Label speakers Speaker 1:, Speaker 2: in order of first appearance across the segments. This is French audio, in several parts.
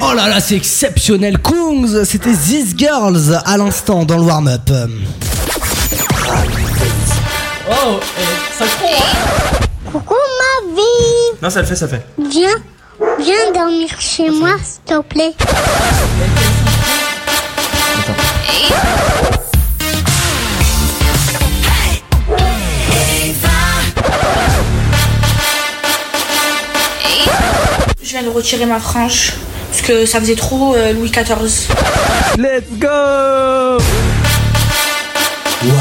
Speaker 1: Oh là là, c'est exceptionnel. Kungs, c'était These Girls à l'instant dans le warm-up.
Speaker 2: Oh,
Speaker 3: euh,
Speaker 2: eh, ça croit.
Speaker 3: hein.
Speaker 4: Coucou ma vie
Speaker 2: Non, ça le fait, ça fait.
Speaker 4: Viens, viens dormir chez moi, s'il te plaît.
Speaker 5: Je viens de retirer ma frange parce que ça faisait trop euh, Louis XIV.
Speaker 2: Let's go
Speaker 1: Waouh.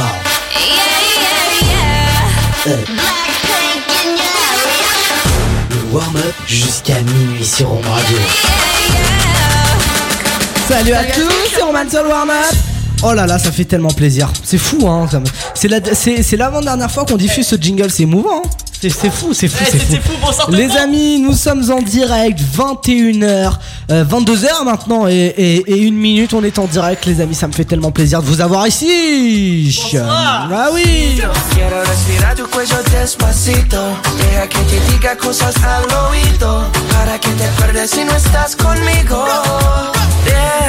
Speaker 1: Le warm-up jusqu'à minuit sur Home Radio. Salut à tous, c'est Roman sur le warm-up. Oh là là, ça fait tellement plaisir. C'est fou, hein. ça me- C'est la, c'est, c'est l'avant-dernière fois qu'on diffuse ce jingle, c'est émouvant. hein. C'est, c'est fou, c'est fou,
Speaker 2: Eh,
Speaker 1: c'est
Speaker 2: c'est-
Speaker 1: fou.
Speaker 2: c'est fou, bon sang,
Speaker 1: Les
Speaker 2: tout le monde.
Speaker 1: amis, nous sommes en direct, 21h, 22h euh, maintenant et, et, et une minute, on est en direct, les amis, ça me fait tellement plaisir de vous avoir ici.
Speaker 2: Bonsoir.
Speaker 1: Ah oui.
Speaker 6: Quiero respirar tu cuello despacito. Deja que te diga cosas al oído. Para que te acuerdes si no estás conmigo.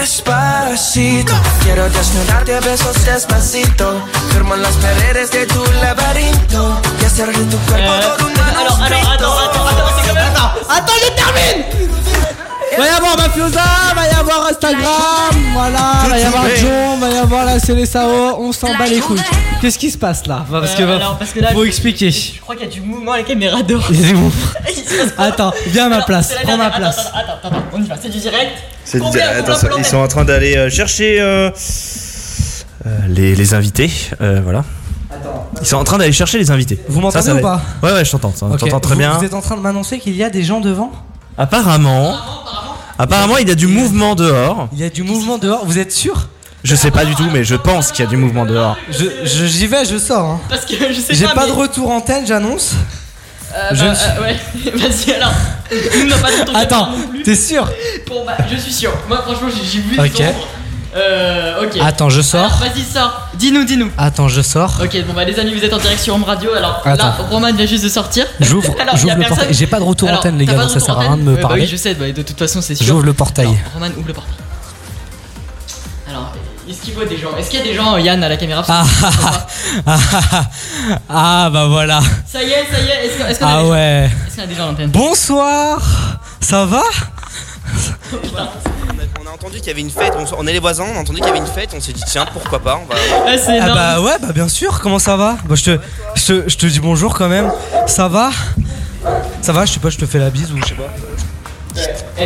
Speaker 6: Despacito. Quiero desnudarte a besos despacito. Firmo en las paredes de tu laberinto. Y hacer de tu
Speaker 2: Eh.
Speaker 6: cuerpo todo un
Speaker 2: Alors, alors, attends, attends, attends, c'est quand même.
Speaker 1: Attends, je termine
Speaker 2: Eh,
Speaker 1: Va y avoir Mafiosa, va y avoir Instagram, voilà, va y avoir John, va y avoir la Célessao, on s'en bat les couilles. Qu'est-ce qui se passe là Bah, parce, que,
Speaker 2: Euh, alors, parce que là,
Speaker 1: faut
Speaker 2: je-
Speaker 1: expliquer.
Speaker 2: Je crois qu'il y a du mouvement à la caméra dehors.
Speaker 1: C'est bon.
Speaker 2: Il se passe quoi
Speaker 1: Attends, viens à ma
Speaker 2: Alors,
Speaker 1: place,
Speaker 2: c'est la
Speaker 1: prends ma
Speaker 2: dernière-
Speaker 1: place.
Speaker 2: Attends, attends, attends, on y va, c'est du direct.
Speaker 7: C'est du-
Speaker 2: Combien-
Speaker 7: attends,
Speaker 2: combien
Speaker 7: ça-
Speaker 2: peut l'on
Speaker 7: ils
Speaker 2: mettre
Speaker 7: sont en train d'aller euh, chercher euh, euh, les, les invités. euh, voilà. Ils sont en train d'aller chercher les invités.
Speaker 1: Vous m'entendez
Speaker 7: Ça, ça
Speaker 1: ou
Speaker 7: va-
Speaker 1: pas
Speaker 7: Ouais, ouais, je t'entends. Je
Speaker 1: Ok,
Speaker 7: t'entends très
Speaker 1: vous-
Speaker 7: bien.
Speaker 1: Vous êtes en train de m'annoncer qu'il y a des gens devant
Speaker 7: Apparemment, apparemment, il y a du mouvement dehors.
Speaker 1: Il y a du mouvement dehors, vous êtes sûr
Speaker 7: Je sais pas du tout, mais je pense qu'il y a du mouvement dehors.
Speaker 1: Je je- J'y vais, je sors. hein.
Speaker 2: Parce que je sais
Speaker 1: J'ai
Speaker 2: pas.
Speaker 1: pas de
Speaker 2: mais-
Speaker 1: retour antenne, j'annonce.
Speaker 2: Euh,
Speaker 1: je
Speaker 2: bah,
Speaker 1: ne suis-
Speaker 2: euh, ouais, vas-y alors. Nous, on n'a pas de retour
Speaker 1: Attends,
Speaker 2: caméra non plus.
Speaker 1: t'es sûr
Speaker 2: Bon bah, je suis sûr. Moi, franchement, j'ai j'ai vu.
Speaker 1: Ok.
Speaker 2: les ombres. Euh, ok.
Speaker 1: Attends, je
Speaker 2: Alors,
Speaker 1: sors.
Speaker 2: vas-y, sors. Dis-nous, dis-nous.
Speaker 1: Attends, je sors.
Speaker 2: Ok, bon bah, les amis, vous êtes en direct sur Home Radio. Alors là,
Speaker 1: Attends.
Speaker 2: Roman vient juste de sortir.
Speaker 1: J'ouvre,
Speaker 2: Alors, y
Speaker 1: j'ouvre
Speaker 2: a
Speaker 1: le
Speaker 2: personne.
Speaker 1: portail. J'ai pas de retour
Speaker 2: Alors,
Speaker 1: antenne, les
Speaker 2: t'as
Speaker 1: gars,
Speaker 2: pas
Speaker 1: donc ça
Speaker 2: retour
Speaker 1: sert à rien de
Speaker 2: antenne
Speaker 1: me
Speaker 2: Ouais, bah
Speaker 1: parler.
Speaker 2: oui, je sais, bah, de toute façon, c'est sûr.
Speaker 1: J'ouvre le portail.
Speaker 2: Alors, Roman, ouvre le portail. Alors, est-ce qu'il voit des gens Est-ce qu'il y a des gens, euh, Yann, à la caméra
Speaker 1: Ah,
Speaker 2: Parce que-
Speaker 1: ah, ah, ah, ah, bah voilà.
Speaker 2: Ça y est, ça y est, est-ce que- est-ce qu'on a,
Speaker 1: Ah
Speaker 2: des gens
Speaker 1: ouais.
Speaker 2: Est-ce qu'on a des gens à l'antenne
Speaker 1: Bonsoir. Ça va
Speaker 8: On a entendu qu'il y avait une fête, on, s- on est les voisins, on a entendu qu'il y avait une fête, on s'est dit tiens pourquoi pas, on va...
Speaker 2: Ah, c'est
Speaker 1: Ah
Speaker 2: énorme.
Speaker 1: bah ouais, bah bien sûr. Comment ça va Bah je te, je te, je te dis bonjour quand même. Ça va Ça va Je sais pas, je te fais la bise ou je sais pas.
Speaker 2: Eh,
Speaker 1: Bah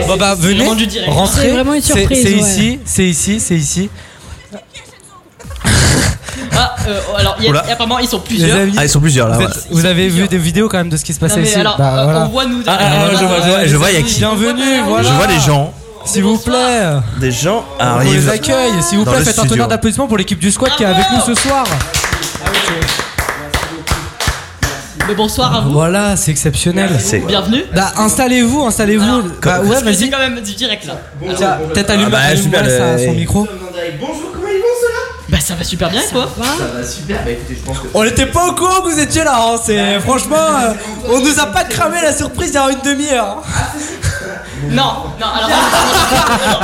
Speaker 2: c'est-
Speaker 1: bah
Speaker 2: c'est
Speaker 1: venez,
Speaker 2: vraiment du direct.
Speaker 1: rentrez.
Speaker 3: C'est vraiment une
Speaker 1: C'est-
Speaker 3: surprise,
Speaker 1: C'est
Speaker 3: ouais.
Speaker 1: ici, c'est ici, c'est ici.
Speaker 2: Ah, euh, oh, alors, il y a-
Speaker 7: Oula.
Speaker 2: il y a apparemment, ils sont
Speaker 1: Les
Speaker 2: plusieurs.
Speaker 1: amis,
Speaker 7: Ah, ils sont plusieurs là.
Speaker 1: vous,
Speaker 7: ouais.
Speaker 1: êtes- vous avez vu des vidéos quand même de ce qui se
Speaker 2: Non,
Speaker 1: passait
Speaker 2: mais
Speaker 1: ici
Speaker 2: alors,
Speaker 1: Bah
Speaker 2: euh,
Speaker 1: voilà.
Speaker 2: on voit nous.
Speaker 7: Ah, ah, je vois, je vois, je vois, il y a qui
Speaker 1: Bienvenue, voilà.
Speaker 7: Je vois les gens.
Speaker 1: S'il vous plaît.
Speaker 7: Des gens
Speaker 1: On les
Speaker 7: arrivent.
Speaker 1: accueille. S'il vous
Speaker 7: dans
Speaker 1: plaît,
Speaker 7: le
Speaker 1: faites un
Speaker 7: studio.
Speaker 1: tonnerre d'applaudissements pour l'équipe du squad qui est avec nous ce soir.
Speaker 2: Mais bonsoir à vous.
Speaker 1: Voilà, c'est exceptionnel.
Speaker 7: C'est-
Speaker 2: Bienvenue.
Speaker 1: Bah, installez-vous,
Speaker 2: Alors,
Speaker 1: installez-vous. Bah, ouais,
Speaker 2: parce que C'est
Speaker 1: vas-y.
Speaker 2: quand même du direct là. Alors,
Speaker 1: Tiens, Peut-être allume,
Speaker 7: Ah bah,
Speaker 1: allume
Speaker 7: super,
Speaker 1: ça,
Speaker 7: le-
Speaker 1: son micro.
Speaker 2: Bah, ça va super bien quoi.
Speaker 8: bah
Speaker 1: On n'était pas au courant que vous étiez là. hein, C'est franchement, euh, on nous a pas cramé la surprise il y a une demi-heure. hein.
Speaker 2: Non, non, alors, alors,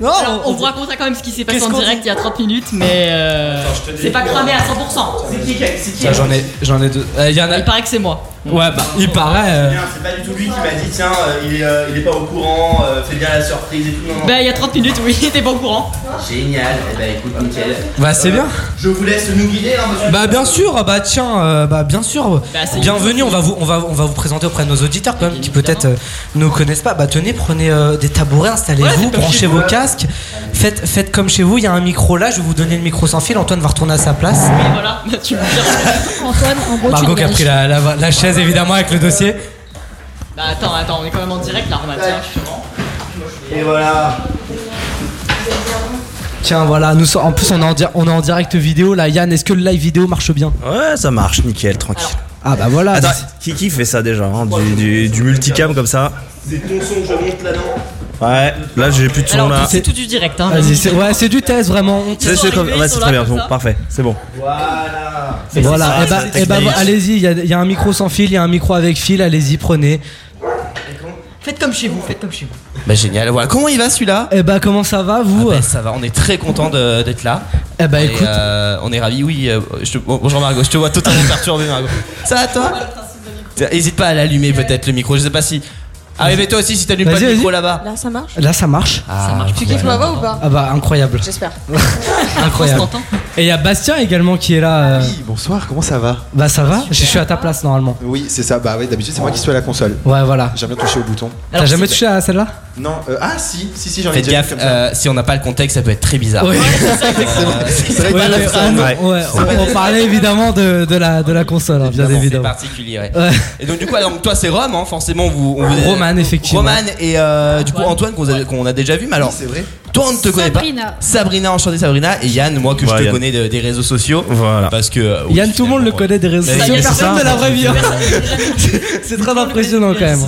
Speaker 1: Non,
Speaker 2: alors, on vous racontera quand même ce qui s'est passé en direct il y a 30 minutes, mais euh, c'est pas cramé à 100%. C'est qui C'est qui
Speaker 1: Tiens, J'en ai, j'en ai deux. Euh, Il y en a.
Speaker 2: Il paraît que c'est moi.
Speaker 1: Ouais, bah, il paraît. euh,
Speaker 8: C'est pas du tout lui qui m'a dit tiens euh, il, est, pas au courant, euh, fais bien la surprise et tout, non,
Speaker 2: Bah, il y a 30 minutes, oui, t'es pas au courant.
Speaker 8: Génial, et
Speaker 7: eh ben,
Speaker 8: bah écoute nickel. Euh,
Speaker 1: Bah, c'est bien.
Speaker 8: Je vous laisse nous guider hein monsieur.
Speaker 1: Bah bien sûr, bah tiens, euh, bah bien sûr.
Speaker 2: Bah, c'est-
Speaker 1: Bienvenue, on va vous on va on va vous présenter auprès de nos auditeurs quand même qui peut-être euh, ne connaissent pas. Bah tenez, prenez euh, des tabourets,
Speaker 2: Ouais,
Speaker 1: installez-vous,
Speaker 2: c'est comme
Speaker 1: branchez
Speaker 2: chez
Speaker 1: vos casques. Faites faites comme chez vous, il y a un micro là, je vais vous donner le micro sans fil, Antoine va retourner à sa place.
Speaker 2: Oui, voilà, tu me diras.
Speaker 3: Antoine, en gros,
Speaker 1: Margot
Speaker 3: tu
Speaker 1: qui a
Speaker 3: dégages.
Speaker 1: pris la, la- la chaise évidemment avec le dossier.
Speaker 2: Bah, attends, attends, on est quand même en direct là, Romain, tiens, justement.
Speaker 8: Et voilà.
Speaker 1: Tiens voilà, nous en plus on est en, direct vidéo là, Yann, est-ce que le live vidéo marche bien
Speaker 7: Ouais, ça marche, nickel, tranquille.
Speaker 2: Alors,
Speaker 1: Ah bah voilà.
Speaker 7: Attends, qui, qui fait ça déjà hein, du, du- du multicam comme ça C'est ton son, je monte là-dedans. Ouais, là j'ai plus de son
Speaker 2: Alors,
Speaker 7: là.
Speaker 2: c'est tout du direct, hein.
Speaker 1: Vas-y, c'est ouais, c'est du test vraiment.
Speaker 7: C'est c'est comme-
Speaker 2: Ils
Speaker 7: ouais,
Speaker 2: sont
Speaker 7: c'est
Speaker 2: là
Speaker 7: très bien,
Speaker 2: comme
Speaker 7: bon,
Speaker 2: ça.
Speaker 7: parfait, c'est bon.
Speaker 1: Voilà,
Speaker 7: ça,
Speaker 1: et bah,
Speaker 7: c'est
Speaker 1: eh bah,
Speaker 7: technique.
Speaker 1: allez-y, il y, a- il y a un micro sans fil, il y a un micro avec fil, allez-y, prenez.
Speaker 2: Faites comme chez vous, faites comme chez vous.
Speaker 8: Bah génial, voilà. Comment il va celui-là
Speaker 1: Eh bah comment ça va
Speaker 8: Ah
Speaker 1: vous
Speaker 8: bah, ça va, on est très content de- d'être là.
Speaker 1: Eh bah
Speaker 8: on
Speaker 1: écoute,
Speaker 8: Est, euh, on est ravis, oui. euh, je te- bon, bonjour Margot, je te vois totalement perturbé Margot. Ça va toi Tiens, Hésite pas à l'allumer peut-être le micro, je sais pas si. Ah oui, mais toi aussi si t'allumes pas
Speaker 1: Vas-y,
Speaker 8: le
Speaker 1: vas-y.
Speaker 8: micro là-bas.
Speaker 3: Là, ça marche
Speaker 1: là ça marche.
Speaker 8: ça marche
Speaker 3: Tu kiffes ma voix ou pas
Speaker 1: Ah bah incroyable,
Speaker 3: J'espère.
Speaker 1: incroyable.
Speaker 2: t'entends
Speaker 1: Et il y a Bastien également qui est là. euh,
Speaker 9: Ah Oui, bonsoir, comment ça va
Speaker 1: Bah ça va, je suis à ta place normalement.
Speaker 9: Oui, c'est ça. Bah oui, d'habitude, c'est moi qui suis à la console.
Speaker 1: Ouais voilà.
Speaker 9: J'aime bien toucher au bouton.
Speaker 1: T'as jamais touché à celle-là
Speaker 9: Non, euh, ah si, si, si, j'en ai
Speaker 8: Faites
Speaker 9: déjà
Speaker 8: gaffe,
Speaker 9: fait comme ça.
Speaker 8: euh, si on n'a pas le contexte, ça peut être très bizarre.
Speaker 1: Ouais.
Speaker 9: C'est vrai
Speaker 1: Ouais,
Speaker 9: que
Speaker 1: mais
Speaker 9: la
Speaker 1: on,
Speaker 9: femme-
Speaker 8: ouais.
Speaker 1: ouais, on- on parlait évidemment de, de la, de la console, hein, bien
Speaker 8: Évidemment,
Speaker 1: évidemment.
Speaker 8: C'est particulier, ouais.
Speaker 1: Ouais.
Speaker 8: Et donc, du coup, alors, toi, c'est Rome, hein, forcément. on Vous, on vous-
Speaker 1: Roman, effectivement.
Speaker 8: Roman et euh, du coup, Antoine, qu'on a, qu'on a déjà vu. Mais alors,
Speaker 9: C'est vrai.
Speaker 8: toi, on ne te connaît pas.
Speaker 10: Sabrina.
Speaker 8: Sabrina, enchantée Sabrina. Et Yann, moi, que je
Speaker 11: Ouais,
Speaker 8: te
Speaker 11: Yann.
Speaker 8: connais de- des réseaux sociaux.
Speaker 11: Voilà.
Speaker 8: Parce que. euh, oui,
Speaker 1: Yann, tout le monde le
Speaker 8: finalement,
Speaker 1: connaît des réseaux
Speaker 8: Mais
Speaker 1: sociaux,
Speaker 8: Yann,
Speaker 1: personne
Speaker 8: c'est
Speaker 1: de la vraie vie. hein. C'est très impressionnant quand même.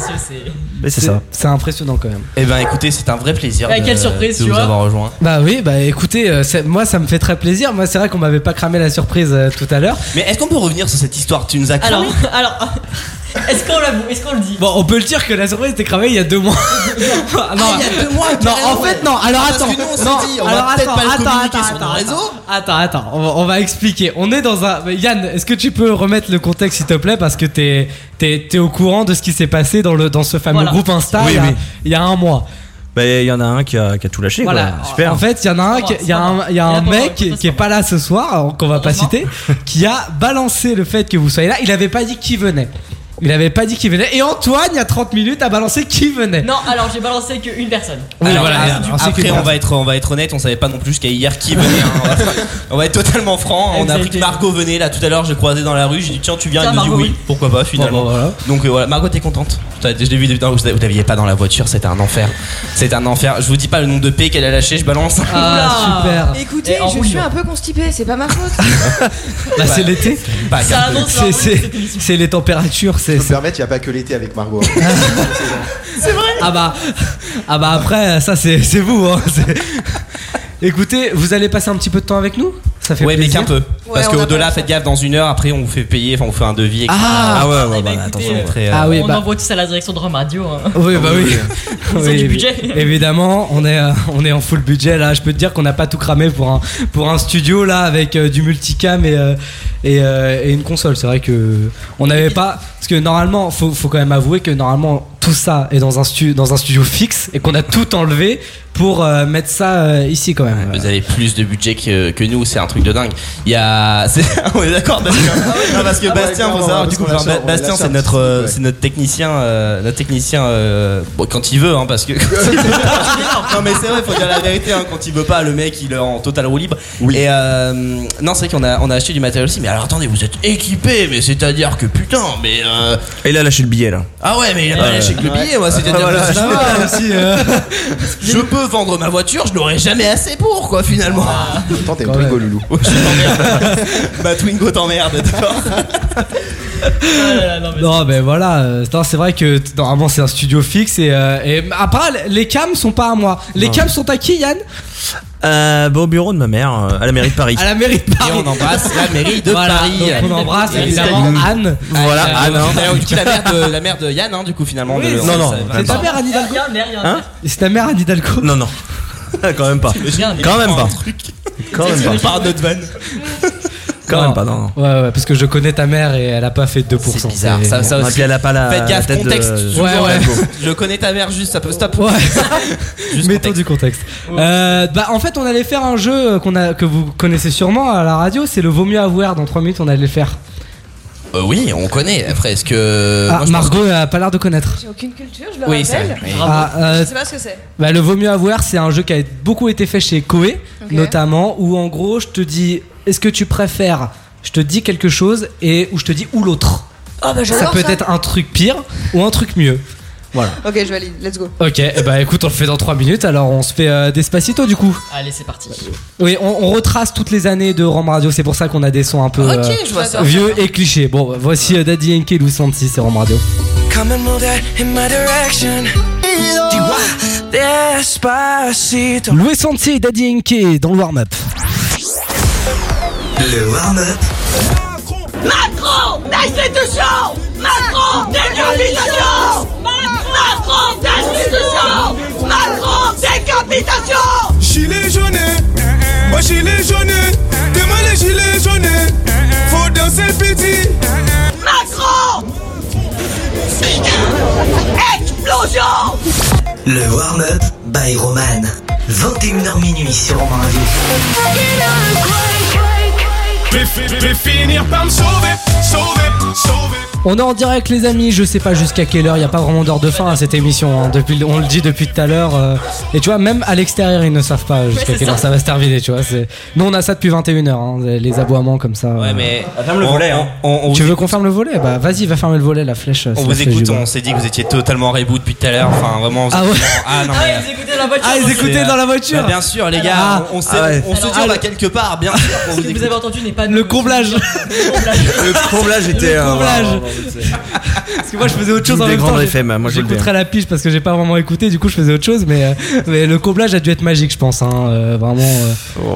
Speaker 11: Mais c'est
Speaker 1: C'est-
Speaker 11: ça.
Speaker 1: C'est impressionnant quand même.
Speaker 8: Eh ben, écoutez, c'est un vrai plaisir.
Speaker 2: Ouais,
Speaker 8: de-
Speaker 2: quelle surprise,
Speaker 8: de
Speaker 2: tu
Speaker 8: vous
Speaker 2: vois.
Speaker 8: avoir rejoint.
Speaker 1: Bah oui, bah écoutez, euh, c'est- moi ça me fait très plaisir. Moi c'est vrai qu'on m'avait pas cramé la surprise euh, tout à l'heure.
Speaker 8: Mais est-ce qu'on peut revenir sur cette histoire Tu nous as
Speaker 3: Ah
Speaker 2: Alors,
Speaker 8: cramé.
Speaker 2: alors, ah, est-ce qu'on l'avoue Est-ce qu'on le dit
Speaker 1: Bon, on peut le dire que la surprise était cramée il y a deux mois. Ah, non,
Speaker 8: Ah, il y a deux mois,
Speaker 1: non,
Speaker 8: carrément,
Speaker 1: en fait non. Alors
Speaker 8: Parce
Speaker 1: attends,
Speaker 8: que nous, on s'est
Speaker 1: non,
Speaker 8: dit, on va
Speaker 1: alors
Speaker 8: peut-être
Speaker 1: attends,
Speaker 8: pas le
Speaker 1: attends,
Speaker 8: communiquer
Speaker 1: attends,
Speaker 8: sur nos
Speaker 1: attends,
Speaker 8: réseaux.
Speaker 1: attends, attends. On va, on va expliquer. On est dans un. mais Yann, est-ce que tu peux remettre le contexte s'il te plaît parce que t'es t'es t'es au courant de ce qui s'est passé dans le dans ce fameux
Speaker 2: Voilà.
Speaker 1: Ah, groupe Insta
Speaker 11: Oui,
Speaker 1: il, y a,
Speaker 11: oui.
Speaker 1: il y a un mois.
Speaker 11: Bah, il y en a un qui a, qui a tout lâché,
Speaker 1: Voilà.
Speaker 11: quoi. Super.
Speaker 1: En fait, il y en a un, qui- il y a un, il y a
Speaker 2: Il y a
Speaker 1: un
Speaker 2: pas-
Speaker 1: mec qui,
Speaker 2: pas-
Speaker 1: qui est pas là ce soir, alors qu'on va pas
Speaker 2: Heureusement.
Speaker 1: citer, qui a balancé le fait que vous soyez là. Il avait pas dit qui venait. Il avait pas dit qui venait. Et Antoine, il y a 30 minutes, a balancé qui venait.
Speaker 2: Non, alors j'ai balancé qu'une personne.
Speaker 1: Oui,
Speaker 8: Alors,
Speaker 1: voilà,
Speaker 2: ah,
Speaker 8: euh,
Speaker 1: alors, c'est
Speaker 8: après,
Speaker 1: que-
Speaker 8: on va être, on va être honnête, on savait pas non plus jusqu'à hier qui venait. hein. On va- on va être totalement franc. On a appris que Margot venait là tout à l'heure. J'ai croisé dans la rue. J'ai dit tiens, tu viens
Speaker 2: Tiens,
Speaker 8: Il nous dit
Speaker 2: Margot,
Speaker 8: oui.
Speaker 2: oui.
Speaker 8: Pourquoi pas
Speaker 1: Bon,
Speaker 8: finalement.
Speaker 1: bah, voilà.
Speaker 8: Donc euh, voilà, Margot, t'es contente. T'as- Je l'ai vu depuis- non, vous vous l'aviez pas dans la voiture. C'était un enfer. C'était un enfer. Je vous dis pas le nombre de P qu'elle a lâché. Je balance.
Speaker 1: Ah, super.
Speaker 3: Écoutez,
Speaker 2: Et en
Speaker 3: je
Speaker 2: rouille.
Speaker 3: suis un peu constipée, c'est pas ma faute.
Speaker 1: Bah, c'est l'été.
Speaker 8: Bah,
Speaker 2: Ça
Speaker 8: garde-
Speaker 2: annonce
Speaker 1: C'est,
Speaker 2: la
Speaker 1: c'est- c'est les températures. C'est,
Speaker 9: Je peux me permettre, il n'y a pas que l'été avec Margot.
Speaker 1: Ah bah, ah bah après, ça c'est, c'est vous. hein. C'est- Écoutez, vous allez passer un petit peu de temps avec nous Ça fait
Speaker 8: Ouais, mais
Speaker 1: plaisir.
Speaker 8: qu'un peu. Parce
Speaker 3: on
Speaker 8: que
Speaker 3: a
Speaker 8: au-delà,
Speaker 3: pas-
Speaker 8: faites gaffe. Dans une heure, après, on vous fait payer. Enfin, on vous fait un devis. etc.
Speaker 1: Ah,
Speaker 11: ouais,
Speaker 2: Eh ben, écoutez,
Speaker 11: attention.
Speaker 2: euh,
Speaker 8: Après, euh,
Speaker 1: Ah oui,
Speaker 2: on
Speaker 1: bah.
Speaker 2: envoie tout ça à la direction de Rome Radio. hein.
Speaker 1: Oui, bah oui.
Speaker 2: Ils ont
Speaker 1: Oui,
Speaker 2: du
Speaker 1: évi-
Speaker 2: budget.
Speaker 1: Évidemment, on est, euh, on est en full budget là. Je peux te dire qu'on n'a pas tout cramé pour un, pour un studio là avec euh, du multicam et, euh, et, euh, et une console. C'est vrai que on n'avait pas. Parce que normalement, faut, faut quand même avouer que normalement tout ça est dans un, stu, dans un studio fixe et qu'on a tout enlevé pour euh, mettre ça euh, ici quand même.
Speaker 8: Vous avez plus de budget que, que nous, c'est un truc de dingue. Il y a, c'est- on est d'accord, bah. Bastien. Non, parce que
Speaker 1: bah-
Speaker 9: Ah ouais,
Speaker 8: Bastien,
Speaker 9: clairement,
Speaker 8: faut savoir,
Speaker 9: parce
Speaker 8: du coup,
Speaker 9: qu'on la
Speaker 8: enfin,
Speaker 9: sort, on la
Speaker 8: Bastien,
Speaker 9: sort
Speaker 8: c'est
Speaker 9: un
Speaker 8: notre,
Speaker 9: petit peu,
Speaker 8: euh,
Speaker 9: ouais.
Speaker 8: c'est notre technicien, euh, notre technicien, euh, bon, quand il veut, hein, parce que. non, mais c'est vrai, faut dire la vérité, hein, quand il veut pas, le mec, il est en total roue libre.
Speaker 9: Oui.
Speaker 8: Et euh, non, c'est vrai qu'on a, on a acheté du matériel aussi. Mais alors, attendez, vous êtes équipés, mais c'est-à-dire que putain, mais. euh,
Speaker 11: Et il a lâché le billet, là.
Speaker 8: ah ouais, mais il a pas lâché que le billet, moi,
Speaker 9: Ah,
Speaker 8: c'est-à-dire que
Speaker 1: Voilà,
Speaker 8: ça
Speaker 1: ça
Speaker 8: va. hein.
Speaker 1: va aussi. euh.
Speaker 8: je peux vendre ma voiture, je n'aurai jamais assez pour, quoi, finalement.
Speaker 9: Attends, t'es
Speaker 1: Quand
Speaker 9: Twingo
Speaker 1: même.
Speaker 9: loulou.
Speaker 8: bah Twingo t'emmerde, d'accord
Speaker 2: Ah là là, non, mais
Speaker 1: Non, mais voilà, euh, non, c'est vrai que t- normalement c'est un studio fixe et, euh, et après les cams sont pas à moi. Les cams sont à qui, Yann
Speaker 11: Euh, bah, au bureau de ma mère, euh, à la mairie de Paris.
Speaker 1: À la mairie de
Speaker 8: Et
Speaker 1: Paris.
Speaker 8: on embrasse la mairie de
Speaker 1: Voilà,
Speaker 8: Paris.
Speaker 1: donc on embrasse
Speaker 8: Et
Speaker 1: évidemment
Speaker 8: salut.
Speaker 1: Anne.
Speaker 11: Voilà,
Speaker 8: Euh,
Speaker 11: Anne, hein.
Speaker 8: D'ailleurs, du coup, la mère de, la mère de Yann, hein, du coup, finalement.
Speaker 1: Oui,
Speaker 8: on le-
Speaker 1: c'est-
Speaker 8: on le
Speaker 11: non,
Speaker 8: savait
Speaker 11: non,
Speaker 8: pas.
Speaker 1: C'est ta mère Anne Hidalgo
Speaker 2: Rien, rien, rien.
Speaker 11: Hein
Speaker 1: C'est ta mère Anne Hidalgo
Speaker 11: Non, non. Quand même pas.
Speaker 8: Rien, mais
Speaker 11: Quand même
Speaker 8: on
Speaker 11: pas.
Speaker 8: prend un truc.
Speaker 11: Quand même pas.
Speaker 8: Par notre vanne.
Speaker 11: Quand même pas, non, non.
Speaker 1: Ouais, ouais, parce que je connais ta mère et elle a pas fait 2%.
Speaker 8: C'est bizarre, ça, ça
Speaker 11: Et
Speaker 8: aussi.
Speaker 11: puis elle a pas la,
Speaker 8: Faites
Speaker 11: la
Speaker 8: gaffe,
Speaker 11: tête
Speaker 8: contexte.
Speaker 11: de.
Speaker 8: toujours,
Speaker 1: Ouais, ouais.
Speaker 8: là. Je connais ta mère, juste, ça peut stop.
Speaker 1: Ouais,
Speaker 8: Juste
Speaker 1: mettons
Speaker 8: contexte.
Speaker 1: du contexte. Euh, bah, en fait, on allait faire un jeu qu'on a, que vous connaissez sûrement à la radio, c'est le vaut mieux avoir. Dans 3 minutes, on allait le faire.
Speaker 8: Euh, oui, on connaît. Après, est-ce
Speaker 11: Euh,
Speaker 1: ah,
Speaker 8: que. Moi, je pense-
Speaker 1: Margot a pas l'air de connaître.
Speaker 3: J'ai aucune culture, je le
Speaker 8: Oui, c'est
Speaker 3: rappelle.
Speaker 8: vrai. oui.
Speaker 1: Ah, euh,
Speaker 3: Je sais pas ce que c'est.
Speaker 1: Bah, le vaut mieux avoir, c'est un jeu qui a beaucoup été fait chez Koei,
Speaker 3: Ok.
Speaker 1: notamment, où en gros, je te dis, est-ce que tu préfères, je te dis quelque chose, et où je te dis ou l'autre.
Speaker 3: Oh bah
Speaker 1: Ça
Speaker 3: j'adore
Speaker 1: peut
Speaker 3: ça.
Speaker 1: être un truc pire ou un truc mieux.
Speaker 3: Ok, je valide. Let's go.
Speaker 1: Ok, eh bah écoute, on le fait dans 3 minutes, alors on se fait euh, Despacito du coup.
Speaker 2: Allez, c'est parti.
Speaker 1: Oui, on, on retrace toutes les années de Rome Radio, c'est pour ça qu'on a des sons un peu
Speaker 8: Ok,
Speaker 1: euh,
Speaker 8: je vois ça.
Speaker 1: vieux et clichés. Bon, bah, voici euh, Daddy Yankee et Lou Santi, c'est Rome Radio.
Speaker 6: Come and move that in my direction. Despacito.
Speaker 1: Lou Santi et Daddy Yankee dans le warm-up.
Speaker 6: Macron, décapitation Macron, décapitation
Speaker 7: eh, eh,
Speaker 2: Attention
Speaker 10: Le warm-up by Roman. 21h minuit sur Romain
Speaker 7: vais finir par me sauver, sauver, sauver.
Speaker 1: On est en direct les amis, je sais pas jusqu'à quelle heure, il y a pas vraiment d'heure de fin à cette émission, hein. Depuis le- on le dit depuis tout à l'heure. euh, et tu vois, même à l'extérieur ils ne savent pas jusqu'à
Speaker 8: c'est
Speaker 1: quelle heure
Speaker 8: ça.
Speaker 1: ça va se terminer, tu vois. c'est- Nous on a ça depuis 21h, hein. les aboiements comme ça. euh.
Speaker 8: Ouais, mais.
Speaker 11: ferme le volet, hein.
Speaker 1: tu veux qu'on ferme le volet Bah vas-y, va fermer le volet, la flèche. euh,
Speaker 8: On
Speaker 1: sur la
Speaker 8: vous
Speaker 1: flèche
Speaker 8: écoute,
Speaker 1: du bas.
Speaker 8: on s'est dit que vous étiez totalement reboot depuis tout à l'heure. Enfin, vraiment. vous
Speaker 1: Ah
Speaker 8: étiez-
Speaker 1: ouais.
Speaker 8: Ah non, mais.
Speaker 2: Écoutez la voiture.
Speaker 1: Ah, ils
Speaker 8: C'est,
Speaker 1: écoutaient
Speaker 8: euh,
Speaker 1: dans la voiture
Speaker 8: bah, Bien sûr, les
Speaker 1: Ah.
Speaker 8: gars, on, on s'est-
Speaker 1: Ah ouais.
Speaker 8: on se dit,
Speaker 1: Alors,
Speaker 8: on va
Speaker 1: le-
Speaker 8: quelque part, bien sûr. qu'on
Speaker 2: Ce
Speaker 8: vous
Speaker 2: que vous
Speaker 8: écoute.
Speaker 2: avez entendu n'est pas
Speaker 1: Le comblage
Speaker 12: Le comblage était.
Speaker 1: Le
Speaker 12: euh,
Speaker 1: comblage.
Speaker 12: waouh, waouh, waouh, c'est-
Speaker 1: Parce que moi je faisais autre chose
Speaker 12: Une
Speaker 1: en
Speaker 12: des
Speaker 1: même temps.
Speaker 12: grandes
Speaker 1: j'ai-
Speaker 12: FM, moi, je le dis.
Speaker 1: J'écouterais la pige parce que j'ai pas vraiment écouté, du coup je faisais autre chose, mais, euh, mais le comblage a dû être magique, je pense. hein, euh, vraiment.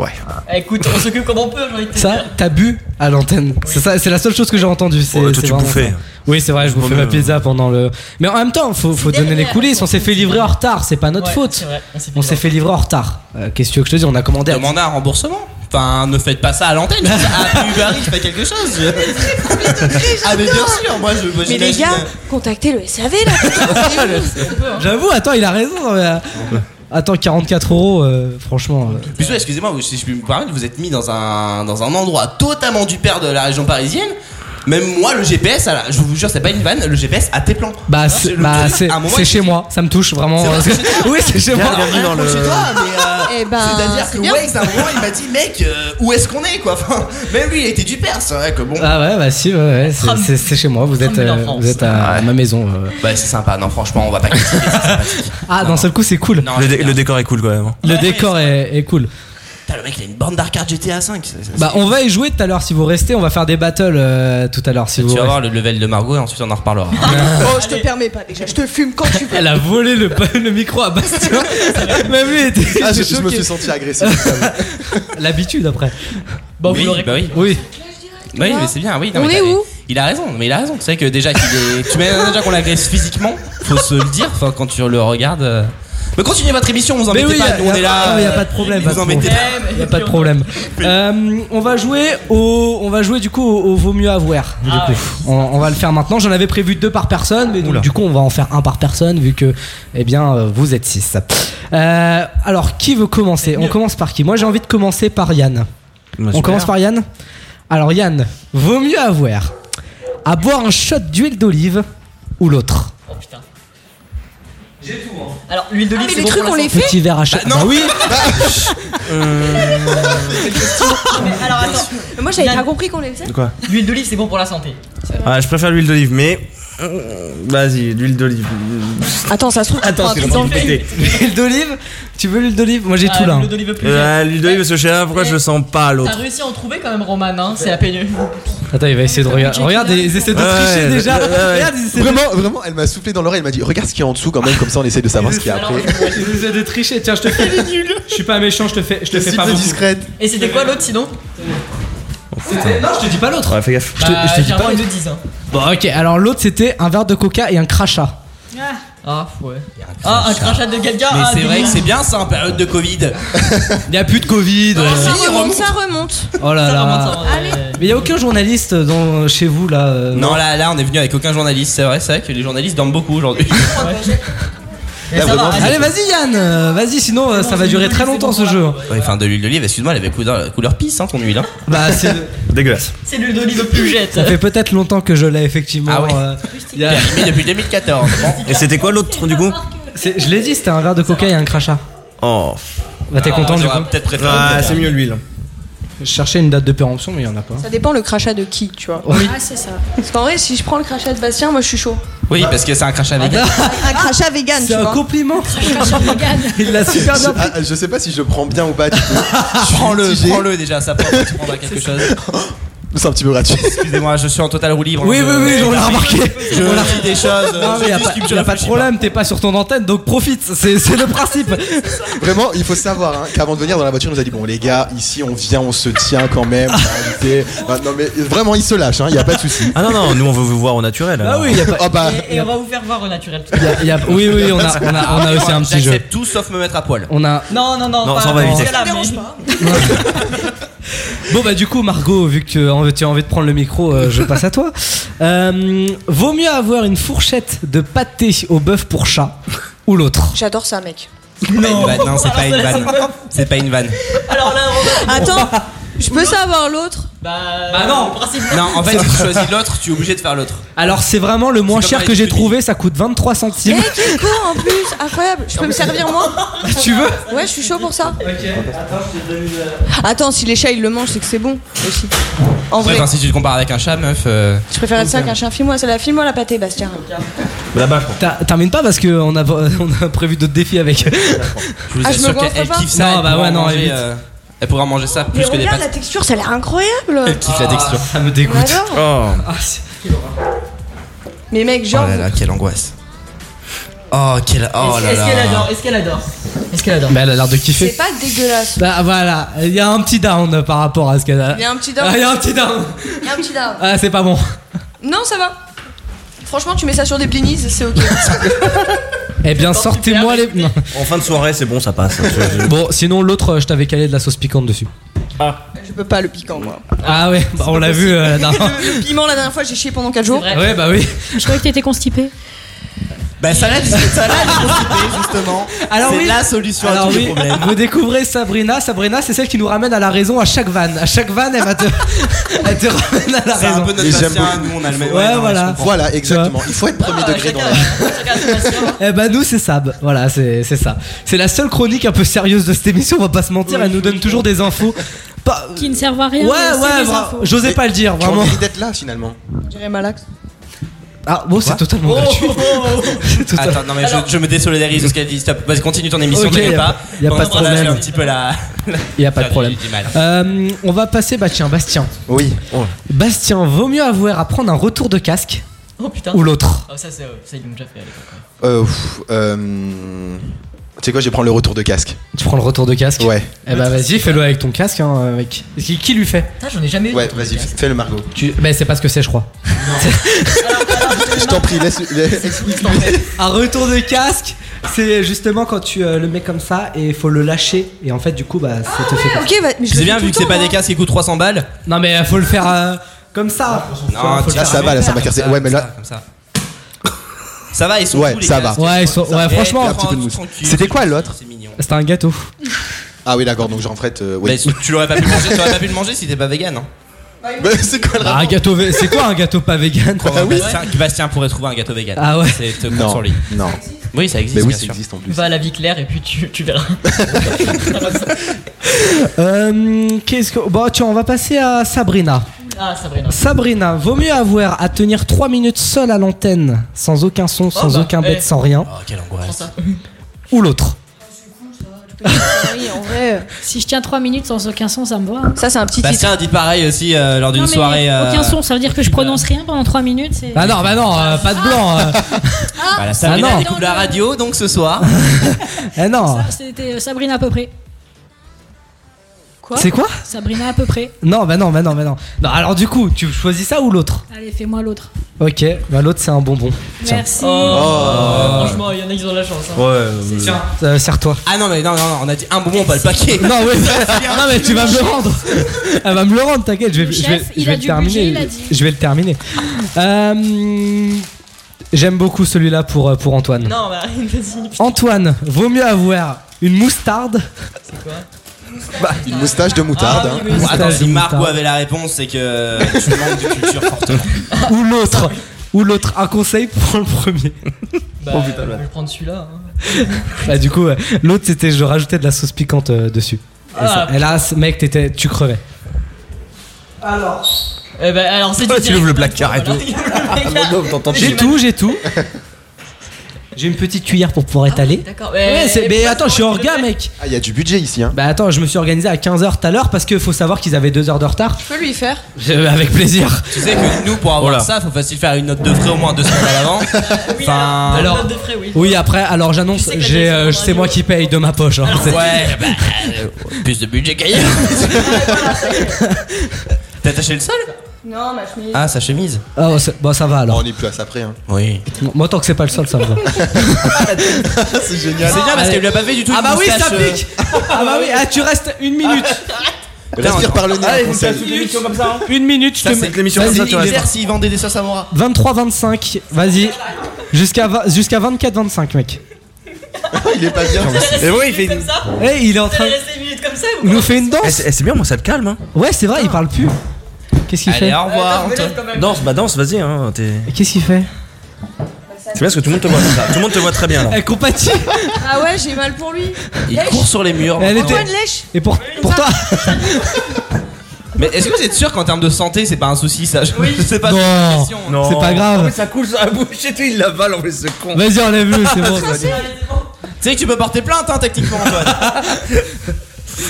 Speaker 9: Ouais.
Speaker 2: Eh, Écoute, on s'occupe comme on peut, j'ai envie de te
Speaker 1: Ça,
Speaker 2: dire.
Speaker 1: t'as bu à l'antenne. C'est ça, c'est la seule chose que j'ai entendue. C'est,
Speaker 12: Ouais, toi,
Speaker 1: c'est
Speaker 12: tu
Speaker 1: vraiment
Speaker 12: bouffais.
Speaker 1: ça. Oui, c'est vrai, je
Speaker 12: Je
Speaker 1: bouffais ma
Speaker 12: me-
Speaker 1: pizza pendant le. Mais en même temps, faut, faut donner les coulisses. On s'est fait livrer en retard, c'est pas notre
Speaker 2: Ouais,
Speaker 1: faute.
Speaker 2: c'est vrai, on s'est fait
Speaker 1: On s'est fait livrer en retard. Euh, Qu'est-ce que tu veux que je te dise On a commandé. à-
Speaker 8: Demandez un remboursement. Enfin, ne faites pas ça à l'antenne. Appelez Ah, Uber Eats, faites quelque chose. ah, mais bien sûr, moi je. moi,
Speaker 3: Mais les
Speaker 8: j'imagine-
Speaker 3: gars, contactez le SAV là
Speaker 1: Ah, J'avoue, attends, il a raison. mais, euh, Attends, 44 euros, euh, franchement. euh,
Speaker 8: Puis, ouais, excusez-moi, vous- si je puis me permettre, vous êtes mis dans un, dans un endroit totalement du père de la région parisienne. Même moi, le GPS, à la- je vous jure, c'est pas une vanne, le GPS à tes plans.
Speaker 1: Bah, c'est,
Speaker 8: le
Speaker 1: bah,
Speaker 8: truc,
Speaker 1: c'est,
Speaker 8: à un moment,
Speaker 1: c'est
Speaker 8: il-
Speaker 1: chez moi, ça me touche vraiment.
Speaker 8: C'est vrai,
Speaker 1: parce que- oui, c'est
Speaker 8: c'est chez toi
Speaker 1: chez moi.
Speaker 8: Bienvenue dans le- hein, Chez toi, mais, euh,
Speaker 3: Eh ben,
Speaker 8: C'est-à-dire
Speaker 3: c'est
Speaker 8: que
Speaker 3: bien.
Speaker 8: Waze, à un moment, il m'a dit, mec, euh, où est-ce qu'on est, quoi Enfin, Même lui, il était du père, c'est vrai que bon.
Speaker 1: Ah ouais, bah si, ouais, ouais, c'est,
Speaker 8: Tram-
Speaker 1: c'est- c'est chez moi, vous êtes,
Speaker 8: Tram de
Speaker 1: euh,
Speaker 8: l'enfance.
Speaker 1: vous êtes à ma maison. euh.
Speaker 8: Bah, c'est sympa, non, franchement, on va pas critiquer.
Speaker 1: Ah, d'un seul coup, c'est cool. hein.
Speaker 12: le, dé- le décor est cool quand même.
Speaker 1: Le décor est, est cool.
Speaker 8: Putain, le mec, il a une bande d'arcade GTA 5. c'est- c'est-
Speaker 1: Bah, on va y jouer tout à l'heure si vous restez. On va faire des battles euh, tout à l'heure si vous.
Speaker 8: Tu vas
Speaker 1: restez.
Speaker 8: voir le level de Margot et ensuite on en reparlera.
Speaker 3: Oh, je te permets pas déjà, je te fume quand tu veux.
Speaker 1: Elle a volé le, le micro à Bastien. Même lui était.
Speaker 9: Ah, je,
Speaker 1: était
Speaker 9: je me
Speaker 1: choqué. Ah,
Speaker 9: suis senti agressé. tout seul.
Speaker 1: L'habitude après.
Speaker 2: Bon,
Speaker 8: oui,
Speaker 2: vous l'aurez
Speaker 8: bah oui.
Speaker 1: Oui.
Speaker 8: Bah oui, mais c'est bien, oui.
Speaker 3: On
Speaker 8: mais
Speaker 3: est
Speaker 8: t'as-
Speaker 3: où
Speaker 8: Il a raison, mais il a raison. C'est vrai que déjà, qu'il est- tu mets déjà qu'on l'agresse physiquement, faut se le dire, enfin, quand tu le regardes. euh. Mais continuez votre émission, vous embêtez
Speaker 1: Mais oui, y
Speaker 8: pas,
Speaker 1: a-
Speaker 8: nous
Speaker 1: y a
Speaker 8: on est là.
Speaker 1: pas- y a pas de problème, pas
Speaker 8: Vous
Speaker 1: de
Speaker 8: embêtez
Speaker 1: problème.
Speaker 8: pas.
Speaker 1: Y a pas de problème. Euh, on va jouer au, on va jouer du coup au, au vaut mieux avoir.
Speaker 8: Ah
Speaker 1: Du coup, on, on va le faire maintenant. J'en avais prévu deux par personne, mais donc, du coup on va en faire un par personne vu que, eh bien, euh, vous êtes six. Euh, alors qui veut commencer On commence par qui Moi j'ai envie de commencer par Yann. on commence par Yann. Alors Yann, vaut mieux avoir à boire un shot d'huile d'olive ou l'autre.
Speaker 2: Oh putain. J'ai tout, hein. Alors, l'huile d'olive,
Speaker 3: Ah, mais
Speaker 2: c'est
Speaker 3: les
Speaker 2: bon
Speaker 3: trucs,
Speaker 2: pour
Speaker 3: on
Speaker 2: la
Speaker 3: les
Speaker 2: santé.
Speaker 3: fait
Speaker 1: Petit verre à shot. Bah oui.
Speaker 2: Mais Alors, attends.
Speaker 3: Moi j'avais
Speaker 2: Yann.
Speaker 3: pas compris qu'on les faisait.
Speaker 12: De quoi
Speaker 2: L'huile d'olive, c'est bon pour la santé.
Speaker 12: Ah, Je préfère l'huile d'olive, mais.
Speaker 11: euh,
Speaker 12: Vas-y, l'huile d'olive.
Speaker 3: Attends, ça se trouve,
Speaker 12: Attends,
Speaker 3: tu
Speaker 12: c'est
Speaker 3: prends un
Speaker 12: bon,
Speaker 3: petit
Speaker 12: écoutez.
Speaker 1: L'huile d'olive. Tu veux l'huile d'olive Moi j'ai
Speaker 2: Ah,
Speaker 1: tout là.
Speaker 2: L'huile d'olive plus.
Speaker 12: Euh, L'huile d'olive, parce que je sais pas pourquoi je le sens pas à
Speaker 2: T'as
Speaker 12: l'autre.
Speaker 2: réussi à en trouver quand même, Roman, hein. C'est la peigne.
Speaker 1: Attends, il va essayer de regarder. Regarde, ils essaient de
Speaker 12: Ouais,
Speaker 1: tricher
Speaker 12: ouais,
Speaker 1: déjà.
Speaker 12: ouais, ouais.
Speaker 1: Regarde, ils essaient de-
Speaker 9: Vraiment, vraiment, elle m'a soufflé dans l'oreille. Elle m'a dit Regarde ce qu'il y a en dessous quand même, comme ça on essaie de savoir ce qu'il y a après.
Speaker 1: ils essaient de tricher. Tiens, je te fais. Je suis pas méchant, je te fais, je te
Speaker 9: C'est
Speaker 1: fais pas beaucoup.
Speaker 9: discrète.
Speaker 2: Et c'était quoi l'autre sinon
Speaker 1: C'était- Non, je te dis pas l'autre.
Speaker 12: Ouais, fais gaffe.
Speaker 1: Je te- je te dis
Speaker 2: j'ai un
Speaker 1: pas.
Speaker 2: moins de 10 hein.
Speaker 1: Bon, ok. Alors l'autre, c'était un verre de coca et un crachat.
Speaker 2: Ah ouais. Ah un crachat de quelqu'un.
Speaker 8: Mais
Speaker 2: ah,
Speaker 8: c'est
Speaker 2: des
Speaker 8: vrai que
Speaker 2: gens.
Speaker 8: c'est bien ça en période de Covid.
Speaker 1: Il y a plus de Covid.
Speaker 3: Ah, Ça
Speaker 8: Si,
Speaker 3: remonte,
Speaker 8: remonte.
Speaker 3: ça remonte.
Speaker 1: Oh là
Speaker 2: Ça remonte, ça
Speaker 1: là.
Speaker 2: remonte.
Speaker 1: Mais il y a aucun journaliste dans chez vous là. euh,
Speaker 8: Non, là, là, on est venu avec aucun journaliste, c'est vrai, c'est vrai que les journalistes dorment beaucoup aujourd'hui.
Speaker 2: Mais ça va,
Speaker 1: Allez, vas-y Yann. euh, Vas-y, sinon euh, ça va durer très longtemps ce jeu.
Speaker 8: Ouais, enfin, de l'huile d'olive, excuse-moi, elle avait couleur, couleur pisse, hein, ton huile. Hein.
Speaker 1: Bah, c'est.
Speaker 12: Dégueulasse.
Speaker 2: C'est l'huile d'olive plus jette.
Speaker 1: Ça fait peut-être longtemps que je l'ai effectivement.
Speaker 8: Ah ouais.
Speaker 1: euh, il y a-
Speaker 8: Mais depuis 2014. Bon.
Speaker 12: Et c'était quoi l'autre du coup
Speaker 1: c'est- Je l'ai dit, c'était un verre de coca et un crachat.
Speaker 12: Oh.
Speaker 1: Bah t'es content du
Speaker 8: J'aurais
Speaker 1: coup.
Speaker 8: peut-être préféré.
Speaker 12: Ah,
Speaker 8: peut-être.
Speaker 12: c'est mieux l'huile.
Speaker 1: Je cherchais une date de péremption, mais il y en a pas.
Speaker 3: Ça dépend le crachat de qui, tu vois.
Speaker 13: Ah, c'est ça.
Speaker 3: Parce qu'en vrai, si je prends le crachat de Bastien, moi je suis chaud.
Speaker 8: Oui, parce que c'est un crachat avec.
Speaker 3: Un crachat vegan, tu
Speaker 1: C'est un
Speaker 3: vois.
Speaker 1: compliment. Il l'a super bien pris.
Speaker 9: Ah, je sais pas si je le prends bien ou pas du coup.
Speaker 8: Prends-le,
Speaker 9: mitigé.
Speaker 8: prends-le déjà, ça prend tu prendras quelque chose.
Speaker 9: C'est un petit peu gratuit.
Speaker 8: Excusez-moi, je suis en total roue libre. hein,
Speaker 1: Oui,
Speaker 8: je-
Speaker 1: oui, oui, on l'a remarqué.
Speaker 8: Je dis des choses.
Speaker 1: Non, mais y a pas, y a pas de problème, t'es pas sur ton antenne, donc profite, c'est c'est le principe.
Speaker 9: Vraiment, il faut savoir hein, qu'avant de venir dans la voiture, il nous a dit Bon, les gars, ici on vient, on se tient quand même. on va inviter. Ah, non, mais vraiment, il se lâche, hein, il n'y a pas de souci.
Speaker 12: Ah non, non, nous on veut vous voir au naturel.
Speaker 1: Ah
Speaker 12: alors.
Speaker 1: oui, y a pas.
Speaker 9: Ah bah,
Speaker 2: Et, et on va vous faire voir au naturel.
Speaker 1: y a- y a- oui, oui, on a, on a, on a aussi un petit jeu.
Speaker 8: J'accepte tout sauf me mettre à poil.
Speaker 1: On a.
Speaker 2: Non non non.
Speaker 12: Non,
Speaker 2: pas
Speaker 12: ça, on va
Speaker 2: dans
Speaker 12: éviter.
Speaker 2: ce cas-là, mais-
Speaker 1: Bon bah du coup Margot, vu que tu as envie tu as envie de prendre le micro, euh, je passe à toi. Euh, vaut mieux avoir une fourchette de pâté au bœuf pour chat ou l'autre.
Speaker 3: J'adore ça, mec.
Speaker 8: Non, non c'est pas une vanne. C'est pas une vanne.
Speaker 3: Attends, je peux savoir l'autre
Speaker 2: Bah
Speaker 8: non, Non, en fait, si tu choisis l'autre, tu es obligé de faire l'autre.
Speaker 1: Alors c'est vraiment le moins
Speaker 8: C'est comme
Speaker 1: cher
Speaker 8: dans
Speaker 1: que
Speaker 8: les
Speaker 1: j'ai trouvé, ça coûte 23 centimes.
Speaker 3: Eh, quel con en plus Incroyable Je peux me servir moi
Speaker 1: tu veux
Speaker 3: Ouais, je suis chaud pour ça.
Speaker 1: Ok, attends, je te donne
Speaker 3: Attends, si les chats ils le mangent, c'est que c'est bon aussi. En
Speaker 8: Ouais,
Speaker 3: vrai.
Speaker 8: enfin, si tu te compares avec un chat, meuf. euh,
Speaker 3: Je préfère être ça qu'un chien filmois, c'est la filmois la pâté, Bastien.
Speaker 1: T'as- Termine pas parce qu'on a, on a prévu d'autres défis avec.
Speaker 8: Je vous
Speaker 3: Ah, je me
Speaker 8: assure
Speaker 3: goinfre
Speaker 8: qu'elle
Speaker 3: pas
Speaker 8: kiffe ça.
Speaker 1: Non,
Speaker 8: elle
Speaker 1: bah
Speaker 8: pourra
Speaker 1: ouais, non,
Speaker 8: manger,
Speaker 1: évite.
Speaker 8: euh, Elle pourra manger ça plus
Speaker 3: Mais
Speaker 8: que des
Speaker 3: regarde la
Speaker 8: pâtes.
Speaker 3: texture, ça a l'air incroyable.
Speaker 8: Elle kiffe la texture.
Speaker 1: Ça me dégoûte.
Speaker 3: J'adore.
Speaker 1: Ah, c'est- hein.
Speaker 3: Mais mec,
Speaker 8: Oh
Speaker 3: genre.
Speaker 8: là là, quelle angoisse. Oh, quelle. Oh là
Speaker 2: Est-ce qu'elle
Speaker 8: là.
Speaker 2: adore Est-ce qu'elle adore Est-ce qu'elle adore
Speaker 1: Bah, elle a l'air de kiffer.
Speaker 3: C'est pas dégueulasse.
Speaker 1: Bah voilà, il y a un petit down euh, par rapport à ce qu'elle a.
Speaker 3: Il y a un petit down.
Speaker 1: Ah, il y a un petit down.
Speaker 3: Il y a un petit down.
Speaker 1: Ah, c'est pas bon.
Speaker 3: Non, ça va. Franchement, tu mets ça sur des blinis, c'est ok.
Speaker 1: Eh bien, sortez-moi les. Non.
Speaker 12: En fin de soirée, c'est bon, ça passe.
Speaker 1: Bon, sinon, l'autre, euh, je t'avais calé de la sauce piquante dessus.
Speaker 3: Je peux pas le piquant, moi.
Speaker 1: Ah ouais, bah, on l'a vu euh, la dernière fois.
Speaker 3: Le piment, la dernière fois, j'ai chié pendant 4 jours.
Speaker 2: vrai.
Speaker 1: Ouais, bah oui.
Speaker 5: Je croyais que t'étais constipé.
Speaker 8: Bah, salade, salade constipée, justement.
Speaker 1: Alors
Speaker 8: C'est
Speaker 1: oui.
Speaker 8: la solution
Speaker 1: Alors
Speaker 8: à tous
Speaker 1: oui,
Speaker 8: les problèmes.
Speaker 1: vous découvrez Sabrina. Sabrina, c'est celle qui nous ramène à la raison à chaque vanne. À chaque vanne, elle va te, elle te ramène à la
Speaker 8: C'est un
Speaker 1: raison.
Speaker 8: peu notre
Speaker 9: Et j'aime
Speaker 8: patient,
Speaker 9: beaucoup.
Speaker 8: nous on a le même.
Speaker 1: Ouais,
Speaker 8: non, mais
Speaker 1: voilà.
Speaker 8: je comprends.
Speaker 9: Voilà, exactement. Il faut être premier
Speaker 1: euh,
Speaker 9: degré dans la vie.
Speaker 1: Eh ben nous c'est Sab, voilà c'est c'est ça. C'est la seule chronique un peu sérieuse de cette émission, on va pas se mentir, elle nous donne toujours des infos. Pas-
Speaker 5: Qui ne servent à
Speaker 1: Ouais
Speaker 5: rien. mais c'est
Speaker 1: ouais,
Speaker 5: des
Speaker 1: vra-
Speaker 5: infos.
Speaker 1: j'osais pas le dire
Speaker 9: J'ai
Speaker 1: vraiment.
Speaker 9: envie d'être là finalement.
Speaker 3: Je dirais malax. Oh,
Speaker 1: Ah bon c'est totalement gratuit. C'est totalement-
Speaker 8: Attends, non mais je, je me désolidarise de ce qu'elle dit. Stop, vas-y, continue ton émission,
Speaker 1: Ok,
Speaker 8: t'inquiète
Speaker 1: y a
Speaker 8: pas.
Speaker 1: pas- y a pas de
Speaker 8: Pendant ce temps-là, j'ai
Speaker 1: problème.
Speaker 8: un petit peu la.
Speaker 1: Y a pas de problème.
Speaker 8: J'ai du mal.
Speaker 1: Euh, on va passer bah tiens Bastien. Oh.
Speaker 9: Oui.
Speaker 1: Bastien, vaut mieux avoir à prendre un retour de casque
Speaker 2: Oh putain.
Speaker 1: ou l'autre.
Speaker 2: Oh, ça, c'est- ça, ils l'ont déjà fait à l'époque.
Speaker 9: Euh, pff, euh, Tu sais quoi, je vais prendre le retour de casque.
Speaker 1: Tu prends le retour de casque.
Speaker 9: Ouais.
Speaker 1: Eh bah vas-y fais-le avec ton casque hein, mec. Qui, qui lui fait
Speaker 2: Putain, j'en ai jamais eu.
Speaker 9: Ouais, vas-y, fais le Margot.
Speaker 1: tu... Bah c'est pas ce que c'est je crois.
Speaker 9: Je t'en prie, laisse. laisse-
Speaker 1: Un retour de casque, c'est justement quand tu euh, le mets comme ça et il faut le lâcher et en fait du coup bah ça te fait.
Speaker 3: Ok, bah, mais je le
Speaker 8: C'est
Speaker 3: fais
Speaker 8: bien
Speaker 3: tout
Speaker 8: vu
Speaker 3: le
Speaker 8: que c'est
Speaker 3: temps,
Speaker 8: pas
Speaker 3: moi.
Speaker 8: des casques qui coûtent 300 balles.
Speaker 1: Non mais euh, faut le faire euh, comme ça.
Speaker 8: Non,
Speaker 1: Faut le faire
Speaker 9: Là, Ah, ça va, là, ça m'a
Speaker 8: Comme
Speaker 9: cassé. Ouais, mais là.
Speaker 8: Comme ça. Ça va, Ah, ils sont
Speaker 9: Ouais,
Speaker 8: cool, les
Speaker 9: ça
Speaker 8: casques.
Speaker 1: va. Ouais, ils sont- ouais,
Speaker 8: Eh,
Speaker 1: franchement.
Speaker 8: prends,
Speaker 9: Un petit peu de mousse.
Speaker 8: tranquille.
Speaker 9: C'était quoi, l'autre
Speaker 8: C'est mignon.
Speaker 1: C'était un gâteau.
Speaker 9: Ah oui, d'accord, donc j'en ferai. euh,
Speaker 8: Bah,
Speaker 9: oui.
Speaker 8: tu l'aurais pas pu manger, tu aurais pas pu le manger si t'es pas vegan. Hein.
Speaker 9: Mais c'est quoi le
Speaker 1: Bah,
Speaker 9: rapport
Speaker 1: un gâteau, vé- c'est quoi un gâteau pas vegan quoi
Speaker 9: Ah oui
Speaker 8: Bastien, Bastien pourrait trouver un gâteau vegan.
Speaker 1: Ah ouais.
Speaker 8: C'est te compte
Speaker 9: Non,
Speaker 8: sur lui.
Speaker 9: non.
Speaker 8: Oui, ça existe,
Speaker 9: Mais oui,
Speaker 8: bien
Speaker 9: ça
Speaker 8: sûr.
Speaker 9: existe en plus.
Speaker 2: Va à la vie claire et puis tu, tu verras.
Speaker 1: Euh, Qu'est-ce que bon tiens on va passer à Sabrina.
Speaker 2: Ah, Sabrina.
Speaker 1: Sabrina, vaut mieux avoir à tenir 3 minutes seule à l'antenne sans aucun son, sans
Speaker 2: bah,
Speaker 1: aucun bête,
Speaker 2: eh.
Speaker 1: sans rien,
Speaker 8: Oh, quelle angoisse.
Speaker 1: ou l'autre.
Speaker 3: Oui, en vrai.
Speaker 5: euh, Si je tiens 3 minutes sans aucun son, ça me va.
Speaker 3: Ça, c'est un
Speaker 1: Bah,
Speaker 3: petit titre.
Speaker 8: Bastien dit pareil aussi euh, lors d'une
Speaker 5: Non, mais
Speaker 8: soirée. euh,
Speaker 5: Aucun son, ça veut dire que je prononce rien pendant 3 minutes. c'est- Ah,
Speaker 1: Ah non bah non euh, pas de blanc. euh.
Speaker 8: Voilà, Sabrina
Speaker 1: non.
Speaker 8: découvre la radio, donc ce soir.
Speaker 1: Eh non.
Speaker 5: Ça, C'était euh, Sabrina à peu près. Quoi
Speaker 1: C'est quoi
Speaker 5: Sabrina à peu près.
Speaker 1: Non bah non bah non bah non. Non alors du coup tu choisis ça ou l'autre
Speaker 5: Allez, fais-moi l'autre.
Speaker 1: Ok, bah l'autre c'est un bonbon. Oh.
Speaker 5: Merci.
Speaker 2: Oh.
Speaker 9: Oh.
Speaker 2: Franchement, il y en a qui ont de la chance. hein.
Speaker 1: Tiens, euh, serre-toi.
Speaker 8: Ah non, mais non, non, non, on a dit un bonbon, pas le paquet.
Speaker 1: Non, oui, non, mais tu vas me le rendre. Elle va me le rendre, t'inquiète, je vais,
Speaker 5: Le
Speaker 1: je
Speaker 5: chef,
Speaker 1: vais,
Speaker 5: il
Speaker 1: je vais
Speaker 5: a
Speaker 1: le
Speaker 5: du
Speaker 1: terminer.
Speaker 5: budget, il a dit.
Speaker 1: Je vais le terminer. Euh, J'aime beaucoup celui-là pour, euh, pour Antoine.
Speaker 2: Non, bah, vas-y.
Speaker 1: Antoine, vaut mieux avoir une moustarde.
Speaker 9: Bah, une moustache de moutarde. hein.
Speaker 8: Bon, Ah attends,
Speaker 1: Moustache
Speaker 8: si
Speaker 1: de
Speaker 8: Marco
Speaker 1: moutarde.
Speaker 8: avait la réponse, c'est que
Speaker 2: Euh,
Speaker 8: tu manques de culture fortement.
Speaker 1: ou l'autre. Ou l'autre, un conseil pour le premier.
Speaker 2: Bah,
Speaker 1: Oh, putain,
Speaker 2: je vais prendre celui-là. hein.
Speaker 1: Bah, du coup, ouais. l'autre c'était je rajoutais de la sauce piquante euh, dessus. Et
Speaker 2: Ah,
Speaker 1: ça- et là, ce mec, t'étais- tu crevais.
Speaker 2: Eh ben, alors, c'est
Speaker 12: Ouais,
Speaker 2: du
Speaker 12: tu l'ouvres le placard et tout.
Speaker 2: tout.
Speaker 1: J'ai tout, j'ai tout. J'ai une petite cuillère pour pouvoir étaler.
Speaker 2: D'accord.
Speaker 1: Ouais, c'est- mais attends, je suis
Speaker 2: hors
Speaker 1: orga, mec.
Speaker 9: Ah, il y a du budget ici, hein.
Speaker 1: Bah attends, je me suis organisé à 15h tout à l'heure parce que faut savoir qu'ils avaient 2 heures de retard.
Speaker 3: Je peux lui faire.
Speaker 1: Euh, Avec plaisir.
Speaker 8: Tu sais que nous, pour avoir
Speaker 12: Voilà.
Speaker 8: ça, faut facile faire une note de frais au moins deux semaines à l'avance. Enfin,
Speaker 1: alors-
Speaker 2: Alors. De frais, oui.
Speaker 1: Oui, après, alors
Speaker 2: Tu
Speaker 1: j'annonce,
Speaker 2: sais que la
Speaker 1: j'ai,
Speaker 2: direction
Speaker 1: euh,
Speaker 2: de
Speaker 1: c'est
Speaker 2: radio-
Speaker 1: moi qui paye de ma poche. hein. C'est-
Speaker 8: ouais, bah, euh, plus de budget qu'ailleurs. T'as attaché le sol
Speaker 3: Non, ma chemise.
Speaker 8: Ah, sa chemise
Speaker 1: Oh, c'est- bon, ça va
Speaker 9: Bon,
Speaker 1: alors.
Speaker 9: on est plus à ça près, hein.
Speaker 8: Oui.
Speaker 1: Moi, tant que c'est pas le sol, ça me va.
Speaker 9: C'est génial.
Speaker 8: C'est bien parce
Speaker 1: allez.
Speaker 8: qu'elle lui a pas fait du tout
Speaker 1: Ah
Speaker 8: une
Speaker 1: bah oui, ça
Speaker 8: moustache, euh,
Speaker 1: pique Ah bah oui, ah, tu restes une minute
Speaker 9: Respire par le nez.
Speaker 11: Allez,
Speaker 9: un
Speaker 11: vous me faites
Speaker 9: conseil.
Speaker 11: toute l'émission comme ça. hein
Speaker 1: Une minute, je
Speaker 11: Ça,
Speaker 1: te
Speaker 11: c'est
Speaker 1: mets-
Speaker 11: l'émission comme
Speaker 1: Vas-y,
Speaker 11: ça, tu
Speaker 1: il
Speaker 11: restes.
Speaker 1: est-
Speaker 11: Merci, ils vendent des sauces à Mora.
Speaker 1: 23-25, vas-y. Jusqu'à va- jusqu'à 24-25, mec.
Speaker 9: il est pas bien.
Speaker 12: Mais oui, il fait une.
Speaker 1: Eh, il est en train.
Speaker 2: comme ça
Speaker 1: Il nous fait une
Speaker 12: Eh,
Speaker 1: danse.
Speaker 12: C'est eh, c'est bien, moi ça le calme. Hein.
Speaker 1: Ouais, c'est vrai, il parle plus. Qu'est-ce qu'il fait
Speaker 12: Allez, au revoir.
Speaker 2: Euh,
Speaker 12: Antoine. danse, bah danse, vas-y. Hein, t'es-
Speaker 1: Qu'est-ce qu'il fait
Speaker 12: c'est bien parce que tout le monde te voit. comme ça. Tout le monde te voit très bien là.
Speaker 1: Elle compatit.
Speaker 3: Ah ouais, j'ai mal pour lui.
Speaker 8: Il
Speaker 3: Lèche.
Speaker 8: court sur les murs.
Speaker 1: Elle était-
Speaker 3: Antoine, lèche.
Speaker 1: Et pour, pour toi
Speaker 8: Mais est-ce que vous êtes sûr qu'en termes de santé, c'est pas un souci ça Je je sais pas.
Speaker 1: Non.
Speaker 8: c'est une question.
Speaker 1: Non. C'est pas grave.
Speaker 12: Ah oui, ça coule sur la bouche et tout, il l'avale en plus ce con.
Speaker 1: Vas-y, enlève-le, c'est bon.
Speaker 12: Tu
Speaker 8: sais que tu peux porter plainte, hein, techniquement, Antoine.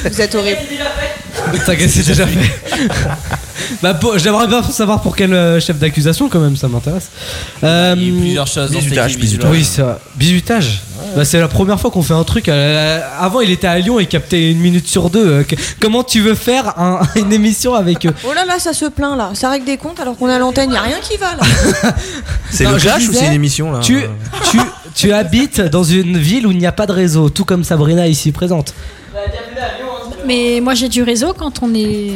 Speaker 3: Vous êtes horrible.
Speaker 1: T'inquiète, c'est déjà fait. bah, pour- j'aimerais bien savoir pour quel euh, chef d'accusation, quand même, ça m'intéresse. Euh,
Speaker 8: Il y a eu plusieurs choses. dans cette
Speaker 12: Bisutage,
Speaker 8: équipe,
Speaker 12: bisutage.
Speaker 1: Oui, ça. Bisutage. Bah, c'est la première fois qu'on fait un truc. euh, avant, il était à Lyon et captait une minute sur deux. euh, que- Comment tu veux faire un- une émission avec euh, eux
Speaker 3: Oh là là, ça se plaint là. Ça règle des comptes alors qu'on est à l'antenne, y a rien qui va là.
Speaker 12: C'est
Speaker 1: Non,
Speaker 12: le
Speaker 1: je
Speaker 12: clash ou
Speaker 1: disais,
Speaker 12: c'est une émission là euh
Speaker 1: Tu, tu, tu habites dans une ville où il n'y a pas de réseau, tout comme Sabrina ici présente.
Speaker 5: Mais moi j'ai du réseau quand on est.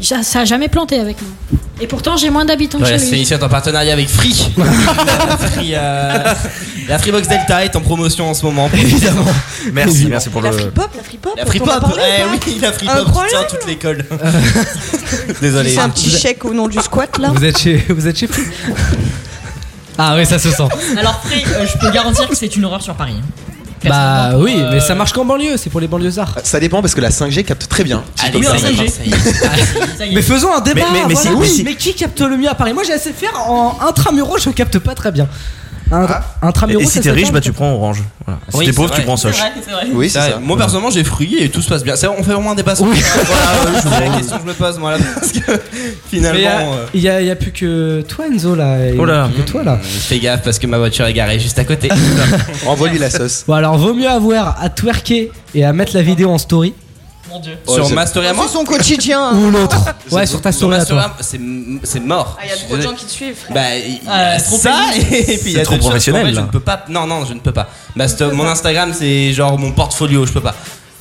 Speaker 5: Ja- Ça a jamais planté avec nous. Et pourtant j'ai moins d'habitants
Speaker 8: Voilà,
Speaker 5: que
Speaker 8: c'est
Speaker 5: chez lui.
Speaker 8: initié en partenariat avec Free. Free, euh, la Freebox Delta est en promotion en ce moment.
Speaker 1: Évidemment.
Speaker 12: Merci, merci pour le.
Speaker 3: Pop, la free pop.
Speaker 8: La Free
Speaker 3: on va
Speaker 8: Pop,
Speaker 3: parler
Speaker 8: eh
Speaker 3: ou pas
Speaker 8: oui, la Free
Speaker 3: Un
Speaker 8: Pop
Speaker 3: problème
Speaker 8: tient toute l'école. Désolé.
Speaker 3: C'est un petit chèque au nom du squat là.
Speaker 1: Vous êtes chez, vous êtes chez Free Ah oui, ça se sent.
Speaker 2: Alors, Free, euh, je peux garantir que c'est une horreur sur Paris. hein.
Speaker 1: Bah oui, mais ça marche qu'en banlieue, c'est pour les banlieusards.
Speaker 9: Euh, Ça dépend parce que la 5G capte très bien. Si je peux
Speaker 8: Allez,
Speaker 9: me
Speaker 8: ça y
Speaker 9: permettre.
Speaker 8: est, ça y est.
Speaker 1: Mais faisons un débat.
Speaker 9: Mais- mais- mais
Speaker 1: voilà.
Speaker 9: si- mais si-
Speaker 1: mais qui capte le mieux à Paris Moi, j'ai assez faire en intramuro, je capte pas très bien. Un,
Speaker 12: Et,
Speaker 1: intramuro,
Speaker 12: et
Speaker 1: ça
Speaker 12: si t'es
Speaker 1: se
Speaker 12: riche,
Speaker 1: fait
Speaker 12: bah
Speaker 1: pas.
Speaker 12: tu prends orange. Voilà. Si
Speaker 8: Oui,
Speaker 12: t'es
Speaker 8: c'est
Speaker 12: pauvre,
Speaker 8: vrai.
Speaker 12: tu prends soche.
Speaker 9: Oui, c'est
Speaker 8: Ouais,
Speaker 9: ça.
Speaker 8: Moi personnellement j'ai fruit et tout se passe bien. C'est- on fait vraiment un débat sur Voilà, euh, je- c'est la question que je me pose moi là. Euh, Parce que
Speaker 1: Mais y a-
Speaker 8: finalement. euh,
Speaker 1: Il y, a- il y a plus que toi, Enzo, là. et
Speaker 8: Oh là.
Speaker 1: plus que toi, là.
Speaker 8: Fais gaffe parce que ma voiture est garée juste à côté.
Speaker 9: Envoie-lui la sauce.
Speaker 1: Bon, alors, vaut mieux avoir à twerker et à mettre la vidéo en story
Speaker 2: Mon dieu.
Speaker 8: sur
Speaker 9: Oh, c'est-
Speaker 8: ma story à
Speaker 1: Oh,
Speaker 8: moi
Speaker 3: C'est son quotidien. hein.
Speaker 1: ou l'autre. Ouais, sur ta
Speaker 8: Sur
Speaker 1: story
Speaker 8: ma
Speaker 1: à
Speaker 8: story
Speaker 1: toi.
Speaker 8: à- c'est c'est mort.
Speaker 3: Ah, y a
Speaker 8: Je suis
Speaker 3: trop de
Speaker 8: désolé.
Speaker 3: gens qui te suivent. frère.
Speaker 8: Bah, il y
Speaker 2: Ah,
Speaker 8: a
Speaker 2: trop
Speaker 8: ça et
Speaker 2: féministe.
Speaker 8: puis il y a
Speaker 12: C'est trop
Speaker 8: d'autres choses.
Speaker 12: professionnel,
Speaker 8: En fait, je
Speaker 12: là.
Speaker 8: ne peux pas. Non, non, je ne peux pas. Ma sto- mon Instagram, c'est genre mon portfolio, je peux pas.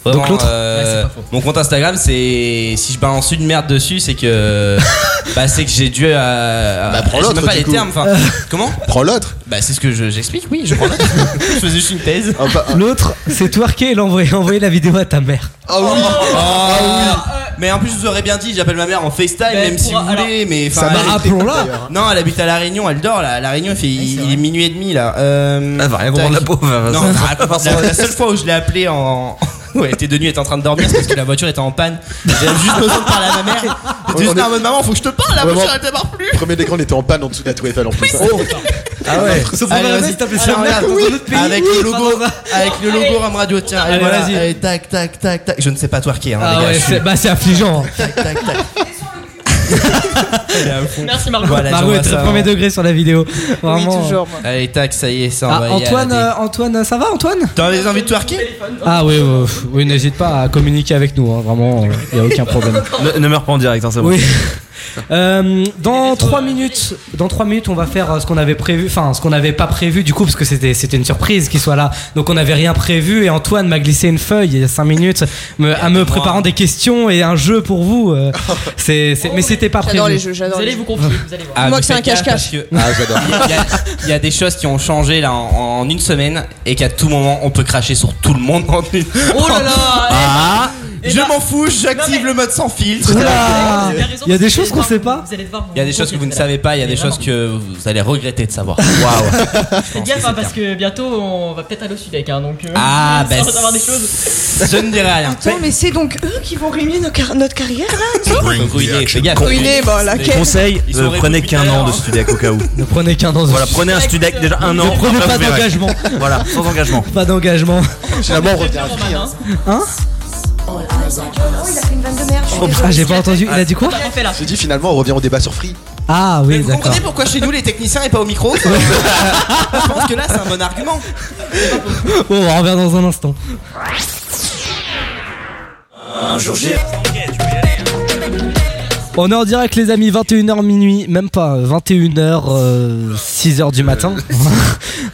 Speaker 8: Vraiment,
Speaker 1: Donc l'autre
Speaker 8: euh,
Speaker 2: Ouais, c'est pas faux.
Speaker 8: mon compte Instagram, c'est si je balance une merde dessus, c'est que bah c'est que j'ai dû à.
Speaker 9: Bah, prends
Speaker 8: je sais
Speaker 9: l'autre,
Speaker 8: même pas
Speaker 9: du
Speaker 8: les
Speaker 9: coup.
Speaker 8: termes. Enfin, comment
Speaker 9: Prends l'autre.
Speaker 8: Bah c'est ce que je- j'explique. oui, je prends note. je faisais juste une thèse.
Speaker 9: Ah, bah,
Speaker 1: L'autre, c'est twerker et l'envoyer envoyer la vidéo à ta mère.
Speaker 9: ah
Speaker 2: Oh.
Speaker 9: oui.
Speaker 8: Mais en plus, je vous aurais bien dit, j'appelle ma mère en FaceTime,
Speaker 2: Mais Ah, euh, Ben,
Speaker 8: même
Speaker 2: pour-
Speaker 8: si vous
Speaker 2: alors-
Speaker 8: voulez. Mais
Speaker 9: Ça
Speaker 8: enfin,
Speaker 1: Bah,
Speaker 9: mérite
Speaker 1: rappelons-la.
Speaker 9: l'écoute, d'ailleurs.
Speaker 8: hein. non, elle habite à la Réunion, elle dort là. À la Réunion, il, fait, il, il est minuit et demi là. Euh,
Speaker 12: Elle va rien comprendre
Speaker 8: tac.
Speaker 12: la pauvre. elle va-
Speaker 8: Non, bah, la, la seule fois où je l'ai appelé en. Ouais, elle était de nuit, elle était en train de dormir c'est parce que la voiture était en panne. J'avais juste besoin de
Speaker 1: Ah.
Speaker 8: parler à ma mère. J'étais juste
Speaker 9: On est-
Speaker 8: en mode maman, faut que je te
Speaker 2: Oh,
Speaker 8: parle, la
Speaker 9: Vraiment.
Speaker 8: voiture elle démarre plus.
Speaker 9: Premier écran, on était en panne en dessous de la Tour Eiffel en plus. Oh.
Speaker 8: Oh.
Speaker 12: Ah ouais.
Speaker 1: Sauf
Speaker 8: Allez, vas-y. Alors, regarde, Avec le logo, avec le logo Ram Radio, tiens, allez,
Speaker 1: Allez,
Speaker 8: voilà,
Speaker 1: vas-y.
Speaker 8: allez, tac, tac, tac, tac. Je ne sais pas twerker, hein,
Speaker 1: Ah
Speaker 8: les gars.
Speaker 1: ouais,
Speaker 8: je suis-
Speaker 1: c'est- bah c'est affligeant.
Speaker 8: Tac, tac, tac. Elle est à fond.
Speaker 2: Merci Margot.
Speaker 8: Voilà,
Speaker 1: Margot est
Speaker 8: j'envoie
Speaker 1: très
Speaker 8: ça. hein.
Speaker 1: premier degré sur la vidéo.
Speaker 3: Oui,
Speaker 1: Vraiment. hein.
Speaker 3: toujours. moi.
Speaker 8: Allez, tac, ça y est, ça
Speaker 1: Ah,
Speaker 8: envoyé à la
Speaker 1: Antoine,
Speaker 8: dé-
Speaker 1: euh, Antoine, ça va Antoine
Speaker 8: T'as des envies de twerker
Speaker 1: Ah oui, oui, oui, oui, n'hésite pas à communiquer avec nous, hein, vraiment, il n'y a aucun problème.
Speaker 12: Ne, ne meurs pas en direct, hein, c'est bon.
Speaker 1: Oui. Euh, dans 3 minutes, dans trois minutes, on va faire euh, ce qu'on avait prévu, enfin ce qu'on n'avait pas prévu du coup parce que c'était c'était une surprise qu'il soit là. Donc on n'avait rien prévu et Antoine m'a glissé une feuille il y a 5 minutes me- à me
Speaker 8: moi.
Speaker 1: préparant des questions et un jeu pour vous. euh, c'est c'est- mais c'était pas
Speaker 3: J'adore les
Speaker 1: prévu.
Speaker 3: jeux,
Speaker 2: Vous
Speaker 3: j'adore les
Speaker 2: allez
Speaker 3: jeux.
Speaker 2: vous confier, vous allez voir.
Speaker 8: Ah,
Speaker 3: Moi
Speaker 8: mais
Speaker 3: que c'est un
Speaker 8: faites gaffe,
Speaker 3: cache-cache.
Speaker 8: parce que-
Speaker 9: Ah, j'adore.
Speaker 8: Il y a- il y a- il y, a des choses qui ont changé là en, en une semaine et qu'à tout moment on peut cracher sur tout le monde en une.
Speaker 2: Oh là là
Speaker 8: Ah
Speaker 2: eh
Speaker 8: Je
Speaker 2: ben-
Speaker 8: m'en fous, j'active
Speaker 2: Non, mais-
Speaker 8: le mode sans filtre.
Speaker 1: Oula
Speaker 2: Vous avez raison,
Speaker 1: Il y a
Speaker 2: vous
Speaker 1: des
Speaker 2: allez
Speaker 1: choses qu'on
Speaker 2: devoir-
Speaker 1: sait pas.
Speaker 2: Vous allez devoir vous
Speaker 8: Il y a des choses que vous ne savez pas, il y a des choses que vous allez regretter de savoir. Waouh
Speaker 2: Faites gaffe hein, parce que bientôt on va peut-être aller au Sudec hein, donc. euh,
Speaker 8: Ah,
Speaker 2: ça
Speaker 8: ben,
Speaker 2: va savoir des choses.
Speaker 8: Je ne dirai rien.
Speaker 14: Ben-
Speaker 3: Attends, mais c'est donc eux qui vont ruiner nos car- notre carrière là
Speaker 8: Donc, ruiné, fais gaffe.
Speaker 3: Ruiné, bah la quête.
Speaker 12: Conseil,
Speaker 8: Ils
Speaker 12: euh,
Speaker 8: sont
Speaker 12: prenez
Speaker 8: réputés
Speaker 12: qu'un an
Speaker 8: d'ailleurs,
Speaker 12: de
Speaker 8: hein.
Speaker 12: Studec au cas où.
Speaker 1: Ne prenez qu'un dans
Speaker 12: Voilà, prenez un Studec déjà un an.
Speaker 1: Ne prenez
Speaker 12: après,
Speaker 1: pas
Speaker 12: vous verrez.
Speaker 1: d'engagement.
Speaker 12: Voilà, sans engagement.
Speaker 1: Pas d'engagement.
Speaker 9: Finalement, on revient à Free. hein.
Speaker 1: Hein
Speaker 3: Oh, il a fait une vanne de merde. je suis
Speaker 1: Ah,
Speaker 3: désolée.
Speaker 1: j'ai pas entendu. Il a dit quoi
Speaker 2: On fait là.
Speaker 9: Je dis finalement, on revient au débat sur Free.
Speaker 1: Ah
Speaker 8: Mais
Speaker 1: oui,
Speaker 8: vous
Speaker 1: d'accord.
Speaker 8: comprenez pourquoi chez nous les techniciens et pas au micro Je pense que là c'est un bon argument.
Speaker 1: Bon, on revient dans un instant. On est en direct les amis, 21h minuit, même pas 21h 6h euh, du matin.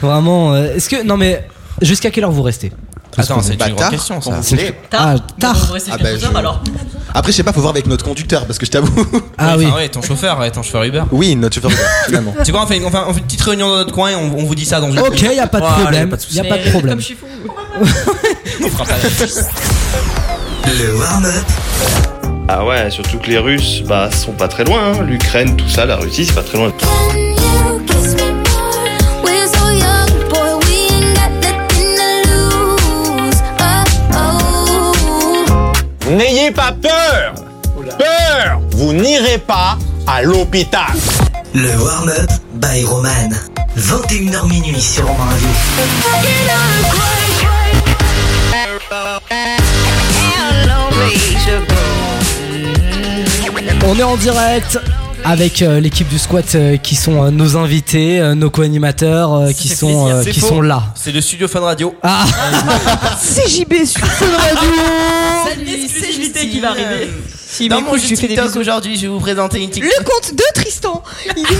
Speaker 1: Vraiment euh, est-ce que non mais jusqu'à quelle heure vous restez
Speaker 8: Attends, c'est une grande
Speaker 9: Bâtard.
Speaker 8: question ça.
Speaker 9: Vous voulez
Speaker 1: Ah,
Speaker 2: Tard.
Speaker 1: tard.
Speaker 2: C'est
Speaker 9: Ah, bah, je-
Speaker 2: alors.
Speaker 9: Après, je sais pas, faut voir avec notre conducteur parce que je t'avoue.
Speaker 1: Ah
Speaker 8: Enfin, Ah ouais, ton chauffeur, ouais, ton chauffeur Uber.
Speaker 9: Oui, notre chauffeur Uber, finalement.
Speaker 8: C'est quoi, on fait, une, on fait- on fait une petite réunion dans notre coin et on, on vous dit ça dans une
Speaker 1: Ok, y a pas de
Speaker 8: Voilà,
Speaker 1: problème.
Speaker 8: souci.
Speaker 1: Y a pas de problème.
Speaker 8: On fera pas
Speaker 10: Le warm-up.
Speaker 11: Ah ouais, surtout que les Russes, bah, sont pas très loin. hein. L'Ukraine, tout ça, la Russie, c'est pas très loin.
Speaker 15: We're so young, boy, we ain't got nothing to lose. Oh,
Speaker 16: N'ayez pas peur Peur Vous n'irez pas à l'hôpital
Speaker 10: Le warm-up by Roman. 21h minuit sur Romain Radio.
Speaker 1: On est en direct avec euh, l'équipe du squat euh, qui sont euh, nos invités, euh, nos co-animateurs euh, qui sont euh,
Speaker 8: C'est
Speaker 1: qui
Speaker 8: faux.
Speaker 1: sont là.
Speaker 8: C'est le studio Fun Radio.
Speaker 1: Ah
Speaker 14: CJB sur Fun Radio
Speaker 2: Salut, c'est JT qui va arriver.
Speaker 14: Si,
Speaker 8: Dans
Speaker 14: mais
Speaker 8: mon
Speaker 14: écoute,
Speaker 8: jeu
Speaker 14: je lui fais des
Speaker 8: TikTok
Speaker 14: bisous.
Speaker 8: aujourd'hui, je vais vous présenter une TikTok.
Speaker 14: Le compte de Tristan Il est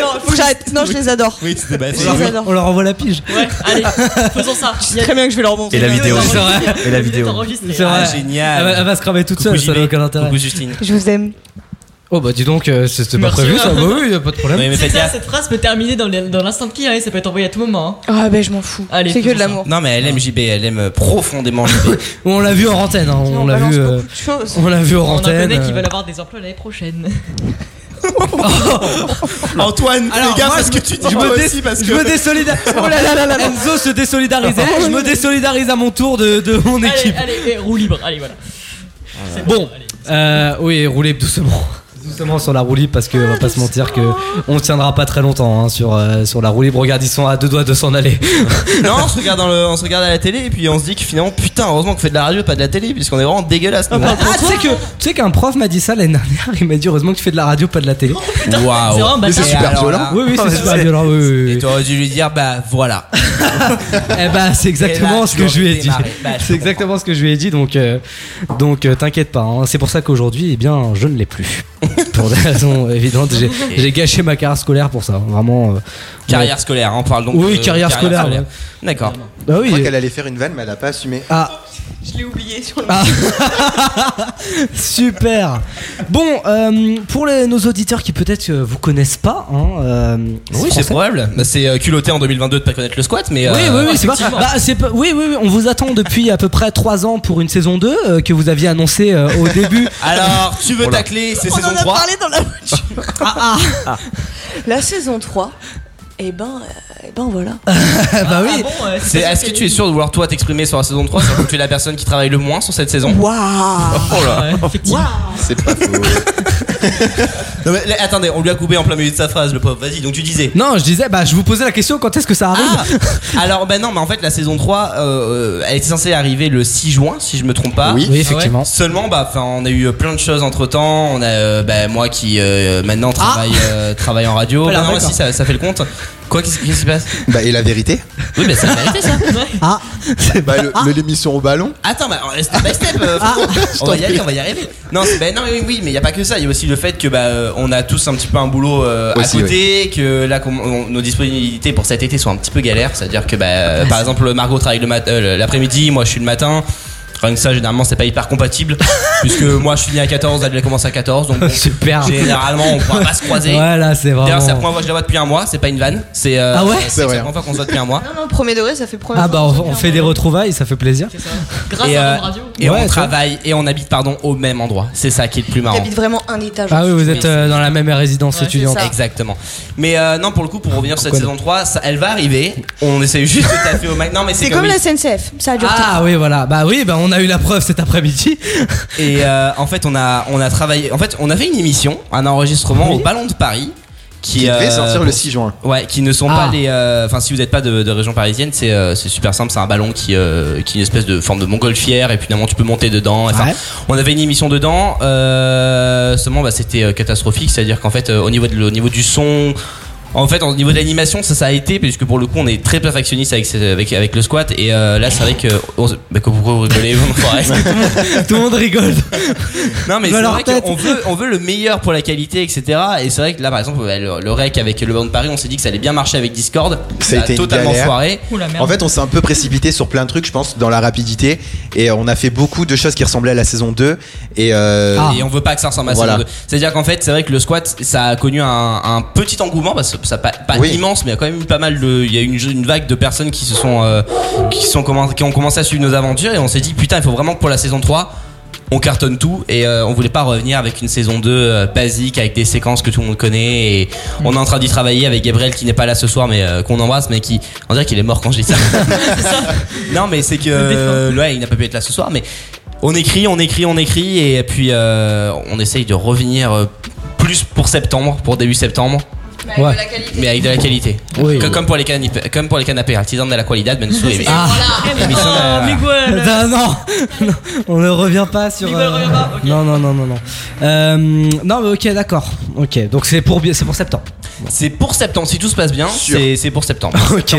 Speaker 14: adorable. Faut que j'arrête. Non, je les adore.
Speaker 8: Oui, c'était bah, bête.
Speaker 14: Je les adore.
Speaker 1: On leur envoie la pige.
Speaker 2: Allez, faisons ça.
Speaker 14: C'est très bien que je vais leur montrer.
Speaker 12: Et la vidéo.
Speaker 1: C'est vrai.
Speaker 12: Et la vidéo.
Speaker 1: C'est vrai.
Speaker 8: Ah, génial.
Speaker 1: Elle va, elle va se cramer toute seule, ça n'a aucun intérêt.
Speaker 8: Coucou Justine.
Speaker 14: Je vous aime.
Speaker 1: Oh bah dis donc, euh, c'était pas
Speaker 2: Merci,
Speaker 1: prévu ça.
Speaker 2: hein.
Speaker 1: Bah oui, y a pas de problème.
Speaker 8: Oui, mais
Speaker 2: C'est
Speaker 8: faites
Speaker 2: ça,
Speaker 8: gaffe.
Speaker 2: cette phrase peut terminer dans le- dans l'instant qui, hein, ça peut être envoyé à tout moment. hein.
Speaker 14: Ah ben je m'en fous.
Speaker 2: Allez,
Speaker 14: C'est que de
Speaker 2: faisons ça.
Speaker 14: l'amour.
Speaker 8: Non, mais elle aime JB, elle aime euh, profondément JB.
Speaker 1: On l'a vu en antenne, hein, on l'a vu, euh,
Speaker 14: choses.
Speaker 1: on l'a vu en
Speaker 2: On en
Speaker 1: antenne.
Speaker 2: connaît qui
Speaker 1: euh.
Speaker 2: veulent avoir des emplois l'année prochaine.
Speaker 8: Antoine,
Speaker 1: Alors,
Speaker 8: fais gaffe
Speaker 1: moi,
Speaker 8: à ce
Speaker 1: je
Speaker 8: que
Speaker 1: me-
Speaker 8: tu dis
Speaker 1: je me,
Speaker 8: toi
Speaker 1: dé-
Speaker 8: aussi, parce que.
Speaker 1: je me désolidarise. Oh là là là là, Enzo se désolidarisait. Je me désolidarise à mon tour de, de mon
Speaker 2: Allez,
Speaker 1: équipe.
Speaker 2: allez, eh, roue libre, allez, voilà.
Speaker 1: Bon, euh, oui, roulez doucement. Doucement sur la roue libre parce que on va pas se mentir que on tiendra pas très longtemps hein, sur, euh, sur la roue libre. Regarde, ils sont à deux doigts de s'en aller.
Speaker 8: Non, on se, regarde dans le- on se regarde à la télé et puis on se dit que finalement, putain, heureusement qu'on fait de la radio, pas de la télé, puisqu'on est vraiment dégueulasse. nous.
Speaker 1: Ah, tu sais que tu sais qu'un prof m'a dit ça l'année dernière, il m'a dit heureusement que tu fais de la radio, pas de la télé.
Speaker 2: Ah,
Speaker 8: Waouh.
Speaker 1: C'est vraiment bâtard. Mais c'est super violent. Oui, oui, c'est super violent,
Speaker 8: Et tu aurais dû lui dire, bah voilà.
Speaker 1: Eh bah c'est exactement
Speaker 8: Et là,
Speaker 1: ce
Speaker 8: tu
Speaker 1: que
Speaker 8: dois
Speaker 1: je lui ai dit.
Speaker 8: redémarrer. Bah, je
Speaker 1: c'est exactement ce que je lui ai dit donc euh, donc euh, t'inquiète pas. hein. C'est pour ça qu'aujourd'hui eh bien je ne l'ai plus. pour des raisons évidentes, j'ai, j'ai gâché ma carrière scolaire pour ça. Vraiment. euh,
Speaker 8: Carrière
Speaker 1: ouais.
Speaker 8: scolaire, hein, on parle donc.
Speaker 1: Oui,
Speaker 8: de
Speaker 1: carrière scolaire, ouais.
Speaker 8: D'accord.
Speaker 1: Bah oui.
Speaker 9: Je crois qu'elle allait faire une vanne, mais elle a pas assumé.
Speaker 1: Ah.
Speaker 14: Je l'ai oublié sur le.
Speaker 1: Super. Bon, euh, pour les- nos auditeurs qui peut-être euh, vous connaissent pas, hein, euh,
Speaker 8: Oui, c'est
Speaker 1: français.
Speaker 8: probable. Bah, c'est euh, culotté en 2022 de pas connaître le squat, mais.
Speaker 1: Oui,
Speaker 8: euh,
Speaker 1: oui, oui, c'est pas,
Speaker 8: effectivement.
Speaker 1: bah, c'est pas- oui, oui, oui, on vous attend depuis à peu près 3 ans pour une saison 2 euh, que vous aviez annoncé euh, au début.
Speaker 8: Alors, tu veux tacler, c'est
Speaker 14: On
Speaker 8: saison
Speaker 14: en a
Speaker 8: 3.
Speaker 14: parlé dans la voiture. Ah,
Speaker 1: Ah.
Speaker 14: La saison 3. Eh ben, euh, eh ben voilà.
Speaker 1: bah
Speaker 14: ah
Speaker 1: oui.
Speaker 14: euh,
Speaker 8: C'est- Est-ce que tu es sûr de vouloir toi t'exprimer sur la saison 3 sachant que tu es la personne qui travaille le moins sur cette saison
Speaker 14: Waouh
Speaker 8: Oh là
Speaker 9: C'est pas faux.
Speaker 8: Non, mais, là, Attendez, on lui a coupé en plein milieu de sa phrase, le pauvre. Vas-y, donc tu disais.
Speaker 1: Non, je disais, bah, je vous posais la question quand est-ce que ça arrive
Speaker 8: Alors, ben non, mais en fait, la saison 3, euh, elle était censée arriver le 6 juin, si je me trompe pas.
Speaker 1: Oui. Oui, effectivement.
Speaker 8: Ah ouais. Seulement, bah, enfin, on a eu euh, plein de choses entre temps. On a, euh, bah, moi qui euh, maintenant travaille, euh, travaille en radio.
Speaker 1: Voilà,
Speaker 8: Bah, non,
Speaker 1: d'accord.
Speaker 8: si, ça, ça fait le compte. Quoi, qu'est-ce qu'est-ce qui se passe
Speaker 9: Bah, et la vérité
Speaker 8: Oui, mais c'est la vérité, ça.
Speaker 1: Ah
Speaker 9: Bah, le- le- l'émission au ballon
Speaker 8: Attends, bah, step by step, euh,
Speaker 1: Ah,
Speaker 8: Franco. on va y aller, on va y arriver. Non, c'est- bah, non, oui, oui, mais il y a pas que ça. Il y a aussi le fait que bah, euh, on a tous un petit peu un boulot euh,
Speaker 9: Aussi,
Speaker 8: à côté, que là, comme on- nos disponibilités pour cet été sont un petit peu galères. C'est-à-dire que, bah, euh, par exemple, Margot travaille le mat- euh, l'après-midi, moi je suis le matin. Rien que ça, généralement, c'est pas hyper compatible, puisque moi je finis à 14, elle elle commence à 14, donc bon,
Speaker 1: Super.
Speaker 8: Ah, généralement on pourra pas se croiser.
Speaker 1: Voilà, c'est
Speaker 8: D'ailleurs, c'est la
Speaker 1: vraiment.
Speaker 8: première fois que je la vois depuis un mois, c'est pas une vanne. C'est euh,
Speaker 1: Ah ouais
Speaker 8: c'est- c'est la première fois qu'on se voit depuis un mois.
Speaker 14: Non, non, premier degré, ça fait premier.
Speaker 1: Ah bah, on, on fait des retrouvailles, ça fait plaisir.
Speaker 14: Grâce
Speaker 8: et
Speaker 14: à
Speaker 8: euh,
Speaker 14: Rome Radio.
Speaker 8: et
Speaker 1: Ouais,
Speaker 8: on
Speaker 1: ça.
Speaker 8: travaille et on habite pardon au même endroit. C'est ça qui est le plus marrant.
Speaker 14: J'habite vraiment un étage.
Speaker 1: Ah oui, vous êtes euh, dans la même résidence étudiante.
Speaker 8: Exactement. Mais euh, non, pour le coup, pour revenir sur cette
Speaker 1: Quoi,
Speaker 8: saison 3, ça- elle va arriver. On essaye juste de taper au max. Non, mais c'est
Speaker 14: C'est comme
Speaker 8: il-
Speaker 14: la SNCF. Ça dure.
Speaker 1: Ah oui, voilà. Bah oui, bah on a eu la preuve cet après-midi.
Speaker 8: Et euh, en fait, on a, on a travaillé. En fait, on a fait une émission, un enregistrement
Speaker 9: Oui.
Speaker 8: au Ballon de Paris. Qui,
Speaker 9: Qui devait
Speaker 8: euh,
Speaker 9: sortir le 6 juin.
Speaker 8: Ouais, qui ne sont
Speaker 9: Ah.
Speaker 8: pas les. euh, Enfin, si vous n'êtes pas de, de région parisienne, c'est euh, c'est super simple. C'est un ballon qui, euh, qui est une espèce de forme de montgolfière et puis finalement tu peux monter dedans. Enfin, On avait une émission dedans. euh, seulement, bah, c'était euh, catastrophique. C'est-à-dire qu'en fait, euh, au niveau de, au niveau du son. En fait, au niveau de l'animation, ça, ça a été, puisque pour le coup, on est très perfectionniste avec, ce- avec, avec le squat. Et euh, là, c'est vrai que. on se- bah, pourquoi vous rigolez, vous, enfoirés
Speaker 1: Tout le monde rigole.
Speaker 8: Non mais
Speaker 1: Dans
Speaker 8: c'est
Speaker 1: leur
Speaker 8: vrai
Speaker 1: tête.
Speaker 8: qu'on veut, on veut le meilleur pour la qualité, etc. Et c'est vrai que là, par exemple, bah, le, le rec avec le Ballon de Paris, on s'est dit que ça allait bien marcher avec Discord.
Speaker 9: Ça a été une
Speaker 8: Bah, totalement
Speaker 9: galère.
Speaker 8: foiré.
Speaker 9: En fait, on s'est un peu précipité sur plein de trucs, je pense, dans la rapidité. Et euh, on a fait beaucoup de choses qui ressemblaient à la saison 2. Et, euh,
Speaker 1: Ah.
Speaker 8: Et on veut pas que ça ressemble à
Speaker 9: Voilà.
Speaker 8: ça. C'est-à-dire qu'en fait, c'est vrai que le squat, ça a connu un, un petit engouement, parce que ça a pas, pas immense, mais il y a quand même eu pas mal de, il y a eu une, une vague de personnes qui se sont, euh, qui sont commen- qui ont commencé à suivre nos aventures et on s'est dit putain, il faut vraiment que pour la saison 3 on cartonne tout et euh, on voulait pas revenir avec une saison 2 euh, basique avec des séquences que tout le monde connaît et on est en train d'y travailler avec Gabriel qui n'est pas là ce soir mais euh, qu'on embrasse mais qui on dirait qu'il est mort quand je dis ça non mais c'est que euh, ouais, il n'a pas pu être là ce soir mais on écrit on écrit on écrit et puis euh, on essaye de revenir euh, plus pour septembre pour début septembre
Speaker 1: Bah, avec Ouais. de la
Speaker 8: mais avec de la qualité
Speaker 1: Oui.
Speaker 8: Que- comme pour les canapés comme pour les canapés hein, artisan de la qualité ben sous les- Émission de-
Speaker 1: Ah. Non, non, non, on ne revient pas sur. euh, Non, non, non, non, non. Euh, non, mais ok, d'accord. Ok, donc c'est pour bi- c'est pour septembre.
Speaker 8: c'est pour septembre si tout se passe bien
Speaker 1: Sûr.
Speaker 8: c'est c'est pour septembre
Speaker 1: Ok.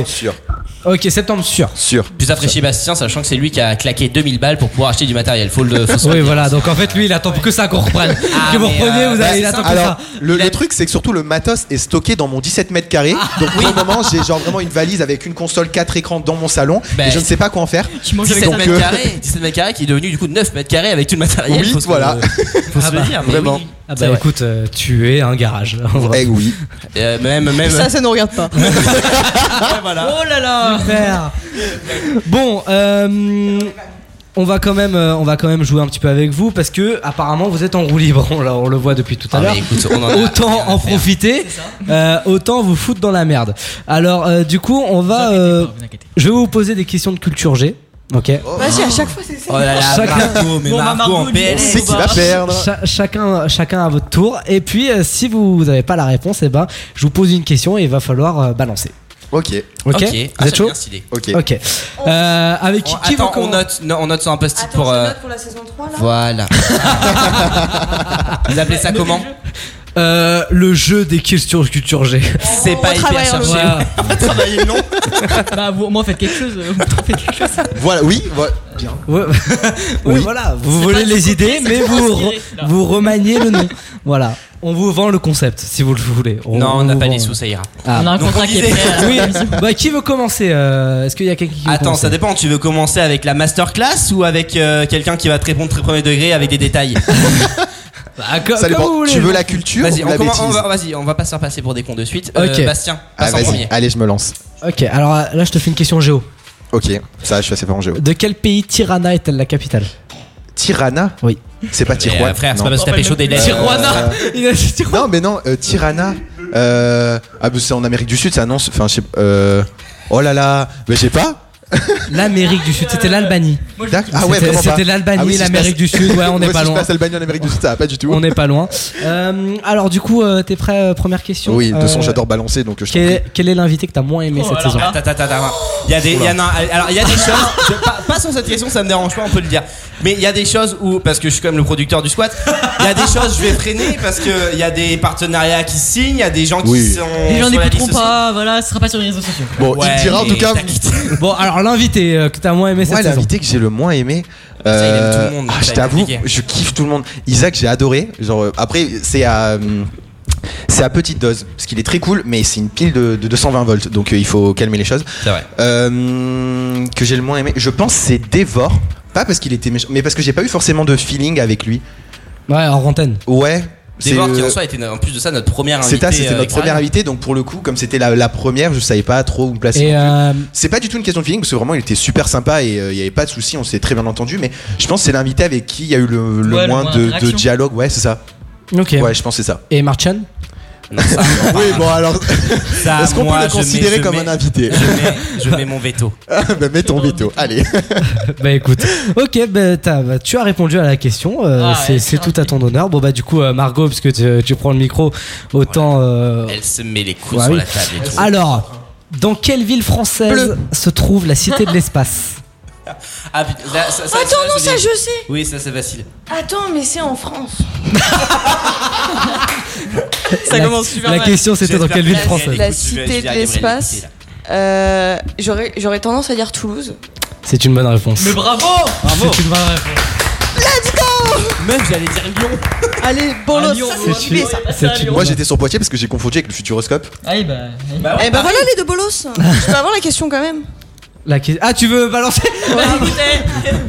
Speaker 1: Ok, septembre sûr.
Speaker 9: Sûr.
Speaker 8: Plus après chez Bastien, sachant que c'est lui qui a claqué 2000 balles pour pouvoir acheter du matériel. Faut le, faut se le
Speaker 1: Oui,
Speaker 8: dire.
Speaker 1: voilà. Donc en fait, lui, il attend que ça qu'on reprenne.
Speaker 8: Ah,
Speaker 1: que vous
Speaker 8: mais,
Speaker 1: repreniez,
Speaker 8: euh,
Speaker 1: vous
Speaker 8: bah,
Speaker 1: avez
Speaker 8: c'est
Speaker 1: il attend
Speaker 8: ça.
Speaker 1: que ça.
Speaker 9: Alors, le, le truc, c'est que surtout le matos est stocké dans mon 17 mètres carrés.
Speaker 8: Ah,
Speaker 9: Donc, pour le moment, j'ai genre vraiment une valise avec une console 4 écrans dans mon salon.
Speaker 8: Ben,
Speaker 9: et je ne sais pas quoi en faire.
Speaker 8: Donc, 17
Speaker 9: Donc,
Speaker 8: mètres
Speaker 9: euh,
Speaker 8: carrés, 17 mètres carrés qui est devenu du coup 9 mètres carrés avec tout le matériel.
Speaker 9: Oui,
Speaker 8: faut se-
Speaker 9: voilà.
Speaker 8: Faut se le dire, mais
Speaker 9: Vraiment.
Speaker 8: oui.
Speaker 1: bah, Ah
Speaker 8: C'est
Speaker 1: bah
Speaker 8: vrai.
Speaker 1: écoute, euh, tu es un garage.
Speaker 9: Eh oui.
Speaker 8: Euh, même, même.
Speaker 14: Ça, ça nous regarde pas.
Speaker 8: voilà.
Speaker 1: Oh là là Super Bon, euh, on va quand même, euh, on va quand même jouer un petit peu avec vous parce que apparemment vous êtes en roue libre. On, l'a- on le voit depuis tout à
Speaker 8: Ah, mais
Speaker 1: l'heure.
Speaker 8: écoute, on en a rien
Speaker 1: Autant
Speaker 8: à
Speaker 1: en
Speaker 8: faire.
Speaker 1: profiter, euh, autant vous foutre dans la merde. Alors euh, du coup, on va, euh, je vais vous poser des questions de culture G. Ok.
Speaker 14: Vas-y, à chaque fois, c'est ça.
Speaker 8: Oh là là, Marco, mais
Speaker 1: Bon, bah,
Speaker 8: Marco en
Speaker 1: Marco,
Speaker 8: PLS.
Speaker 1: lui, on va- Cha- chacun, chacun à votre tour. Et puis, euh, si vous n'avez pas la réponse, eh ben, je vous pose une question et il va falloir euh, balancer.
Speaker 9: Ok.
Speaker 1: Ok.
Speaker 8: Ok. Ah,
Speaker 1: Vous
Speaker 8: j'aime
Speaker 1: êtes chaud
Speaker 8: bien cette idée.
Speaker 9: Ok.
Speaker 1: Ok. Euh, avec qui,
Speaker 8: On-
Speaker 1: qui
Speaker 8: attends,
Speaker 1: veut
Speaker 8: on
Speaker 1: commencer
Speaker 8: note, non, on note sur un post-it pour. euh,
Speaker 14: pour la saison 3 là
Speaker 8: Voilà. Vous appelez ça comment
Speaker 1: Euh, le jeu des questions culture G.
Speaker 8: C'est pas hyper
Speaker 2: travaille en
Speaker 8: cherché.
Speaker 1: Voilà.
Speaker 8: On va travailler le nom.
Speaker 2: Bah, vous, au moins, faites quelque chose. Vous faites quelque chose.
Speaker 9: Voilà, oui. voilà. Bien.
Speaker 1: Ouais. Ouais, voilà, vous volez les idées, mais vous, re- vous remaniez le nom. Voilà, on vous vend le concept si vous le voulez.
Speaker 8: Non, on n'a
Speaker 1: vous
Speaker 8: pas
Speaker 1: vend.
Speaker 8: les sous, ça ira.
Speaker 1: Ah.
Speaker 2: On a un
Speaker 8: Donc,
Speaker 2: contrat
Speaker 8: on
Speaker 2: qui est
Speaker 8: disait-
Speaker 2: prêt à la
Speaker 1: Oui.
Speaker 2: révision.
Speaker 1: Bah, qui veut commencer euh, Est-ce qu'il y a quelqu'un qui veut
Speaker 8: Attends,
Speaker 1: commencer
Speaker 8: ça dépend. Tu veux commencer avec la masterclass ou avec euh, quelqu'un qui va te répondre très premier degré avec des détails
Speaker 1: Bah, co-
Speaker 9: Ça
Speaker 1: comme
Speaker 9: dépend.
Speaker 1: vous voulez.
Speaker 9: Tu veux la culture
Speaker 8: Vas-y,
Speaker 9: ou
Speaker 8: on,
Speaker 9: la
Speaker 8: commence-
Speaker 9: bêtise
Speaker 8: on va, vas-y, on va pas se faire passer pour des cons de suite.
Speaker 1: Ok.
Speaker 8: Euh, Bastien,
Speaker 9: Ah,
Speaker 8: passe en
Speaker 9: vas-y.
Speaker 8: premier.
Speaker 9: Allez, je me lance.
Speaker 1: Ok, alors euh, là, je te fais une question géo.
Speaker 9: Ok. Ça, je suis assez fort en géo.
Speaker 1: De quel pays Tirana est-elle la capitale
Speaker 9: Tirana
Speaker 1: Oui.
Speaker 9: C'est pas Tijuana.
Speaker 8: euh, frère, c'est
Speaker 9: non.
Speaker 8: pas
Speaker 9: Euh,
Speaker 8: parce que t'as pécho des lettres.
Speaker 1: Tijuana Il a dit Tijuana.
Speaker 9: Non, mais non, euh, Tirana. euh, ah, bah, c'est en Amérique du Sud, ça annonce. Enfin, je sais. euh, oh là là, mais je sais pas.
Speaker 1: L'Amérique du Sud, c'était l'Albanie.
Speaker 9: D'ac- Ah ouais,
Speaker 1: C'était-
Speaker 9: vraiment pas.
Speaker 1: C'était l'Albanie,
Speaker 9: Ah oui, si je
Speaker 1: l'Amérique
Speaker 9: passe-
Speaker 1: du Sud, ouais, on n'est
Speaker 9: Moi,
Speaker 1: pas
Speaker 9: si
Speaker 1: loin.
Speaker 9: Je passe Albanie en Amérique du Sud, ça va pas du tout. hein. Ah
Speaker 1: On n'est pas loin. Euh, alors du coup, euh, t'es prêt euh, Première question.
Speaker 9: Oui, de toute
Speaker 1: Euh,
Speaker 9: façon, j'adore balancer, donc je t'en
Speaker 1: Quel
Speaker 9: prie.
Speaker 1: est, quel est l'invité que t'as moins
Speaker 8: Oh
Speaker 1: aimé cette saison
Speaker 8: Attends, attends, attends, attends. Il y a des, il y en a, alors il y a des choses. je- pas, pas sur cette question, ça me dérange pas, on peut le dire. Mais il y a des choses où, parce que je suis quand même le producteur du squat, il y a des choses je vais freiner parce que il y a des partenariats qui signent, il y a des gens qui
Speaker 9: Oui.
Speaker 8: sont.
Speaker 2: Les gens
Speaker 8: sur la liste
Speaker 2: n'écouteront
Speaker 8: aussi.
Speaker 2: pas, voilà, ce sera pas sur les réseaux sociaux.
Speaker 9: Bon, il
Speaker 8: Ouais,
Speaker 9: dira en
Speaker 8: mais
Speaker 9: tout cas.
Speaker 8: t'inquiète.
Speaker 1: Bon, alors l'invité euh, que t'as moins aimé cette
Speaker 9: Moi,
Speaker 1: saison.
Speaker 9: l'invité que j'ai le moins aimé.
Speaker 8: Ça, il aime tout le
Speaker 9: euh,
Speaker 8: monde,
Speaker 9: ah,
Speaker 8: ça,
Speaker 9: je
Speaker 8: il est
Speaker 9: t'avoue,
Speaker 8: compliqué.
Speaker 9: je kiffe tout le monde. Isaac, j'ai adoré. Genre, euh, après, c'est à. hum, C'est à petite dose, parce qu'il est très cool, mais c'est une pile de, de 220 volts, donc euh, il faut calmer les choses.
Speaker 8: C'est vrai.
Speaker 9: Euh, que j'ai le moins aimé, je pense, c'est Dévor. Pas parce qu'il était méchant, mais parce que j'ai pas eu forcément de feeling avec lui.
Speaker 1: Ouais, en antenne.
Speaker 9: Ouais. c'est,
Speaker 8: Dévor qui en
Speaker 9: euh,
Speaker 8: soi était en plus de ça notre première invitée.
Speaker 9: c'est ça, c'était
Speaker 8: euh,
Speaker 9: notre première
Speaker 8: extérieure.
Speaker 9: invitée, donc pour le coup, comme c'était la, la première, je savais pas trop où me placer.
Speaker 1: Et euh,
Speaker 9: C'est pas du tout une question de feeling parce que vraiment il était super sympa et euh, il y avait pas de souci, on s'est très bien entendu. Mais je pense que c'est l'invité avec qui il y a eu le, le
Speaker 2: Ouais, le
Speaker 9: moins
Speaker 2: moins
Speaker 9: de, de
Speaker 2: d'interaction.
Speaker 9: dialogue. Ouais, c'est ça.
Speaker 1: ok.
Speaker 9: Ouais, je pense que c'est ça.
Speaker 1: Et Marchan
Speaker 8: Non, ça,
Speaker 9: oui, bon alors,
Speaker 8: ça,
Speaker 9: est-ce qu'on peut
Speaker 8: moi,
Speaker 9: le
Speaker 8: je mets-
Speaker 9: considérer
Speaker 8: je
Speaker 9: comme
Speaker 8: mets-
Speaker 9: un invité
Speaker 8: je mets, je mets mon veto.
Speaker 9: bah, Mets ton veto. Allez.
Speaker 1: Bah écoute, ok, bah, t'as- bah, tu as répondu à la question, euh,
Speaker 2: Ah,
Speaker 1: c'est
Speaker 2: ouais, c'est
Speaker 1: c'est tout à ton honneur. Bon bah du coup, euh, Margot, puisque tu, tu prends le micro, autant. euh,
Speaker 8: Elle se met les coups
Speaker 1: Ouais,
Speaker 8: sur
Speaker 1: oui.
Speaker 8: la table et tout.
Speaker 1: Alors, dans quelle ville française se trouve la Cité de l'espace
Speaker 8: Ah, putain, là, ça- ça-
Speaker 14: Attends, non, ça,
Speaker 8: c'est-
Speaker 14: je sais.
Speaker 8: Oui, ça c'est facile.
Speaker 14: Attends, mais c'est en France. Ça
Speaker 1: La-
Speaker 14: commence super
Speaker 1: La
Speaker 14: mal.
Speaker 1: question, c'était dans quelle ville française
Speaker 14: La cité de l'espace. euh, J'aurais j'aurais tendance à dire Toulouse.
Speaker 1: C'est une bonne réponse.
Speaker 14: Mais bravo Bravo
Speaker 1: C'est une bonne réponse.
Speaker 14: Let's go
Speaker 8: Même j'allais dire Lyon. Ah,
Speaker 14: Allez, bon lot,
Speaker 8: Lyon,
Speaker 14: ça
Speaker 8: c'est
Speaker 14: c'est
Speaker 8: une-
Speaker 14: ça.
Speaker 9: Moi j'étais sur Poitiers parce que j'ai confondu avec le futuroscope.
Speaker 2: Ah, bah.
Speaker 14: Eh ben voilà les deux bolos. Je peux avoir la question quand même.
Speaker 1: La que- Ah, tu veux balancer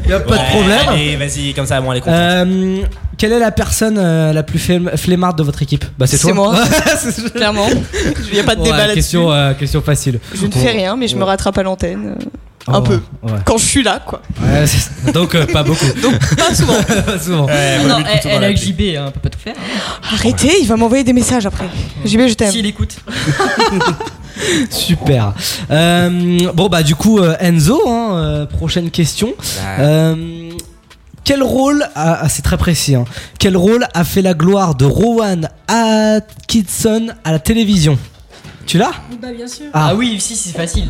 Speaker 1: Y'a pas de problème.
Speaker 8: Allez, vas-y, comme ça, moi, les comptes.
Speaker 1: Euh, Quelle est la personne euh, la plus flem- flemmarde de votre équipe Bah, c'est toi.
Speaker 14: moi.
Speaker 1: C'est-
Speaker 14: Clairement. Il n'y a pas de
Speaker 1: Ouais,
Speaker 14: débat là-dessus.
Speaker 1: question, euh, question facile.
Speaker 14: Je ne
Speaker 1: Bon.
Speaker 14: fais rien, mais je me rattrape à l'antenne. euh,
Speaker 1: Oh,
Speaker 14: Un peu.
Speaker 1: ouais.
Speaker 14: Quand je suis là, quoi.
Speaker 1: Ouais, c'est- Donc, euh, pas beaucoup. Donc,
Speaker 14: pas souvent.
Speaker 1: pas souvent.
Speaker 2: non, elle, elle a eu JB, hein, on peut pas tout faire.
Speaker 14: Arrêtez, il va m'envoyer des messages après. JB, je t'aime.
Speaker 2: S'il écoute.
Speaker 1: Super. Euh, bon bah du coup euh, Enzo, hein, euh, prochaine question. Euh, quel rôle a, ah, c'est très précis. hein. quel rôle a fait la gloire de Rowan Atkinson à la télévision Tu l'as
Speaker 5: Bah bien sûr.
Speaker 1: Ah.
Speaker 2: Ah, oui, si, c'est facile.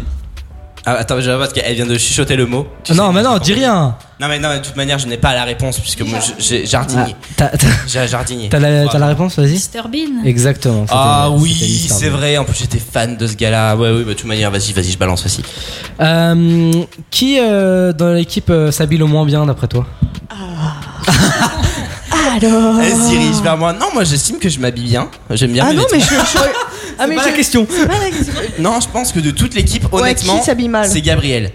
Speaker 8: Ah, attends, je vois parce qu'elle vient de chuchoter le mot.
Speaker 1: Ah Non mais non, dis rien.
Speaker 8: Non, mais non, mais de toute manière, je n'ai pas la réponse puisque moi, je- j'ai jardinier.
Speaker 1: T'as t'as-
Speaker 8: J'ai jardinier.
Speaker 1: Ah. t'as la, t'as la réponse, vas-y.
Speaker 5: Mr Bean.
Speaker 1: Exactement. c'était-
Speaker 8: Ah
Speaker 1: c'était
Speaker 8: oui,
Speaker 1: Mr. Bean.
Speaker 8: c'est vrai. En plus, j'étais fan de ce gars-là. Ouais, oui, bah, de toute manière, vas-y, vas-y, je balance, vas-y.
Speaker 1: Euh, qui euh, dans l'équipe euh, s'habille le moins bien d'après toi
Speaker 14: Alors.
Speaker 8: Elle se dirige vers moi. Non, moi, j'estime que je m'habille bien. J'aime bien.
Speaker 14: Ah
Speaker 8: mes
Speaker 14: non, mais je.
Speaker 8: vêtements.
Speaker 14: je... Ah, mais
Speaker 8: pas
Speaker 14: je-
Speaker 8: la question.
Speaker 14: C'est pas la question.
Speaker 8: Non, je pense que de toute l'équipe,
Speaker 14: Ouais, qui
Speaker 8: honnêtement,
Speaker 14: s'habille mal
Speaker 8: c'est Gabriel.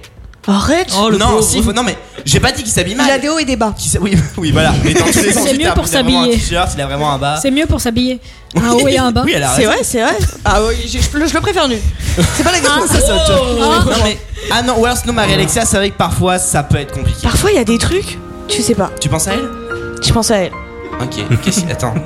Speaker 14: Arrête.
Speaker 8: non, si, faut- non, mais j'ai pas dit qu'il s'habille mal.
Speaker 14: Il a des hauts et des bas.
Speaker 8: Oui, oui, voilà. Mais dans tous les
Speaker 5: C'est
Speaker 8: sens,
Speaker 5: mieux
Speaker 8: il a-
Speaker 5: pour
Speaker 8: il a vraiment un
Speaker 5: s'habiller.
Speaker 8: t-shirt, il a vraiment un bas.
Speaker 5: C'est mieux pour s'habiller. Un haut et un bas.
Speaker 8: Oui, elle a
Speaker 14: C'est
Speaker 8: raison.
Speaker 14: vrai, c'est vrai. Ah oui, je, je le- je le préfère nu. C'est pas la question.
Speaker 8: Ah, Ça, c'est autre chose.
Speaker 14: Ah.
Speaker 8: Non, mais- Ah non, ou alors sinon, Marie-Alexia, c'est vrai que parfois, ça peut être compliqué.
Speaker 14: Parfois, il y a des trucs, tu sais pas.
Speaker 8: Tu penses à elle
Speaker 14: Je pense à elle.
Speaker 8: Ok, qu'est-ce qu'il attend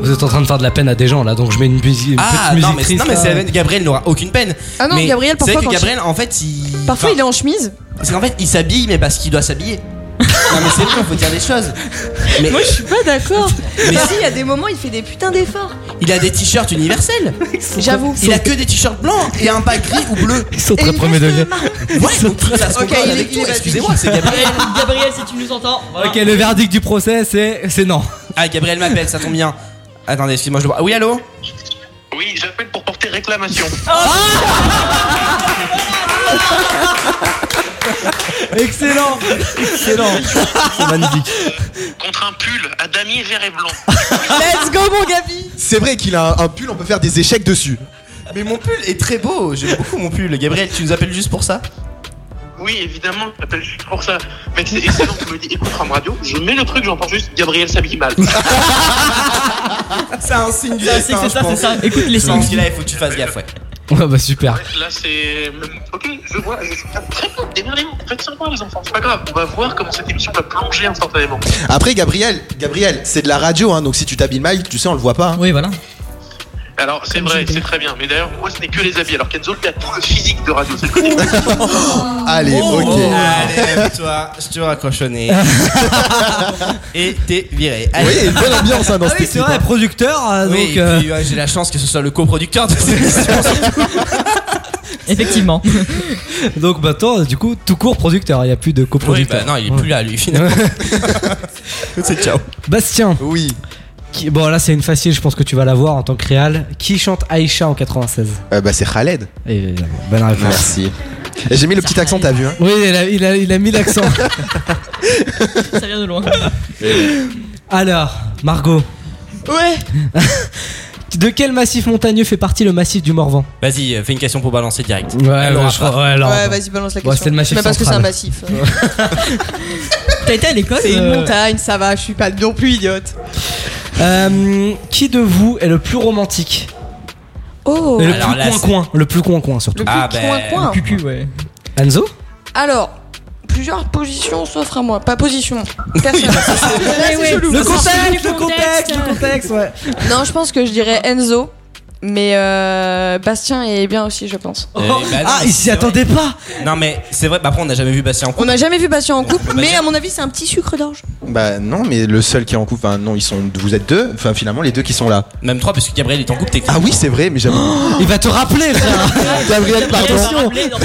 Speaker 1: Vous êtes en train de faire de la peine à des gens là, donc je mets une, musique une
Speaker 8: Ah
Speaker 1: petite musique
Speaker 8: non mais,
Speaker 1: triste,
Speaker 8: non, mais
Speaker 1: là.
Speaker 8: c'est la même- Gabriel n'aura aucune peine.
Speaker 14: Ah non,
Speaker 8: Mais
Speaker 14: Gabriel,
Speaker 8: c'est
Speaker 14: parfois,
Speaker 8: vrai que
Speaker 14: quand
Speaker 8: Gabriel en fait il
Speaker 14: Parfois, il est en chemise.
Speaker 8: parce qu'en fait il s'habille mais parce qu'il doit s'habiller. non mais c'est bon, faut dire des choses. Mais
Speaker 14: Moi, je suis pas d'accord.
Speaker 8: Mais-
Speaker 14: Mais si, il y a des moments, il fait des putains d'efforts.
Speaker 8: il a des t-shirts universels.
Speaker 14: J'avoue.
Speaker 8: Il a que des t-shirts blancs et un pas gris ou bleu.
Speaker 1: Ils sont très premiers degrés.
Speaker 8: Ouais, donc tout ça se
Speaker 2: Ok,
Speaker 8: compare
Speaker 2: il est-
Speaker 8: avec
Speaker 2: il est
Speaker 8: tout.
Speaker 2: basique.
Speaker 8: Excusez-moi, c'est Gabriel.
Speaker 2: Gabriel, Gabriel, si tu nous entends. voilà.
Speaker 1: Ok, le verdict du procès, c'est c'est non.
Speaker 8: Ah Gabriel m'appelle, ça tombe bien. Attendez, excusez-moi, je dois. Ah Oui, allô
Speaker 11: Réclamation.
Speaker 14: Ah
Speaker 1: Excellent, excellent. C'est magnifique.
Speaker 14: Let's go, mon Gabi.
Speaker 9: C'est vrai qu'il a un, un pull, on peut faire des échecs dessus.
Speaker 8: Mais mon pull est très beau, j'aime beaucoup mon pull. Gabriel, tu nous appelles juste pour ça
Speaker 11: Oui, évidemment, je t'appelle juste pour ça. Mec, c'est excellent, tu me dis écoute Ram Radio, je mets le truc, j'entends juste Gabriel s'habille mal.
Speaker 8: C'est un signe du
Speaker 2: Ça, c'est
Speaker 8: destin,
Speaker 2: que
Speaker 8: je
Speaker 2: c'est ça,
Speaker 8: pense.
Speaker 2: c'est ça. Écoute les
Speaker 8: Je pense
Speaker 2: signes.
Speaker 8: qu'il a- il faut que tu fasses gaffe, ouais.
Speaker 1: Ouais, bah super.
Speaker 11: Là, c'est. Ok, je vois, je suis très bien, démerdez-vous, faites sympa les enfants, c'est pas grave, on va voir comment cette émission va plonger instantanément.
Speaker 9: Après, Gabriel, Gabriel, c'est de la radio, hein, donc si tu t'habilles mal, tu sais, on le voit pas. hein.
Speaker 2: Oui, voilà.
Speaker 11: Alors, c'est vrai, c'est très bien, mais d'ailleurs, moi, ce n'est que les habits, alors qu'Enzo, lui, a tout le physique de radio, c'est le côté.
Speaker 9: Allez,
Speaker 8: Oh.
Speaker 9: ok.
Speaker 8: Allez, toi, je te raccrochonné. et t'es viré. Allez.
Speaker 9: Oui, une bonne ambiance
Speaker 8: Ah
Speaker 9: hein, dans cette
Speaker 1: C'est
Speaker 9: équipe.
Speaker 1: vrai, producteur, euh,
Speaker 8: Oui,
Speaker 1: donc.
Speaker 8: et
Speaker 1: euh,
Speaker 8: puis, ouais, j'ai la chance que ce soit le coproducteur de cette émission.
Speaker 2: Effectivement.
Speaker 1: Donc bah toi, du coup, tout court producteur, il n'y a plus de
Speaker 8: Oui,
Speaker 1: coproducteur.
Speaker 8: bah non, il est plus là, lui, finalement. C'est ciao.
Speaker 1: Bastien.
Speaker 9: Oui.
Speaker 1: Qui- bon là c'est une facile, je pense que tu vas la voir en tant que réal. Qui chante Aïcha en 96
Speaker 9: Euh, bah, c'est Khaled.
Speaker 1: Et, Bonne réponse.
Speaker 9: Merci. Et J'ai mis le petit accent, t'as vu, hein
Speaker 1: Oui, il a, il a- il a mis l'accent.
Speaker 2: Ça vient de loin.
Speaker 1: Alors, Margot,
Speaker 14: Ouais.
Speaker 1: de quel massif montagneux fait partie le massif du Morvan
Speaker 8: Vas-y, euh, fais une question pour balancer direct.
Speaker 1: Ouais,
Speaker 8: Elle aura
Speaker 1: ouais, je
Speaker 8: pas.
Speaker 1: crois- ouais, alors,
Speaker 14: Ouais, vas-y, balance la
Speaker 1: Bon,
Speaker 14: question.
Speaker 1: c'était le massif
Speaker 14: Mais parce que c'est un
Speaker 1: central.
Speaker 14: massif.
Speaker 2: T'as été à l'école
Speaker 14: C'est une
Speaker 2: euh,
Speaker 14: montagne, ça va, je suis pas non plus idiote.
Speaker 1: Euh, qui de vous est le plus romantique
Speaker 14: Oh.
Speaker 1: Et le
Speaker 8: Alors
Speaker 1: plus
Speaker 8: là, c'est-
Speaker 1: coin-coin, le plus coin-coin surtout.
Speaker 14: Le plus
Speaker 8: Ah, ben.
Speaker 14: coin-coin.
Speaker 2: Cucu, ouais.
Speaker 1: Anzo
Speaker 14: Alors, plusieurs positions s'offrent à moi. Pas position. Personne.
Speaker 5: Ouais, ouais.
Speaker 1: Le contexte,
Speaker 5: du
Speaker 1: le contexte, le contexte, ouais.
Speaker 14: non, je pense que je dirais Enzo. Mais euh, Bastien est bien aussi, je pense.
Speaker 8: Eh, bah, non,
Speaker 1: ah,
Speaker 8: mais
Speaker 1: il
Speaker 8: c'est
Speaker 1: s'y attendait pas
Speaker 8: vrai. Non, mais c'est vrai, bah, après, on n'a jamais vu Bastien en
Speaker 14: On
Speaker 8: couple.
Speaker 14: n'a jamais vu Bastien en
Speaker 8: On peut
Speaker 14: couple,
Speaker 8: pas
Speaker 14: mais
Speaker 8: dire.
Speaker 14: à mon avis, c'est un petit sucre d'orge.
Speaker 9: Bah, non, mais le seul qui est en couple, enfin, non, ils sont, vous êtes deux, enfin, finalement, les deux qui sont là.
Speaker 8: Même trois, parce que Gabriel est en couple, t'es
Speaker 9: Ah oui, c'est vrai, mais j'avoue.
Speaker 1: Il va te rappeler, frère
Speaker 9: Gabriel, pardon.
Speaker 2: Gabriel, dans ta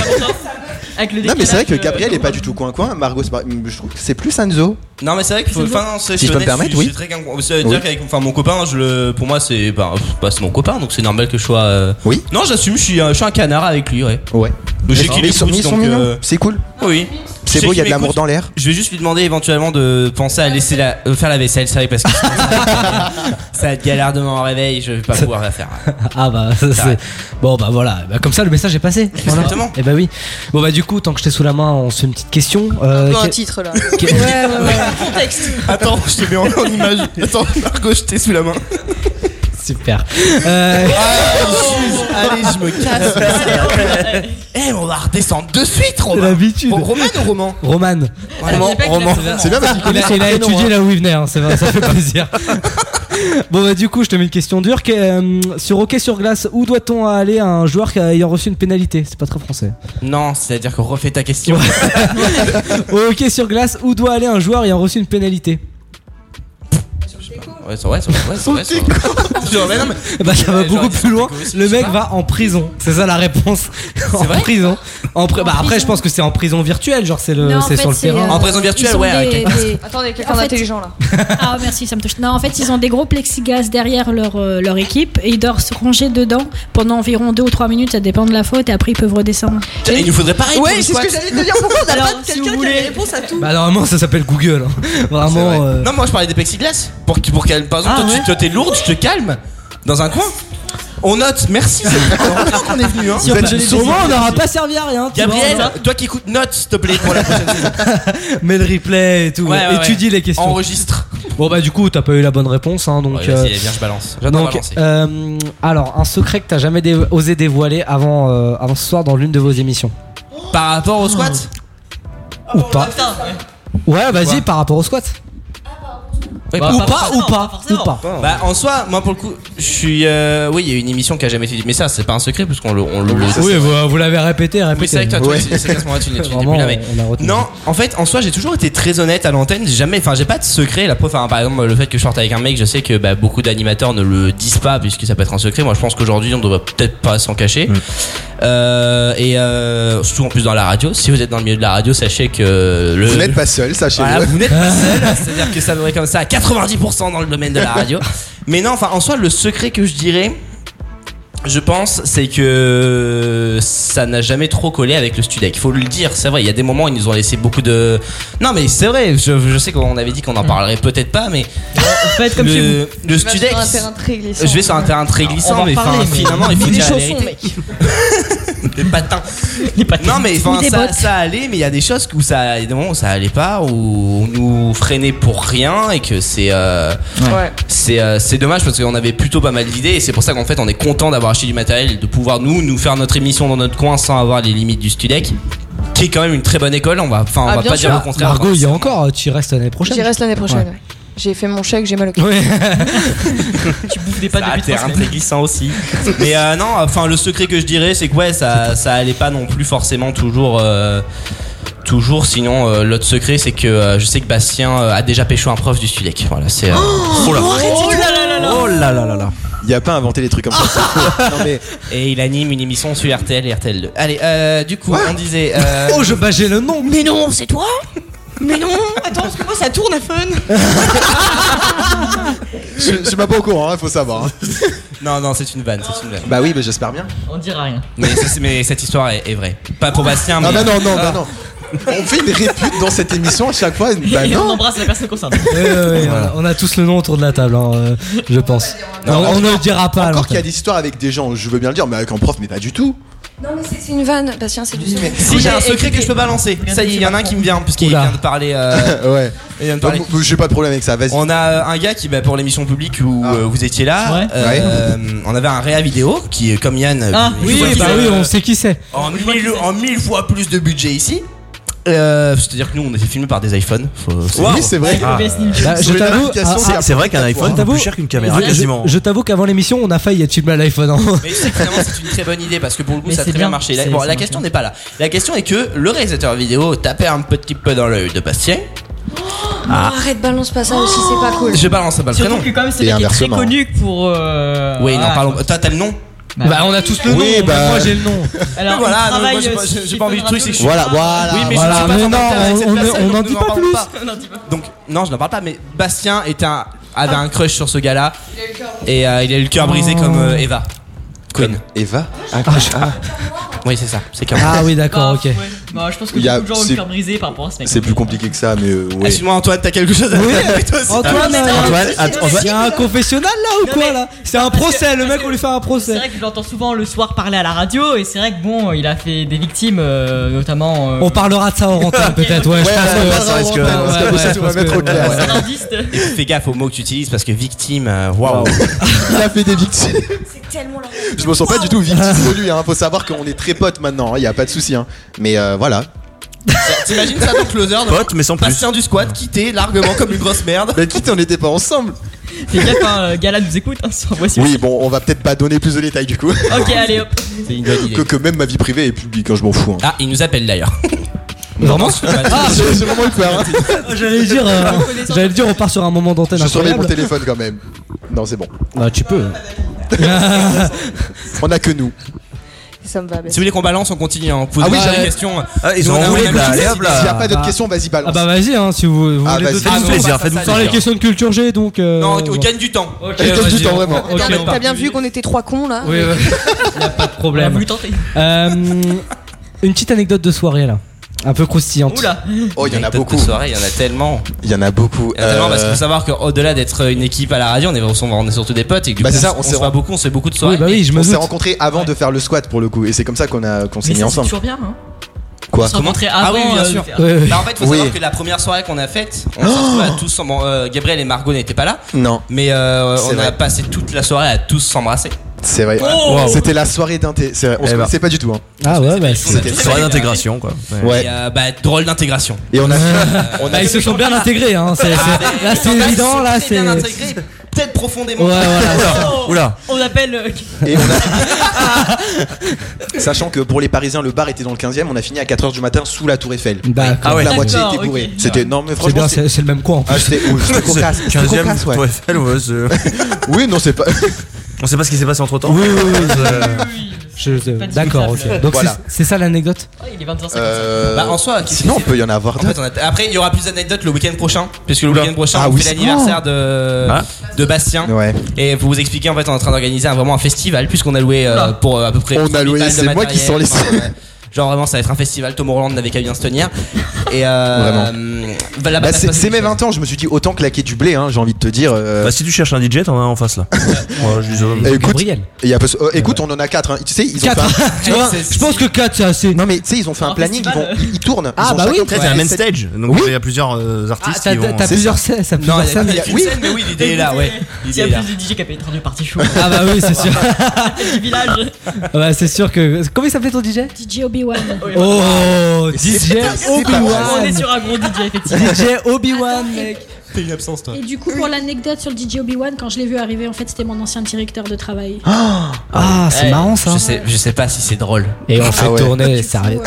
Speaker 2: avec le
Speaker 9: Non, mais c'est vrai que
Speaker 2: décalage, euh,
Speaker 9: Gabriel est pas du tout coin-coin. Margot, c'est pas- je trouve que c'est plus Anzo.
Speaker 8: Non mais c'est vrai qu'il faut. Enfin, c'est-
Speaker 9: Si je peux me
Speaker 8: honnête,
Speaker 9: permettre,
Speaker 8: je-
Speaker 9: oui.
Speaker 8: je suis très gang- C'est-à-dire qu'avec enfin, mon copain, je le, pour moi, c'est bah, pff, bah, c'est mon copain, donc c'est normal que je sois. euh.
Speaker 9: Oui.
Speaker 8: Non, j'assume, je suis, un- je suis un canard avec lui, ouais.
Speaker 9: Ouais.
Speaker 8: Mais j'ai
Speaker 9: Mais
Speaker 8: qu'il
Speaker 9: ils sont-
Speaker 8: écoute,
Speaker 9: mais ils sont
Speaker 8: donc,
Speaker 9: mignons.
Speaker 8: euh,
Speaker 9: C'est cool.
Speaker 8: Oui.
Speaker 9: C'est
Speaker 8: Je sais
Speaker 9: beau, il y a
Speaker 8: qu'il
Speaker 9: de l'amour
Speaker 8: m'écoute.
Speaker 9: dans l'air.
Speaker 8: Je vais juste lui demander éventuellement de penser à laisser la, euh, faire la vaisselle, c'est vrai, parce que ça va être galère demain au réveil, je vais pas pouvoir la faire.
Speaker 1: Ah bah ça, c'est bon bah voilà Bah, comme ça le message est passé Voilà.
Speaker 8: Exactement.
Speaker 1: et bah oui bon bah du coup tant que je t'ai sous la main on se fait une petite question Euh,
Speaker 14: Peu un
Speaker 1: que-
Speaker 14: titre là.
Speaker 1: que-
Speaker 14: Contexte.
Speaker 8: Attends, je te mets en, en image. Attends, Margot, je t'ai sous la main.
Speaker 1: super Euh,
Speaker 8: Allez, je me
Speaker 1: Ah,
Speaker 8: casse. Eh, on va redescendre de suite, Romain.
Speaker 1: L'habitude.
Speaker 8: Bon, Roman ou Roman
Speaker 1: Roman
Speaker 8: Roman, Roman.
Speaker 9: C'est bien parce qu'il
Speaker 1: il
Speaker 9: connaît
Speaker 1: a,
Speaker 9: son
Speaker 1: il a
Speaker 9: prénom,
Speaker 1: étudié
Speaker 9: hein.
Speaker 1: là où il venait hein, c'est vrai, ça fait plaisir bon bah du coup je te mets une question dure Que- euh, sur hockey sur glace où doit-on aller à un joueur qui a- ayant reçu une pénalité c'est pas très français
Speaker 8: Non, c'est-à-dire qu'on refait ta question.
Speaker 1: au hockey sur glace où doit aller un joueur ayant reçu une pénalité
Speaker 8: Ouais, c'est vrai, c'est vrai, c'est vrai. c'est vrai. Genre, oh, mais non, mais-
Speaker 1: Bah ça va
Speaker 8: Ouais,
Speaker 1: beaucoup
Speaker 8: genre,
Speaker 1: plus loin. Le mec va en prison. C'est ça la réponse. en prison. En pri- bah après je pense que c'est en prison virtuelle, genre c'est le
Speaker 5: Non, en
Speaker 1: c'est
Speaker 5: fait,
Speaker 1: sur le
Speaker 5: c'est,
Speaker 1: terrain.
Speaker 5: euh,
Speaker 8: En prison virtuelle,
Speaker 5: ils ont
Speaker 8: ouais,
Speaker 5: des-
Speaker 8: ok.
Speaker 5: des-
Speaker 14: Attendez, quelqu'un
Speaker 5: En fait-
Speaker 14: d'intelligent là.
Speaker 5: Ah merci, ça me touche. Non, en fait, ils ont des gros plexiglas derrière leur, euh, leur équipe et ils doivent se ranger dedans pendant environ 2 ou 3 minutes, ça dépend de la faute et après ils peuvent redescendre.
Speaker 8: Tiens, Il nous faudrait pareil. pour
Speaker 14: Ouais,
Speaker 8: le
Speaker 14: c'est ce que
Speaker 8: squat.
Speaker 14: j'allais te dire. Pourquoi on n'a
Speaker 5: Alors,
Speaker 14: pas de quelqu'un qui a des réponses à tout
Speaker 1: Bah normalement ça s'appelle Google. hein. Vraiment. euh,
Speaker 8: Non, moi je parlais des plexiglas. Pour, que- pour qu'elle, par exemple,
Speaker 1: Ah,
Speaker 8: toi, tu-
Speaker 1: ouais.
Speaker 8: toi, t'es lourde, tu te calmes dans un coin. On note, merci. c'est bien qu'on est venu. Hein.
Speaker 1: si on-
Speaker 8: Vous êtes
Speaker 1: bah,
Speaker 8: géniaux.
Speaker 1: sûrement on n'aura pas servi à rien. tu vois.
Speaker 8: Gabriel, toi qui écoutes note, s'il te plaît, pour la prochaine saison.
Speaker 1: mets le replay et tout.
Speaker 8: Ouais, ouais,
Speaker 1: étudie
Speaker 8: ouais.
Speaker 1: les questions.
Speaker 8: Enregistre.
Speaker 1: Bon bah du coup t'as pas eu la bonne réponse hein, donc.
Speaker 8: Ouais, vas-y,
Speaker 1: euh,
Speaker 8: viens, je balance. J'adore
Speaker 1: donc,
Speaker 8: balancer.
Speaker 1: euh, alors un secret que t'as jamais dé- osé dévoiler avant euh, avant ce soir dans l'une de vos émissions.
Speaker 8: Par rapport au squat
Speaker 1: Ou pas. Ouais vas-y par rapport au squat.
Speaker 8: Ouais,
Speaker 1: ou, pas, ou pas ou pas
Speaker 8: Bah en soi, moi pour le coup, je suis. euh, Oui, il y a une émission qui a jamais été dite, mais ça c'est pas un secret parce qu'on le. On le
Speaker 1: Oui vous, vous l'avez répété répété.
Speaker 8: Oui, c'est vrai que toi, toi,
Speaker 1: Ouais.
Speaker 8: c'est c'est qu'à ce moment-là, tu n'es tu n'es
Speaker 1: Vraiment,
Speaker 8: plus là, mais-
Speaker 1: on l'a retenu.
Speaker 8: Non, en fait, en soi, j'ai toujours été très honnête à l'antenne. J'ai Jamais, enfin, j'ai pas de secret. La preuve, enfin, par exemple, le fait que je sorte avec un mec, je sais que bah, beaucoup d'animateurs ne le disent pas puisque ça peut être un secret. Moi, je pense qu'aujourd'hui, on devrait peut-être pas s'en cacher. Euh, et euh, surtout en plus dans la radio. Si vous êtes dans le milieu de la radio, sachez que euh, le.
Speaker 9: Vous n'êtes pas seul, sachez-le.
Speaker 8: Voilà, vous n'êtes pas seul, c'est-à-dire que ça devrait comme ça à 90% dans le domaine de la radio. Mais non, enfin, en soi, le secret que je dirais, je pense, c'est que ça n'a jamais trop collé avec le Studec. Il faut le dire, c'est vrai. Il y a des moments où ils nous ont laissé beaucoup de. Non, mais c'est vrai. Je, je sais qu'on avait dit qu'on en parlerait peut-être pas, mais.
Speaker 2: Mm. Faites comme
Speaker 8: le,
Speaker 2: chez vous.
Speaker 8: Le Studec. Je vais sur un terrain très glissant, mais enfin, finalement, il faut
Speaker 2: des
Speaker 8: dire la
Speaker 2: chaussons,
Speaker 8: vérité.
Speaker 2: mec.
Speaker 8: Les patins. Non, mais enfin,
Speaker 2: Ou des
Speaker 8: ça,
Speaker 2: bottes.
Speaker 8: ça allait, mais il y a des choses où ça, il y a des moments où ça allait pas, où on nous freinait pour rien et que c'est. euh,
Speaker 14: Ouais.
Speaker 8: C'est euh, c'est dommage parce qu'on avait plutôt pas mal d'idées et c'est pour ça qu'en fait on est content d'avoir acheté du matériel, et de pouvoir nous nous faire notre émission dans notre coin sans avoir les limites du Studec, qui est quand même une très bonne école. On va, enfin, on
Speaker 14: Ah,
Speaker 8: va
Speaker 14: bien
Speaker 8: pas
Speaker 14: sûr.
Speaker 8: dire le contraire.
Speaker 1: Margot, il y a encore, euh, tu y restes l'année prochaine.
Speaker 14: J'y reste l'année prochaine.
Speaker 1: Ouais.
Speaker 14: ouais. J'ai fait mon chèque, j'ai mal au cœur.
Speaker 8: Ah, t'es un très glissant aussi. Mais euh, non, enfin le secret que je dirais, c'est que ouais, ça, ça allait pas non plus forcément toujours. euh, toujours. Sinon, euh, l'autre secret, c'est que euh, je sais que Bastien euh, a déjà pécho un prof du Studec. Voilà, c'est. euh, oh là. Oh là là là là.
Speaker 9: Il a pas inventé des trucs comme ça.
Speaker 8: Et il anime une émission sur RTL et RTL2. Allez, euh, du coup, on disait. euh,
Speaker 1: Oh, je bah, j'ai le nom.
Speaker 14: Mais non, c'est toi Mais non Attends, parce que moi ça tourne à fun
Speaker 9: Je je suis pas au courant, il faut savoir. hein.
Speaker 8: Non, non, c'est une vanne, c'est une vanne.
Speaker 9: Bah oui, mais j'espère bien.
Speaker 2: euh, On dira rien.
Speaker 8: Mais, ça, c'est- mais cette histoire est, est vraie. Pas pour Bastien, mais.
Speaker 9: Ah bah non, non,
Speaker 8: Ah.
Speaker 9: bah non. On fait une répute dans cette émission à chaque fois. Bah
Speaker 2: Et on
Speaker 9: non.
Speaker 2: embrasse la personne concernée.
Speaker 1: Ouais, ouais, ouais, On a tous le nom autour de la table, hein, euh, je pense.
Speaker 9: Non,
Speaker 1: Non,
Speaker 9: mais
Speaker 1: on ne le dira pas. à
Speaker 9: Encore qu'il y a
Speaker 1: l'antenne.
Speaker 9: des histoires avec des gens, je veux bien le dire, mais avec un prof, mais pas du tout.
Speaker 14: Non, mais c'est c'est une vanne, Bastien, c'est du secret.
Speaker 8: Si, j'ai un secret que je peux balancer. Ça y est, il y en a un qui me vient, puisqu'il vient de parler. euh,
Speaker 9: ouais.
Speaker 8: il vient de
Speaker 9: Donc,
Speaker 8: parler.
Speaker 9: J'ai pas de problème avec ça, vas-y.
Speaker 8: On a un gars qui, bah, pour l'émission publique où euh, vous étiez là,
Speaker 1: Ouais.
Speaker 8: euh, on avait un réa vidéo qui est comme Yann. euh,
Speaker 1: Ah,
Speaker 8: une
Speaker 1: oui,
Speaker 8: fois qu'il
Speaker 1: bah
Speaker 8: a-
Speaker 1: oui, on sait qui c'est.
Speaker 8: en mille, en mille fois plus de budget ici. Euh, C'est-à-dire que nous, on était filmés par des iPhones. Faut-
Speaker 9: Oui, c'est vrai.
Speaker 8: Ah.
Speaker 1: Bah, je t'avoue, ah,
Speaker 12: c'est-
Speaker 1: ah,
Speaker 12: c'est vrai qu'un
Speaker 1: je
Speaker 12: iPhone coûte
Speaker 1: t'avoue,
Speaker 12: plus cher qu'une caméra
Speaker 1: je- je-
Speaker 12: quasiment.
Speaker 1: Je t'avoue qu'avant l'émission, on a failli être filmé à l'iPhone. hein.
Speaker 8: Mais c'est que vraiment, c'est une très bonne idée parce que pour le coup,
Speaker 1: Mais
Speaker 8: ça a
Speaker 1: c'est
Speaker 8: très bien,
Speaker 1: bien,
Speaker 8: marché. La,
Speaker 1: c'est-
Speaker 8: bon,
Speaker 1: ça
Speaker 8: la
Speaker 1: marche
Speaker 8: question n'est pas là. La question est que le réalisateur vidéo tapait un petit peu dans l'œil de Bastien.
Speaker 1: Oh.
Speaker 8: Ah.
Speaker 14: Arrête, balance pas ça aussi, c'est pas cool.
Speaker 8: Je balance pas le
Speaker 2: Surtout
Speaker 8: prénom.
Speaker 2: que comme c'est
Speaker 8: Et
Speaker 2: mec qui est très
Speaker 8: inversement.
Speaker 2: connu pour. euh,
Speaker 8: Oui, non,
Speaker 2: voilà.
Speaker 8: parlons. Toi, t'as le nom
Speaker 1: Bah, on a tous le nom.
Speaker 9: Oui,
Speaker 1: même
Speaker 9: bah.
Speaker 1: Moi, j'ai le nom.
Speaker 8: Alors, Mais voilà, il travaille, moi, j'ai pas- euh, j'ai- j'ai pas envie de truc, c'est que je-
Speaker 9: Voilà, voilà.
Speaker 8: Oui, mais je
Speaker 9: voilà.
Speaker 8: ne suis pas
Speaker 9: Mais
Speaker 8: en
Speaker 9: non,
Speaker 8: contact avec cette
Speaker 9: on- on-
Speaker 8: personne,
Speaker 9: on n'en
Speaker 8: donc
Speaker 9: dit
Speaker 8: ne
Speaker 9: pas
Speaker 8: parle
Speaker 9: plus.
Speaker 8: Donc, non, je n'en parle pas, mais Bastien est un, avait un crush sur ce gars-là. Et euh, il a eu le cœur brisé
Speaker 1: Oh.
Speaker 8: comme euh, Eva. Queen.
Speaker 9: Eva
Speaker 8: Oui, c'est ça. C'est comme
Speaker 1: Ah oui, d'accord, ok.
Speaker 2: Bah, je pense que
Speaker 9: Il y a-
Speaker 2: beaucoup de gens ont
Speaker 9: c'est-
Speaker 2: le cœur brisé par rapport à ce mec.
Speaker 9: C'est plus compliqué que ça, mais
Speaker 2: Ah,
Speaker 9: euh, ouais.
Speaker 8: Excuse-moi, Antoine, t'as quelque chose à
Speaker 1: Oui,
Speaker 8: dire toi aussi.
Speaker 1: Antoine,
Speaker 8: Ah,
Speaker 1: euh,
Speaker 8: Antoine,
Speaker 1: c'est- c'est un confessionnal là ou quoi là C'est un procès, le mec on lui fait un
Speaker 2: C'est
Speaker 1: procès.
Speaker 2: vrai que je l'entends souvent le soir parler à la radio et c'est vrai que bon, il a fait des victimes, euh, notamment. euh,
Speaker 1: On parlera de ça en rentrée peut-être, ouais, je pense
Speaker 8: Ouais, ouais,
Speaker 1: que-
Speaker 8: ouais, ça risque-
Speaker 1: ouais,
Speaker 8: parce que
Speaker 1: ouais,
Speaker 8: comme ça,
Speaker 1: ouais,
Speaker 8: tout
Speaker 1: je pense
Speaker 8: va mettre
Speaker 1: que-
Speaker 8: au clair, euh, ouais.
Speaker 1: ouais.
Speaker 8: Et fais gaffe aux mots que tu utilises parce que victime, euh, waouh.
Speaker 9: Il a fait des victimes. Je me sens pas du tout victime de lui. Hein. Faut savoir qu'on est très potes maintenant. Il y a pas de souci. Hein. Mais euh, voilà.
Speaker 8: T'imagines ça dans Closer
Speaker 9: Potes, mais sans plus.
Speaker 8: Bastien du squat quitté largement comme une grosse merde.
Speaker 9: Mais quitte, on n'était pas ensemble.
Speaker 2: Fais gaffe, hein, Gala nous écoute, hein, sur- voici.
Speaker 9: Oui, bon, on va peut-être pas donner plus de détails du coup.
Speaker 2: Ok, allez hop.
Speaker 8: C'est une bonne idée.
Speaker 9: Que, que même ma vie privée est publique. hein, je m'en fous. hein.
Speaker 8: Ah, il nous appelle d'ailleurs.
Speaker 1: Vraiment
Speaker 9: Ah, j'ai j'ai vraiment eu peur. hein.
Speaker 1: J'allais dire, euh, j'allais dire, on part sur un moment d'antenne
Speaker 9: Je surveille mon
Speaker 1: incroyable.
Speaker 9: téléphone quand même. Non, c'est bon.
Speaker 1: Bah, tu peux.
Speaker 9: On a que nous.
Speaker 14: Ça me va bien.
Speaker 8: Si vous voulez qu'on balance, on continue. hein. Vous pouvez
Speaker 9: Ah oui,
Speaker 8: poser des
Speaker 9: j'avais-
Speaker 8: questions.
Speaker 9: Ah, ils ont
Speaker 8: Nous, on a
Speaker 9: roulé,
Speaker 8: même
Speaker 9: là,
Speaker 8: chose
Speaker 9: allez,
Speaker 8: à
Speaker 9: hop
Speaker 8: dire.
Speaker 9: là. S'il y a pas d'autres questions, vas-y, balance.
Speaker 1: Ah bah vas-y, hein, si vous, vous
Speaker 9: Ah,
Speaker 1: voulez
Speaker 9: vas-y.
Speaker 1: d'autres
Speaker 9: Faites-nous
Speaker 1: questions.
Speaker 9: plaisir, faites-nous
Speaker 1: Sans les
Speaker 9: plaisir.
Speaker 1: questions de culture G, donc. euh,
Speaker 8: Non,
Speaker 1: on
Speaker 8: on gagne du temps.
Speaker 1: Ok,
Speaker 8: On gagne
Speaker 1: vas-y, on- on-
Speaker 14: T'as
Speaker 1: ok, on-
Speaker 14: t'as bien vu qu'on était trois cons là.
Speaker 1: Oui, oui, y a pas de
Speaker 2: On a
Speaker 1: problème.
Speaker 2: voulu tenter.
Speaker 1: Euh, Une petite anecdote de soirée là, un peu croustillante.
Speaker 2: Oula.
Speaker 9: Oh, il y en a
Speaker 8: Anecdote de
Speaker 9: beaucoup.
Speaker 8: soirée, il y en a tellement.
Speaker 9: Il y en a beaucoup.
Speaker 8: Il y en a tellement
Speaker 9: Euh,
Speaker 8: parce qu'il faut savoir qu'au-delà d'être une équipe à la radio, on est, on est surtout des potes et que du
Speaker 9: Bah,
Speaker 8: coup,
Speaker 9: c'est ça, on
Speaker 8: on
Speaker 9: s'est
Speaker 8: se voit
Speaker 9: rend-
Speaker 8: beaucoup, on se fait beaucoup de
Speaker 2: bah
Speaker 8: soirées.
Speaker 9: on s'est rencontrés avant de faire le squat pour le coup, et c'est comme ça qu'on a qu'on s'est
Speaker 2: Mais
Speaker 9: mis
Speaker 2: ça, c'est
Speaker 9: ensemble.
Speaker 2: toujours bien, hein.
Speaker 9: Quoi
Speaker 2: se rencontrer avant,
Speaker 8: Ah oui, bien
Speaker 2: euh,
Speaker 8: sûr.
Speaker 2: de faire- Ouais, ouais.
Speaker 8: Bah, en fait, faut
Speaker 9: Oui. Oh
Speaker 8: savoir que la première soirée qu'on a faite, on s'est retrouvés à tous. Bon, euh, Gabriel et Margot n'étaient pas là,
Speaker 9: Non,
Speaker 8: mais euh,
Speaker 9: C'est
Speaker 8: on a
Speaker 9: vrai.
Speaker 8: passé toute la soirée à tous s'embrasser.
Speaker 9: c'est vrai.
Speaker 8: Oh Wow.
Speaker 9: C'était la soirée d'inté. C'est vrai, on
Speaker 8: Eh
Speaker 9: se
Speaker 8: ben.
Speaker 9: connaissait pas du tout. hein.
Speaker 1: Ah ouais, bah, c'est-
Speaker 9: C'était
Speaker 8: soirée d'intégration,
Speaker 12: quoi.
Speaker 9: Ouais.
Speaker 8: Et, euh, bah, drôle d'intégration.
Speaker 9: Et on a.
Speaker 8: on
Speaker 1: Bah, ils se sont bien intégrés, hein. c'est- c'est- là c'est
Speaker 8: Ils sont
Speaker 1: évident, là
Speaker 8: très
Speaker 1: c'est.
Speaker 8: bien intégrés, peut-être profondément.
Speaker 1: Ouais, voilà.
Speaker 12: Oula.
Speaker 2: On appelle. euh,
Speaker 9: Et on a- Sachant que pour les Parisiens, le bar était dans le 15 e on a fini à 4h du matin sous la Tour Eiffel.
Speaker 1: D'accord.
Speaker 9: Ah ouais. La moitié
Speaker 2: D'accord,
Speaker 9: était bourrée.
Speaker 2: ok.
Speaker 9: C'était non mais
Speaker 1: C'est
Speaker 9: franchement.
Speaker 1: bien, c'est c'est le même coin en
Speaker 9: Ah,
Speaker 1: plus.
Speaker 9: c'était oui, c'était cocasse, c'était
Speaker 12: 15
Speaker 9: cocasse,
Speaker 12: e
Speaker 9: ouais.
Speaker 12: Tour Eiffel, ouais, c'est-
Speaker 9: Oui, non, c'est pas.
Speaker 12: On sait pas ce qui s'est passé entre temps.
Speaker 1: Oui, oui, oui. euh, Je- je-
Speaker 2: pas
Speaker 1: D'accord,
Speaker 2: discutable.
Speaker 1: ok. Donc
Speaker 9: Voilà.
Speaker 1: c'est- c'est ça l'anecdote
Speaker 2: Oh, il est 20h55.
Speaker 9: Euh,
Speaker 8: Bah, en soi, qu'est-ce
Speaker 9: sinon,
Speaker 8: que
Speaker 9: on
Speaker 8: c'est
Speaker 9: peut y en avoir
Speaker 8: En fait,
Speaker 9: d'autres.
Speaker 8: on a- Après, il y aura plus d'anecdotes le week-end prochain, puisque le
Speaker 9: Oula.
Speaker 8: week-end prochain,
Speaker 9: Ah
Speaker 8: on
Speaker 9: oui,
Speaker 8: fait
Speaker 9: c'est-
Speaker 8: l'anniversaire
Speaker 1: Euh,
Speaker 8: de, euh,
Speaker 9: Bah.
Speaker 12: Ah.
Speaker 8: de Bastien.
Speaker 9: Ouais.
Speaker 8: Et pour vous expliquer, en fait, on est en train d'organiser un, vraiment un festival, puisqu'on a loué euh,
Speaker 2: Oula.
Speaker 8: pour euh, à peu près.
Speaker 9: On a
Speaker 8: 30 000
Speaker 9: loué,
Speaker 8: balles de
Speaker 9: c'est moi qui
Speaker 8: matériel.
Speaker 9: s'en laisse.
Speaker 8: Enfin, ouais. Genre vraiment, ça va être un festival. Tom Holland n'avait qu'à bien se tenir. Et euh,
Speaker 9: Vraiment.
Speaker 8: euh, bah, là-bas, ça
Speaker 9: Bah,
Speaker 8: se
Speaker 9: c'est
Speaker 8: passe
Speaker 9: c'est
Speaker 8: quelque
Speaker 9: mes
Speaker 8: chose.
Speaker 9: 20 ans, je me suis dit autant claquer du blé, hein, j'ai envie de te dire. euh,
Speaker 12: Bah, si tu cherches un DJ, t'en as un en face là. Ouais, je dis ça.
Speaker 9: Eh, écoute,
Speaker 1: Gabriel.
Speaker 9: il y a pas- euh, écoute, on en a 4. Tu sais, ils ont
Speaker 1: Quatre.
Speaker 9: fait un-
Speaker 1: Tu vois,
Speaker 8: c'est-
Speaker 1: je pense que 4 c'est assez.
Speaker 9: Non, mais tu sais, ils ont fait un planning, ils, vont,
Speaker 2: festival,
Speaker 9: ils tournent.
Speaker 1: Ah,
Speaker 9: ils ont
Speaker 1: bah oui.
Speaker 9: chacun
Speaker 12: Après,
Speaker 9: fait
Speaker 12: c'est un main
Speaker 9: set.
Speaker 12: stage, donc
Speaker 9: Oui.
Speaker 12: il y a plusieurs euh,
Speaker 1: Ah,
Speaker 12: artistes
Speaker 1: t'as
Speaker 12: qui vont.
Speaker 1: t'as plusieurs scènes, ça
Speaker 8: Non,
Speaker 1: plusieurs
Speaker 8: il y a
Speaker 1: scènes.
Speaker 8: il y a qu'une
Speaker 9: Oui.
Speaker 8: scène, mais oui, l'idée est là, ouais.
Speaker 2: Il
Speaker 8: L'idée
Speaker 2: y a
Speaker 8: est là.
Speaker 2: plus de DJ qui a payé 30 euros par t-shirt
Speaker 1: Ah bah oui, c'est sûr.
Speaker 2: du village.
Speaker 1: Ouais, c'est sûr que. Comment il s'appelait ton DJ
Speaker 5: DJ Obi-Wan.
Speaker 2: Oui, voilà.
Speaker 1: Oh, DJ
Speaker 2: On est
Speaker 1: Obi-Wan.
Speaker 2: sur un gros DJ, effectivement.
Speaker 1: DJ Obi-Wan, mec.
Speaker 8: T'es une absence, toi.
Speaker 5: Et du coup, pour l'anecdote sur le DJ Obi-Wan, quand je l'ai vu arriver, en fait, c'était mon ancien directeur de travail.
Speaker 1: Ah, c'est
Speaker 8: Eh,
Speaker 1: marrant ça.
Speaker 8: Je sais, je sais pas si c'est drôle.
Speaker 1: Et on fait
Speaker 9: Ah ouais.
Speaker 1: tourner, sérieux.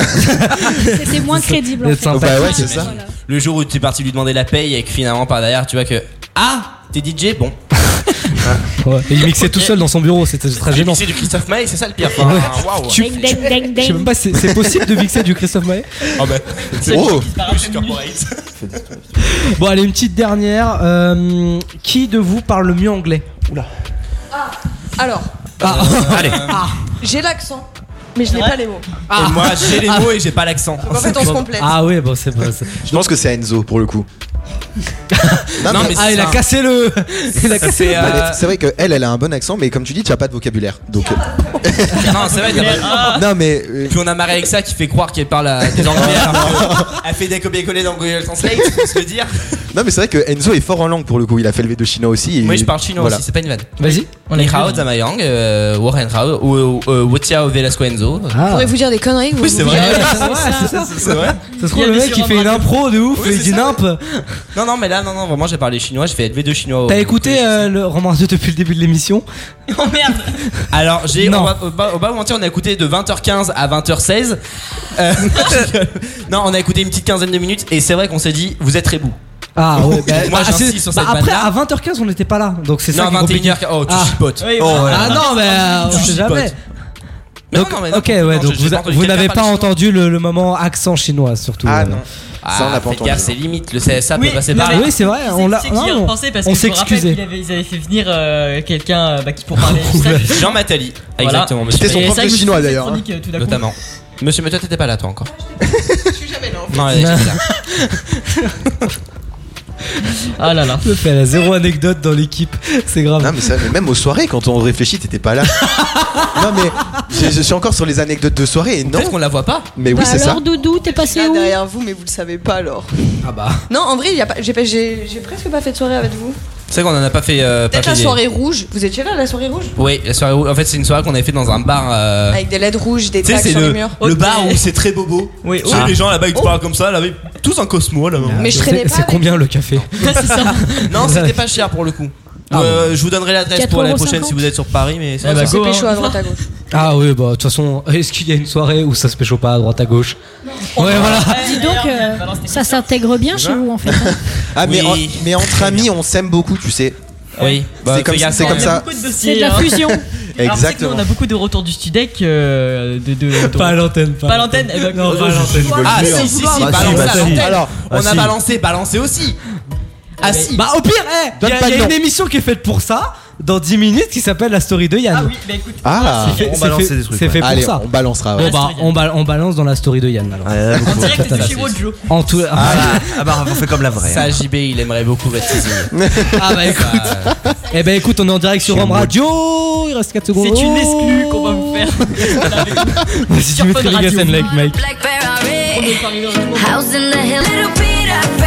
Speaker 5: C'était moins crédible, en
Speaker 1: C'est
Speaker 8: Oh,
Speaker 5: fait.
Speaker 1: sympa.
Speaker 9: Bah ouais, c'est ça.
Speaker 5: Voilà.
Speaker 8: Le jour où tu es parti lui demander la paye et que finalement, par derrière, tu vois que. Ah T'es DJ Bon.
Speaker 1: Ouais. Et Il mixait tout seul dans son bureau, c'était très gênant.
Speaker 8: C'est du Christophe Maé, c'est ça le pire.
Speaker 1: Ouais.
Speaker 8: Enfin, Waouh.
Speaker 1: Tu-
Speaker 5: Ding, ding, ding,
Speaker 1: Je sais même
Speaker 5: ding.
Speaker 1: pas, c'est c'est possible de mixer du Christophe Maé
Speaker 8: Ah bah.
Speaker 9: Oh.
Speaker 1: Bon, allez, une petite dernière. Euh, qui de vous parle le mieux anglais Oula.
Speaker 14: Alors,
Speaker 1: Ah,
Speaker 8: Euh,
Speaker 12: Allez,
Speaker 14: j'ai l'accent, mais je n'ai
Speaker 2: Ouais.
Speaker 14: pas les mots.
Speaker 1: Ah.
Speaker 8: Et moi, j'ai les mots et j'ai pas l'accent.
Speaker 14: Donc en fait, on se complète.
Speaker 1: ah ouais, bon, c'est bon. c'est-
Speaker 9: Je pense que c'est Enzo pour le coup. Non, mais-
Speaker 8: mais
Speaker 1: Ah, il a
Speaker 8: ça.
Speaker 1: cassé le. Il a cassé
Speaker 8: C'est,
Speaker 1: le.
Speaker 8: euh,
Speaker 9: C'est vrai que elle, elle a un bon accent, mais comme tu dis, tu as pas de vocabulaire. Donc, euh,
Speaker 8: Non, c'est vrai, t'as pas-
Speaker 1: Ah.
Speaker 8: Ah.
Speaker 9: non mais euh,
Speaker 8: Puis on a Marie Alexa qui fait croire qu'elle parle à des anglais. alors que Elle fait des copier-coller dans Google Translate, faut se le dire.
Speaker 9: non mais c'est vrai que Enzo est fort en langue pour le coup. Il a fait le V de chinois aussi. et-
Speaker 8: Moi, je parle chinois
Speaker 9: voilà.
Speaker 8: aussi, c'est pas une vanne.
Speaker 1: Vas-y.
Speaker 8: On est Rao, Zamayang, euh, Warren Rao, ou euh, Wotia Velasco Enzo.
Speaker 1: Ah.
Speaker 14: Pourrez-vous dire des conneries vous
Speaker 8: Oui, c'est
Speaker 14: vous
Speaker 8: vrai.
Speaker 14: direz-
Speaker 2: Ah,
Speaker 1: Ouais, c'est ça.
Speaker 8: C'est vrai
Speaker 1: Ça se
Speaker 2: Il
Speaker 1: trouve,
Speaker 2: y
Speaker 1: le
Speaker 2: avait
Speaker 1: mec,
Speaker 2: sur
Speaker 1: il
Speaker 2: un
Speaker 1: fait une
Speaker 2: braquet.
Speaker 1: impro de ouf,
Speaker 8: Oui,
Speaker 1: il
Speaker 8: c'est
Speaker 1: dit
Speaker 8: ça.
Speaker 1: nimp.
Speaker 8: Non, non, mais là, non, non, vraiment, j'ai parlé chinois, j'ai fait LV2 chinois. au-
Speaker 1: T'as écouté euh, le roman Dieu depuis le début de l'émission
Speaker 2: Oh merde.
Speaker 8: Alors, j'ai,
Speaker 1: Non.
Speaker 8: on va, on va- on va vous mentir, on a écouté de 20h15 à 20h16. Euh, non, on a écouté une petite quinzaine de minutes et c'est vrai qu'on s'est dit, vous êtes rebou.
Speaker 1: Ah ouais, bah,
Speaker 8: Moi,
Speaker 1: bah,
Speaker 8: j'insiste
Speaker 1: c'est-
Speaker 8: sur
Speaker 1: bah,
Speaker 8: cette
Speaker 1: après
Speaker 8: vanne-là.
Speaker 1: à 20h15 on n'était pas là donc c'est ça
Speaker 8: Non,
Speaker 1: qui est compliqué.
Speaker 8: 21h15, oh, tu
Speaker 1: ah.
Speaker 8: chipotes.
Speaker 1: Oui,
Speaker 8: Oh,
Speaker 1: voilà.
Speaker 8: ouais.
Speaker 1: ah non mais euh,
Speaker 8: Tu
Speaker 1: on sait
Speaker 8: chipotes.
Speaker 1: jamais.
Speaker 8: Mais
Speaker 1: Donc,
Speaker 8: non, non, mais
Speaker 1: ok
Speaker 8: n'importe
Speaker 1: ouais
Speaker 8: quand,
Speaker 1: donc
Speaker 8: j'ai-
Speaker 1: vous,
Speaker 8: j'ai entendu
Speaker 1: vous
Speaker 8: quelqu'un
Speaker 1: n'avez
Speaker 8: parler
Speaker 1: pas entendu le, le moment accent chinois surtout. Ah non.
Speaker 8: Ah, faites gaffe, c'est limite, le CSA
Speaker 1: Oui,
Speaker 8: peut passer
Speaker 1: non,
Speaker 8: par
Speaker 1: mais
Speaker 8: là.
Speaker 1: oui, c'est vrai, on l'a-
Speaker 2: C'est qui y
Speaker 1: non, on-
Speaker 2: repensait parce
Speaker 1: on
Speaker 2: que je me rappelle
Speaker 1: s'excusait.
Speaker 2: qu'ils avaient- ils avaient fait venir euh, quelqu'un euh, bah, qui pour parler du stade.
Speaker 8: Jean Mattali.
Speaker 2: Voilà.
Speaker 8: Exactement, monsieur.
Speaker 2: C'était son
Speaker 8: Et
Speaker 2: prof
Speaker 8: c'est
Speaker 2: de
Speaker 8: vrai que je
Speaker 2: chinois,
Speaker 8: suis
Speaker 2: d'ailleurs,
Speaker 8: chronique,
Speaker 2: hein.
Speaker 8: euh, tout d'un coup. Notamment. Monsieur, mais toi t'étais pas là toi encore. Non,
Speaker 1: fait.
Speaker 8: elle est- là.
Speaker 2: Ah là là.
Speaker 1: Le fait, elle a zéro anecdote dans l'équipe, c'est grave.
Speaker 9: Non, mais, ça, mais même aux soirées, quand on réfléchit, t'étais pas là. non, mais je, je suis encore sur les anecdotes de soirée et non.
Speaker 8: qu'on la voit pas.
Speaker 9: Mais oui,
Speaker 14: Bah
Speaker 9: c'est ça.
Speaker 14: alors,
Speaker 5: Doudou, t'es passé
Speaker 14: où Derrière vous, mais vous le savez pas alors.
Speaker 8: Ah bah.
Speaker 14: Non, en vrai, il y a pas- j'ai pas- j'ai j'ai presque pas fait de soirée avec vous.
Speaker 8: C'est vrai qu'on en a pas fait. euh, pas
Speaker 14: Peut-être la
Speaker 8: fait-
Speaker 14: soirée rouge. Vous étiez là, la soirée rouge
Speaker 8: Oui, la soirée. où- En fait, c'est une soirée qu'on avait fait dans un bar. euh,
Speaker 14: Avec des LED rouges, des
Speaker 8: Tu sais,
Speaker 14: tacs
Speaker 8: c'est
Speaker 14: sur
Speaker 8: le,
Speaker 14: les murs.
Speaker 8: le bar où c'est très bobo.
Speaker 2: Oui,
Speaker 8: Tu sais,
Speaker 1: oh.
Speaker 8: les gens là-bas ils te parlent comme ça, là, ils- tous un Cosmo là-bas.
Speaker 14: Mais je traînais
Speaker 1: C'est-
Speaker 14: pas
Speaker 1: C'est
Speaker 14: avec-
Speaker 1: combien le café
Speaker 8: Non, c'était pas cher pour le coup.
Speaker 1: Ah
Speaker 8: Euh, Je vous donnerai l'adresse pour l'année
Speaker 1: 4,50.
Speaker 8: prochaine si vous êtes sur Paris, mais
Speaker 1: Eh bah,
Speaker 8: ça.
Speaker 1: go,
Speaker 14: C'est
Speaker 5: hein.
Speaker 14: pécho à droite à gauche.
Speaker 1: Ah oui, bah de toute façon, est-ce qu'il y a une soirée où ça se pécho pas à droite à gauche Ouais, voilà.
Speaker 5: Dis donc, euh, ça s'intègre bien chez vous en fait.
Speaker 9: Ah, mais,
Speaker 8: Oui.
Speaker 9: en- mais entre amis, on s'aime beaucoup, tu sais.
Speaker 8: Oui, bah,
Speaker 9: c'est comme,
Speaker 8: fais
Speaker 1: Ah,
Speaker 8: gaffe,
Speaker 9: c'est
Speaker 8: hein.
Speaker 9: comme
Speaker 8: Il y a
Speaker 9: ça.
Speaker 8: beaucoup hein.
Speaker 2: de hein.
Speaker 5: C'est de la fusion.
Speaker 2: Alors, tu sais que nous,
Speaker 9: Exactement.
Speaker 2: on a beaucoup de retours du Studec. euh, de, de, de-
Speaker 1: Pas à l'antenne, pas
Speaker 2: Pas à l'antenne eh ben,
Speaker 1: Non,
Speaker 2: euh,
Speaker 1: pas à l'antenne,
Speaker 2: je-
Speaker 1: je le
Speaker 8: Ah
Speaker 1: jure.
Speaker 8: si, si, si,
Speaker 1: Bah,
Speaker 8: balance
Speaker 1: si, bah,
Speaker 8: à
Speaker 1: si.
Speaker 8: l'antenne.
Speaker 1: Alors,
Speaker 8: On
Speaker 1: bah,
Speaker 8: a
Speaker 1: si.
Speaker 8: balancé, balancé aussi. Ah si.
Speaker 1: Bah au pire, il
Speaker 8: Donne
Speaker 1: y a,
Speaker 8: pas
Speaker 1: y a
Speaker 8: de nom.
Speaker 1: une émission qui est faite pour ça dans 10 minutes qui s'appelle La Story de Yann. Ah oui,
Speaker 2: bah écoute,
Speaker 9: Ah.
Speaker 1: c'est fait,
Speaker 9: On
Speaker 1: c'est
Speaker 9: balançait
Speaker 1: fait-
Speaker 9: des trucs,
Speaker 1: c'est fait
Speaker 9: ouais.
Speaker 1: pour
Speaker 9: Allez,
Speaker 1: ça.
Speaker 9: on balancera, ouais.
Speaker 1: Bon, bah, on, bal- on balance dans la story de Yann alors.
Speaker 2: En direct de chez Wojo.
Speaker 1: En tout. Ah, bah on fait comme la
Speaker 8: Ça, JB, il aimerait beaucoup être saisi.
Speaker 1: Ah bah écoute. Eh bah écoute, on est en direct sur Rome Radio. Il reste 4 secondes.
Speaker 2: C'est une exclue qu'on va vous faire.
Speaker 1: Si tu mettrais
Speaker 2: Fun
Speaker 1: les
Speaker 2: Radio.
Speaker 1: gars, like Mike.
Speaker 15: Blackberry, house in the hill, little Peter Pan.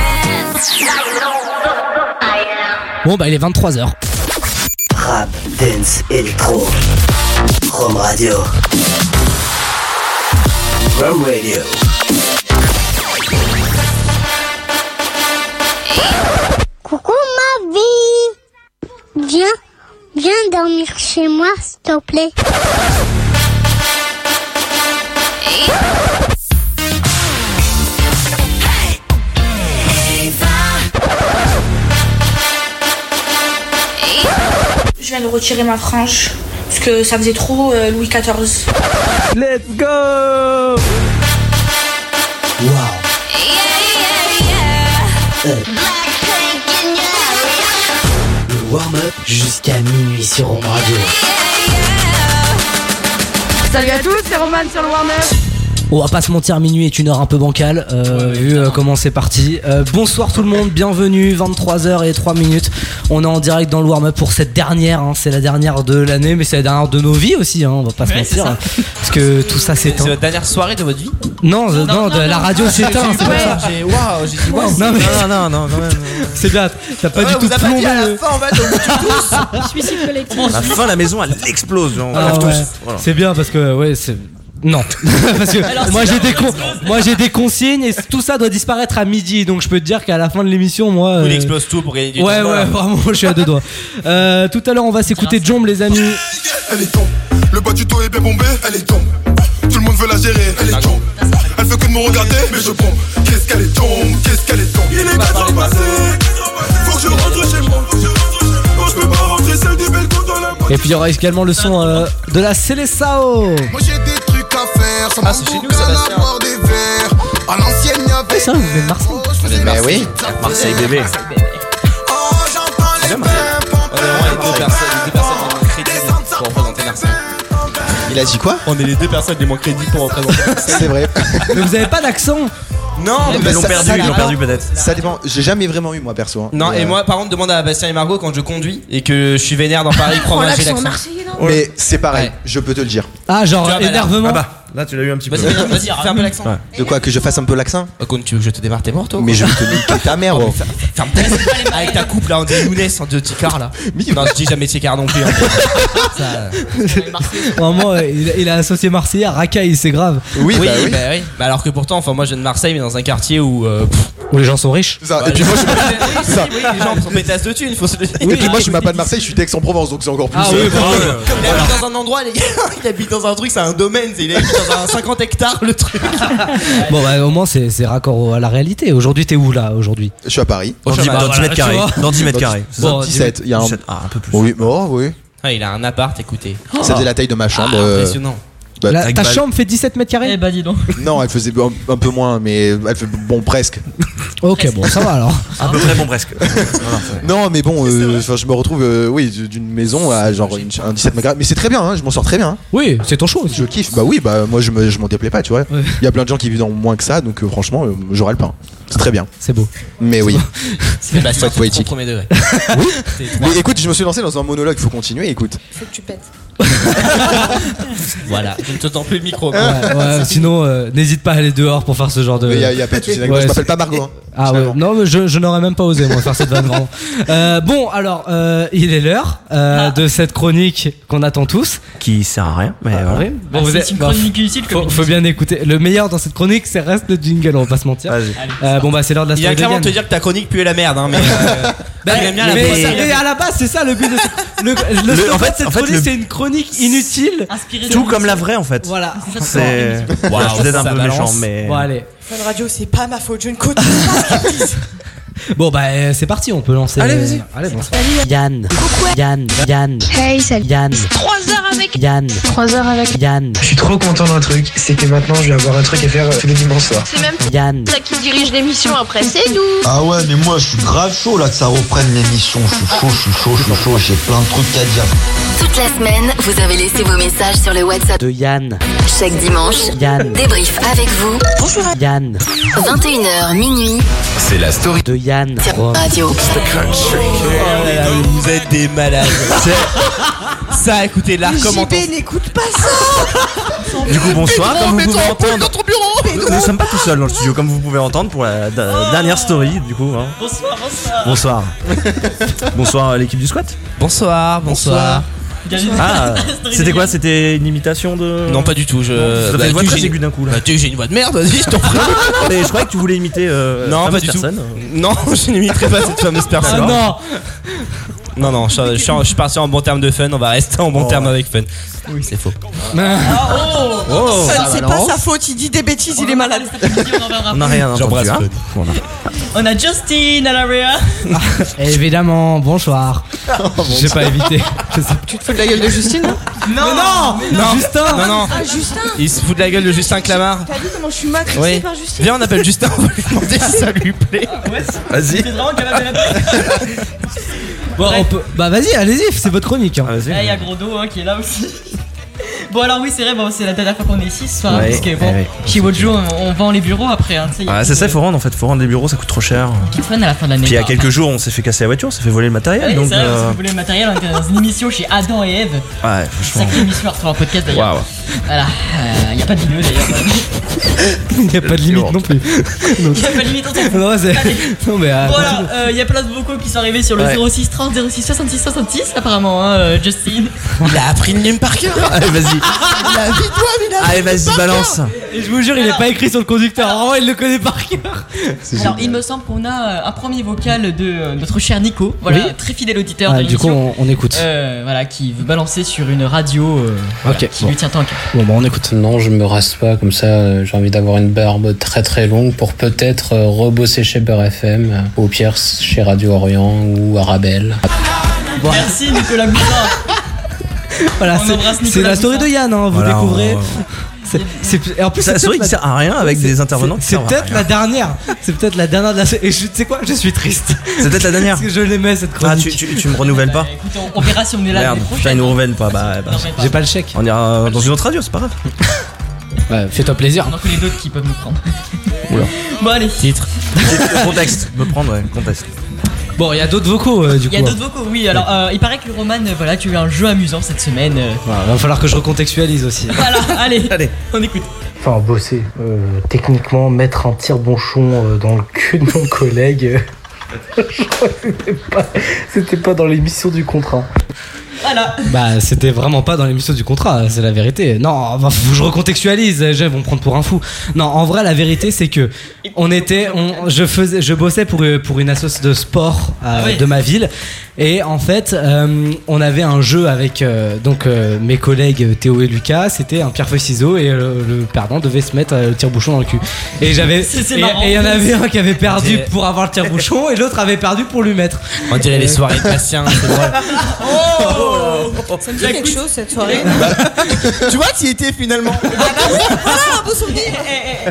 Speaker 1: Bon bah il est 23h.
Speaker 10: Rap, dance, électro. Rome Radio. Rome Radio.
Speaker 4: Coucou ma vie Viens, viens dormir chez moi, s'il te plaît.
Speaker 13: Je viens de retirer ma frange parce que ça faisait trop euh, Louis XIV.
Speaker 6: Let's go
Speaker 10: Le warm-up jusqu'à minuit sur Rome Radio.
Speaker 14: Salut à tous, c'est Roman sur le Warner.
Speaker 1: On va pas se mentir, minuit est une heure un peu bancale, euh, vu euh, comment c'est parti. Euh, bonsoir tout le monde, bienvenue, 23h et 3 minutes. On est en direct dans le warm-up pour cette dernière, hein, c'est la dernière de l'année, mais c'est la dernière de nos vies aussi, hein, on va pas se
Speaker 8: Ouais, c'est
Speaker 1: mentir.
Speaker 8: ça.
Speaker 1: Parce que tout ça
Speaker 8: C'est
Speaker 1: s'éteint.
Speaker 8: votre dernière soirée de votre vie
Speaker 1: Non, euh, non, de- la radio s'éteint, c'est pour ça.
Speaker 8: Ah, J'ai waouh, j'ai dit waouh.
Speaker 1: Non, mais-
Speaker 8: non, non, non, quand même.
Speaker 1: C'est bien, t'as pas
Speaker 8: Ouais,
Speaker 1: du
Speaker 8: on
Speaker 1: tout
Speaker 8: vous a pas dit
Speaker 1: plombé
Speaker 8: à
Speaker 17: Euh.
Speaker 8: la
Speaker 1: le-
Speaker 8: fin, en fait, on vous tue tous.
Speaker 5: Suicide collectif.
Speaker 12: À la fin, la maison, elle explose. genre, on
Speaker 1: Ah
Speaker 12: lève tous.
Speaker 1: ouais.
Speaker 12: Voilà.
Speaker 1: C'est bien parce que, ouais, c'est. Non, parce que
Speaker 12: Alors,
Speaker 1: moi
Speaker 12: c'est
Speaker 1: j'ai
Speaker 12: bien,
Speaker 1: des con- moi j'ai des consignes et tout ça doit disparaître à midi, donc je peux te dire qu'à la fin de l'émission, moi.
Speaker 8: Il
Speaker 1: euh,
Speaker 8: explose tout pour gagner du temps.
Speaker 1: Ouais, ouais, vraiment, je suis à deux doigts. Euh, tout à l'heure, on va s'écouter Jomb, les amis.
Speaker 17: Elle est tombe. Le bas du dos est bien bombé, elle est tombe. Tout le monde veut la gérer, elle est tombe. Elle veut que de me regarder, mais je pompe. Qu'est-ce qu'elle est tombe, qu'est-ce qu'elle est tombe. Il est 4 ans passé, faut que je rentre chez moi. Non, je peux pas rentrer, celle du balcon dans la
Speaker 1: Et puis, il y aura également le son euh, de la Célessao.
Speaker 17: Moi j'ai des trucs à faire, ça me boucle à boire des verres. À l'ancienne, y'avait.
Speaker 1: Ça, vous venez de
Speaker 17: Oh,
Speaker 1: Marseille.
Speaker 9: Mais oui.
Speaker 12: Marseille bébé.
Speaker 9: Il a dit quoi
Speaker 8: On est les deux personnes les moins crédibles pour représenter.
Speaker 9: C'est vrai.
Speaker 1: Mais vous avez pas d'accent
Speaker 8: Non, mais ça- ça dépend.
Speaker 9: peut-être. Ça dépend. J'ai jamais vraiment eu, moi, perso. hein.
Speaker 8: Non,
Speaker 9: Mais,
Speaker 8: et
Speaker 9: euh,
Speaker 8: moi, par contre, demande à Bastien et Margot quand je conduis et que je suis vénère dans Paris,
Speaker 6: Oh,
Speaker 8: prends un l'accent.
Speaker 9: Mais c'est pareil, je peux te le dire.
Speaker 1: Ah, genre énervement.
Speaker 12: Ah bah, là, tu l'as eu un petit peu.
Speaker 8: Vas-y, vas-y, vas-y, fais un peu l'accent.
Speaker 9: De quoi Que je fasse un peu l'accent
Speaker 8: Quand tu veux que je te démarre, t'es mort, toi
Speaker 9: Mais je vais te niquer ta mère, oh.
Speaker 8: Ferme ta gueule. Avec ta coupe là, on dit Younes en deux ticards là. Non, je dis jamais ticard non plus. hein. Ça-
Speaker 1: Vraiment, euh, il, il a associé Marseillais à Racaille, c'est grave.
Speaker 8: bah oui, bah oui. Bah alors que pourtant, enfin, moi je viens de Marseille, mais dans un quartier où. euh, pff,
Speaker 1: Où les gens sont riches.
Speaker 9: Ça, et puis moi, je suis pas-
Speaker 8: Oui,
Speaker 9: ça.
Speaker 8: oui, les gens sont pétasses de thunes, faut se le dire.
Speaker 9: Et puis moi, je suis pas de Marseille, je suis d'Aix-en-Provence, donc c'est encore plus.
Speaker 8: Ah oui,
Speaker 9: euh,
Speaker 8: bravo. Il habite dans un endroit, les gars, il habite dans un truc, c'est un domaine, c'est- il habite dans un 50 hectares le truc.
Speaker 1: Bon, bah, au moins, c'est c'est raccord au- à la réalité. Aujourd'hui, t'es où là aujourd'hui
Speaker 9: Je suis à Paris.
Speaker 8: Dans dix- dans dix mètres carrés. Dans dix mètres carrés.
Speaker 9: Dans
Speaker 8: Bon,
Speaker 9: 17, il y a un.
Speaker 8: 17, ah, un peu plus.
Speaker 9: Oui, oh, oui.
Speaker 8: Ah, il a un appart, écoutez.
Speaker 9: Ça faisait la taille de ma chambre.
Speaker 8: Ah,
Speaker 9: euh,
Speaker 8: impressionnant.
Speaker 9: bah,
Speaker 1: La-
Speaker 9: avec
Speaker 1: Ta
Speaker 9: balle.
Speaker 1: chambre fait 17 mètres carrés Eh bah, dis donc.
Speaker 9: Non, elle faisait un, un peu moins, mais elle fait bon presque.
Speaker 1: Ok, bon, ça va alors.
Speaker 7: À peu près bon presque.
Speaker 9: Non, mais bon, euh, enfin, je me retrouve, euh, oui, d'une maison à genre une ch- un 17 mètres carrés. Mais c'est très bien, hein, je m'en sors très bien.
Speaker 1: Oui, c'est ton choix aussi.
Speaker 9: Je kiffe. Bah oui, bah moi je me- je m'en déplais pas, tu vois. Il y a plein de gens qui vivent dans moins que ça, donc euh, franchement, euh, j'aurai le pain. C'est très bien.
Speaker 1: C'est beau.
Speaker 9: Mais oui.
Speaker 8: C'est bah,
Speaker 9: Faut être
Speaker 8: c'est
Speaker 9: poétique.
Speaker 8: premier degré.
Speaker 9: Oui. Mais écoute, je me suis lancé dans un monologue, faut continuer, écoute.
Speaker 18: Faut que tu pètes.
Speaker 8: Voilà, je ne te tends plus le micro.
Speaker 1: Ouais, ouais, sinon, euh, n'hésite pas à aller dehors pour faire ce genre de.
Speaker 9: Mais y a- y
Speaker 8: euh,
Speaker 9: a pas de soucis, d'accord, je
Speaker 1: c'est-
Speaker 9: m'appelle pas Margot, hein,
Speaker 1: ah ouais, non, mais je, je n'aurais même pas osé moi faire cette vanne vraiment. Euh, bon, alors, euh, il est l'heure euh, de cette chronique qu'on attend tous.
Speaker 7: Qui sert à rien, mais
Speaker 8: Bah,
Speaker 7: voilà.
Speaker 1: oui. Bon, vous
Speaker 7: c'est
Speaker 1: êtes-
Speaker 7: une
Speaker 1: bah,
Speaker 7: chronique
Speaker 1: faut-
Speaker 7: utile,
Speaker 1: Faut, faut bien écouter. Le meilleur dans cette chronique, c'est reste le jingle, on va pas se mentir. Euh, bon bah c'est l'heure de la
Speaker 8: Il vient
Speaker 1: story de
Speaker 8: clairement
Speaker 1: Yann.
Speaker 8: te dire que ta chronique pue la merde, hein, mais. euh, il aime bien la
Speaker 1: mais,
Speaker 8: prose.
Speaker 1: ça- mais à la base, c'est ça le but de ce- le, le
Speaker 7: Le-
Speaker 1: slogan
Speaker 7: en fait-
Speaker 1: de cette
Speaker 7: en fait,
Speaker 1: chronique,
Speaker 7: le-
Speaker 1: c'est une chronique inutile.
Speaker 7: Tout comme la vraie en fait.
Speaker 1: Voilà.
Speaker 7: C'est.
Speaker 8: Waouh,
Speaker 7: Voilà, peut-être un
Speaker 8: ça
Speaker 7: peu
Speaker 8: balance.
Speaker 7: méchant, mais.
Speaker 1: Bon, allez.
Speaker 14: Fun Radio, c'est pas ma faute, je ne connais pas.
Speaker 1: Bon bah euh, c'est parti, on peut lancer.
Speaker 14: Allez, vas-y.
Speaker 1: Allez, bon, c'est parti. Yann. Yann. Yann.
Speaker 5: Hey, salut.
Speaker 1: Yann.
Speaker 5: 3 heures avec.
Speaker 1: Yann.
Speaker 5: 3 heures avec.
Speaker 1: Yann.
Speaker 6: Je suis trop content d'un truc, c'est que maintenant je vais avoir un truc à faire euh, tous les dimanches soirs.
Speaker 5: C'est même
Speaker 1: Yann.
Speaker 5: ça qui dirige l'émission après, c'est nous.
Speaker 6: Ah ouais, mais moi je suis grave chaud là que ça reprenne l'émission. Je suis chaud, je suis chaud, je suis chaud, j'ai plein de trucs à dire.
Speaker 10: Toute la semaine, vous avez laissé vos messages sur le WhatsApp
Speaker 1: de Yann.
Speaker 10: Chaque dimanche,
Speaker 1: Yann.
Speaker 10: débrief avec vous. Bonjour
Speaker 1: Yann.
Speaker 10: 21h minuit.
Speaker 1: C'est la story de Yann.
Speaker 10: Radio.
Speaker 8: Oh là là, mais vous êtes des malades. C'est- ça, écoutez, l'art comment
Speaker 14: JB n'écoute pas ça
Speaker 7: Du coup, bonsoir, comme vous pouvez
Speaker 14: entendre.
Speaker 7: entendre. Nous ne sommes pas tout seuls dans le studio, comme vous pouvez entendre pour la da-
Speaker 8: Oh
Speaker 7: dernière story, du coup. hein.
Speaker 2: Bonsoir, bonsoir.
Speaker 7: Bonsoir. bonsoir à l'équipe du squat.
Speaker 8: Bonsoir, bonsoir.
Speaker 7: Ah, c'était quoi C'était une imitation de.
Speaker 8: Non, pas du tout. Je.
Speaker 7: Ça fait une voix
Speaker 8: tu,
Speaker 7: très
Speaker 8: j'ai
Speaker 7: aiguë d'un coup là.
Speaker 8: Bah, tu, j'ai une voix de merde, vas-y, je t'en prie.
Speaker 7: Mais je croyais que tu voulais imiter. euh,
Speaker 8: Non, pas
Speaker 7: fameuse
Speaker 8: du tout.
Speaker 7: personne.
Speaker 8: Non, je n'imiterai pas cette fameuse personne.
Speaker 7: Ah, non.
Speaker 8: Non, non, je, je- je suis parti en bon terme de fun, on va rester en bon
Speaker 7: Oh.
Speaker 8: terme avec fun. Oui, c'est faux.
Speaker 14: Oh,
Speaker 8: Oh,
Speaker 14: Fun,
Speaker 8: ça
Speaker 14: c'est pas
Speaker 8: balance.
Speaker 14: sa faute, il dit des bêtises, il est malade.
Speaker 7: On a rien entendu.
Speaker 8: J'embrasse
Speaker 7: hein.
Speaker 8: Fun.
Speaker 7: Voilà.
Speaker 2: On a Justin à l'area.
Speaker 1: Évidemment, bonsoir.
Speaker 7: Oh,
Speaker 1: J'ai pas évité. Je sais
Speaker 14: Tu te fous de la gueule de Justine là
Speaker 7: hein
Speaker 8: Non,
Speaker 1: non, Justin.
Speaker 8: Non, non.
Speaker 14: Ah, Justin
Speaker 8: Il se fout de la gueule de Justin Clamart.
Speaker 14: T'as vu comment je suis matrixée
Speaker 8: Oui.
Speaker 14: par Justine
Speaker 8: Viens, on appelle Justin, on va lui demander si ça lui plaît.
Speaker 7: Vas-y.
Speaker 2: C'est vraiment capable de la
Speaker 1: Bon, on peut- Bah vas-y, allez-y, c'est votre chronique.
Speaker 7: Ah,
Speaker 1: hein.
Speaker 2: Là, il y a Gros Dos hein, qui est là aussi. Bon alors oui c'est vrai bon, c'est la dernière fois qu'on est ici ce soir hein,
Speaker 7: Ouais, eh
Speaker 2: parce que bon
Speaker 7: ouais, ouais.
Speaker 2: chez Wojo on, on vend les bureaux après hein, tu sais, il y a
Speaker 7: Ah, c'est ça, il faut rendre en fait. faut rendre les bureaux, ça coûte trop cher.
Speaker 2: Petite fun à la fin de l'année.
Speaker 7: Puis il y a quelques jours, on s'est fait casser la voiture, on s'est fait voler le matériel.
Speaker 2: Ouais,
Speaker 7: donc,
Speaker 2: c'est vrai, parce que
Speaker 7: euh,
Speaker 2: vous voulez le matériel, on était dans une émission chez Adam et Eve.
Speaker 7: ouais, franchement.
Speaker 2: Sacrée émission à retrouver en podcast d'ailleurs.
Speaker 7: Waouh.
Speaker 2: Voilà, euh, il n'y a pas de vidéo d'ailleurs.
Speaker 1: Il n'y a pas de limite non plus.
Speaker 2: Il n'y a pas de limite en tête.
Speaker 1: Non, c'est-
Speaker 2: Allez.
Speaker 1: non, mais euh,
Speaker 2: Voilà, il y a plein de vocaux qui sont arrivés sur le
Speaker 1: Ouais.
Speaker 2: 06 30 06 66 66 apparemment, hein, euh, Justin.
Speaker 8: Il a appris une game par cœur.
Speaker 7: Allez, vas-y.
Speaker 2: La vie
Speaker 7: Allez, vas-y, balance.
Speaker 1: Et je vous jure, il est pas écrit sur le conducteur. Vraiment, il le connaît par cœur.
Speaker 2: Alors, il me semble qu'on a euh, un premier vocal de euh, notre cher Nico, voilà,
Speaker 1: Oui.
Speaker 2: très fidèle auditeur.
Speaker 1: Ah,
Speaker 2: de
Speaker 1: du
Speaker 2: l'émission.
Speaker 1: coup, on- on écoute.
Speaker 2: Euh, voilà, qui veut balancer sur une radio euh, voilà, qui lui tient tant à cœur.
Speaker 19: Bon bah on écoute. Non, je me rase pas comme ça. euh, J'ai envie d'avoir une barbe très très longue pour peut-être euh, rebosser chez Beurre FM, euh, ou au pire chez Radio Orient ou Arabelle.
Speaker 2: Merci Nicolas Bouzin.
Speaker 1: Voilà,
Speaker 2: On
Speaker 1: c'est-
Speaker 2: embrasse
Speaker 1: c'est
Speaker 2: Nicolas
Speaker 1: la story de
Speaker 2: Bouzin.
Speaker 1: Yann, hein, vous
Speaker 7: Voilà,
Speaker 1: découvrez.
Speaker 7: on-
Speaker 1: C'est- c'est- et en plus,
Speaker 7: Ça,
Speaker 1: c'est
Speaker 7: c'est vrai
Speaker 1: peut-être
Speaker 7: qu'il
Speaker 1: la-
Speaker 7: sert à rien avec des intervenants qui
Speaker 1: C'est
Speaker 7: servent à
Speaker 1: peut-être
Speaker 7: rien.
Speaker 1: la dernière. C'est peut-être la dernière de la. Et je- tu sais quoi Je suis triste.
Speaker 7: C'est peut-être la dernière.
Speaker 1: Parce que je l'aimais cette
Speaker 7: Ah,
Speaker 1: chronique. Bah,
Speaker 7: tu, tu, tu me renouvelles pas
Speaker 2: Écoute, on, on verra si on est là
Speaker 7: Merde,
Speaker 2: l'année prochaine.
Speaker 7: putain, ils nous renouvellent pas. Bah, bah,
Speaker 1: J'ai pas le chèque.
Speaker 7: On ira dans une autre radio, c'est pas grave.
Speaker 19: Bah,
Speaker 1: Ouais, fais-toi plaisir.
Speaker 2: On en connaît d'autres qui peuvent nous prendre. Bon, allez.
Speaker 8: Titre.
Speaker 7: contexte. Me prendre, ouais, contexte.
Speaker 1: Bon, il y a d'autres vocaux euh, du
Speaker 2: Il
Speaker 1: coup.
Speaker 2: y a
Speaker 1: hein.
Speaker 2: d'autres vocaux, oui. Alors, euh, il paraît que le Roman, euh, voilà, tu as eu un jeu amusant cette semaine. euh.
Speaker 1: Voilà, Ah, va falloir que je recontextualise aussi.
Speaker 2: Voilà, allez,
Speaker 7: allez,
Speaker 2: on écoute.
Speaker 19: Enfin bosser. euh, techniquement mettre un tir bonchon dans le cul de mon collègue. C'était pas, dans l'émission du contrat.
Speaker 2: Voilà.
Speaker 1: Bah, c'était vraiment pas dans l'émission du contrat, c'est la vérité. Non, enfin, faut que je recontextualise, je vont me prendre pour un fou. Non, en vrai, la vérité, c'est que on était, on, je faisais, je bossais pour, pour une association de sport euh,
Speaker 8: Oui.
Speaker 1: de ma ville, et en fait, euh, on avait un jeu avec euh, donc euh, mes collègues Théo et Lucas. C'était un pierre feuille ciseau et euh, le perdant devait se mettre euh, le tire-bouchon dans le cul. Et j'avais,
Speaker 8: C'est- c'est
Speaker 1: et-
Speaker 8: marrant.
Speaker 1: et il y en avait un qui avait perdu
Speaker 8: C'est-
Speaker 1: pour avoir le tire-bouchon et l'autre avait perdu pour lui mettre. Euh,
Speaker 8: On dirait les soirées de Bastien. c'est drôle. Oh.
Speaker 14: Ça
Speaker 8: Bah,
Speaker 14: me dit quelque chose cette soirée.
Speaker 12: Bah. tu vois, tu y étais finalement.
Speaker 14: voilà un beau souvenir.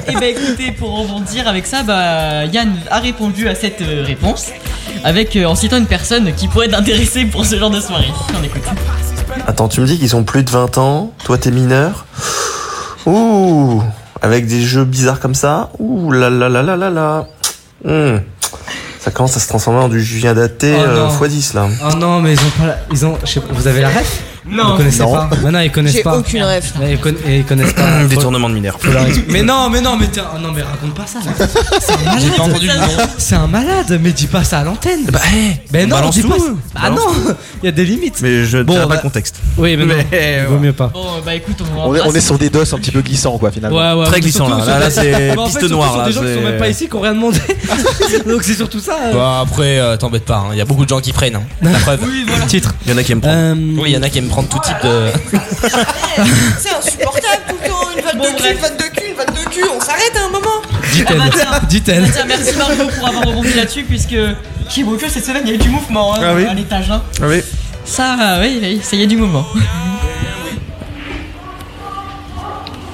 Speaker 2: Eh ben écoutez, pour rebondir avec ça, bah, Yann a répondu à cette euh, réponse avec, euh, en citant une personne qui pourrait être intéressée pour ce genre de soirée. On écoute.
Speaker 12: Attends, tu me dis qu'ils ont plus de 20 ans, toi t'es mineur. Ouh, avec des jeux bizarres comme ça. Ouh là là là là là là. Hmm. Ça commence à se transformer en du Julien daté
Speaker 1: Oh
Speaker 12: euh,
Speaker 1: non.
Speaker 12: x10 là.
Speaker 1: Oh non, mais ils ont pas, la- ils ont, je sais pas, vous avez la ref
Speaker 12: Non.
Speaker 1: Vous connaissez
Speaker 12: Non.
Speaker 1: pas. Bah non, ils connaissent
Speaker 12: J'ai
Speaker 1: pas.
Speaker 12: aucune
Speaker 1: ref. Ils, conna- ils connaissent pas. Faut-
Speaker 12: Détournement de mineurs.
Speaker 1: faut leur expliquer. mais non, mais non, mais t'es- oh non, mais raconte pas ça. là. C'est un malade.
Speaker 8: pas entendu le nom.
Speaker 1: C'est un malade, mais dis pas ça à l'antenne. Bah,
Speaker 12: on
Speaker 1: non,
Speaker 12: balance
Speaker 1: dis
Speaker 12: tout.
Speaker 1: pas. ça.
Speaker 12: On
Speaker 1: Bah
Speaker 12: balance
Speaker 1: non, il y a des limites.
Speaker 12: Mais je ne
Speaker 1: Bon,
Speaker 12: dirai pas
Speaker 1: bah-
Speaker 12: le contexte.
Speaker 1: Oui, mais, non, il vaut mieux pas.
Speaker 2: Bon, bah écoute, on
Speaker 9: On est, on est sur des dos un petit peu glissants, quoi, finalement.
Speaker 1: Ouais, ouais, mais surtout,
Speaker 12: là. Là,
Speaker 1: surtout-
Speaker 12: c'est
Speaker 1: Mais en
Speaker 12: piste
Speaker 1: fait, surtout,
Speaker 12: noire,
Speaker 1: ce sont
Speaker 12: là,
Speaker 1: Des gens qui sont
Speaker 12: c'est-
Speaker 1: même pas ici, qui ont rien demandé. Donc c'est surtout ça. euh.
Speaker 8: Bah, après, euh, t'embête pas, il y a beaucoup de gens qui prennent. hein. La preuve. Euh,
Speaker 1: Titre.
Speaker 12: Il y en a qui aiment
Speaker 1: prendre.
Speaker 8: Oui, il y en a qui aiment prendre tout type de.
Speaker 14: C'est insupportable tout le temps. Une vanne de cul, une vanne de cul, une vanne de cul. On s'arrête à un moment.
Speaker 1: Dit-elle.
Speaker 2: Ah bah tiens.
Speaker 1: Dit-elle.
Speaker 2: Ah tiens, merci Mario pour avoir rebondi là-dessus, puisque Kiboka cette semaine, il y a eu du mouvement hein,
Speaker 12: Ah oui.
Speaker 2: à l'étage. hein.
Speaker 12: Ah oui.
Speaker 2: Ça, euh, oui, oui, ça y est du mouvement.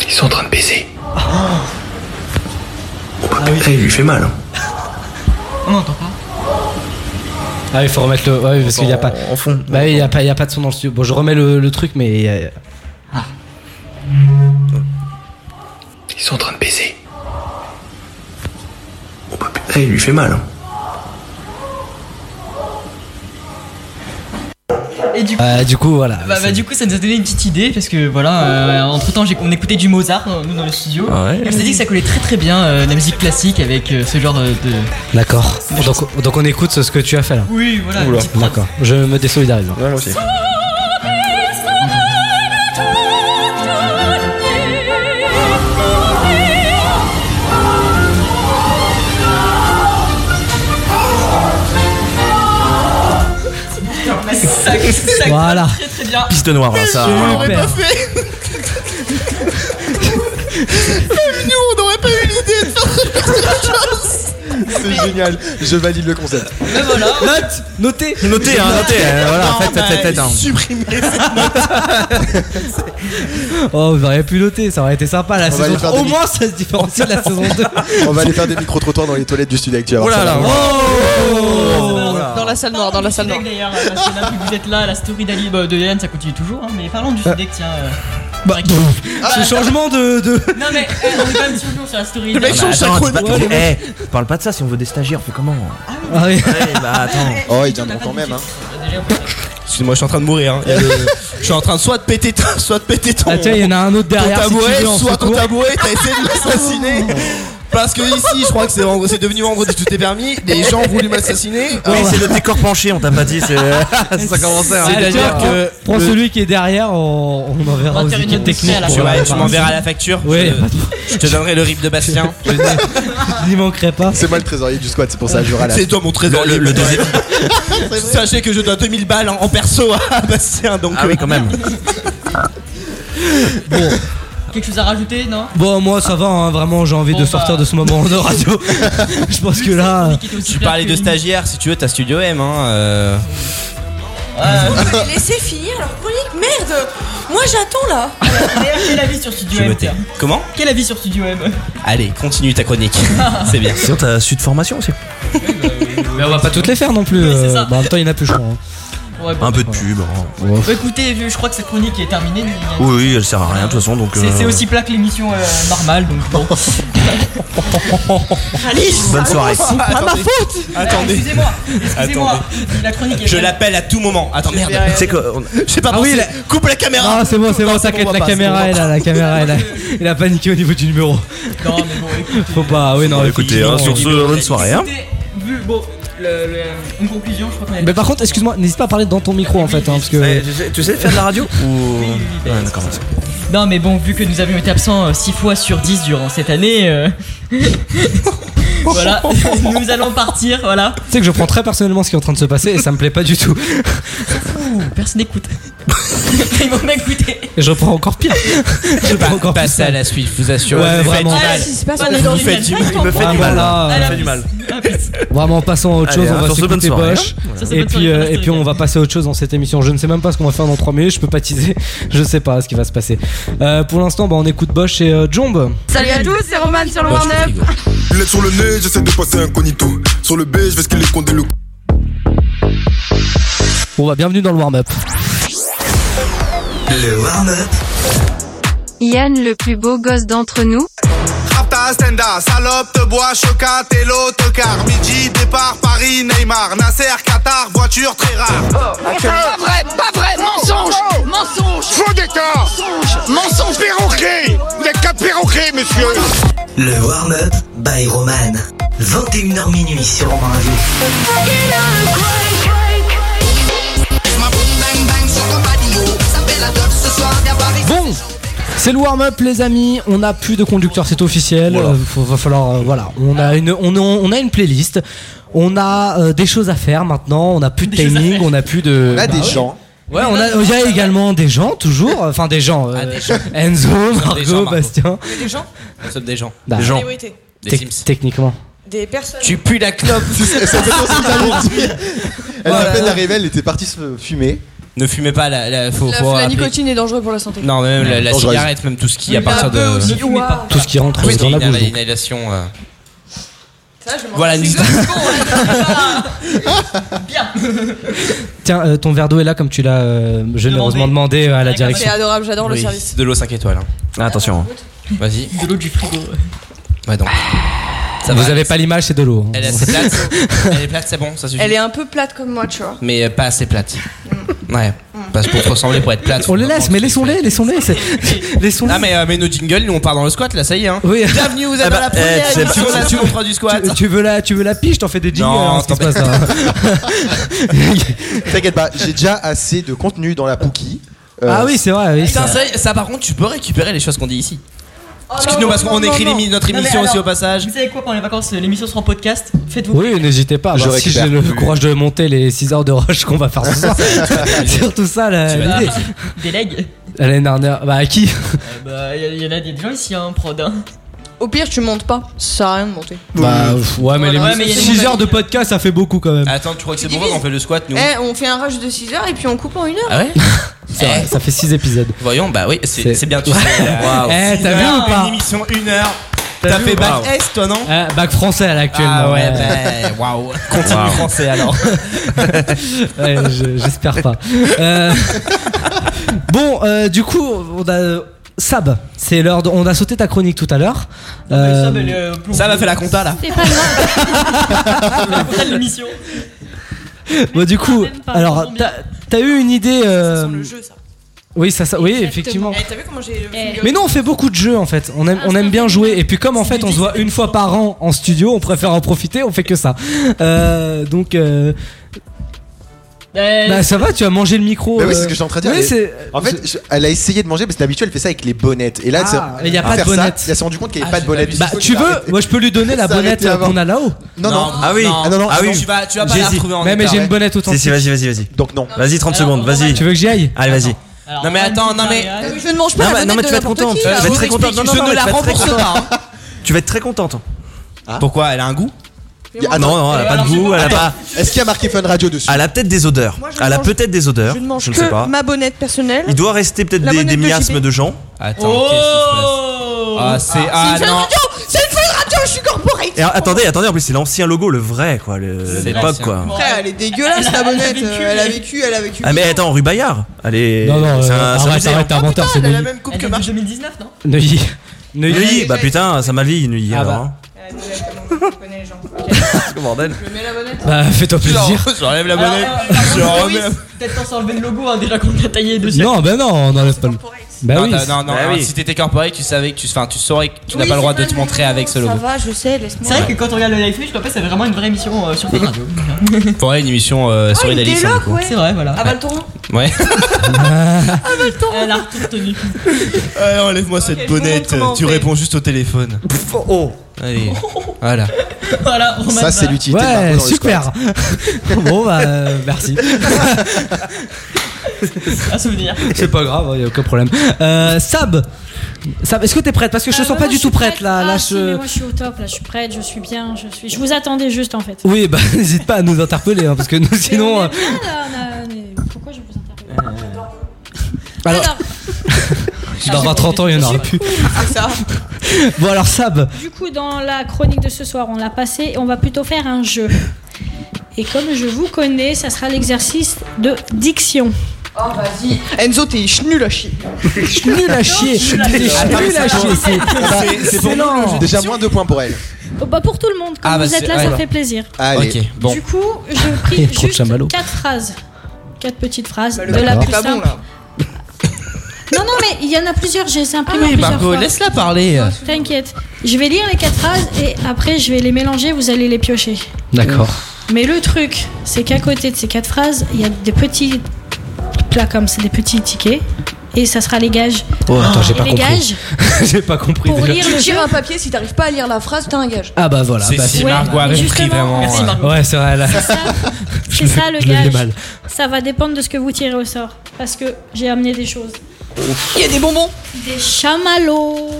Speaker 10: Ils sont en train de baiser.
Speaker 1: Oh.
Speaker 12: Après, Ah il lui fait mal. hein.
Speaker 2: On n'entend pas.
Speaker 1: Ah, il faut remettre le. Ouais, parce qu'il n'y a pas.
Speaker 12: En fond.
Speaker 1: Bah, oui, il n'y a, pas- il y a pas de son dans le studio. Bon, je remets le, le truc, mais. euh,
Speaker 10: Ils sont en train de baiser.
Speaker 12: Après, il lui fait mal.
Speaker 2: Et du coup.
Speaker 1: euh, du coup, voilà.
Speaker 2: Bah, bah, du coup ça nous a donné une petite idée parce que voilà entre temps on écoutait du Mozart euh, nous dans le studio
Speaker 1: Ouais.
Speaker 2: et on s'est dit que ça collait très très bien euh, la musique classique avec euh, ce genre de, de-
Speaker 1: D'accord. Donc, donc on écoute ce ce que tu as fait là.
Speaker 2: Oui, voilà, Oula. une petite
Speaker 1: D'accord. Je me désolidarise. hein. Ouais, moi aussi.
Speaker 2: Mais ça, ça colle
Speaker 12: Voilà.
Speaker 2: très très bien
Speaker 12: Piste noire, là, ça.
Speaker 2: Je l'aurais
Speaker 12: Super.
Speaker 2: pas fait.
Speaker 14: C'est mignon, on n'aurait pas eu l'idée de faire
Speaker 9: C'est génial, je valide le concept.
Speaker 1: Note Notez
Speaker 12: Notez, hein, notez. euh, voilà, faites,
Speaker 8: bah.
Speaker 12: faites, faites, faites. hein.
Speaker 1: Oh, vous auriez pu noter, ça aurait été sympa la
Speaker 9: On va aller
Speaker 1: saison
Speaker 9: faire
Speaker 1: 3. Au
Speaker 9: des-
Speaker 1: moins, ça se différencie de la saison 2.
Speaker 9: On va aller faire des micro-trottoirs dans les toilettes du studio actuel.
Speaker 1: Oh là là,
Speaker 12: Oh,
Speaker 2: Oh.
Speaker 14: Dans la salle noire, dans la salle noire.
Speaker 2: D'ailleurs, euh, parce que là, vu que vous êtes là, la story d'Ali bah, de Yann, ça continue toujours, hein, mais parlons du Sudec, tiens. euh,
Speaker 1: Bah,
Speaker 2: Ah,
Speaker 1: ce changement de. de...
Speaker 2: Non, mais eh, on est quand même toujours sur la story.
Speaker 12: Le mec
Speaker 2: d'Ali.
Speaker 12: change sa
Speaker 7: Bah,
Speaker 12: chronique.
Speaker 2: Ouais, le mec-
Speaker 12: Eh, parle pas de ça si on veut des stagiaires, on fait comment
Speaker 1: Ah oui.
Speaker 12: Ouais, bah attends.
Speaker 9: Oh, ils viendront quand même, hein.
Speaker 8: Excuse-moi, je suis en train de mourir. hein. Il y a le- Je suis en train de soit de péter, ton- soit de péter ton.
Speaker 1: Ah, tiens, il y en a un autre
Speaker 8: ton
Speaker 1: derrière. si tu
Speaker 8: tabouret,
Speaker 1: veux, en
Speaker 8: soit ton
Speaker 1: secours.
Speaker 8: tabouret, t'as essayé de l'assassiner. Parce que ici, je crois que c'est vendre- c'est devenu vendredi, tout est permis. Les gens ont voulu m'assassiner. Ah,
Speaker 12: Oui,
Speaker 8: Alors,
Speaker 12: c'est le décor penché, on t'a pas dit, c'est. ça commençait à.
Speaker 1: Ah, tiens,
Speaker 12: C'est-à-dire
Speaker 1: prends-
Speaker 12: que.
Speaker 1: Prends celui qui est derrière, on, on enverra
Speaker 8: on
Speaker 1: aux
Speaker 8: va faire une
Speaker 1: équipes techniques.
Speaker 8: atmosphère, là.
Speaker 1: pour-
Speaker 8: Tu, ouais, tu
Speaker 1: pour-
Speaker 8: m'enverras la facture.
Speaker 1: Ouais,
Speaker 8: Je- je, te donnerai le rip de Bastien.
Speaker 1: Je n'y manquerai pas.
Speaker 9: C'est moi le trésorier du squat, c'est pour ça que je râle.
Speaker 8: C'est toi mon trésor. Le, deuxième. Sachez que je dois 2000 balles en, en perso à Bastien. Donc, euh.
Speaker 12: Ah oui, quand même.
Speaker 2: Quelque chose à rajouter, non
Speaker 1: Bon, moi ça va, hein, vraiment, j'ai envie de sortir de ce moment de radio. Je pense que là.
Speaker 8: Tu parlais de stagiaire, si tu veux, t'as Studio M. Hein, euh.
Speaker 14: Oh, Mais laissez finir leur chronique, merde Moi j'attends là
Speaker 2: D'ailleurs, quel avis sur Studio
Speaker 8: Je me
Speaker 2: M
Speaker 8: tais.
Speaker 2: tiens
Speaker 8: Comment
Speaker 2: Quel avis sur Studio M
Speaker 8: Allez, continue ta chronique. C'est bien.
Speaker 12: Sinon, t'as su de formation aussi.
Speaker 1: Mais on va pas toutes les faire non plus. euh, bah, en même temps, il y en a plus, je crois. hein.
Speaker 2: Ouais, bon.
Speaker 12: Un peu de pub. hein.
Speaker 2: Bah, écoutez, vu- je crois que cette chronique est terminée. mais il y a-
Speaker 12: Oui, oui, elle sert à rien de toute façon, donc.
Speaker 2: C'est
Speaker 12: euh,
Speaker 2: c'est aussi plat que l'émission euh, normale, donc bon. Allez,
Speaker 12: Bonne soirée.
Speaker 2: C'est pas ma
Speaker 8: Ah, Attendez.
Speaker 2: faute
Speaker 8: Attendez.
Speaker 2: Excusez-moi, excusez-moi. La chronique est
Speaker 8: Je l'appelle à tout moment. Attends, merde.
Speaker 12: C'est quoi on-
Speaker 8: Je sais pas
Speaker 1: Ah oui,
Speaker 8: penser.
Speaker 1: la-
Speaker 8: Coupe la caméra.
Speaker 1: Ah, c'est bon, c'est bon,
Speaker 8: Putain,
Speaker 1: t'inquiète,
Speaker 8: on voit
Speaker 1: la
Speaker 8: pas,
Speaker 1: caméra
Speaker 8: c'est
Speaker 1: est
Speaker 8: bon.
Speaker 1: là, la caméra est là. Il a paniqué au niveau du numéro.
Speaker 2: Non, mais bon, écoute.
Speaker 1: Faut pas, oui, non,
Speaker 12: Écoutez, hein,
Speaker 1: effectivement,
Speaker 12: sur
Speaker 1: il-
Speaker 12: ce, bonne soirée. hein.
Speaker 2: Vu, bon, le- le- une conclusion, je crois qu'on a
Speaker 1: Mais par contre, excuse-moi, n'hésite pas à parler dans ton micro en fait, hein, parce que.
Speaker 7: Tu sais faire de la radio ou
Speaker 2: Ouais, d'accord. Non, mais bon, vu que nous avions été absents 6 fois sur 10 durant cette année, euh, voilà, nous allons partir, voilà.
Speaker 1: Tu sais que je prends très personnellement ce qui est en train de se passer et ça me plaît pas du tout.
Speaker 2: Ouh, personne n'écoute. Ils vont m'écouter.
Speaker 1: Et je reprends encore pire. Je reprends encore pire.
Speaker 8: Passez à la suite, je vous assure.
Speaker 1: Ouais,
Speaker 8: Vous faites
Speaker 1: vraiment.
Speaker 8: du mal.
Speaker 1: Ah,
Speaker 20: si, c'est pas ça,
Speaker 8: Vous
Speaker 20: on est dans une
Speaker 8: faites du
Speaker 20: bataille,
Speaker 8: mal. Il me fait du
Speaker 1: Vraiment,
Speaker 8: mal.
Speaker 20: Ah,
Speaker 1: là,
Speaker 8: Il me fait
Speaker 1: euh,
Speaker 8: du mal.
Speaker 2: Ah,
Speaker 1: Vraiment, passons à autre
Speaker 7: Allez,
Speaker 1: chose. On va
Speaker 7: sur ce, bonne
Speaker 1: s'écouter
Speaker 7: soirée,
Speaker 1: Bosch.
Speaker 7: hein. Voilà.
Speaker 1: Et, puis, euh, et puis, on va passer à autre chose dans cette émission. Je ne sais même pas ce qu'on va faire dans 3 minutes. Je peux pas teaser. Je sais pas ce qui va se passer. Euh, pour l'instant, bah, on écoute Bosch et euh, Jomb.
Speaker 14: Salut à tous, c'est Roman sur le Warn Up.
Speaker 21: Lunettes sur le nez, j'essaie de passer incognito. Sur le B, je vais sceller compter le
Speaker 1: Bon, bah, bienvenue dans le warm-up.
Speaker 6: Le warm-up.
Speaker 5: Yann, le plus beau gosse d'entre nous.
Speaker 22: Rapta, Stenda, salope, te bois, chocat, et l'autocar. Midi, départ, Paris, Neymar, Nasser, Qatar, voiture très rare.
Speaker 6: Pas vrai, pas vrai, mensonge Mensonge Faux d'état Mensonge Mensonge Perroquet Vous n'êtes qu'un perroquet, monsieur
Speaker 10: Le warm-up by Roman. 21h minuit sur Romain Radio.
Speaker 1: Bon c'est le warm-up les amis, on n'a plus de conducteur, c'est officiel. Euh, faut- va falloir euh, voilà, on a une on, a- on a une playlist. On a euh, des choses à faire maintenant, on n'a plus de timing, on n'a plus de
Speaker 9: On a
Speaker 1: Bah
Speaker 9: des
Speaker 1: ouais.
Speaker 9: gens.
Speaker 1: Ouais, on a il y a également des gens toujours, enfin des gens, euh, Enzo,
Speaker 8: Nous sommes Ah, des gens,
Speaker 1: Margot,
Speaker 8: Margot.
Speaker 1: Bastien.
Speaker 20: Des gens
Speaker 8: Nous sommes des gens.
Speaker 1: Bah,
Speaker 8: Des gens.
Speaker 20: Priorité.
Speaker 8: Des
Speaker 1: tec-
Speaker 8: Sims.
Speaker 1: techniquement.
Speaker 20: Des personnes.
Speaker 8: Tu pues la clope.
Speaker 9: C'est exactement ce que j'allais dire. Elle
Speaker 8: Voilà.
Speaker 9: à peine arrivée, elle était partie se fumer.
Speaker 8: Ne fumez pas la. la Euh, faut,
Speaker 14: La,
Speaker 8: faut
Speaker 14: la
Speaker 8: appeler-
Speaker 14: nicotine est dangereuse pour la santé.
Speaker 8: Non, même la, la
Speaker 9: Dangereuse.
Speaker 8: cigarette, même tout ce qui
Speaker 14: Oui,
Speaker 8: à partir
Speaker 14: la
Speaker 8: de.
Speaker 14: beuh aussi, Ouah.
Speaker 1: Tout ce qui rentre
Speaker 8: Oui,
Speaker 1: dans la
Speaker 8: il y a
Speaker 1: bouche, donc.
Speaker 8: Inhalation. euh,
Speaker 14: Ça, je m'en
Speaker 8: Voilà,
Speaker 14: fous.
Speaker 8: une-
Speaker 14: Bien.
Speaker 1: Tiens, euh, ton verre d'eau est là comme tu l'as euh, généreusement demandé euh, à la
Speaker 14: C'est
Speaker 1: direction.
Speaker 14: adorable, j'adore le
Speaker 8: oui,
Speaker 14: service.
Speaker 8: c'est de l'eau 5 étoiles. hein.
Speaker 7: attention.
Speaker 8: Vas-y.
Speaker 2: De l'eau du frigo.
Speaker 8: Ouais, donc. Ça
Speaker 1: Vous
Speaker 8: va.
Speaker 1: avez pas l'image, c'est de l'eau. hein.
Speaker 8: Elle est assez plate. Elle est plate, c'est bon, ça suffit.
Speaker 14: Elle est un peu plate comme moi, tu vois.
Speaker 8: Mais euh, pas assez plate. Ouais. Parce que pour te ressembler, pour être plate.
Speaker 1: Mm. On les laisse, mais laissons-les, laissons-les. c'est- Laissons-les.
Speaker 8: Ah, mais, euh, mais nos jingles, nous on part dans le squat là, ça y est. Hein.
Speaker 1: Oui.
Speaker 8: Bienvenue, vous êtes
Speaker 1: Ah
Speaker 8: dans
Speaker 1: bah,
Speaker 8: la première
Speaker 1: eh, tu sais
Speaker 8: émission
Speaker 1: pas.
Speaker 8: de la saison 3 du squat.
Speaker 1: Tu, tu veux la, tu veux la pige, t'en fais des jingles.
Speaker 8: Non,
Speaker 1: hein, ce qui se hein. passe, hein.
Speaker 9: T'inquiète pas, j'ai déjà assez de contenu dans la Pookie. Euh,
Speaker 1: Ah oui, c'est vrai. oui,
Speaker 8: Putain,
Speaker 1: c'est vrai.
Speaker 8: ça, ça, par contre, tu peux récupérer les choses qu'on dit ici. Excuse-nous,
Speaker 2: Oh non,
Speaker 8: parce
Speaker 2: non,
Speaker 8: qu'on
Speaker 2: non,
Speaker 8: écrit
Speaker 2: non.
Speaker 8: l'émi- notre
Speaker 2: Non, mais
Speaker 8: émission aussi
Speaker 2: alors,
Speaker 8: au passage.
Speaker 2: Vous savez quoi, pendant les vacances, euh, l'émission sera en podcast. Faites-vous.
Speaker 1: Oui, n'hésitez pas.
Speaker 9: Je
Speaker 1: bah, si j'ai
Speaker 9: récupère
Speaker 1: le
Speaker 9: plus.
Speaker 1: courage de monter les 6 heures de rush qu'on va faire ce soir, c'est surtout ça la-
Speaker 2: plaisir. Euh,
Speaker 1: l'idée.
Speaker 2: Des legs.
Speaker 1: L'année dernière, bah à qui
Speaker 2: Euh, Bah, il y, en a des gens ici, hein, prod. hein.
Speaker 14: Au pire, tu montes pas, ça sert à rien de monter.
Speaker 1: Bah pff, ouais, mais
Speaker 2: Voilà. Ouais, mais il y
Speaker 1: les
Speaker 2: a des
Speaker 1: 6 heures de podcast, ça fait beaucoup quand même.
Speaker 8: Attends, tu crois que c'est pour ça qu'on fait le squat, nous
Speaker 14: Eh, on fait un rush de 6 heures et puis on coupe en une heure.
Speaker 8: Ah ouais
Speaker 1: C'est vrai, Eh, ça fait 6 épisodes.
Speaker 8: Voyons, bah oui, c'est
Speaker 1: C'est-
Speaker 8: c'est bien tout ça. Waouh.
Speaker 1: Eh,
Speaker 8: Six
Speaker 1: t'as vu
Speaker 8: heures,
Speaker 1: ou pas
Speaker 8: Une émission, une heure.
Speaker 1: T'as
Speaker 8: T'as
Speaker 1: vu
Speaker 8: fait
Speaker 1: ou pas
Speaker 8: bac S, toi, non
Speaker 1: Euh, bac français à l'actuel.
Speaker 8: Ah ouais, bah, waouh. Continue
Speaker 1: Waouh.
Speaker 8: français alors.
Speaker 1: Ouais, Eh, je- J'espère pas. Euh, bon, euh, du coup, on a. euh, Sab, c'est l'heure. de- On a sauté ta chronique tout à l'heure. Euh,
Speaker 2: Ça, mais le-
Speaker 8: Ça va faire la compta là.
Speaker 23: C'est pas
Speaker 2: la compta de l'émission.
Speaker 1: bon, du coup, alors t'as t'as eu une idée. euh, Oui, ça, ça- oui, effectivement.
Speaker 14: Eh,
Speaker 20: t'as vu comment j'ai.
Speaker 1: Mais non, on fait beaucoup de jeux en fait. On aime, on aime bien jouer. Et puis comme en fait, on se voit une fois par an en studio, on préfère en profiter. On fait que ça. Euh, donc. euh,
Speaker 2: Euh,
Speaker 1: Bah ça va, tu as mangé le micro.
Speaker 9: Bah oui,
Speaker 1: euh,
Speaker 9: c'est ce que j'étais en train de dire.
Speaker 1: oui,
Speaker 9: Elle-
Speaker 1: c'est-
Speaker 9: en fait, je- elle a essayé de manger, mais c'est habituel, elle fait ça avec les bonnettes. Et là,
Speaker 1: Ah,
Speaker 9: c'est-
Speaker 1: mais y a
Speaker 9: à
Speaker 1: pas de
Speaker 9: faire ça,
Speaker 1: bonnette.
Speaker 9: Elle s'est rendue compte qu'il n'y avait Ah, pas de bonnette.
Speaker 1: Bah, tu veux Moi, je peux lui donner la
Speaker 9: Ça arrêtait
Speaker 1: bonnette euh,
Speaker 9: avant.
Speaker 1: qu'on a là-haut.
Speaker 9: Non, non.
Speaker 7: Ah oui.
Speaker 9: Ah non, non,
Speaker 7: ah oui.
Speaker 8: tu vas- tu vas pas la
Speaker 7: J'ai-
Speaker 8: retrouver en
Speaker 1: Mais, mais
Speaker 8: état,
Speaker 1: j'ai une
Speaker 8: ouais.
Speaker 1: bonnette
Speaker 7: Si,
Speaker 1: authentique.
Speaker 7: si, vas-y, vas-y, vas-y.
Speaker 9: Donc non.
Speaker 7: Vas-y, 30 secondes, vas-y.
Speaker 1: Tu veux que j'y aille
Speaker 7: Allez, vas-y.
Speaker 8: Non, mais attends, non, mais.
Speaker 14: Je ne mange pas
Speaker 7: Non,
Speaker 14: la
Speaker 7: mais, non,
Speaker 14: bonnette
Speaker 7: mais
Speaker 14: de
Speaker 7: tu vas être
Speaker 14: n'importe
Speaker 7: contente.
Speaker 14: qui,
Speaker 7: Tu vas
Speaker 14: là.
Speaker 7: être très contente. Non, non,
Speaker 8: Euh, je
Speaker 7: non,
Speaker 8: ne
Speaker 7: tu
Speaker 8: la
Speaker 7: vas être très
Speaker 8: rembourse
Speaker 7: contente.
Speaker 8: pas.
Speaker 7: Tu vas être très contente.
Speaker 8: Pourquoi Elle a un goût
Speaker 9: Ah
Speaker 7: non, non, elle a pas de goût, elle a pas.
Speaker 9: Est-ce qu'il y a marqué Fun Radio dessus
Speaker 7: Elle a peut-être des odeurs.
Speaker 14: Moi, je
Speaker 7: Elle a
Speaker 14: mange-
Speaker 7: peut-être des odeurs.
Speaker 14: Je ne mange
Speaker 7: ne sais
Speaker 14: que
Speaker 7: pas.
Speaker 14: ma bonnette personnelle.
Speaker 7: Il doit rester peut-être
Speaker 14: La
Speaker 7: des,
Speaker 14: bonnette
Speaker 7: des
Speaker 14: de
Speaker 7: miasmes
Speaker 14: JB.
Speaker 7: de gens.
Speaker 8: Attends, qu'est-ce
Speaker 14: Oh
Speaker 8: qui se passe Ah, c'est. Ah
Speaker 14: c'est une
Speaker 8: non.
Speaker 14: radio C'est une feuille radio, je suis corporate
Speaker 7: Et alors, attendez, attendez, en plus c'est l'ancien logo, le vrai quoi, le- l'époque
Speaker 8: l'ancien.
Speaker 7: quoi.
Speaker 14: Après, elle est dégueulasse la bonnette. euh,
Speaker 20: Elle a vécu,
Speaker 14: Elle a vécu, elle a vécu.
Speaker 7: Ah mais attends, rue Bayard Elle est.
Speaker 1: Non, non,
Speaker 7: c'est
Speaker 1: euh,
Speaker 7: un- c'est un
Speaker 1: arrête,
Speaker 7: musée,
Speaker 1: arrête, t'es
Speaker 7: hein.
Speaker 1: un menteur,
Speaker 2: Ah,
Speaker 1: c'est Neuilly.
Speaker 2: coupe que marche 2019, non
Speaker 1: Neuilly. Neuilly.
Speaker 7: Neuilly, bah putain, ça m'a vie Neuilly
Speaker 1: Ah,
Speaker 7: alors.
Speaker 1: bah.
Speaker 7: hein.
Speaker 14: Je connais les gens.
Speaker 7: Parce que bordel.
Speaker 1: Bah, fais-toi plaisir.
Speaker 8: J'enlève la
Speaker 2: Alors,
Speaker 8: bonnette.
Speaker 2: euh, par contre,
Speaker 8: Ah, bah, Je
Speaker 2: Loïs,
Speaker 8: remets.
Speaker 1: bah,
Speaker 2: Peut-être qu'on s'enlever le logo hein, déjà qu'on a taillé dessus.
Speaker 1: Non, bah non, on enlève pas le. Bah
Speaker 8: non,
Speaker 1: oui.
Speaker 8: t'as- non, non,
Speaker 1: Bah
Speaker 8: non,
Speaker 1: oui.
Speaker 8: si t'étais corporate, tu savais que tu, enfin, tu saurais que tu n'as
Speaker 2: Oui,
Speaker 8: pas le droit
Speaker 2: c'est
Speaker 8: de
Speaker 2: vrai,
Speaker 8: te montrer avec ce logo.
Speaker 2: je sais, laisse-moi. C'est vrai que quand on regarde le live Twitch, en fait, c'est vraiment une vraie émission euh, sur les radios.
Speaker 8: Faudrait une émission
Speaker 2: Ah,
Speaker 8: euh,
Speaker 14: Oh,
Speaker 8: souris d'Alice. hein, du coup.
Speaker 2: C'est vrai, voilà. Avale ton
Speaker 8: Ouais.
Speaker 14: Ah, bah,
Speaker 2: Elle a tout retenu.
Speaker 8: Allez, enlève-moi cette bonnette,
Speaker 2: comment on
Speaker 8: tu
Speaker 2: fait.
Speaker 8: réponds juste au téléphone. Oh Allez, voilà.
Speaker 2: Voilà, on
Speaker 8: Ça, c'est l'utilité de Marco
Speaker 1: Ouais,
Speaker 8: dans le
Speaker 1: super. bon, bah, euh, merci.
Speaker 2: Un souvenir.
Speaker 1: C'est pas grave, hein, y a aucun problème. Euh, Sab, Sab est-ce que t'es prête Parce que je te
Speaker 5: bah,
Speaker 1: sens pas du tout prête, là. là
Speaker 5: Ah,
Speaker 1: je...
Speaker 5: si, mais moi je suis au top, là je suis prête, je suis bien, je suis. Je vous attendais juste en fait.
Speaker 1: Oui, bah, n'hésite pas à nous interpeller, hein, parce que nous, sinon. euh,
Speaker 5: Ah, là, on a- on est- Pourquoi je vous
Speaker 1: alors, dans 20-30 ans, il y en aura plus.
Speaker 5: Ah, C'est Ah, ça.
Speaker 1: Bon, alors, Sab,
Speaker 5: Du coup, dans la chronique de ce soir, on l'a passé, on va plutôt faire un jeu. Et comme je vous connais, ça sera l'exercice de diction. Oh, vas-y.
Speaker 14: Enzo, t'es nul à chier.
Speaker 1: nul à chier.
Speaker 9: Nul à chier, c'est- c'est- c'est pour nous, le jeu. Déjà moins de points pour elle.
Speaker 5: bah pour tout le monde, quand
Speaker 9: Ah, bah,
Speaker 5: vous êtes
Speaker 9: c'est-
Speaker 5: là,
Speaker 9: ouais,
Speaker 5: ça
Speaker 9: bah.
Speaker 5: fait plaisir.
Speaker 9: Allez.
Speaker 8: Ok, bon.
Speaker 5: Du coup, je vous prie
Speaker 1: Et trop de
Speaker 5: juste
Speaker 1: chamallows.
Speaker 5: quatre phrases. Quatre petites phrases.
Speaker 1: le
Speaker 5: de la
Speaker 1: D'accord.
Speaker 5: plus
Speaker 8: Ah,
Speaker 1: pas bon,
Speaker 5: simple. non, non, mais il y en a plusieurs, j'ai imprimé
Speaker 8: Ah Oui,
Speaker 5: plusieurs
Speaker 8: Margot,
Speaker 5: fois.
Speaker 8: laisse-la parler.
Speaker 5: T'inquiète. Je vais lire les quatre phrases et après, je vais les mélanger, vous allez les piocher.
Speaker 1: D'accord.
Speaker 5: Mais le truc, c'est qu'à côté de ces quatre phrases, il y a des petits plats comme c'est des petits tickets. Et ça sera les gages.
Speaker 1: Oh, attends, j'ai
Speaker 5: Et
Speaker 1: pas
Speaker 5: les
Speaker 1: compris.
Speaker 5: gages,
Speaker 1: j'ai pas compris
Speaker 5: Pour
Speaker 1: déjà.
Speaker 5: lire
Speaker 14: Tu tires un papier, si t'arrives pas à lire la phrase, t'as un gage.
Speaker 1: Ah, bah voilà.
Speaker 8: C'est
Speaker 1: bah,
Speaker 8: si
Speaker 1: c'est-
Speaker 8: Margot avait Ouais, mais pris vraiment, justement. Merci,
Speaker 1: ouais.
Speaker 8: Margot.
Speaker 1: Ouais, c'est vrai, là.
Speaker 5: c'est ça le
Speaker 1: je le lis
Speaker 5: gage.
Speaker 1: mal.
Speaker 5: Ça va dépendre de ce que vous tirez au sort. Parce que j'ai amené des choses.
Speaker 14: Il y a des bonbons.
Speaker 5: Des chamallows.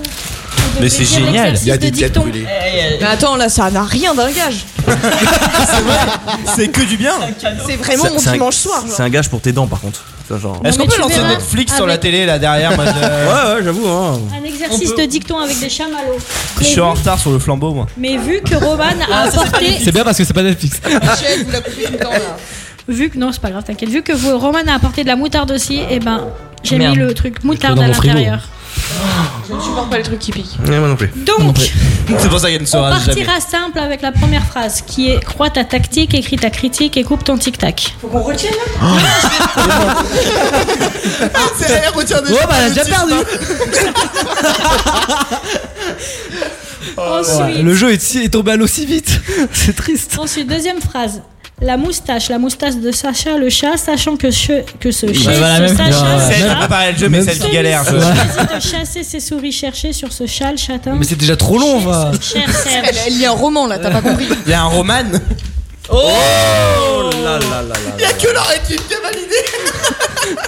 Speaker 8: Mais c'est génial.
Speaker 5: Il y a des têtes
Speaker 8: brûlées.
Speaker 14: Mais attends, là, ça n'a rien d'un gage.
Speaker 8: C'est que du bien.
Speaker 14: C'est vraiment mon dimanche soir. genre.
Speaker 12: C'est un gage pour tes dents, par contre. Ça, genre-
Speaker 8: Est-ce qu'on peut
Speaker 5: tu
Speaker 8: lancer
Speaker 5: verras
Speaker 8: Netflix sur la
Speaker 5: avec-
Speaker 8: télé là derrière moi, je-
Speaker 12: Ouais, ouais, j'avoue. Hein.
Speaker 5: Un exercice de dicton avec des chamallows.
Speaker 8: Je
Speaker 5: Mais
Speaker 8: suis
Speaker 5: vu,
Speaker 8: en retard sur le flambeau moi.
Speaker 5: mais vu que Roman a
Speaker 14: Ah,
Speaker 5: apporté
Speaker 1: C'est bien parce que c'est pas Netflix.
Speaker 5: Vu que non, c'est pas grave, t'inquiète. Vu que vous, Roman a apporté de la moutarde aussi, et ben j'ai
Speaker 1: Merde.
Speaker 5: mis le truc moutarde
Speaker 1: dans
Speaker 5: à
Speaker 1: mon frigo.
Speaker 5: l'intérieur.
Speaker 14: Je ne supporte pas les trucs qui piquent.
Speaker 12: moi non plus.
Speaker 5: Donc,
Speaker 8: C'est pour ça qu'elle ne
Speaker 5: on
Speaker 8: saura jamais.
Speaker 5: partira simple avec la première phrase qui est crois ta tactique, écris ta critique et coupe ton tic tac.
Speaker 14: Faut qu'on retienne
Speaker 8: Oh. Ah, C'est elle retient
Speaker 1: Oh, bah, elle a déjà perdu.
Speaker 8: Oh,
Speaker 5: Ensuite,
Speaker 1: Le jeu est, si- est tombé à l'eau si vite. C'est triste.
Speaker 5: ensuite, deuxième phrase. La moustache, la moustache de Sacha le chat, sachant que ce que
Speaker 1: Bah,
Speaker 5: ce chat, ce Sacha, le
Speaker 8: C'est elle qui
Speaker 5: chat,
Speaker 8: a préparé le jeu, mais
Speaker 1: Même
Speaker 8: c'est elle qui
Speaker 1: si-
Speaker 8: galère. je-
Speaker 1: Ouais.
Speaker 5: choisit de chasser ses souris cherchées sur ce chat le chatin.
Speaker 1: Mais c'est déjà trop long, va.
Speaker 5: Cher Serge.
Speaker 14: Elle, elle lit un roman là, t'as pas compris.
Speaker 8: Il y a un roman.
Speaker 12: Oh là là là là.
Speaker 8: Il y a que leur équipe qui a validé.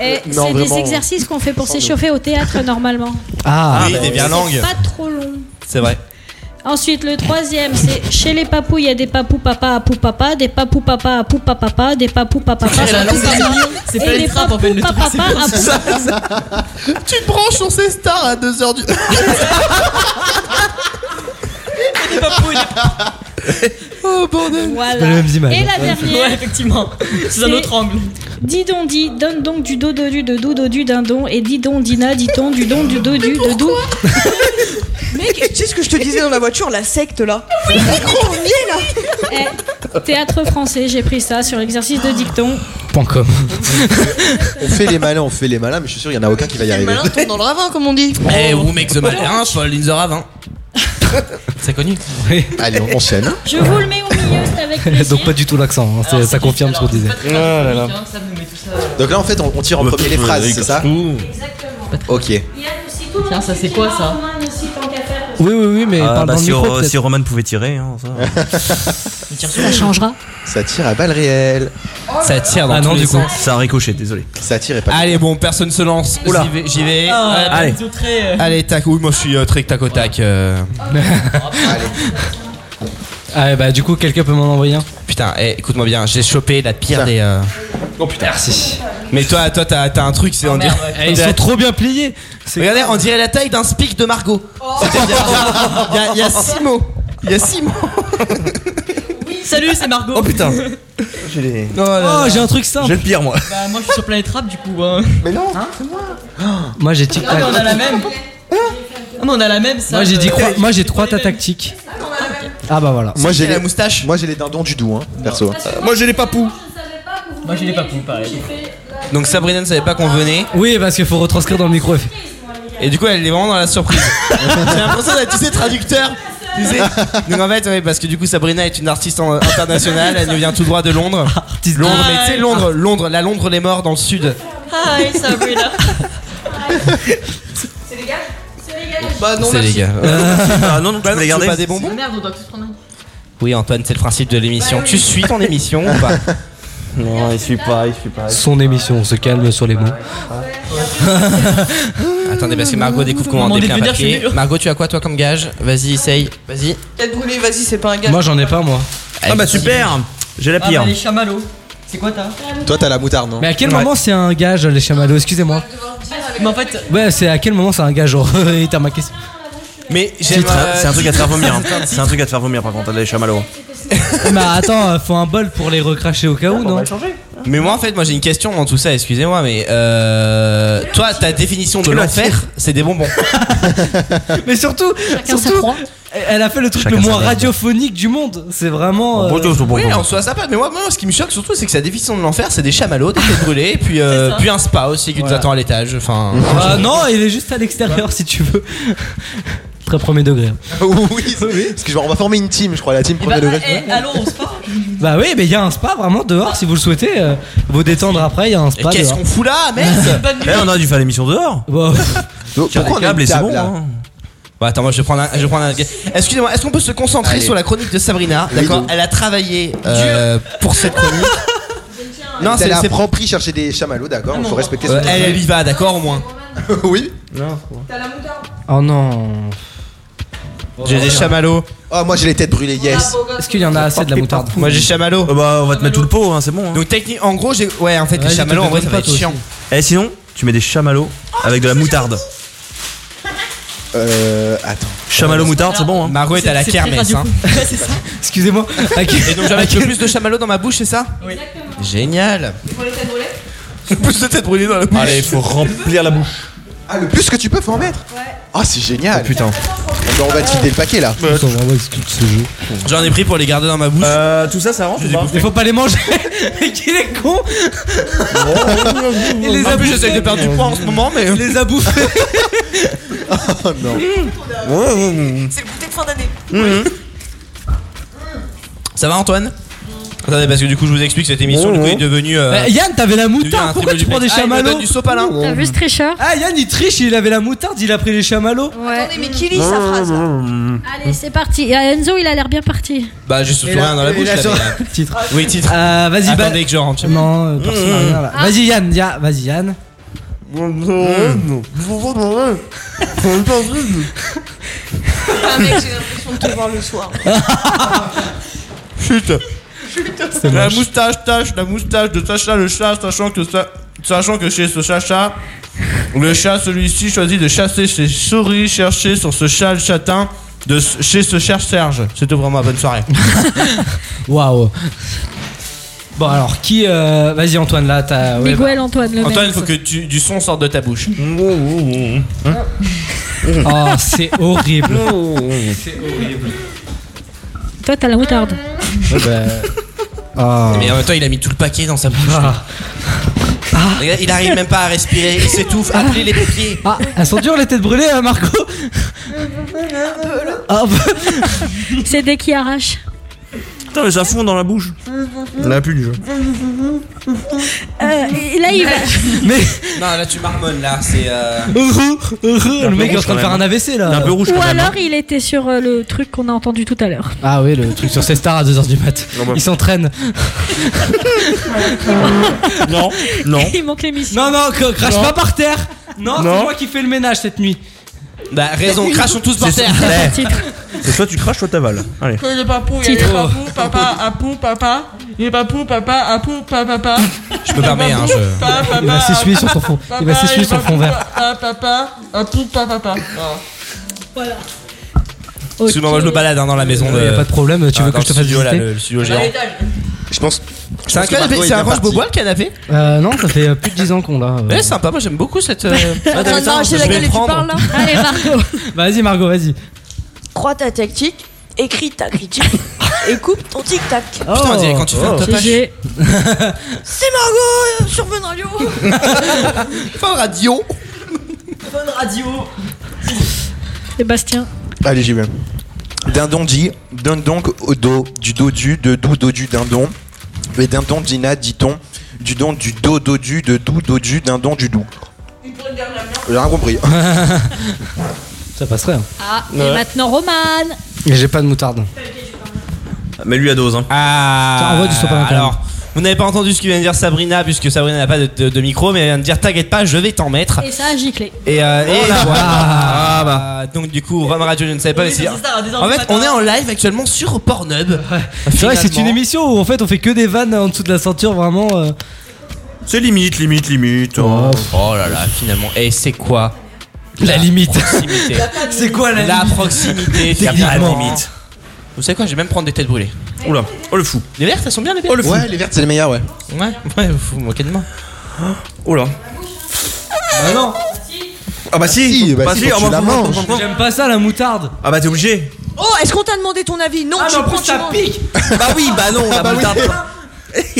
Speaker 5: Et c'est
Speaker 12: Non,
Speaker 5: des
Speaker 12: vraiment.
Speaker 5: exercices qu'on fait pour s'échauffer au théâtre normalement.
Speaker 1: Ah,
Speaker 8: oui,
Speaker 1: bah,
Speaker 8: des
Speaker 5: C'est
Speaker 8: verlangues.
Speaker 5: Pas trop long.
Speaker 8: C'est vrai.
Speaker 5: Ensuite, le troisième, c'est chez les papous, il y a des papous papa à pou papa, des papous papa à pou papa, des papous papa à
Speaker 2: la langue
Speaker 5: pou
Speaker 2: des
Speaker 5: papa,
Speaker 2: millions. C'est pas
Speaker 5: et
Speaker 2: une
Speaker 5: des
Speaker 2: frappe, en fait,
Speaker 5: papous
Speaker 2: le truc,
Speaker 5: papa
Speaker 2: c'est
Speaker 5: à pou
Speaker 2: pas ça.
Speaker 8: Tu te branches sur ces stars à 2h du.
Speaker 5: Oh bordel
Speaker 1: C'est pas
Speaker 5: Voilà.
Speaker 1: les mêmes images. hein.
Speaker 5: Et la
Speaker 1: Ouais,
Speaker 5: dernière.
Speaker 2: Ouais, effectivement. C'est un autre angle.
Speaker 5: Dis donc, dis, donne donc du do dodu, de do dodu, d'un don, et dis donc, dina, dit on, du don, du dodu, de dou.
Speaker 14: Mec, tu sais ce que je te disais dans la voiture, la secte là Oui, gros, on y est là
Speaker 5: Eh, Théâtre français, j'ai pris ça sur l'exercice de dicton.
Speaker 1: Point com.
Speaker 9: On fait les malins, on fait les malins, mais je suis sûr qu'il y en a aucun qui va y arriver.
Speaker 14: Malin tombe dans le ravin, comme on dit.
Speaker 8: Eh, who makes the malin? Paul in the ravin. C'est connu.
Speaker 9: Allez, on enchaîne.
Speaker 5: Je vous le mets au milieu, c'est avec plaisir.
Speaker 1: Donc pas du tout l'accent, hein, c'est- ça confirme ce qu'on disait.
Speaker 9: Donc là, en fait, on, on tire en premier les phrases, c'est ça Ok.
Speaker 2: Tiens, ça c'est quoi ça
Speaker 1: Oui, oui, oui, mais
Speaker 12: Ah,
Speaker 1: parle
Speaker 12: bah,
Speaker 1: dans le
Speaker 12: si,
Speaker 1: micro,
Speaker 12: Ro-
Speaker 1: peut-être.
Speaker 12: si Roman pouvait tirer. Hein, ça.
Speaker 5: Ça changera.
Speaker 9: Ça tire à balles réelles.
Speaker 8: Ça tire dans
Speaker 12: Ah non,
Speaker 8: tous les
Speaker 12: du coup.
Speaker 8: sens.
Speaker 12: C'est un ricochet, désolé.
Speaker 9: Ça tire et pas.
Speaker 8: Allez, bon, personne se lance.
Speaker 12: Oula.
Speaker 8: J'y vais. j'y vais.
Speaker 2: Ah,
Speaker 8: Ouais,
Speaker 12: allez.
Speaker 2: Enzo très, euh,
Speaker 8: Allez, tac. Oui, moi je suis euh, très tac au tac. euh.
Speaker 1: Ah, ouais, bah du coup, quelqu'un peut m'en envoyer un
Speaker 8: Putain, eh, écoute-moi bien, j'ai chopé la pire des. euh,
Speaker 1: Oh putain. Merci.
Speaker 8: Mais toi, toi, t'as t'as un truc, c'est
Speaker 2: Ah,
Speaker 8: on dirait.
Speaker 1: Eh, ils sont trop bien pliés.
Speaker 8: Regardez, on dirait la taille d'un spic de Margot.
Speaker 2: Oh.
Speaker 8: Il y a- il y, a six mots. Il y a six mots.
Speaker 2: Salut, c'est Margot.
Speaker 12: Oh putain J'ai les-
Speaker 8: Oh, là là.
Speaker 1: j'ai un truc simple.
Speaker 12: J'ai le pire, moi.
Speaker 2: Bah, moi je suis sur Planète Rap du coup. hein.
Speaker 9: Mais non,
Speaker 2: c'est moi.
Speaker 1: Moi j'ai tic
Speaker 2: Ah, mais on a la même. Ah, mais on a la même ça.
Speaker 1: Moi j'ai dit
Speaker 2: euh,
Speaker 1: croix- moi j'ai trois tas tactiques. Ah bah voilà.
Speaker 9: Moi j'ai
Speaker 8: la
Speaker 9: moustache. Moi j'ai les dindons du doux, hein, perso.
Speaker 12: Moi j'ai les papous.
Speaker 2: Moi j'ai les papous, pareil.
Speaker 8: Donc Sabrina ne savait pas qu'on venait.
Speaker 1: Oui, parce qu'il faut retranscrire dans le micro.
Speaker 8: Et du coup, elle est vraiment dans la surprise. J'ai l'impression d'être, tu sais, traducteur. Tu sais. Donc en fait, ouais, parce que du coup, Sabrina est une artiste en- internationale. Elle nous vient tout droit de Londres. Londres, mais tu sais, Londres, Londres, la Londres les morts dans le sud.
Speaker 14: Hi Sabrina. C'est légal Bah non,
Speaker 8: C'est
Speaker 14: merci.
Speaker 8: les gars.
Speaker 7: Euh.
Speaker 12: Ah non, non, tu peux les garder.
Speaker 8: pas des bonbons
Speaker 14: Merde, on doit tous prendre un.
Speaker 8: Oui, Antoine, c'est le principe de l'émission. Tu suis ton émission ou pas
Speaker 12: Non, il suit pas, il suit pas.
Speaker 1: Son émission, on se calme sur les mots.
Speaker 8: Attendez, parce que Margot découvre comment on
Speaker 1: Demandez
Speaker 8: déplie un
Speaker 1: de dire, je
Speaker 8: papier.
Speaker 1: suis nul.
Speaker 8: Margot, tu as quoi toi comme gage Vas-y, essaye. Vas-y.
Speaker 14: Tête brûlée, vas-y, c'est pas un gars.
Speaker 1: ai pas, moi.
Speaker 8: Ah bah super J'ai la
Speaker 2: Ah, bah, les chamallows. C'est quoi ta
Speaker 9: Toi, t'as la moutarde, non
Speaker 1: Mais à quel moment c'est un gage, les chamallows Excusez-moi.
Speaker 2: Mais en fait,
Speaker 1: Ouais, c'est à quel moment c'est un gage, genre, et t'as ma question.
Speaker 8: Mais
Speaker 1: j'aime, euh,
Speaker 12: c'est un truc à te faire vomir. hein.
Speaker 1: titre, titre.
Speaker 12: C'est un truc à te faire vomir par contre, les chamallows.
Speaker 1: Mais attends, euh, faut un bol pour les recracher au cas où, non
Speaker 8: Mais moi en fait, moi j'ai une question dans tout ça, excusez-moi, mais euh, toi ta définition de
Speaker 1: Tu l'as
Speaker 8: l'enfer, c'est des bonbons.
Speaker 1: Mais surtout, surtout elle a fait le truc
Speaker 8: Chacun
Speaker 1: le
Speaker 8: sa
Speaker 1: moins
Speaker 8: merde.
Speaker 1: radiophonique du monde. C'est vraiment. euh,
Speaker 8: Oui, en soi ça passe. Mais moi, moi, ce qui me choque surtout, c'est que sa définition de l'enfer, c'est des chamallows, des têtes brûlées, et puis, euh, puis un spa aussi qui nous attend à l'étage. Enfin.
Speaker 1: Ah non, il est juste à l'extérieur si tu veux. Très premier degré.
Speaker 9: oui, parce que genre, on va former une team, je crois, la team
Speaker 6: Eh ben,
Speaker 9: premier
Speaker 6: bah,
Speaker 9: degré.
Speaker 2: allons, on se parle.
Speaker 1: Bah oui, mais il y a un spa vraiment dehors si vous le souhaitez. euh, vous détendre après, il y a un spa.
Speaker 8: qu'est-ce
Speaker 1: dehors. Bah,
Speaker 8: qu'on fout là, merde Bonne nuit.
Speaker 12: Eh, on a dû faire l'émission dehors.
Speaker 1: Bon.
Speaker 12: Tiens, les câbles et c'est bon. hein.
Speaker 8: Bah, attends, moi je vais prendre un. Je vais prendre un... Excusez-moi, est-ce qu'on peut se concentrer
Speaker 12: Allez.
Speaker 8: sur la chronique de Sabrina
Speaker 12: Oui,
Speaker 8: D'accord,
Speaker 12: donc.
Speaker 8: elle a travaillé euh, pour cette chronique.
Speaker 9: Non, c'est la
Speaker 8: c'est-
Speaker 9: propre chercher des chamallows, d'accord, il faut respecter
Speaker 8: Euh,
Speaker 9: son
Speaker 8: elle, elle y va, d'accord, au moins.
Speaker 9: oui.
Speaker 1: Oh non.
Speaker 8: J'ai des chamallows.
Speaker 9: Oh, moi j'ai les têtes brûlées, yes.
Speaker 1: Est-ce qu'il y en a assez de la moutarde
Speaker 8: Moi j'ai chamallow.
Speaker 12: bah, on va te mettre tout le pot, hein, c'est bon. hein.
Speaker 8: Donc, technique, en gros, j'ai. Ouais, en fait, les
Speaker 12: Vas-y,
Speaker 8: chamallows,
Speaker 12: te
Speaker 8: en vrai,
Speaker 12: donne
Speaker 8: ça
Speaker 12: pas,
Speaker 8: va être
Speaker 12: toi
Speaker 8: chiant.
Speaker 12: aussi. Eh, sinon, tu mets des chamallows avec de la moutarde.
Speaker 9: Euh. Attends.
Speaker 12: Chamallow moutarde, c'est bon. Hein.
Speaker 8: Margot est à la kermesse. hein.
Speaker 1: Excusez-moi.
Speaker 8: Et donc, j'avais le plus de chamallows dans ma bouche, c'est ça Oui. Génial. Le plus de têtes brûlées dans la bouche. Allez, il faut remplir la bouche.
Speaker 9: Ah, le plus que tu peux, faut en mettre Ah, c'est génial
Speaker 1: Oh,
Speaker 12: Putain.
Speaker 9: on va te filer le paquet là.
Speaker 8: J'en ai pris pour les garder dans ma bouche.
Speaker 12: Euh, tout ça, ça rentre
Speaker 1: Il faut pas les manger. Qu'il est con.
Speaker 12: Oh.
Speaker 1: Il les
Speaker 8: En
Speaker 1: a
Speaker 8: plus,
Speaker 1: bouffés.
Speaker 8: j'essaie de perdre du poids en ce moment, mais.
Speaker 1: Il les a bouffés.
Speaker 9: Oh non.
Speaker 14: C'est le goûter de fin d'année.
Speaker 8: Ça va, Antoine Attendez, parce que du coup, je vous explique cette émission. Du coup, est devenue. euh,
Speaker 1: Bah, Yann, t'avais la
Speaker 8: devenu un
Speaker 1: moutarde. Pourquoi
Speaker 8: triple
Speaker 1: tu prends des
Speaker 8: duplex. Ah, il me
Speaker 1: chamallows
Speaker 8: donne du sopalin.
Speaker 5: T'as vu ce tricheur
Speaker 1: Ah, Yann, il triche. Il avait la moutarde. Il a pris les chamallows.
Speaker 5: Attendez,
Speaker 14: mais qui lit sa phrase
Speaker 5: Allez, c'est parti. Et Enzo, il a l'air bien parti.
Speaker 8: Bah, j'ai surtout
Speaker 1: Et là-
Speaker 8: rien dans la
Speaker 1: et
Speaker 8: bouche.
Speaker 1: là,
Speaker 8: là,
Speaker 1: sur-
Speaker 8: mais, euh,
Speaker 1: Titre.
Speaker 8: Oui, titre.
Speaker 1: Euh, vas-y, bah-
Speaker 8: Attendez que je rentre.
Speaker 1: Non, euh, personne n'a rien, là.
Speaker 8: Ah.
Speaker 1: Vas-y, Yann. ya- Vas-y, Yann.
Speaker 14: Ah mec, j'ai l'impression de te voir le soir.
Speaker 8: Chut.
Speaker 1: C'est
Speaker 8: La
Speaker 1: moche.
Speaker 8: moustache tâche, la moustache de Sacha le chat, sachant que, ça- sachant que chez ce Sacha, le chat, celui-ci, choisit de chasser ses souris, chercher sur ce chat le chatin, de, ce- chez ce cher Serge. C'était vraiment bonne soirée.
Speaker 1: Waouh. Bon, alors, qui. euh, Vas-y, Antoine, là, t'as. Ah ouais, bah.
Speaker 5: Miguel Antoine, le
Speaker 8: Antoine, il
Speaker 5: mec.
Speaker 8: faut que tu- du son sorte de ta bouche. Hein
Speaker 1: Oh, c'est horrible.
Speaker 8: C'est
Speaker 2: euh,
Speaker 8: horrible.
Speaker 5: Toi, t'as la moutarde.
Speaker 8: bah.
Speaker 1: Ah.
Speaker 8: Mais en même temps, il a mis tout le paquet dans sa bouche. Regarde, Il arrive même pas à respirer, il s'étouffe. Appelez les pompiers.
Speaker 1: Ah, elles sont dures les têtes brûlées, hein, Marco Ah, bah,
Speaker 5: C'est dès qui arrache.
Speaker 12: Putain, mais ça fond dans la bouche. La plus du jeu.
Speaker 5: Euh, et là, il va.
Speaker 1: Mais.
Speaker 8: Non, là, tu marmonnes, là, c'est. euh,
Speaker 1: Le mec est en train de faire un AVC là.
Speaker 5: Ou alors, il était sur euh, le truc qu'on a entendu tout à l'heure.
Speaker 1: Ah oui, le truc sur ces stars à 2h du mat. Ils s'entraînent.
Speaker 12: non, non.
Speaker 5: il manque l'émission.
Speaker 1: Non, non, cr- crache
Speaker 5: Non.
Speaker 1: pas par terre. Non, c'est
Speaker 12: Non.
Speaker 1: moi qui fais le ménage cette nuit.
Speaker 8: Bah, raison, crachons tous par
Speaker 12: C'est-
Speaker 8: terre.
Speaker 12: Eh, C'est soit tu craches, soit t'avales. Allez.
Speaker 14: Que les papous, il y a les
Speaker 12: Titre.
Speaker 14: papous, papa, apou, papa. Les papous, papa, apou, papa, papa.
Speaker 8: Je peux fermer, hein, je-
Speaker 14: Papa,
Speaker 1: Il va
Speaker 5: Bah,
Speaker 14: papa,
Speaker 1: s'essuyer bah, sur son fond. Il va
Speaker 14: papa,
Speaker 1: s'essuyer
Speaker 14: les
Speaker 1: sur fond
Speaker 14: papous,
Speaker 1: vert.
Speaker 14: Papa, Ah, papa, apou, papa, papa. Ah.
Speaker 5: Voilà.
Speaker 8: Excuse-moi, moi je me balade hein, dans la maison.
Speaker 1: Il y a pas de problème, tu
Speaker 8: Ah,
Speaker 1: veux
Speaker 8: dans
Speaker 1: que je te
Speaker 8: le
Speaker 1: fasse
Speaker 8: studio, là,
Speaker 1: visiter
Speaker 8: le, le studio géant.
Speaker 9: Je pense.
Speaker 8: C'est un
Speaker 9: que Margot
Speaker 8: canapé,
Speaker 9: est
Speaker 8: c'est un
Speaker 9: bien
Speaker 8: roche
Speaker 9: partie.
Speaker 8: bobois le canapé
Speaker 1: Euh, non, ça fait euh, plus de 10 ans qu'on l'a. euh.
Speaker 8: Ouais, sympa, moi j'aime beaucoup cette. euh,
Speaker 14: Attends,
Speaker 8: attends,
Speaker 14: attends,
Speaker 8: je
Speaker 14: j'ai la
Speaker 8: vais
Speaker 14: gueule
Speaker 8: le
Speaker 14: et tu
Speaker 8: prendre.
Speaker 14: parles là
Speaker 5: Allez, Margot.
Speaker 1: Vas-y, Margot, vas-y.
Speaker 14: Crois ta tactique, écris ta critique et coupe ton tic-tac.
Speaker 8: Putain, on dirait quand tu fais un
Speaker 1: Oh.
Speaker 8: tapage.
Speaker 5: GG.
Speaker 14: C'est Margot euh, sur Fun Radio
Speaker 8: Fun Radio
Speaker 2: Fun Radio
Speaker 5: Sébastien.
Speaker 9: Allez, j'y vais. Dindon dit Donne donc au dos, du dodu, de doux dodu, dindon. Mais dindon, Dina, dit-on, du don, du dos dodu, de doux dodu, dindon, du doux. J'ai rien compris.
Speaker 1: Ça passerait. hein.
Speaker 5: Ah, et
Speaker 1: Ouais.
Speaker 5: maintenant Roman.
Speaker 1: Et j'ai pas de moutarde.
Speaker 8: Mais lui à dose. Hein. Ah.
Speaker 1: Tiens, envoie du sopalin, quand même.
Speaker 8: Alors, vous n'avez pas entendu ce que vient de dire Sabrina, puisque Sabrina n'a pas de, de- de micro, mais elle vient de dire T'inquiète pas, je vais t'en mettre.
Speaker 5: Et ça a giclé.
Speaker 8: Et, euh, et-
Speaker 5: là, voilà.
Speaker 8: Ah, bah. Donc, du coup, Rome Radio, je ne savais pas. hein. mais c'est- en fait, on est en live actuellement sur Pornhub.
Speaker 1: C'est vrai, c'est une
Speaker 8: Finalement.
Speaker 1: émission où en fait on fait que des vannes en dessous de la ceinture, vraiment. euh.
Speaker 8: C'est limite, limite, limite. Oh, là là, finalement. Et c'est quoi La, limite. proximité.
Speaker 1: C'est quoi la
Speaker 8: La
Speaker 1: limite
Speaker 8: proximité,
Speaker 1: Techniquement.
Speaker 8: finalement. Vous savez quoi, je vais même prendre des têtes brûlées. Oula, oh le fou. Les vertes, elles sont bien les vertes.
Speaker 9: ouais, les vertes, c'est les meilleures, ouais.
Speaker 8: Ouais, ouais, vous vous moquez de moi. Oh là. Bah
Speaker 1: Ah non
Speaker 7: Ah bah si,
Speaker 9: bah
Speaker 7: bah
Speaker 9: si,
Speaker 7: si,
Speaker 9: quand
Speaker 7: ah
Speaker 9: tu
Speaker 7: bah
Speaker 9: la
Speaker 7: bon, bon,
Speaker 9: manges.
Speaker 7: bon, bon.
Speaker 1: J'aime pas ça, la moutarde.
Speaker 7: Ah bah t'es obligé.
Speaker 14: Oh, est-ce qu'on t'a demandé ton avis Non,
Speaker 1: Ah,
Speaker 14: tu
Speaker 1: mais en
Speaker 14: prends,
Speaker 1: plus,
Speaker 14: tu
Speaker 1: ça
Speaker 14: prends.
Speaker 1: pique.
Speaker 7: Bah oui, bah non,
Speaker 9: Ah,
Speaker 7: la
Speaker 9: bah oui.
Speaker 7: moutarde.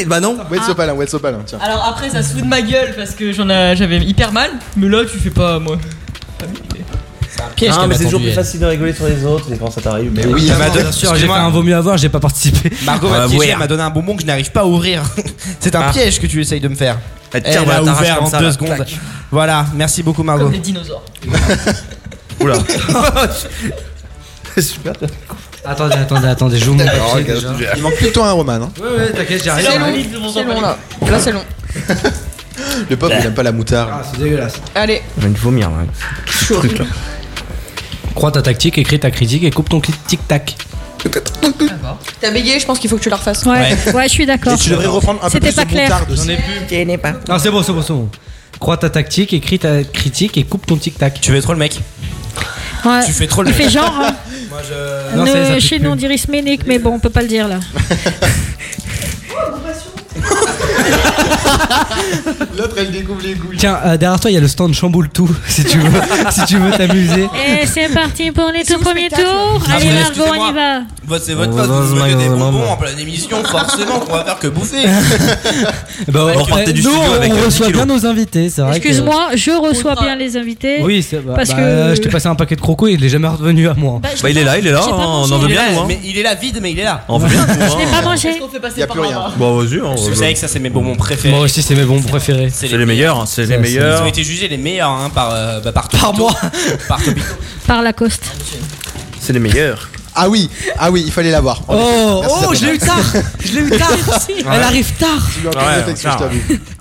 Speaker 7: bah non.
Speaker 9: Ouais, de sopalin, ouais, de sopalin, tiens.
Speaker 2: Alors après, ça se fout de ma gueule parce que j'en ai- j'avais hyper mal. Mais là, tu fais pas, moi. C'est un
Speaker 1: piège qu'elle m'a tendu, elle.
Speaker 8: de rigoler sur les autres, mais quand ça t'arrive. Mais
Speaker 1: Oui, bien sûr, j'ai fait un vaut mieux avoir, j'ai pas participé.
Speaker 8: Margot
Speaker 1: Ah,
Speaker 8: m'a piégé,
Speaker 1: ouais.
Speaker 8: elle m'a donné un bonbon que je n'arrive pas à ouvrir. C'est un
Speaker 1: Ah.
Speaker 8: piège que tu essayes de me faire.
Speaker 1: Elle te tire
Speaker 8: Elle
Speaker 1: dans la
Speaker 8: l'a
Speaker 1: tarasse
Speaker 8: ouvert
Speaker 1: comme
Speaker 8: en
Speaker 1: ça,
Speaker 8: deux
Speaker 1: là.
Speaker 8: secondes.
Speaker 1: Clac.
Speaker 8: Voilà, merci beaucoup Margot.
Speaker 2: Comme les dinosaures.
Speaker 8: Oula.
Speaker 1: Super. Attendez, attendez, attendez, je vous montre.
Speaker 9: Alors,
Speaker 1: papier,
Speaker 9: regarde,
Speaker 1: déjà.
Speaker 9: Il manque plus le temps à Roman. Hein.
Speaker 1: Ouais, ouais, t'inquiète, j'arrive.
Speaker 14: hein. C'est
Speaker 1: j'arrive.
Speaker 14: long, c'est long là. Là, c'est long.
Speaker 9: Le pauvre, il aime pas la moutarde.
Speaker 1: Ah, c'est dégueulasse.
Speaker 14: Allez,
Speaker 1: J'ai envie de vomir là. Crois ta tactique, écris ta critique et coupe ton clip tic-tac.
Speaker 14: t'as bégayé, je pense qu'il faut que tu la refasses.
Speaker 1: Ouais.
Speaker 5: Ouais, je suis d'accord.
Speaker 1: Et tu devrais reprendre un peu
Speaker 5: C'était
Speaker 1: plus
Speaker 5: pas
Speaker 1: de
Speaker 5: clair.
Speaker 1: moutarde aussi. J'en ai
Speaker 14: plus. pas.
Speaker 1: Non, Ah, c'est bon, c'est bon, c'est bon. Crois ta tactique, écris ta critique et coupe ton tic-tac.
Speaker 8: Tu fais trop le mec.
Speaker 5: Ouais.
Speaker 8: Tu fais trop le
Speaker 5: Il
Speaker 8: mec.
Speaker 5: fait genre. hein.
Speaker 1: Non, ça, ça
Speaker 5: Ne-
Speaker 1: pique
Speaker 5: Chez
Speaker 1: plus.
Speaker 5: nous, on dirait Sménic, mais bon, on peut pas le dire là.
Speaker 9: L'autre, elle découvre les couilles.
Speaker 1: Tiens, euh, derrière toi, il y a le stand Chamboule tout, si tu veux, si tu veux t'amuser.
Speaker 5: Et Eh, c'est parti pour les tout premiers tours.
Speaker 8: Ah,
Speaker 5: Allez,
Speaker 8: mais
Speaker 5: Margot, on
Speaker 8: excusez-moi.
Speaker 5: y va.
Speaker 8: Votre, c'est votre faute, vous nous mettez des bonbons en pleine émission, forcément qu'on va faire que bouffer.
Speaker 1: Bah,
Speaker 8: On
Speaker 1: ouais,
Speaker 8: repartait
Speaker 1: euh,
Speaker 8: du
Speaker 1: nous,
Speaker 8: studio
Speaker 1: on,
Speaker 8: avec, euh,
Speaker 1: on
Speaker 8: 10
Speaker 1: reçoit
Speaker 8: kilos.
Speaker 1: bien nos invités, c'est vrai. que-
Speaker 5: Excuse-moi, je reçois bien les invités.
Speaker 1: Oui, c'est bah,
Speaker 5: Parce
Speaker 1: bah,
Speaker 5: que.
Speaker 1: je t'ai passé un paquet de crocos et il est jamais revenu à moi.
Speaker 5: Bah, il est là, il est là, J'ai pas hein, on en mangé. veut bien, nous, hein.
Speaker 8: Mais il est là vide, mais il est là.
Speaker 1: On veut bien, nous,
Speaker 5: Je n'ai pas mangé.
Speaker 8: Y a plus rien.
Speaker 12: Bah,
Speaker 7: Bon, vas-y. hein,
Speaker 8: Vous
Speaker 7: vas-y.
Speaker 8: savez que ça, c'est mes bonbons préférés.
Speaker 1: Moi aussi, c'est mes bons préférés.
Speaker 7: C'est les meilleurs, hein, c'est les meilleurs.
Speaker 8: Ils ont été jugés les meilleurs hein, par, euh, bah, par, moi. Par Topito.
Speaker 5: Par Lacoste.
Speaker 7: C'est les meilleurs.
Speaker 9: Ah oui, ah oui, il fallait l'avoir. En effet.
Speaker 1: Oh,
Speaker 9: Merci,
Speaker 1: oh,
Speaker 9: Sabrina.
Speaker 1: je l'ai eu tard. Je l'ai eu tard. Elle arrive tard.
Speaker 9: Tu lui as encore
Speaker 1: Ouais,
Speaker 9: des textes,
Speaker 1: tard.
Speaker 9: je t'avoue.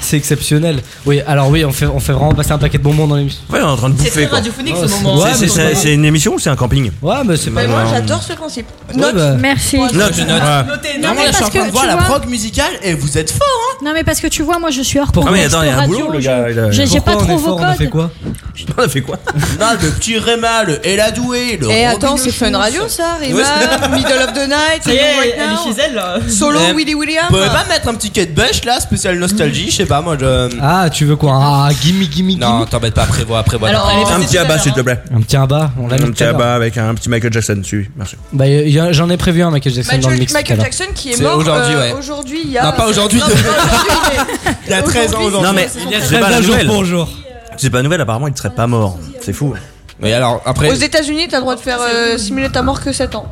Speaker 1: C'est exceptionnel. Oui, alors oui, on fait, on fait vraiment passer un paquet de bonbons dans l'émission.
Speaker 7: Ouais, on est en train de bouffer. quoi.
Speaker 14: radiophonique,
Speaker 1: ce
Speaker 2: hein,
Speaker 1: moment.
Speaker 7: C'est- c'est- c'est- C'est une émission ou c'est un camping
Speaker 1: Ouais, mais c'est
Speaker 2: Bah,
Speaker 14: Mais moi,
Speaker 7: Non.
Speaker 14: j'adore ce principe.
Speaker 7: Note. bah.
Speaker 5: Merci.
Speaker 7: Note, je note. Ouais.
Speaker 5: Non, mais parce que tu vois-
Speaker 8: musicale et vous êtes fort, hein
Speaker 5: Non, mais parce que tu vois, moi, je suis hors
Speaker 7: Ah, mais
Speaker 5: contexte
Speaker 7: attends, il y a un
Speaker 5: radio,
Speaker 7: boulot, le
Speaker 5: je-
Speaker 7: gars. il a-
Speaker 5: J'ai j'ai pas trop vos codes.
Speaker 1: quoi
Speaker 7: On a fait quoi
Speaker 8: Non, le petit Réma, le Eladoué, le.
Speaker 2: Eh,
Speaker 14: Et Eh, attends,
Speaker 8: Robinho
Speaker 14: c'est Fun
Speaker 8: Schultz.
Speaker 14: Radio ça,
Speaker 8: Ouais,
Speaker 14: Rima,
Speaker 8: c'est-
Speaker 14: Middle of the Night,
Speaker 2: Ça y est,
Speaker 14: Even Right
Speaker 2: elle est
Speaker 14: Now.
Speaker 2: chez elle, là.
Speaker 14: Solo
Speaker 8: Ouais.
Speaker 14: Willy William.
Speaker 8: Vous pouvez Euh, pas mettre un petit quai de bêche là, spécial nostalgie, je sais pas moi je.
Speaker 1: Ah, tu veux quoi Ah, gimme, gimme, gimme.
Speaker 8: Non, t'embête pas, prévois, prévois.
Speaker 1: Alors, elle est
Speaker 7: Un
Speaker 1: passée
Speaker 7: petit
Speaker 1: tout à
Speaker 7: abat,
Speaker 1: l'heure,
Speaker 7: s'il te plaît.
Speaker 1: Un petit abat, on l'a mis
Speaker 7: Un
Speaker 1: tout
Speaker 7: petit
Speaker 1: à l'heure.
Speaker 7: abat avec un petit Michael Jackson dessus. Merci.
Speaker 1: Bah, y- y- j'en ai prévu un, Michael Jackson, dans
Speaker 14: Michael,
Speaker 1: le mix. tout à
Speaker 14: Michael
Speaker 1: l'heure.
Speaker 14: Jackson qui est
Speaker 1: C'est
Speaker 14: mort euh,
Speaker 1: aujourd'hui, ouais.
Speaker 14: aujourd'hui, il y a.
Speaker 1: Non, pas aujourd'hui,
Speaker 14: Non,
Speaker 1: de-
Speaker 14: mais pas aujourd'hui, mais-
Speaker 8: Il y a 13 ans aujourd'hui.
Speaker 7: Non, mais
Speaker 14: Il y a
Speaker 7: c'est
Speaker 14: 13
Speaker 7: pas la
Speaker 14: ans jour
Speaker 7: nouvelle.
Speaker 1: pour jour.
Speaker 7: C'est pas la nouvelle, apparemment, il serait pas mort. C'est fou.
Speaker 8: Mais alors, après.
Speaker 14: Aux États-Unis, t'as le droit de faire euh, simuler ta mort que 7 ans.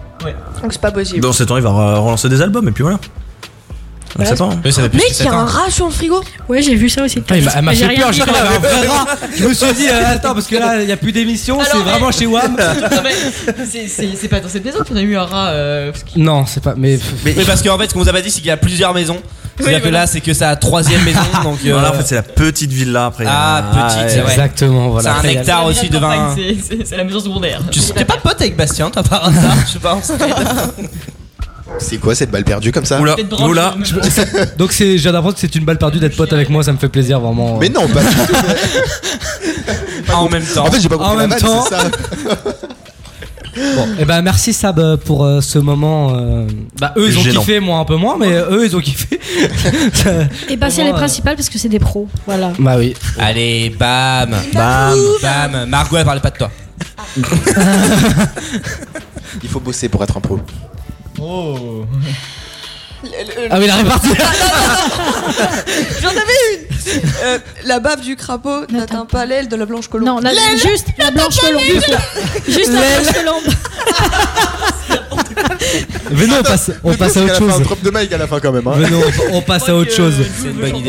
Speaker 14: Donc c'est pas possible.
Speaker 7: Dans 7 ans, il va re- relancer des albums et puis voilà. On
Speaker 1: Bah,
Speaker 7: sait pas. hein.
Speaker 14: Mec, il y a un rat sur le frigo.
Speaker 5: Ouais, j'ai vu ça aussi.
Speaker 1: Ah, il m'a- elle m'a
Speaker 5: J'ai
Speaker 1: fait
Speaker 5: rien
Speaker 1: peur,
Speaker 5: dit,
Speaker 1: j'ai cru
Speaker 5: quand
Speaker 1: qu'elle avait un
Speaker 2: hein.
Speaker 5: même.
Speaker 1: vrai rat. Je me suis dit, euh, attends, parce que là, il n'y a plus d'émission, c'est vraiment chez WAM.
Speaker 2: Non, mais c'est- c'est c'est pas dans cette maison qu'on a eu un rat. euh, parce que-
Speaker 1: Non, c'est pas. Mais.
Speaker 8: Mais, parce qu'en fait, ce qu'on vous a pas dit, c'est qu'il y a plusieurs maisons. C'est-à-dire que
Speaker 2: voilà.
Speaker 8: là, c'est que sa troisième maison. donc, euh,
Speaker 7: Non, là, en fait, c'est la petite villa après. euh,
Speaker 8: Ah, petite, c'est vrai.
Speaker 1: Exactement, voilà.
Speaker 8: C'est un
Speaker 1: Après,
Speaker 8: hectare
Speaker 1: il y a-
Speaker 8: aussi de
Speaker 2: Enfin,
Speaker 8: vin.
Speaker 2: c'est- C'est c'est la maison secondaire.
Speaker 8: Tu sais, t'es pas pote avec Bastien, t'as pas ça Je sais pas.
Speaker 9: C'est quoi cette balle perdue comme ça
Speaker 8: Oula, Peut-être branche, oula.
Speaker 1: Je- c'est- Donc c'est, je viens d'apprendre que c'est une balle perdue d'être pote avec moi, ça me fait plaisir vraiment.
Speaker 9: Mais non, pas du tout.
Speaker 8: en même temps.
Speaker 9: En fait, j'ai pas compris
Speaker 1: En
Speaker 9: la
Speaker 1: même
Speaker 9: vanne,
Speaker 1: temps.
Speaker 9: c'est ça.
Speaker 1: Bon, et ben merci Sab euh, pour euh, ce moment. euh, Bah eux ils ont
Speaker 7: Gênant.
Speaker 1: kiffé, moi un peu moins, mais euh, eux ils ont kiffé.
Speaker 5: Et bah, c'est
Speaker 1: euh,
Speaker 5: les principales parce que c'est des pros. Voilà.
Speaker 1: Bah oui.
Speaker 8: Allez, bam Bam Bam Margot, elle parlait pas de toi.
Speaker 9: Il faut bosser pour être un pro.
Speaker 2: Oh.
Speaker 1: Ah oui, la répartie.
Speaker 14: J'en avais une Euh, La bave du crapaud n'atteint pas l'aile de la blanche colombe. Non,
Speaker 5: la- juste la blanche colombe. Juste Juste la
Speaker 14: L'aile.
Speaker 5: blanche colombe.
Speaker 1: Mais non, on passe, on passe à autre
Speaker 11: Elle a fait un
Speaker 1: chose.
Speaker 11: drop de mic à la fin quand même. hein.
Speaker 1: Mais non, on passe à autre chose.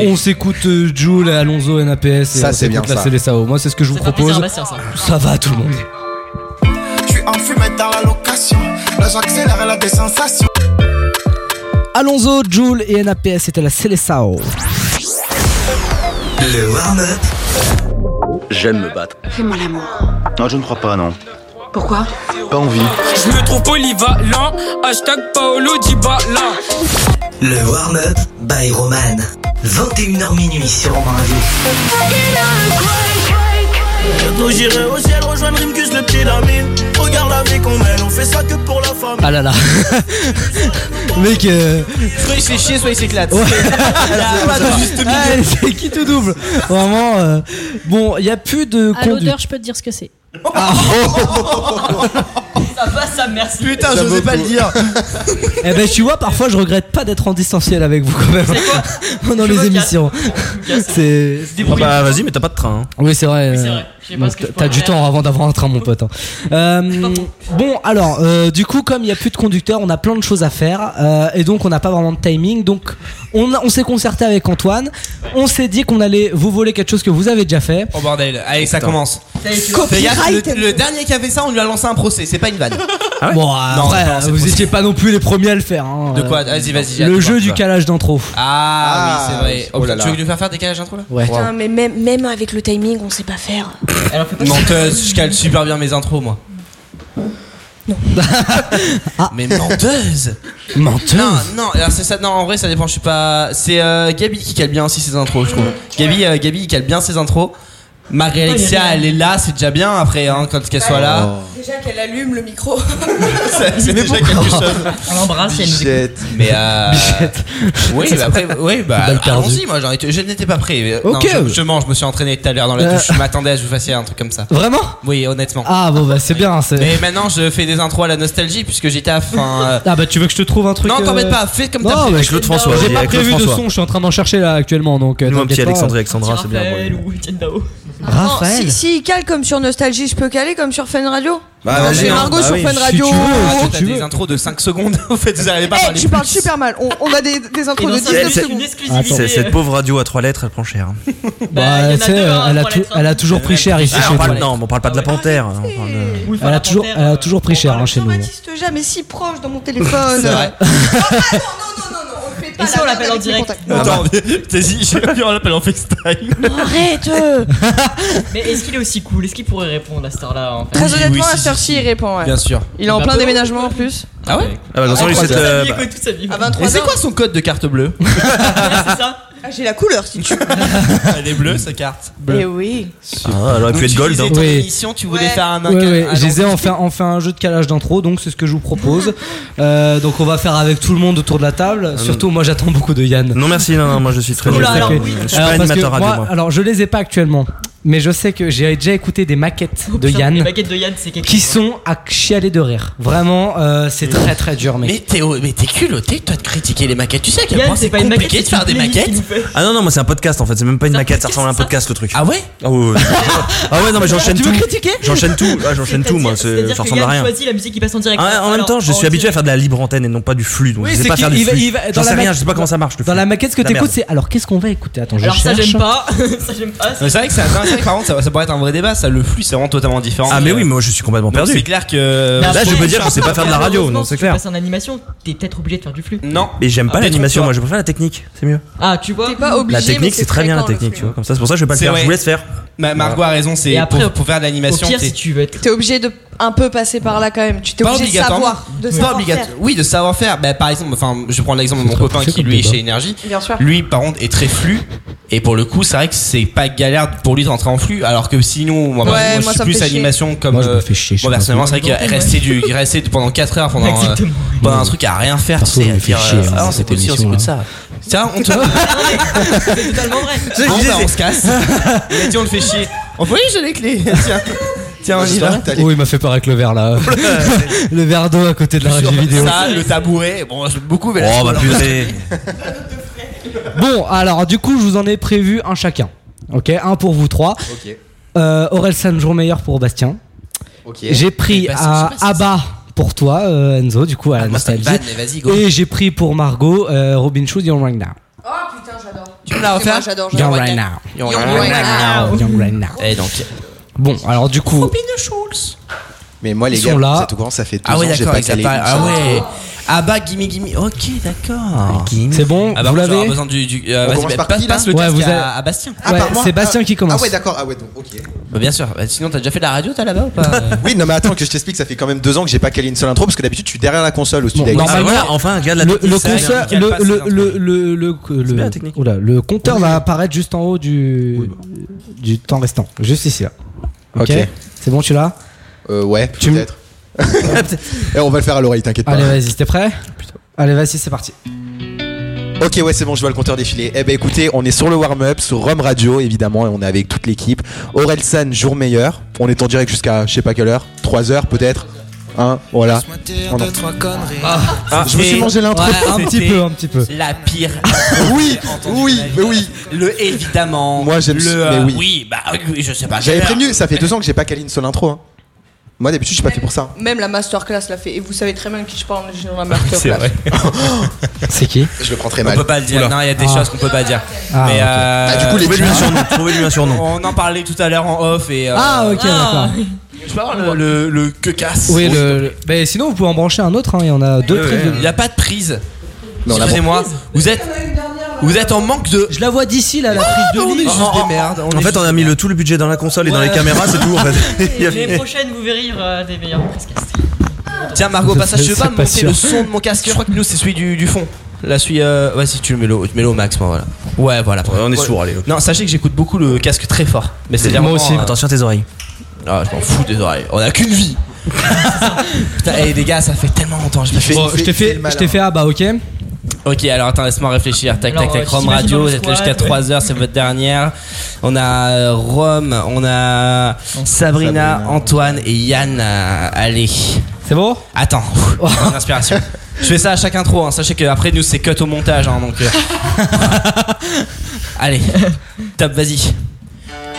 Speaker 1: On s'écoute euh, Jules, Alonso, NAPS. Et
Speaker 11: Ça,
Speaker 1: on
Speaker 11: c'est bien,
Speaker 1: s'écoute La
Speaker 11: ça.
Speaker 1: CDSAO. Moi, c'est ce que je vous
Speaker 2: fait plaisir
Speaker 1: propose.
Speaker 2: à Bastien, ça.
Speaker 1: Ça va, tout le monde.
Speaker 6: Je suis enfumé dans la location. Là, j'accélère la des sensations.
Speaker 1: Alonso, Jules et NAPS, c'était la CDSAO.
Speaker 24: Le warm-up.
Speaker 16: J'aime me battre.
Speaker 6: Fais-moi l'amour.
Speaker 16: Non, je ne crois pas, non.
Speaker 6: Pourquoi
Speaker 16: Pas envie.
Speaker 6: Je me trouve polyvalent. Hashtag Paolo Dibala.
Speaker 24: Le warm-up by Roman. 21h minuit sur Romain
Speaker 6: Bientôt j'irai au ciel rejoindre Rimkus le petit Lamine. Regarde la vie qu'on mène, on fait ça que pour la femme.
Speaker 1: Ah là là. Mec. euh,
Speaker 8: Soit il se fait chier, soit il s'éclate.
Speaker 1: Ouais.
Speaker 8: Il y a pas de juste milieu.
Speaker 1: Ah, c'est qui tout double Vraiment. euh, Bon, il n'y a plus de
Speaker 5: À
Speaker 1: conduite.
Speaker 5: l'odeur, je peux te dire ce que c'est.
Speaker 1: Ah.
Speaker 2: Ça passe, ça merci.
Speaker 1: Putain, Ça j'osais vaut pas le le coup. dire. Eh ben, tu vois, parfois, je regrette pas d'être en distanciel avec vous quand même. Pendant
Speaker 2: Je
Speaker 1: les
Speaker 2: me casse.
Speaker 1: émissions. C'est.
Speaker 7: Ah bah vas-y, mais t'as pas de train. hein.
Speaker 1: Oui, c'est vrai.
Speaker 7: Oui, c'est
Speaker 1: euh,
Speaker 7: vrai. Je sais pas
Speaker 1: donc
Speaker 7: ce que je
Speaker 1: T'as
Speaker 7: pourrais
Speaker 1: du
Speaker 7: faire.
Speaker 1: temps avant d'avoir un train, mon pote. hein. Euh, bon, alors, euh, du coup, comme il n'y a plus de conducteur, on a plein de choses à faire euh, et donc on n'a pas vraiment de timing. Donc, on, a- on s'est concerté avec Antoine. On s'est dit qu'on allait vous voler quelque chose que vous avez déjà fait.
Speaker 8: Oh bordel, allez, ça commence.
Speaker 2: Ça y est, tu vois.
Speaker 8: Fais gaffe, le, le dernier qui a fait ça, on lui a lancé un procès, c'est pas une vanne.
Speaker 1: Ah Bon, après, vous n'étiez pas non plus les premiers à le faire. hein.
Speaker 8: De quoi Vas-y, vas-y,
Speaker 1: Le
Speaker 8: attends,
Speaker 1: jeu
Speaker 8: tu
Speaker 1: du
Speaker 8: vas.
Speaker 1: calage d'intro.
Speaker 8: Ah, oui, c'est vrai.
Speaker 1: Oh là
Speaker 8: tu
Speaker 1: là.
Speaker 8: veux lui faire faire des calages d'intro là
Speaker 1: Ouais.
Speaker 13: Putain, mais même, même avec le timing, on sait pas faire.
Speaker 8: Menteuse, je cale super bien mes intros moi.
Speaker 2: Ah.
Speaker 8: Non. Mais menteuse
Speaker 1: Menteuse
Speaker 8: Non, non, alors c'est ça, non, en vrai ça dépend, je suis pas. C'est euh, Gabi qui cale bien aussi ses intros, je trouve. Gabi, euh, Gabi, il cale bien ses intros. Marie-Alexia, elle est là, c'est déjà bien après, hein, quand qu'elle soit là.
Speaker 1: Oh.
Speaker 13: Oh.
Speaker 3: Déjà qu'elle allume le micro.
Speaker 8: C'est déjà quelque chose.
Speaker 2: On l'embrasse et elle nous écoute.
Speaker 8: Bichette. Mais euh.
Speaker 1: Bichette.
Speaker 8: Oui, bah après, oui, bah
Speaker 1: Balle perdue.
Speaker 8: allons-y, moi j'en étais- je n'étais pas prêt. Euh, non,
Speaker 1: Ok.
Speaker 8: je, je mens, je me suis entraîné tout à l'heure dans la
Speaker 1: Euh.
Speaker 8: douche, je m'attendais à ce que vous fassiez un truc comme ça.
Speaker 1: Vraiment
Speaker 8: Oui, honnêtement.
Speaker 1: Ah bon, bah c'est bien. c'est-
Speaker 8: Mais maintenant je fais des intros à la nostalgie puisque j'étais à fin.
Speaker 1: Ah bah tu veux que je te trouve un truc
Speaker 8: Non, t'embête
Speaker 1: euh,
Speaker 8: pas, fais comme t'as
Speaker 1: Non,
Speaker 8: fait.
Speaker 1: mais
Speaker 8: Avec Claude François,
Speaker 1: J'ai
Speaker 8: vas-y,
Speaker 1: pas
Speaker 8: avec
Speaker 1: prévu
Speaker 8: Claude
Speaker 1: de
Speaker 8: François.
Speaker 1: son, je suis en train d'en chercher là actuellement. Donc, euh,
Speaker 7: Nous, un petit Alexandre et
Speaker 1: Alexandre
Speaker 7: Alexandra, c'est bien.
Speaker 2: Raphaël
Speaker 7: bon.
Speaker 2: ou Étienne Dao.
Speaker 14: Si,
Speaker 1: Raphaël.
Speaker 14: si il cale comme sur Nostalgie, je peux caler comme sur Fun Radio
Speaker 1: Bah, vas-y,
Speaker 14: j'ai
Speaker 1: hein.
Speaker 14: Margot
Speaker 1: Bah
Speaker 14: sur
Speaker 1: oui,
Speaker 14: Fun
Speaker 1: si
Speaker 14: Radio.
Speaker 1: tu veux,
Speaker 14: Oh,
Speaker 1: si
Speaker 14: oh.
Speaker 8: T'as des intros de 5 secondes, en fait, vous arrivez pas à
Speaker 14: Eh,
Speaker 8: parler.
Speaker 14: tu parles super mal. On, on a des, des intros de 19 secondes.
Speaker 7: C'est- Cette pauvre radio à trois lettres, elle prend cher. hein.
Speaker 1: Bah, tu sais,
Speaker 14: hein,
Speaker 1: elle, a tou- elle a toujours pris cher ici
Speaker 7: Ah,
Speaker 1: chez
Speaker 7: on
Speaker 1: nous.
Speaker 7: parle, non, mais on parle pas de la panthère. hein, on parle de-
Speaker 1: Elle a toujours, elle a toujours pris cher hein, chez nous.
Speaker 14: Reste jamais si proche dans mon téléphone.
Speaker 7: C'est vrai.
Speaker 14: Oh, bah, non, non, non, non, on le fait pas.
Speaker 2: Et ça,
Speaker 14: la
Speaker 2: on
Speaker 14: merde
Speaker 2: l'appelle en
Speaker 14: avec les
Speaker 2: direct.
Speaker 14: contacts.
Speaker 8: Attends, t'as dit, on l'appelle en FaceTime.
Speaker 14: Arrête euh.
Speaker 2: Mais est-ce qu'il est aussi cool Est-ce qu'il pourrait répondre à cette heure-là en fait
Speaker 14: Très honnêtement,
Speaker 2: à
Speaker 14: à cette heure-ci, il répond. ouais.
Speaker 8: Bien sûr.
Speaker 14: Il est en
Speaker 2: Bah,
Speaker 14: plein
Speaker 2: bon.
Speaker 14: déménagement en plus.
Speaker 8: Ah ouais
Speaker 7: Ah bah, dans son
Speaker 8: Ah,
Speaker 7: lit,
Speaker 8: toute
Speaker 7: c'est,
Speaker 8: sa
Speaker 7: euh,
Speaker 8: vie,
Speaker 7: bah-
Speaker 8: quoi, toute sa vie.
Speaker 14: À 23
Speaker 8: Et c'est
Speaker 14: heures.
Speaker 8: quoi son code de carte bleue
Speaker 14: Ah, J'ai la couleur si tu veux.
Speaker 8: Elle est bleue, sa carte.
Speaker 14: Eh oui.
Speaker 7: Ah, elle aurait pu
Speaker 8: Donc,
Speaker 7: être
Speaker 8: tu
Speaker 7: gold.
Speaker 8: disais
Speaker 7: hein.
Speaker 8: ton émission, tu voulais faire un. un-
Speaker 1: Ouais,
Speaker 8: un-
Speaker 1: ouais,
Speaker 8: un-
Speaker 1: je les ai enfin, enfin un jeu de calage d'intro, donc c'est ce que je vous propose. Euh, donc on va faire avec tout le monde autour de la table. Surtout, moi j'attends beaucoup de Yann.
Speaker 7: Euh, Non, merci, non, non, moi je suis très
Speaker 1: Oula,
Speaker 7: Je
Speaker 1: alors,
Speaker 7: suis
Speaker 1: oui.
Speaker 7: pas
Speaker 1: Alors, parce que
Speaker 7: animateur radio,
Speaker 1: moi,
Speaker 7: moi.
Speaker 1: Alors je les ai pas actuellement, mais je sais que j'ai déjà écouté des maquettes de
Speaker 2: Putain, Les
Speaker 1: Yann
Speaker 2: baguettes de Yann, c'est quelque
Speaker 1: qui
Speaker 2: chose.
Speaker 1: sont à chialer de rire. Vraiment, euh, c'est très très dur, mec.
Speaker 8: Mais t'es, au- mais t'es culotté, toi, de critiquer les maquettes. Tu sais à quel
Speaker 2: Yann,
Speaker 8: point
Speaker 2: c'est
Speaker 8: c'est
Speaker 2: pas une
Speaker 8: compliqué
Speaker 2: maquette,
Speaker 8: de faire
Speaker 2: c'est
Speaker 8: des
Speaker 2: une playlist
Speaker 8: maquettes
Speaker 2: qu'il nous fait.
Speaker 7: Ah non, non, moi c'est un podcast en fait, c'est même pas une maquette, ça ressemble à un podcast le truc.
Speaker 8: Ah ouais
Speaker 7: Ah ouais, ouais, ouais. Ah ouais, non, mais j'enchaîne
Speaker 2: Tu
Speaker 7: tout.
Speaker 2: veux critiquer
Speaker 7: J'enchaîne tout, ah, j'enchaîne tout, moi, c'est-
Speaker 2: C'est-à-dire
Speaker 7: ça
Speaker 2: que
Speaker 7: ressemble à
Speaker 2: Yann
Speaker 7: rien.
Speaker 2: choisit la musique qui passe en direct.
Speaker 7: Ah, en même temps, je suis habitué à faire de la libre antenne et non pas du flux, donc
Speaker 2: Oui,
Speaker 7: je sais
Speaker 2: c'est
Speaker 7: pas
Speaker 2: qu'il-
Speaker 7: faire du
Speaker 2: il va-
Speaker 7: flux.
Speaker 2: il va- dans
Speaker 7: J'en
Speaker 2: la
Speaker 7: sais rien,
Speaker 2: maquette-
Speaker 7: Ah, je sais pas comment ça marche le
Speaker 1: Dans
Speaker 7: flux.
Speaker 1: la maquette, ce que
Speaker 7: La merde.
Speaker 1: t'écoutes, c'est alors qu'est-ce qu'on va écouter Attends, je
Speaker 2: Alors ça,
Speaker 1: cherche.
Speaker 2: j'aime pas. Ah, Ça, j'aime pas.
Speaker 8: Mais c'est vrai que c'est intéressant, par contre, ça, ça pourrait être un vrai débat. Ça, le flux, c'est vraiment totalement différent.
Speaker 7: Ah mais oui, mais moi je suis complètement
Speaker 8: Donc,
Speaker 7: perdu.
Speaker 8: C'est clair que.
Speaker 7: Euh, Là, je peux dire, je sais pas faire de la radio, non, c'est
Speaker 2: Tu
Speaker 7: clair.
Speaker 2: passes en animation, t'es peut-être obligé de faire du flux.
Speaker 8: Non.
Speaker 7: Mais j'aime pas
Speaker 8: Ah,
Speaker 7: l'animation,
Speaker 8: détrompe-toi.
Speaker 7: moi je préfère la technique, c'est mieux.
Speaker 2: Ah, tu vois. T'es
Speaker 14: pas
Speaker 7: La technique, c'est très bien la technique, tu vois. Comme ça, c'est pour ça que je vais pas le
Speaker 8: C'est
Speaker 7: faire, je
Speaker 8: vrai.
Speaker 7: vous laisse faire.
Speaker 8: Ma- Margot a raison, c'est
Speaker 2: Et après,
Speaker 8: pour, pour faire de l'animation.
Speaker 2: au pire,
Speaker 8: t'es-
Speaker 2: si tu veux être.
Speaker 14: T'es obligé de un peu passer par là quand même. Tu t'es
Speaker 8: pas
Speaker 14: obligé de
Speaker 8: obligatoirement.
Speaker 14: savoir. De
Speaker 8: Pas
Speaker 14: savoir
Speaker 8: obligato-
Speaker 14: faire.
Speaker 8: Oui, de savoir faire. Bah, par exemple, enfin, je prends l'exemple de mon copain qui lui est chez Énergie.
Speaker 14: Bien sûr.
Speaker 8: Lui, par contre, est très flux. Et pour le coup, c'est vrai que c'est pas galère pour lui de rentrer en flux. Alors que sinon, moi,
Speaker 14: Ouais,
Speaker 8: moi, je
Speaker 14: moi,
Speaker 8: suis
Speaker 14: ça me
Speaker 8: plus
Speaker 14: fait chier.
Speaker 8: animation comme.
Speaker 1: Moi, je me
Speaker 8: euh,
Speaker 1: fais chier, je
Speaker 8: moi,
Speaker 1: sais
Speaker 8: personnellement,
Speaker 1: pas.
Speaker 8: c'est vrai qu'il restait du, il restait pendant 4 heures pendant, euh,
Speaker 1: Exactement.
Speaker 8: pendant un truc à rien faire.
Speaker 1: Perso,
Speaker 8: tu sais,
Speaker 1: on
Speaker 8: à
Speaker 1: me fait
Speaker 8: dire,
Speaker 1: chier,
Speaker 8: euh,
Speaker 1: hein,
Speaker 8: ah, on
Speaker 1: cette
Speaker 8: s'écoute ci, on
Speaker 1: émission,
Speaker 8: s'écoute
Speaker 1: là.
Speaker 8: ça. Tiens, on te.
Speaker 2: C'est totalement vrai.
Speaker 14: bah,
Speaker 8: Bon, bah, on se casse. Il a dit, on le fait chier. On peut- oui, j'ai les clés. Tiens. Tiens, on y va.
Speaker 1: Oh, il m'a fait peur avec le verre là. le verre d'eau à côté de la régie vidéo.
Speaker 8: Ça, le tabouret. Bon, j'aime beaucoup, mais
Speaker 1: Oh, bah, purée. Bon, alors du coup, je vous en ai prévu un chacun. Ok, un pour vous trois.
Speaker 8: Ok.
Speaker 1: Euh, Aurel San, jour meilleur pour Bastien.
Speaker 8: Ok.
Speaker 1: J'ai pris
Speaker 8: Eh ben, c'est-
Speaker 1: à
Speaker 8: je sais pas si
Speaker 1: Abba pour toi, euh, Enzo, du coup, à la
Speaker 8: moi, ça me
Speaker 1: nostalgie.
Speaker 8: vanne, mais vas-y, go.
Speaker 1: Et j'ai pris pour Margot euh, Robin Shoes Young Right Now.
Speaker 8: Tu me l'as refait
Speaker 14: Moi, j'adore,
Speaker 1: Young
Speaker 14: j'adore.
Speaker 1: Right Now.
Speaker 8: Young Right Now.
Speaker 1: Young Right Now.
Speaker 8: Et donc.
Speaker 1: Bon, alors du coup.
Speaker 8: de Schultz.
Speaker 9: Mais moi, les
Speaker 1: Ils
Speaker 9: gars,
Speaker 1: sont là.
Speaker 9: vous êtes au courant, ça fait deux
Speaker 8: Ah ouais,
Speaker 9: ans que j'ai
Speaker 8: d'accord,
Speaker 9: pas
Speaker 8: ils
Speaker 9: calé.
Speaker 8: apparaissent- Ah
Speaker 9: une chanson.
Speaker 8: ouais. Ah bah, gimme, gimme. Ok, d'accord.
Speaker 1: C'est bon,
Speaker 8: Ah bah,
Speaker 1: vous
Speaker 8: j'aurais
Speaker 1: l'avez
Speaker 8: besoin du. du euh,
Speaker 1: On
Speaker 8: vas-y,
Speaker 1: commence
Speaker 8: bah,
Speaker 1: par
Speaker 8: passe,
Speaker 1: qui, là
Speaker 8: passe le
Speaker 1: Ouais,
Speaker 8: casque
Speaker 1: vous
Speaker 8: à,
Speaker 1: avez-
Speaker 8: à Bastien.
Speaker 1: Ah, Ouais, par moi c'est Bastien qui commence.
Speaker 9: Ah ouais, d'accord, ah ouais, donc, ok.
Speaker 8: Bah, bien sûr. Bah, sinon, t'as déjà fait de la radio, toi, là-bas ou
Speaker 1: Ah,
Speaker 8: pas
Speaker 9: Oui, non, mais attends, que je t'explique, ça fait quand même deux ans que j'ai pas calé une seule intro parce que d'habitude, je suis derrière la console au studio.
Speaker 1: normalement,
Speaker 8: Ah,
Speaker 1: le, le compteur, le, le, le, le, le-
Speaker 9: bien, la
Speaker 1: oula, le compteur va apparaître juste en haut du, du temps restant, juste ici là. Ok,
Speaker 9: Ok.
Speaker 1: c'est bon, tu l'as
Speaker 9: Euh, ouais, peut-être. Eh, on va le faire à l'oreille, t'inquiète pas.
Speaker 1: Allez, vas-y, t'es Ah, prêt Allez, vas-y, c'est parti.
Speaker 9: Ok, ouais, c'est bon, je vois le compteur défiler. Eh ben écoutez, on est sur le warm-up, sur Rome Radio, évidemment, et on est avec toute l'équipe. Aurel San, jour meilleur. On est en direct jusqu'à je sais pas quelle heure, 3 heures peut-être. Hein, voilà. On en-
Speaker 8: Ah,
Speaker 1: Ah,
Speaker 9: je me suis mangé l'intro.
Speaker 1: un petit peu, un petit peu.
Speaker 8: La pire. oui, oui, mais oui. Le évidemment.
Speaker 9: Moi, j'aime-
Speaker 8: le.
Speaker 9: mais
Speaker 8: euh,
Speaker 9: oui.
Speaker 8: bah oui, je sais pas.
Speaker 9: J'avais
Speaker 8: quelle heure.
Speaker 9: prévenu, ça fait deux ans que j'ai pas calé une seule intro. hein. Moi d'habitude, je suis pas fait pour ça. hein.
Speaker 14: Même la masterclass l'a fait. Et vous savez très bien de qui je parle j'ai dans la masterclass.
Speaker 1: C'est qui
Speaker 9: Je le prends très
Speaker 8: On
Speaker 9: mal.
Speaker 8: peut pas le dire.
Speaker 9: Oula.
Speaker 8: Non, il y a des
Speaker 9: Ah.
Speaker 8: choses qu'on peut pas dire.
Speaker 9: Ah,
Speaker 8: Mais
Speaker 9: ok.
Speaker 8: euh,
Speaker 9: Ah, du coup, les
Speaker 8: trouvez-lui
Speaker 9: tiens.
Speaker 8: un surnom. Trouvez-lui un surnom. On en parlait tout à l'heure en off et. euh,
Speaker 1: Ah, ok, d'accord.
Speaker 8: Je peux avoir le, le, le que casse.
Speaker 1: Oui, le, le- mais sinon, vous pouvez en brancher un autre, hein, il y en a deux
Speaker 8: Ouais,
Speaker 1: prévus.
Speaker 8: Il n'y a pas de prise.
Speaker 1: Non, la
Speaker 8: Excusez-moi, vous êtes, vous êtes en manque de.
Speaker 1: Je la vois d'ici là, la
Speaker 8: prise de On est
Speaker 7: ligne.
Speaker 8: juste
Speaker 7: Oh,
Speaker 8: des merdes.
Speaker 7: En fait, on a mis le, tout le budget dans la console et dans
Speaker 8: Ouais.
Speaker 7: les caméras, c'est tout. En fait. Il y
Speaker 2: L'année
Speaker 7: a-
Speaker 2: prochaine, vous verrez, il y aura des meilleurs presque.
Speaker 8: Tiens, Margot, au passage, je veux
Speaker 7: C'est
Speaker 8: pas
Speaker 7: pas
Speaker 8: monter
Speaker 7: sûr.
Speaker 8: le son de mon casque. Je crois que nous, c'est celui du, du fond. Là, celui. Euh... Ouais, si tu le mets, le, tu mets le au max, moi, voilà. Ouais, voilà.
Speaker 7: on est
Speaker 8: Ouais.
Speaker 7: sourd, allez.
Speaker 8: Non, sachez que j'écoute beaucoup le casque très fort. Mais c'est
Speaker 7: Moi aussi. Attention
Speaker 8: à tes oreilles. Ah, je m'en fous des oreilles. On a qu'une vie. Putain,
Speaker 1: eh,
Speaker 8: hey, les gars, ça fait tellement longtemps. que j'ai pas fait-
Speaker 1: Bon, je t'ai fait, je t'ai fait ah bah ok.
Speaker 8: Ok, alors attends, laisse-moi réfléchir. Tac,
Speaker 1: Alors,
Speaker 8: tac, tac.
Speaker 1: euh,
Speaker 8: Rome
Speaker 1: j'imagine
Speaker 8: Radio,
Speaker 1: dans
Speaker 8: vous
Speaker 1: le
Speaker 8: êtes là
Speaker 1: squat,
Speaker 8: jusqu'à 3h, c'est votre dernière. On a euh, Rome, on a Sabrina, Antoine et Yann. euh, allez.
Speaker 1: C'est bon
Speaker 8: Attends, j'ai une inspiration. Je fais ça à chaque intro, hein. sachez qu'après nous c'est cut au montage. hein, donc, euh, Allez, top, vas-y.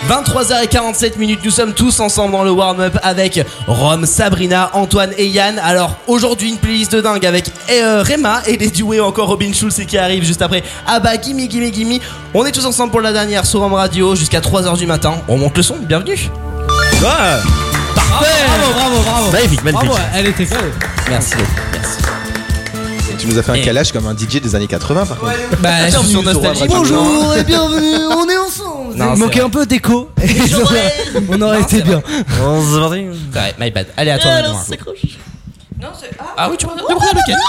Speaker 8: 23h47 minutes, nous sommes tous ensemble dans le warm-up avec Rome, Sabrina, Antoine et Yann. Alors aujourd'hui une playlist de dingue avec euh, Rema et des duets encore Robin Schulz qui arrive juste après. Ah bah gimme gimme gimme. On est tous ensemble pour la dernière sur Rome Radio jusqu'à 3h du matin. On monte le son, bienvenue.
Speaker 1: Parfait Ah, Bravo, bravo, bravo.
Speaker 8: Magnifique, magnifique.
Speaker 1: Bravo, elle était folle.
Speaker 8: Merci, merci.
Speaker 9: Tu nous as fait un calage comme un DJ des années 80 par contre.
Speaker 1: Bah,
Speaker 9: Bienvenue
Speaker 1: sur
Speaker 9: sur
Speaker 1: Nostalgie.
Speaker 9: Rome Radio.
Speaker 1: Bonjour et bienvenue, on est ensemble.
Speaker 8: Non,
Speaker 1: Il
Speaker 8: c'est
Speaker 1: manquait
Speaker 8: vrai.
Speaker 1: un peu d'écho. on aurait été bien.
Speaker 8: Ouais, my bad. Allez, à toi,
Speaker 1: Ah,
Speaker 8: Manon.
Speaker 1: non, c'est
Speaker 14: Non, c'est.
Speaker 8: Ah oui, tu regardes lequel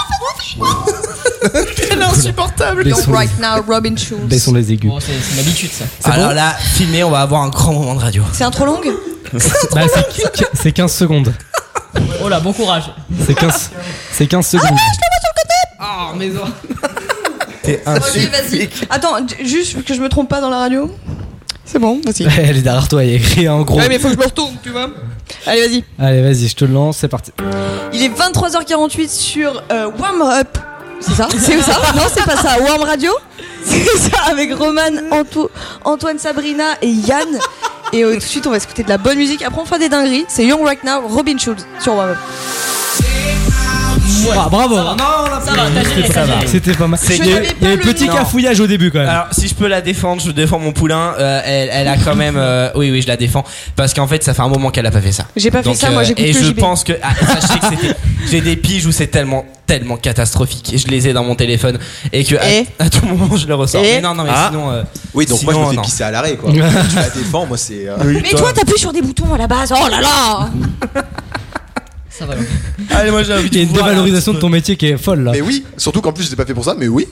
Speaker 14: Elle est insupportable.
Speaker 8: Les
Speaker 14: You're
Speaker 8: sons.
Speaker 14: right now, Robin Schulz.
Speaker 1: Baissons les aigus.
Speaker 2: C'est une habitude ça.
Speaker 8: Alors là, filmé, on va avoir un grand moment de radio.
Speaker 14: C'est un trop longue
Speaker 1: Bah, c'est- c'est 15 secondes.
Speaker 2: Oh là, bon courage.
Speaker 1: C'est 15, c'est 15 secondes.
Speaker 2: Oh, maison.
Speaker 1: T'es
Speaker 14: Ok, vas-y. Attends, j- juste que je me trompe pas dans la radio. C'est bon, vas-y.
Speaker 1: Elle est derrière toi, il y a écrit en gros.
Speaker 14: Ouais, mais faut que je me retourne, tu vois. Allez, vas-y.
Speaker 1: Allez, vas-y, je te le lance, c'est parti.
Speaker 14: Il est 23h48 sur euh, Warm Up. C'est ça C'est ça Non, c'est pas ça. Warm Radio C'est ça, avec Roman, Anto- Antoine, Sabrina et Yann. Et euh, tout de suite, on va écouter de la bonne musique. Après, on fera des dingueries. C'est Young Right Now, Robin Schulz sur Warm Up.
Speaker 1: Ah, bravo.
Speaker 2: Ça va, t'as géré, t'as géré.
Speaker 1: C'était pas mal.
Speaker 8: C'est
Speaker 1: Il y a
Speaker 8: que-
Speaker 1: eu- il y a eu petit
Speaker 8: Non.
Speaker 1: cafouillage au début quand même.
Speaker 8: Alors, si je peux la défendre, je défends mon poulain. Euh, elle, elle a quand même. euh, oui, oui, je la défends. Parce qu'en fait, ça fait un moment qu'elle a pas fait ça.
Speaker 14: J'ai pas fait
Speaker 8: Donc,
Speaker 14: ça, moi, j'écoute
Speaker 8: Et
Speaker 14: que
Speaker 8: je
Speaker 14: JB.
Speaker 8: pense que. ah, sachez que c'était. J'ai des piges où c'est tellement, tellement catastrophique. Je les ai dans mon téléphone. Et que à-
Speaker 14: Et
Speaker 8: à, tout moment, je le ressors.
Speaker 14: Et
Speaker 8: mais non, non, mais
Speaker 9: Ah.
Speaker 8: sinon. euh,
Speaker 9: Oui, donc moi
Speaker 8: sinon,
Speaker 9: je me
Speaker 8: non.
Speaker 9: fais pisser à l'arrêt quoi. tu la défends, moi c'est. euh,
Speaker 14: Mais toi, t'appuies sur des boutons à la base. Oh là là
Speaker 8: Allez, moi j'ai envie
Speaker 1: Il y a une dévalorisation de ton métier qui est folle là.
Speaker 9: Mais oui, surtout qu'en plus je l'ai pas fait pour ça, mais oui.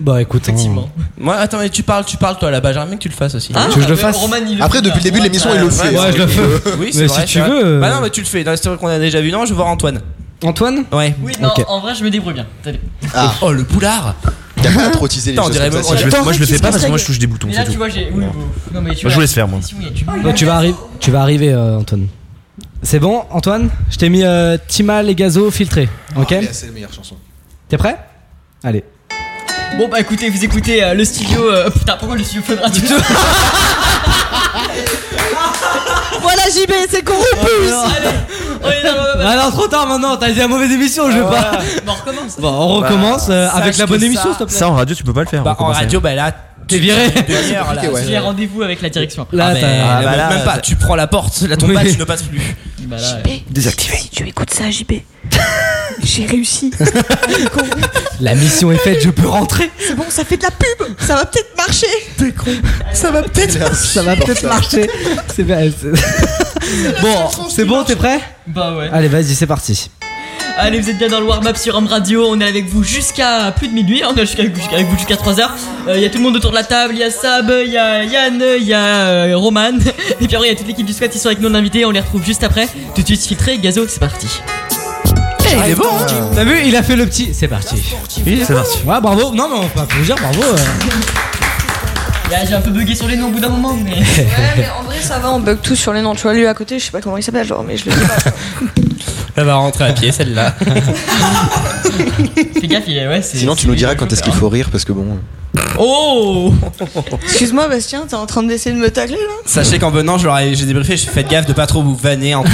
Speaker 1: Bah écoute, hein.
Speaker 8: Moi, attends, mais tu parles, tu parles, toi, là-bas. J'aimerais bien que tu le fasses aussi.
Speaker 1: Tu veux que je le fasse
Speaker 9: Après, depuis le début de l'émission, il le fait.
Speaker 1: Ouais, je le fais.
Speaker 8: Oui,
Speaker 1: Mais
Speaker 8: c'est vrai,
Speaker 1: si
Speaker 8: c'est
Speaker 1: tu
Speaker 8: vrai.
Speaker 1: veux. euh.
Speaker 8: Bah non, mais tu le fais. Non, C'est vrai qu'on a déjà vu. Non, je vais voir Antoine.
Speaker 1: Antoine
Speaker 8: Ouais.
Speaker 2: Oui, non,
Speaker 8: Ok.
Speaker 2: en vrai, je me débrouille bien. Attendez.
Speaker 9: Ah.
Speaker 8: Oh, le poulard
Speaker 9: Il a pas à trottiser les
Speaker 8: Putain, on
Speaker 9: choses
Speaker 8: dirait
Speaker 9: comme ça,
Speaker 8: même-
Speaker 9: c'est-
Speaker 8: je vais- moi, je le fais pas
Speaker 2: parce que moi, je
Speaker 7: touche des boutons.
Speaker 2: Mais là, tu vois, j'ai. oui, bon. Non, mais tu
Speaker 7: Moi, je
Speaker 2: vois,
Speaker 7: laisse faire, moi.
Speaker 2: si, oui, tu-
Speaker 1: Bon, tu vas arriver, tu vas arriver, euh, Antoine. C'est bon, Antoine Je t'ai mis euh, Timal et Gazo filtré.
Speaker 2: Ah,
Speaker 1: Ok
Speaker 11: Ah, C'est la meilleure chanson.
Speaker 1: T'es prêt Allez.
Speaker 2: Bon bah écoutez, vous écoutez euh, le studio. euh, putain, pourquoi le studio Fun Radio
Speaker 14: Voilà JB, c'est
Speaker 2: Oh,
Speaker 14: qu'on
Speaker 1: Ah non, trop tard maintenant, t'as dit la mauvaise émission,
Speaker 2: Ah,
Speaker 1: je veux pas.
Speaker 2: Bon, on recommence.
Speaker 1: Bon, on
Speaker 8: Bah.
Speaker 1: recommence euh, avec la bonne émission, s'il te plaît.
Speaker 7: Ça en radio, tu peux pas le faire.
Speaker 1: Bah, en
Speaker 7: recommencer.
Speaker 1: radio, bah, là, T'es viré.
Speaker 8: Demi-heure, là.
Speaker 2: J'ai rendez-vous avec la direction.
Speaker 8: Là,
Speaker 2: Ah,
Speaker 8: t'as-
Speaker 2: mais-
Speaker 8: Ah, bah là, même pas, tu prends la porte, là ton
Speaker 2: Oui.
Speaker 8: badge ne passe plus.
Speaker 2: Bah là, ouais.
Speaker 8: Désactivé.
Speaker 14: Si tu écoutes ça, JB, j'ai réussi.
Speaker 1: La mission est faite, je peux rentrer.
Speaker 14: C'est bon, ça fait de la pub. Ça va peut-être marcher. T'es con. Ça va peut-être marcher.
Speaker 1: Ça va peut-être marcher. C'est bien. c'est- Bon, c'est bon, t'es prêt
Speaker 2: Bah ouais.
Speaker 1: Allez, vas-y, c'est parti.
Speaker 2: Allez, vous êtes bien dans le warm-up sur Home Radio. On est avec vous jusqu'à plus de minuit. hein. On est jusqu'à- jusqu'à- avec vous jusqu'à 3h. Il y a tout le monde autour de la table. Il y a Sab, il y a Yann, il y a euh, Roman. Et puis après, il y a toute l'équipe du squat qui sont avec nous en invité. On les retrouve juste après. Tout de suite filtré. Gazo, c'est parti.
Speaker 1: il est bon T'as vu, il a fait le petit. C'est parti. C'est parti. Ouais, bravo. Non, mais on peut applaudir, bravo. euh.
Speaker 2: Là, j'ai un peu bugué sur les noms au bout d'un moment, mais.
Speaker 14: En vrai, ça va, on bug tous sur les noms. Tu vois, lui à côté, je sais pas comment il s'appelle, genre, mais je le
Speaker 8: Elle va rentrer à pied celle-là.
Speaker 2: Fais gaffe, il est. Ouais, c'est.
Speaker 9: Sinon, tu nous diras quand est-ce qu'il faut rire parce que bon.
Speaker 2: Oh
Speaker 14: Excuse-moi, Bastien, t'es en train d'essayer de me tacler là
Speaker 8: Sachez qu'en venant, je leur ai- j'ai débriefé, je fais gaffe de pas trop vous vanner. Entre...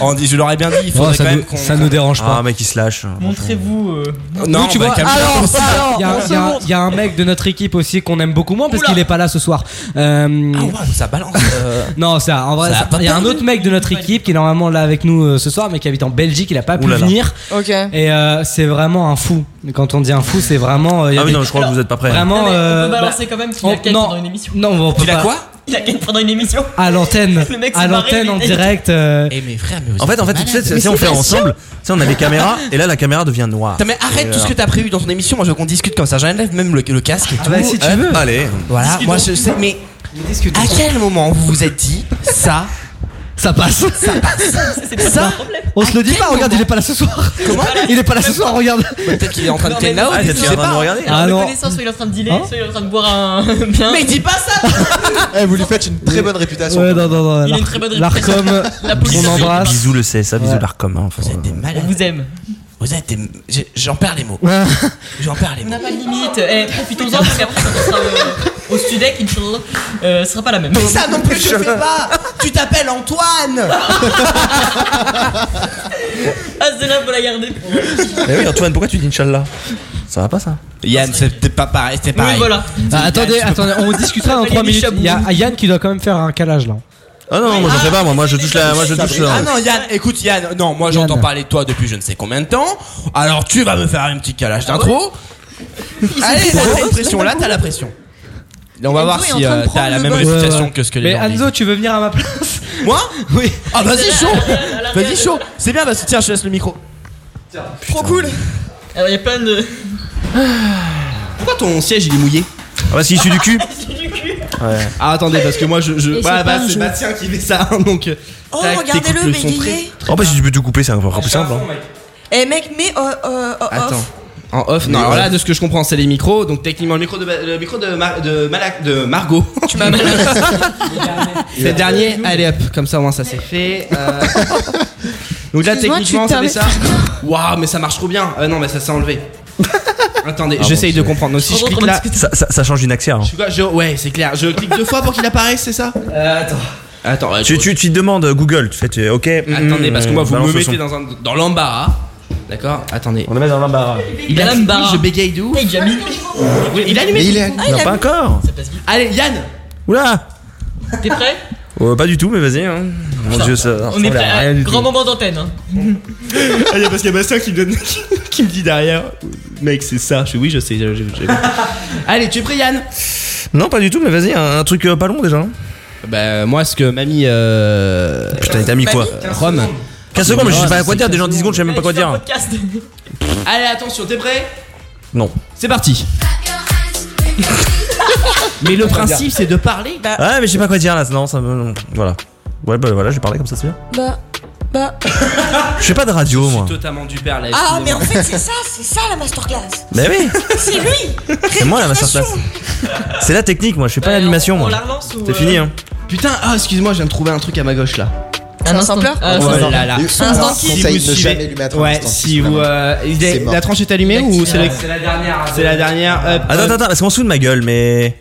Speaker 8: en dis- je leur ai bien dit, il faudrait
Speaker 7: Oh, ça
Speaker 8: quand même
Speaker 7: nous-
Speaker 8: qu'on.
Speaker 7: ça nous dérange pas.
Speaker 8: Ah, mec, il se lâche.
Speaker 2: Montrez-vous. euh,
Speaker 8: Non,
Speaker 1: Oui, tu
Speaker 8: bah,
Speaker 1: vois,
Speaker 8: calme-toi.
Speaker 1: il y a-
Speaker 8: on
Speaker 1: il y, a-
Speaker 8: se montre.
Speaker 1: il y a un mec de notre équipe aussi qu'on aime beaucoup moins parce qu'il est pas là ce soir. Euh,
Speaker 8: ça balance.
Speaker 1: Non, ça, en vrai,
Speaker 8: Ça
Speaker 1: ça-
Speaker 8: a pas
Speaker 1: il y a un
Speaker 8: perdu.
Speaker 1: autre mec de notre équipe qui est normalement là avec nous euh, ce soir, mais qui habite en Belgique, il a pas pu
Speaker 7: Ouh là là.
Speaker 1: venir.
Speaker 14: Ok.
Speaker 1: Et euh, c'est vraiment un fou. Quand on dit un fou, c'est vraiment. euh, il y a
Speaker 7: Ah oui,
Speaker 1: des-
Speaker 7: non, je crois que vous êtes pas prêts.
Speaker 1: Vraiment.
Speaker 2: Non, mais on
Speaker 1: euh,
Speaker 2: peut balancer
Speaker 1: bah,
Speaker 2: quand même qu'il a
Speaker 1: on-
Speaker 2: quelqu'un
Speaker 1: non,
Speaker 2: dans une émission.
Speaker 1: Non, on peut
Speaker 2: Il a
Speaker 1: pas.
Speaker 2: quoi Il a quelqu'un pendant une émission.
Speaker 1: À l'antenne.
Speaker 2: Le mec s'est
Speaker 1: À
Speaker 2: barré,
Speaker 1: l'antenne
Speaker 2: mais
Speaker 1: en
Speaker 2: il a-
Speaker 1: direct. euh,
Speaker 8: Eh, mais frère, mais
Speaker 7: En fait, en fait, tu sais, si on fait ensemble, tu sais, on a les caméras et là la caméra devient noire.
Speaker 8: Putain, mais arrête
Speaker 7: Et,
Speaker 8: tout ce
Speaker 7: euh,
Speaker 8: que Ah. t'as prévu dans ton émission. Moi, je veux qu'on discute comme ça. J'enlève même le, le casque et tout.
Speaker 7: bah, si tu
Speaker 8: Hop.
Speaker 7: veux. Allez.
Speaker 8: Voilà,
Speaker 7: Discutons.
Speaker 8: Ah, moi je sais, mais. À quel moment vous vous êtes dit ça
Speaker 1: Ça passe
Speaker 8: Ça passe Ça
Speaker 1: On se le
Speaker 14: Ah,
Speaker 1: dit pas, regarde, il est pas là ce soir.
Speaker 8: Comment
Speaker 1: Il est pas là ce soir, regarde.
Speaker 8: Bah, Peut-être qu'il est en train de
Speaker 1: Non, mais-
Speaker 8: t'aider là
Speaker 1: Ah,
Speaker 8: ou
Speaker 1: peut-être
Speaker 8: tu
Speaker 1: qu'il est
Speaker 8: sais
Speaker 1: en train de
Speaker 8: pas.
Speaker 1: nous regarder.
Speaker 2: Alors,
Speaker 1: Ah,
Speaker 2: le
Speaker 1: non.
Speaker 2: connaissant, soit il est en train de dealer,
Speaker 1: Hein
Speaker 2: soit il est en train de boire un. bien.
Speaker 8: Mais dis pas ça
Speaker 9: Eh, vous lui faites une très bonne réputation.
Speaker 1: Ouais, non, non,
Speaker 2: Il
Speaker 1: non.
Speaker 2: a une
Speaker 1: l'Ar-
Speaker 2: très bonne réputation.
Speaker 1: L'ARCOM,
Speaker 2: La police.
Speaker 1: on embrasse.
Speaker 7: Bisous le CSA, bisous
Speaker 1: Ouais.
Speaker 7: l'ARCOM. hein, enfin,
Speaker 8: Des
Speaker 2: On
Speaker 8: malades.
Speaker 2: vous aime.
Speaker 8: Vous êtes des. j'ai- J'en perds les mots. J'en perds les
Speaker 2: On
Speaker 8: mots.
Speaker 2: n'a pas de limite. Eh, profitons-en parce qu'après, quand on sera euh, au Studec, Inch'Allah, euh, ce sera pas la même.
Speaker 8: Mais ça non plus, je fais pas Tu t'appelles Antoine
Speaker 2: Ah, c'est là pour la garder.
Speaker 7: Eh oui, Antoine, pourquoi tu dis Inch'Allah Ça va pas ça
Speaker 8: Yann, c'était pas pareil, c'était
Speaker 2: Oui,
Speaker 8: pareil.
Speaker 2: voilà.
Speaker 1: Ah, attendez,
Speaker 8: Tu peux
Speaker 1: attendez, on discutera dans
Speaker 2: Il y a
Speaker 1: 3
Speaker 2: des
Speaker 1: minutes. Il y a
Speaker 2: chabous.
Speaker 1: ah, Yann qui doit quand même faire un calage là.
Speaker 7: Ah non, moi je sais pas, moi, moi je touche la. Moi je touche la.
Speaker 8: Ah non Yann, écoute Yann, non moi j'entends parler de toi depuis je ne sais combien de temps, alors tu vas me faire un petit calage
Speaker 7: Ah
Speaker 8: d'intro. Allez, là, t'as une pression, là t'as la pression. Là on va voir
Speaker 1: est en train
Speaker 8: si
Speaker 1: de
Speaker 8: euh, t'as
Speaker 1: prendre
Speaker 8: la
Speaker 1: le
Speaker 8: même
Speaker 1: buzz. Ouais,
Speaker 8: réputation
Speaker 1: ouais.
Speaker 8: que ce que les
Speaker 1: Mais
Speaker 8: gens disent.
Speaker 1: Anzo, tu veux venir à ma place
Speaker 8: Moi
Speaker 1: Oui.
Speaker 8: Ah vas-y chaud Vas-y chaud C'est bien parce que tiens je te laisse le micro.
Speaker 2: Trop cool. Alors, il y a plein de.
Speaker 8: Pourquoi ton siège il est mouillé
Speaker 7: Ah bah c'est issu du cul
Speaker 8: Ouais. Ah attendez parce que moi je. je
Speaker 7: Et c'est
Speaker 8: bah,
Speaker 7: pas
Speaker 8: bah,
Speaker 7: un
Speaker 8: c'est
Speaker 7: jeu.
Speaker 8: Bastien qui fait ça donc. euh,
Speaker 14: Oh,
Speaker 8: tac,
Speaker 14: regardez-le,
Speaker 8: t'écoutes le son
Speaker 14: bégayé.
Speaker 8: très-
Speaker 7: Oh bah si tu peux tout couper, c'est encore plus simple. hein.
Speaker 14: Eh mec, mais euh, euh, euh,
Speaker 8: Attends.
Speaker 14: off.
Speaker 8: En off, non,
Speaker 7: Mais
Speaker 8: alors
Speaker 7: ouais.
Speaker 8: là, de ce que je comprends, c'est les micros. Donc, techniquement, le micro de, Ba- le micro de, Mar- de, Malak- de Margot. Tu m'as C'est le dernier. Allez hop, comme ça, au moins, ça c'est fait. Euh, Donc là,
Speaker 14: Excuse-moi, tu
Speaker 8: techniquement, ça
Speaker 14: permets-
Speaker 8: fait ça. Waouh, mais ça marche trop bien. Euh, non, mais ça s'est enlevé. Attendez,
Speaker 7: Ah
Speaker 8: j'essaye
Speaker 7: bon,
Speaker 8: de
Speaker 7: c'est-
Speaker 8: comprendre. Donc, si je clique là.
Speaker 7: Ça, ça- ça change une accès. hein.
Speaker 8: Je, fais quoi Je- ouais, c'est clair. Je clique deux fois pour qu'il apparaisse, c'est ça Euh, Attends. Attends,
Speaker 7: Tu, tu, tu demandes Google, tu fais, tu, ok. Mm,
Speaker 8: Attendez, parce que moi, vous me mettez
Speaker 7: un.
Speaker 8: dans, un- dans l'embarras. D'accord Attendez. Ah,
Speaker 7: On le met dans l'embarras.
Speaker 8: Il a
Speaker 2: L'embarras.
Speaker 8: fini, je bégaye de ouf.
Speaker 2: Il a mis.
Speaker 8: Oui, il a allumé.
Speaker 7: Mais il
Speaker 14: Ah,
Speaker 7: est. Non, pas encore.
Speaker 8: Allez, Yann
Speaker 7: Oula
Speaker 2: T'es prêt
Speaker 7: Euh, Pas du tout, mais vas-y. hein. Mon dieu, ça.
Speaker 2: On est prêt.
Speaker 7: Rien
Speaker 2: hein.
Speaker 7: du
Speaker 2: Grand
Speaker 7: tout.
Speaker 2: moment d'antenne. hein.
Speaker 8: Ah, y a- parce qu'il y a Bastien qui me, donne- qui- qui me dit derrière, mec, c'est ça. Je fais, oui, je sais. je- je- je- Allez, tu es prêt, Yann
Speaker 7: Non, pas du tout, mais vas-y, un, un truc euh, pas long déjà.
Speaker 8: Bah, moi, ce que mamie. Euh...
Speaker 7: Putain, t'as mis quoi
Speaker 8: Rome.
Speaker 7: 15 secondes, mais je sais pas quoi dire, déjà en 10 secondes, je sais même pas quoi dire.
Speaker 8: Allez, attention, t'es prêt
Speaker 7: Non.
Speaker 8: C'est parti. Mais le principe, c'est de parler.
Speaker 1: bah.
Speaker 7: Ouais, mais je sais pas quoi dire là, non, ça me. Voilà. Ouais, bah voilà, je vais parler comme ça, c'est bien.
Speaker 14: Bah, bah.
Speaker 7: Je fais pas de radio, moi.
Speaker 8: Totalement du père, là.
Speaker 14: Ah,
Speaker 8: excusez-moi.
Speaker 14: mais en fait, c'est ça, c'est ça la masterclass.
Speaker 7: Bah
Speaker 1: Ben
Speaker 7: oui
Speaker 14: C'est lui.
Speaker 7: C'est moi la masterclass. C'est la technique, moi, Ah, je fais pas l'animation, moi.
Speaker 8: la relance ou,
Speaker 7: C'est fini,
Speaker 8: euh,
Speaker 7: hein.
Speaker 8: Putain, ah, excuse-moi, je viens de trouver un truc à ma gauche là.
Speaker 14: un sampler
Speaker 1: Oh là là.
Speaker 14: Un instant
Speaker 1: Si vous suivez- Ouais, si vous. euh, il est-
Speaker 7: mort.
Speaker 1: la tranche est allumée ou c'est la.
Speaker 7: C'est euh,
Speaker 1: la dernière. hein, C'est la dernière. hop,
Speaker 7: Attends,
Speaker 1: hop.
Speaker 7: attends, attends, parce qu'on se fout de ma gueule, mais.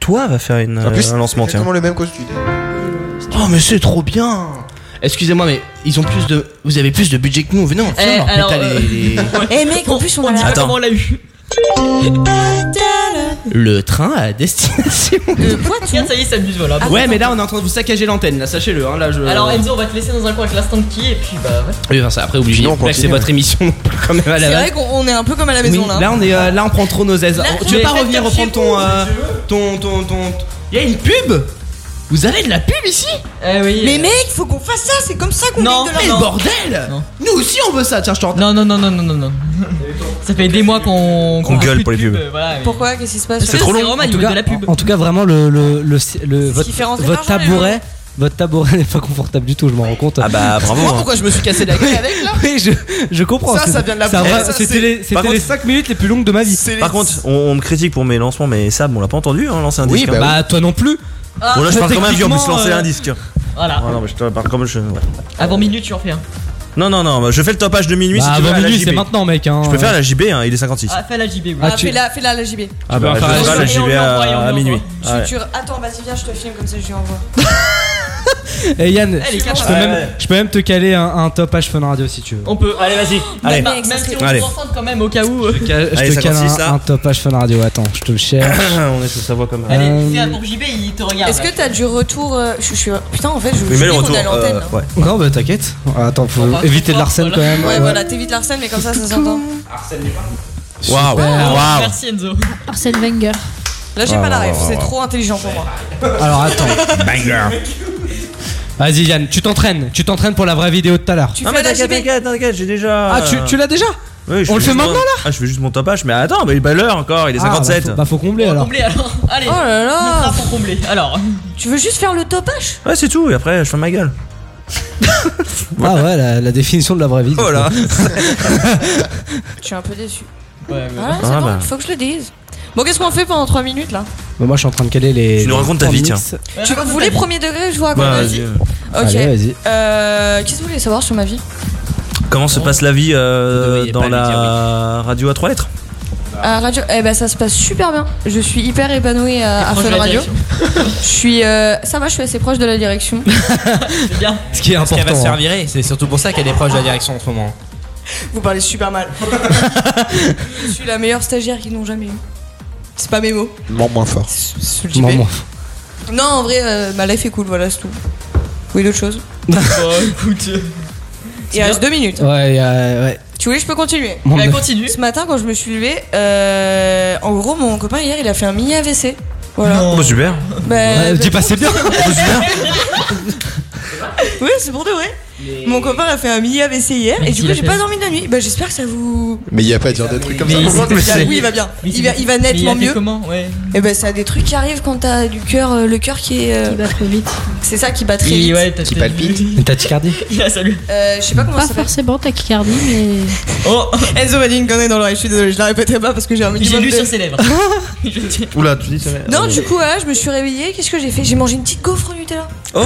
Speaker 7: Toi va faire une,
Speaker 9: En plus,
Speaker 8: Euh,
Speaker 7: un lancement,
Speaker 9: c'est
Speaker 7: tiens.
Speaker 9: exactement le même costume.
Speaker 8: Oh, mais c'est trop bien Excusez-moi, mais ils ont plus de. Vous avez plus de budget que nous, venez, on
Speaker 2: Eh,
Speaker 8: on
Speaker 2: alors,
Speaker 8: pétale
Speaker 2: euh,
Speaker 8: les- les-
Speaker 14: Eh mec, en plus on,
Speaker 2: On dit
Speaker 14: a.
Speaker 2: pas comment on l'a eu.
Speaker 8: Le train à destination.
Speaker 2: euh, Regarde, ça y est, ça abuse, voilà.
Speaker 8: ouais, mais là, on est en train de vous saccager l'antenne, là, sachez-le. Hein, là, je...
Speaker 2: Ah, Alors Enzo, on va te laisser dans un coin avec l'instant de qui et puis bah ouais.
Speaker 8: Oui, enfin, ça, après, obligé.
Speaker 2: Sinon, on
Speaker 8: Là, c'est
Speaker 2: continue.
Speaker 8: votre émission, non plus, quand même, à la
Speaker 14: C'est
Speaker 8: base.
Speaker 14: vrai qu'on on est un peu comme à la maison
Speaker 8: Oui,
Speaker 14: là.
Speaker 8: là, on est, euh, là, on prend trop nos aises. tu veux
Speaker 14: mais
Speaker 8: pas
Speaker 14: faites
Speaker 8: revenir
Speaker 14: comme
Speaker 8: reprendre
Speaker 14: chez vous,
Speaker 8: ton, euh, ton, ton, ton- Il y a une pub Vous avez de la pub ici
Speaker 14: Mais mec, faut qu'on fasse ça, c'est comme ça qu'on gagne de
Speaker 8: mais
Speaker 14: l'argent.
Speaker 8: bordel Nous aussi on veut ça, tiens je t'en
Speaker 2: Non non non non non non non. Ça fait des mois qu'on
Speaker 7: Qu'on gueule pour les pubs.
Speaker 14: Pourquoi Qu'est-ce qui se passe
Speaker 1: En
Speaker 2: Roman, il
Speaker 1: tout,
Speaker 2: veut
Speaker 1: cas,
Speaker 2: de la pub.
Speaker 1: en tout cas, vraiment, le, le, le, le- votre,
Speaker 2: différence des
Speaker 1: votre
Speaker 2: marges, les
Speaker 1: tabouret. Votre tabouret n'est pas confortable du tout, je m'en rends compte. Ah
Speaker 7: bah
Speaker 8: Moi pourquoi je me suis cassé la gueule avec là
Speaker 1: Oui, je, je comprends.
Speaker 8: Ça,
Speaker 1: c'est-
Speaker 8: ça vient de la
Speaker 1: c'est un
Speaker 8: presse,
Speaker 1: vrai-
Speaker 8: ça,
Speaker 1: C'était
Speaker 8: c'est-
Speaker 1: les, c'était
Speaker 7: Par contre-
Speaker 1: les 5 minutes les plus longues de ma vie.
Speaker 7: Par contre, on, on me critique pour mes lancements, mais ça, on l'a pas entendu, hein, lancer un
Speaker 1: Oui,
Speaker 7: disque.
Speaker 1: bah
Speaker 7: hein.
Speaker 1: oui. Bah, toi non plus.
Speaker 7: bon, là, je
Speaker 1: Ah,
Speaker 7: parle comme un vieux, en plus,
Speaker 1: techniquement,
Speaker 7: lancer
Speaker 1: euh,
Speaker 7: un disque.
Speaker 2: Voilà.
Speaker 7: Ah non, mais je te parle comme je. ouais.
Speaker 2: Avant minuit, tu en fais un.
Speaker 7: Non, non, non, je fais le topage de minuit
Speaker 1: Bah,
Speaker 7: si tu veux.
Speaker 1: avant
Speaker 7: à la
Speaker 1: minuit,
Speaker 7: JB.
Speaker 1: c'est maintenant, mec, hein.
Speaker 7: Je peux faire la JB, hein, il est 56.
Speaker 2: Ah, fais la JB. oui.
Speaker 7: Ah, tu-
Speaker 14: Fais-la, fais-la la JB.
Speaker 7: Ah bah,
Speaker 2: on
Speaker 7: je
Speaker 2: fera-
Speaker 7: vais faire la
Speaker 2: et on
Speaker 7: JB
Speaker 2: lui
Speaker 7: à,
Speaker 2: envoie, et on lui
Speaker 7: à
Speaker 2: envoie.
Speaker 7: minuit.
Speaker 14: Je
Speaker 7: Ouais.
Speaker 14: suis sûre- Attends, vas-y, viens, je te filme comme ça, je lui envoie.
Speaker 1: Et Yann,
Speaker 14: Elle est
Speaker 1: je
Speaker 14: capable.
Speaker 1: peux,
Speaker 14: Ouais,
Speaker 1: même,
Speaker 14: ouais.
Speaker 1: je peux même te caler un, un top H Fun Radio si tu veux.
Speaker 2: On peut. Allez, vas-y.
Speaker 1: Allez.
Speaker 2: Même, même si on
Speaker 1: Allez.
Speaker 2: est enceinte quand même au cas où. euh.
Speaker 1: Euh, Je te cale un, un top H Fun Radio, attends, je te le cherche.
Speaker 7: On est sous sa voix comme
Speaker 1: Euh,
Speaker 2: Allez, fais un pour JB, il te regarde.
Speaker 14: Est-ce que t'as du retour euh, je, je suis. Putain, en fait, je
Speaker 1: Oui,
Speaker 14: voulais
Speaker 1: mais
Speaker 14: qu'on
Speaker 1: le
Speaker 14: est à
Speaker 1: retour,
Speaker 14: l'antenne. hein.
Speaker 1: euh, Non, bah t'inquiète. Attends, faut
Speaker 14: va
Speaker 1: éviter de l'arsène quand même. Ah.
Speaker 14: Ouais, voilà, t'évites l'arsène, mais comme ça, ça s'entend.
Speaker 7: Ah
Speaker 1: Waouh, waouh.
Speaker 2: Merci Enzo.
Speaker 5: Arsène Wenger.
Speaker 14: Là, j'ai
Speaker 1: Ouais,
Speaker 14: pas la
Speaker 1: ouais,
Speaker 14: ref,
Speaker 7: Oh.
Speaker 1: ouais,
Speaker 14: c'est
Speaker 1: ouais.
Speaker 14: trop intelligent pour moi.
Speaker 1: Alors attends. Banger. Vas-y Yann, tu t'entraînes, tu t'entraînes pour la vraie vidéo de tout à l'heure.
Speaker 7: Non, mais t'inquiète, t'inquiète, t'inquiète, j'ai déjà.
Speaker 1: Ah, tu, tu l'as déjà
Speaker 7: Oui, je
Speaker 1: On
Speaker 7: fais
Speaker 1: le fait
Speaker 7: juste mon-
Speaker 1: maintenant là
Speaker 7: Ah, je fais juste mon topage, mais attends, mais il est pas l'heure encore, il est
Speaker 1: Ah, bah,
Speaker 7: 57.
Speaker 1: faut- bah, faut combler alors.
Speaker 2: Comblé alors. Allez.
Speaker 14: Oh là là.
Speaker 2: Notre rapport comblé. Alors.
Speaker 14: Tu veux juste faire le topage
Speaker 7: Ouais, c'est tout, et après, je ferme ma gueule.
Speaker 1: Ah ouais, la, la définition de la vraie vie.
Speaker 7: Oh là.
Speaker 14: Je suis un peu déçu.
Speaker 2: Ouais,
Speaker 14: Voilà, c'est
Speaker 1: Ah,
Speaker 14: bon,
Speaker 1: bah.
Speaker 14: faut que je le dise. Bon, qu'est-ce qu'on fait pendant 3 minutes là
Speaker 1: Mais moi je suis en train de caler les.
Speaker 7: Tu nous
Speaker 1: les
Speaker 7: racontes ta
Speaker 1: trois
Speaker 7: vie,
Speaker 1: mix.
Speaker 7: tiens.
Speaker 14: Tu vous voulez premier degré Je vous raconte
Speaker 7: Bah,
Speaker 14: ma
Speaker 7: vas-y.
Speaker 14: vie. Ok.
Speaker 7: Allez, vas-y.
Speaker 14: Euh, Qu'est-ce que vous voulez savoir sur ma vie
Speaker 7: Comment se passe la vie euh, dans
Speaker 8: pas
Speaker 7: la
Speaker 8: lui dire
Speaker 7: radio à trois lettres
Speaker 14: À radio, eh ben ça se passe super bien. Je suis hyper épanouie euh, à, à
Speaker 2: proche de
Speaker 14: Fun
Speaker 2: la
Speaker 14: Radio. Je suis, euh, ça va, je suis assez proche de la direction.
Speaker 1: Ce qui est
Speaker 8: important. Parce qu'elle va se
Speaker 1: important,
Speaker 8: faire virer, c'est surtout pour ça qu'elle est proche de la direction en ce moment.
Speaker 14: Vous parlez super mal. je suis la meilleure stagiaire qu'ils n'ont jamais eu. C'est pas mes mots.
Speaker 9: Moins moins fort.
Speaker 1: Moi, moi.
Speaker 14: Non, en vrai, euh, ma life est cool, voilà, c'est tout. Oui, d'autres choses.
Speaker 1: Oh,
Speaker 2: écoute.
Speaker 14: Il reste deux minutes.
Speaker 1: Ouais, euh, ouais.
Speaker 14: Tu voulais, je peux continuer.
Speaker 1: Bon, Bah, bah. continue.
Speaker 14: Ce matin, quand je me suis levée, euh, en gros, mon copain hier, il a fait un mini AVC. Voilà.
Speaker 7: Oh, bah, super.
Speaker 14: Bah, bah,
Speaker 1: Dis pas c'est bien.
Speaker 14: Oui, c'est pour de vrai. Mon copain a fait un mini AVC hier
Speaker 9: Mais
Speaker 14: et
Speaker 9: qui
Speaker 14: du coup
Speaker 9: l'a
Speaker 14: j'ai
Speaker 9: fait
Speaker 14: pas dormi de la nuit. Bah j'espère que ça vous.
Speaker 9: Mais il y a pas à dire des trucs comme ça.
Speaker 14: Oui, il va bien.
Speaker 2: Mais
Speaker 14: Il va, il va nettement
Speaker 2: Mais il a fait
Speaker 14: mieux.
Speaker 2: Comment Ouais.
Speaker 14: Et ben ça a des trucs qui arrivent quand t'as du cœur, euh, le cœur qui est. Qui bat trop vite. C'est ça qui bat très
Speaker 2: Oui,
Speaker 14: vite.
Speaker 2: ouais, t'as- Qui palpite.
Speaker 1: Une tachycardie
Speaker 2: Yeah, salut.
Speaker 14: Euh, je sais pas comment
Speaker 5: Pas
Speaker 14: ça s'appelle.
Speaker 5: forcément tachycardie, mais.
Speaker 14: Oh Enzo m'a dit une connerie dans l'oreille, je suis désolée, je la répéterai pas parce que j'ai un minimum
Speaker 2: J'ai lu
Speaker 14: de-
Speaker 2: sur ses lèvres. Je dis-
Speaker 7: Oula, tu dis ça.
Speaker 14: Non, du coup, voilà, je me suis réveillée. Qu'est-ce que j'ai fait J'ai mangé une petite gaufre au Nutella.
Speaker 7: Oh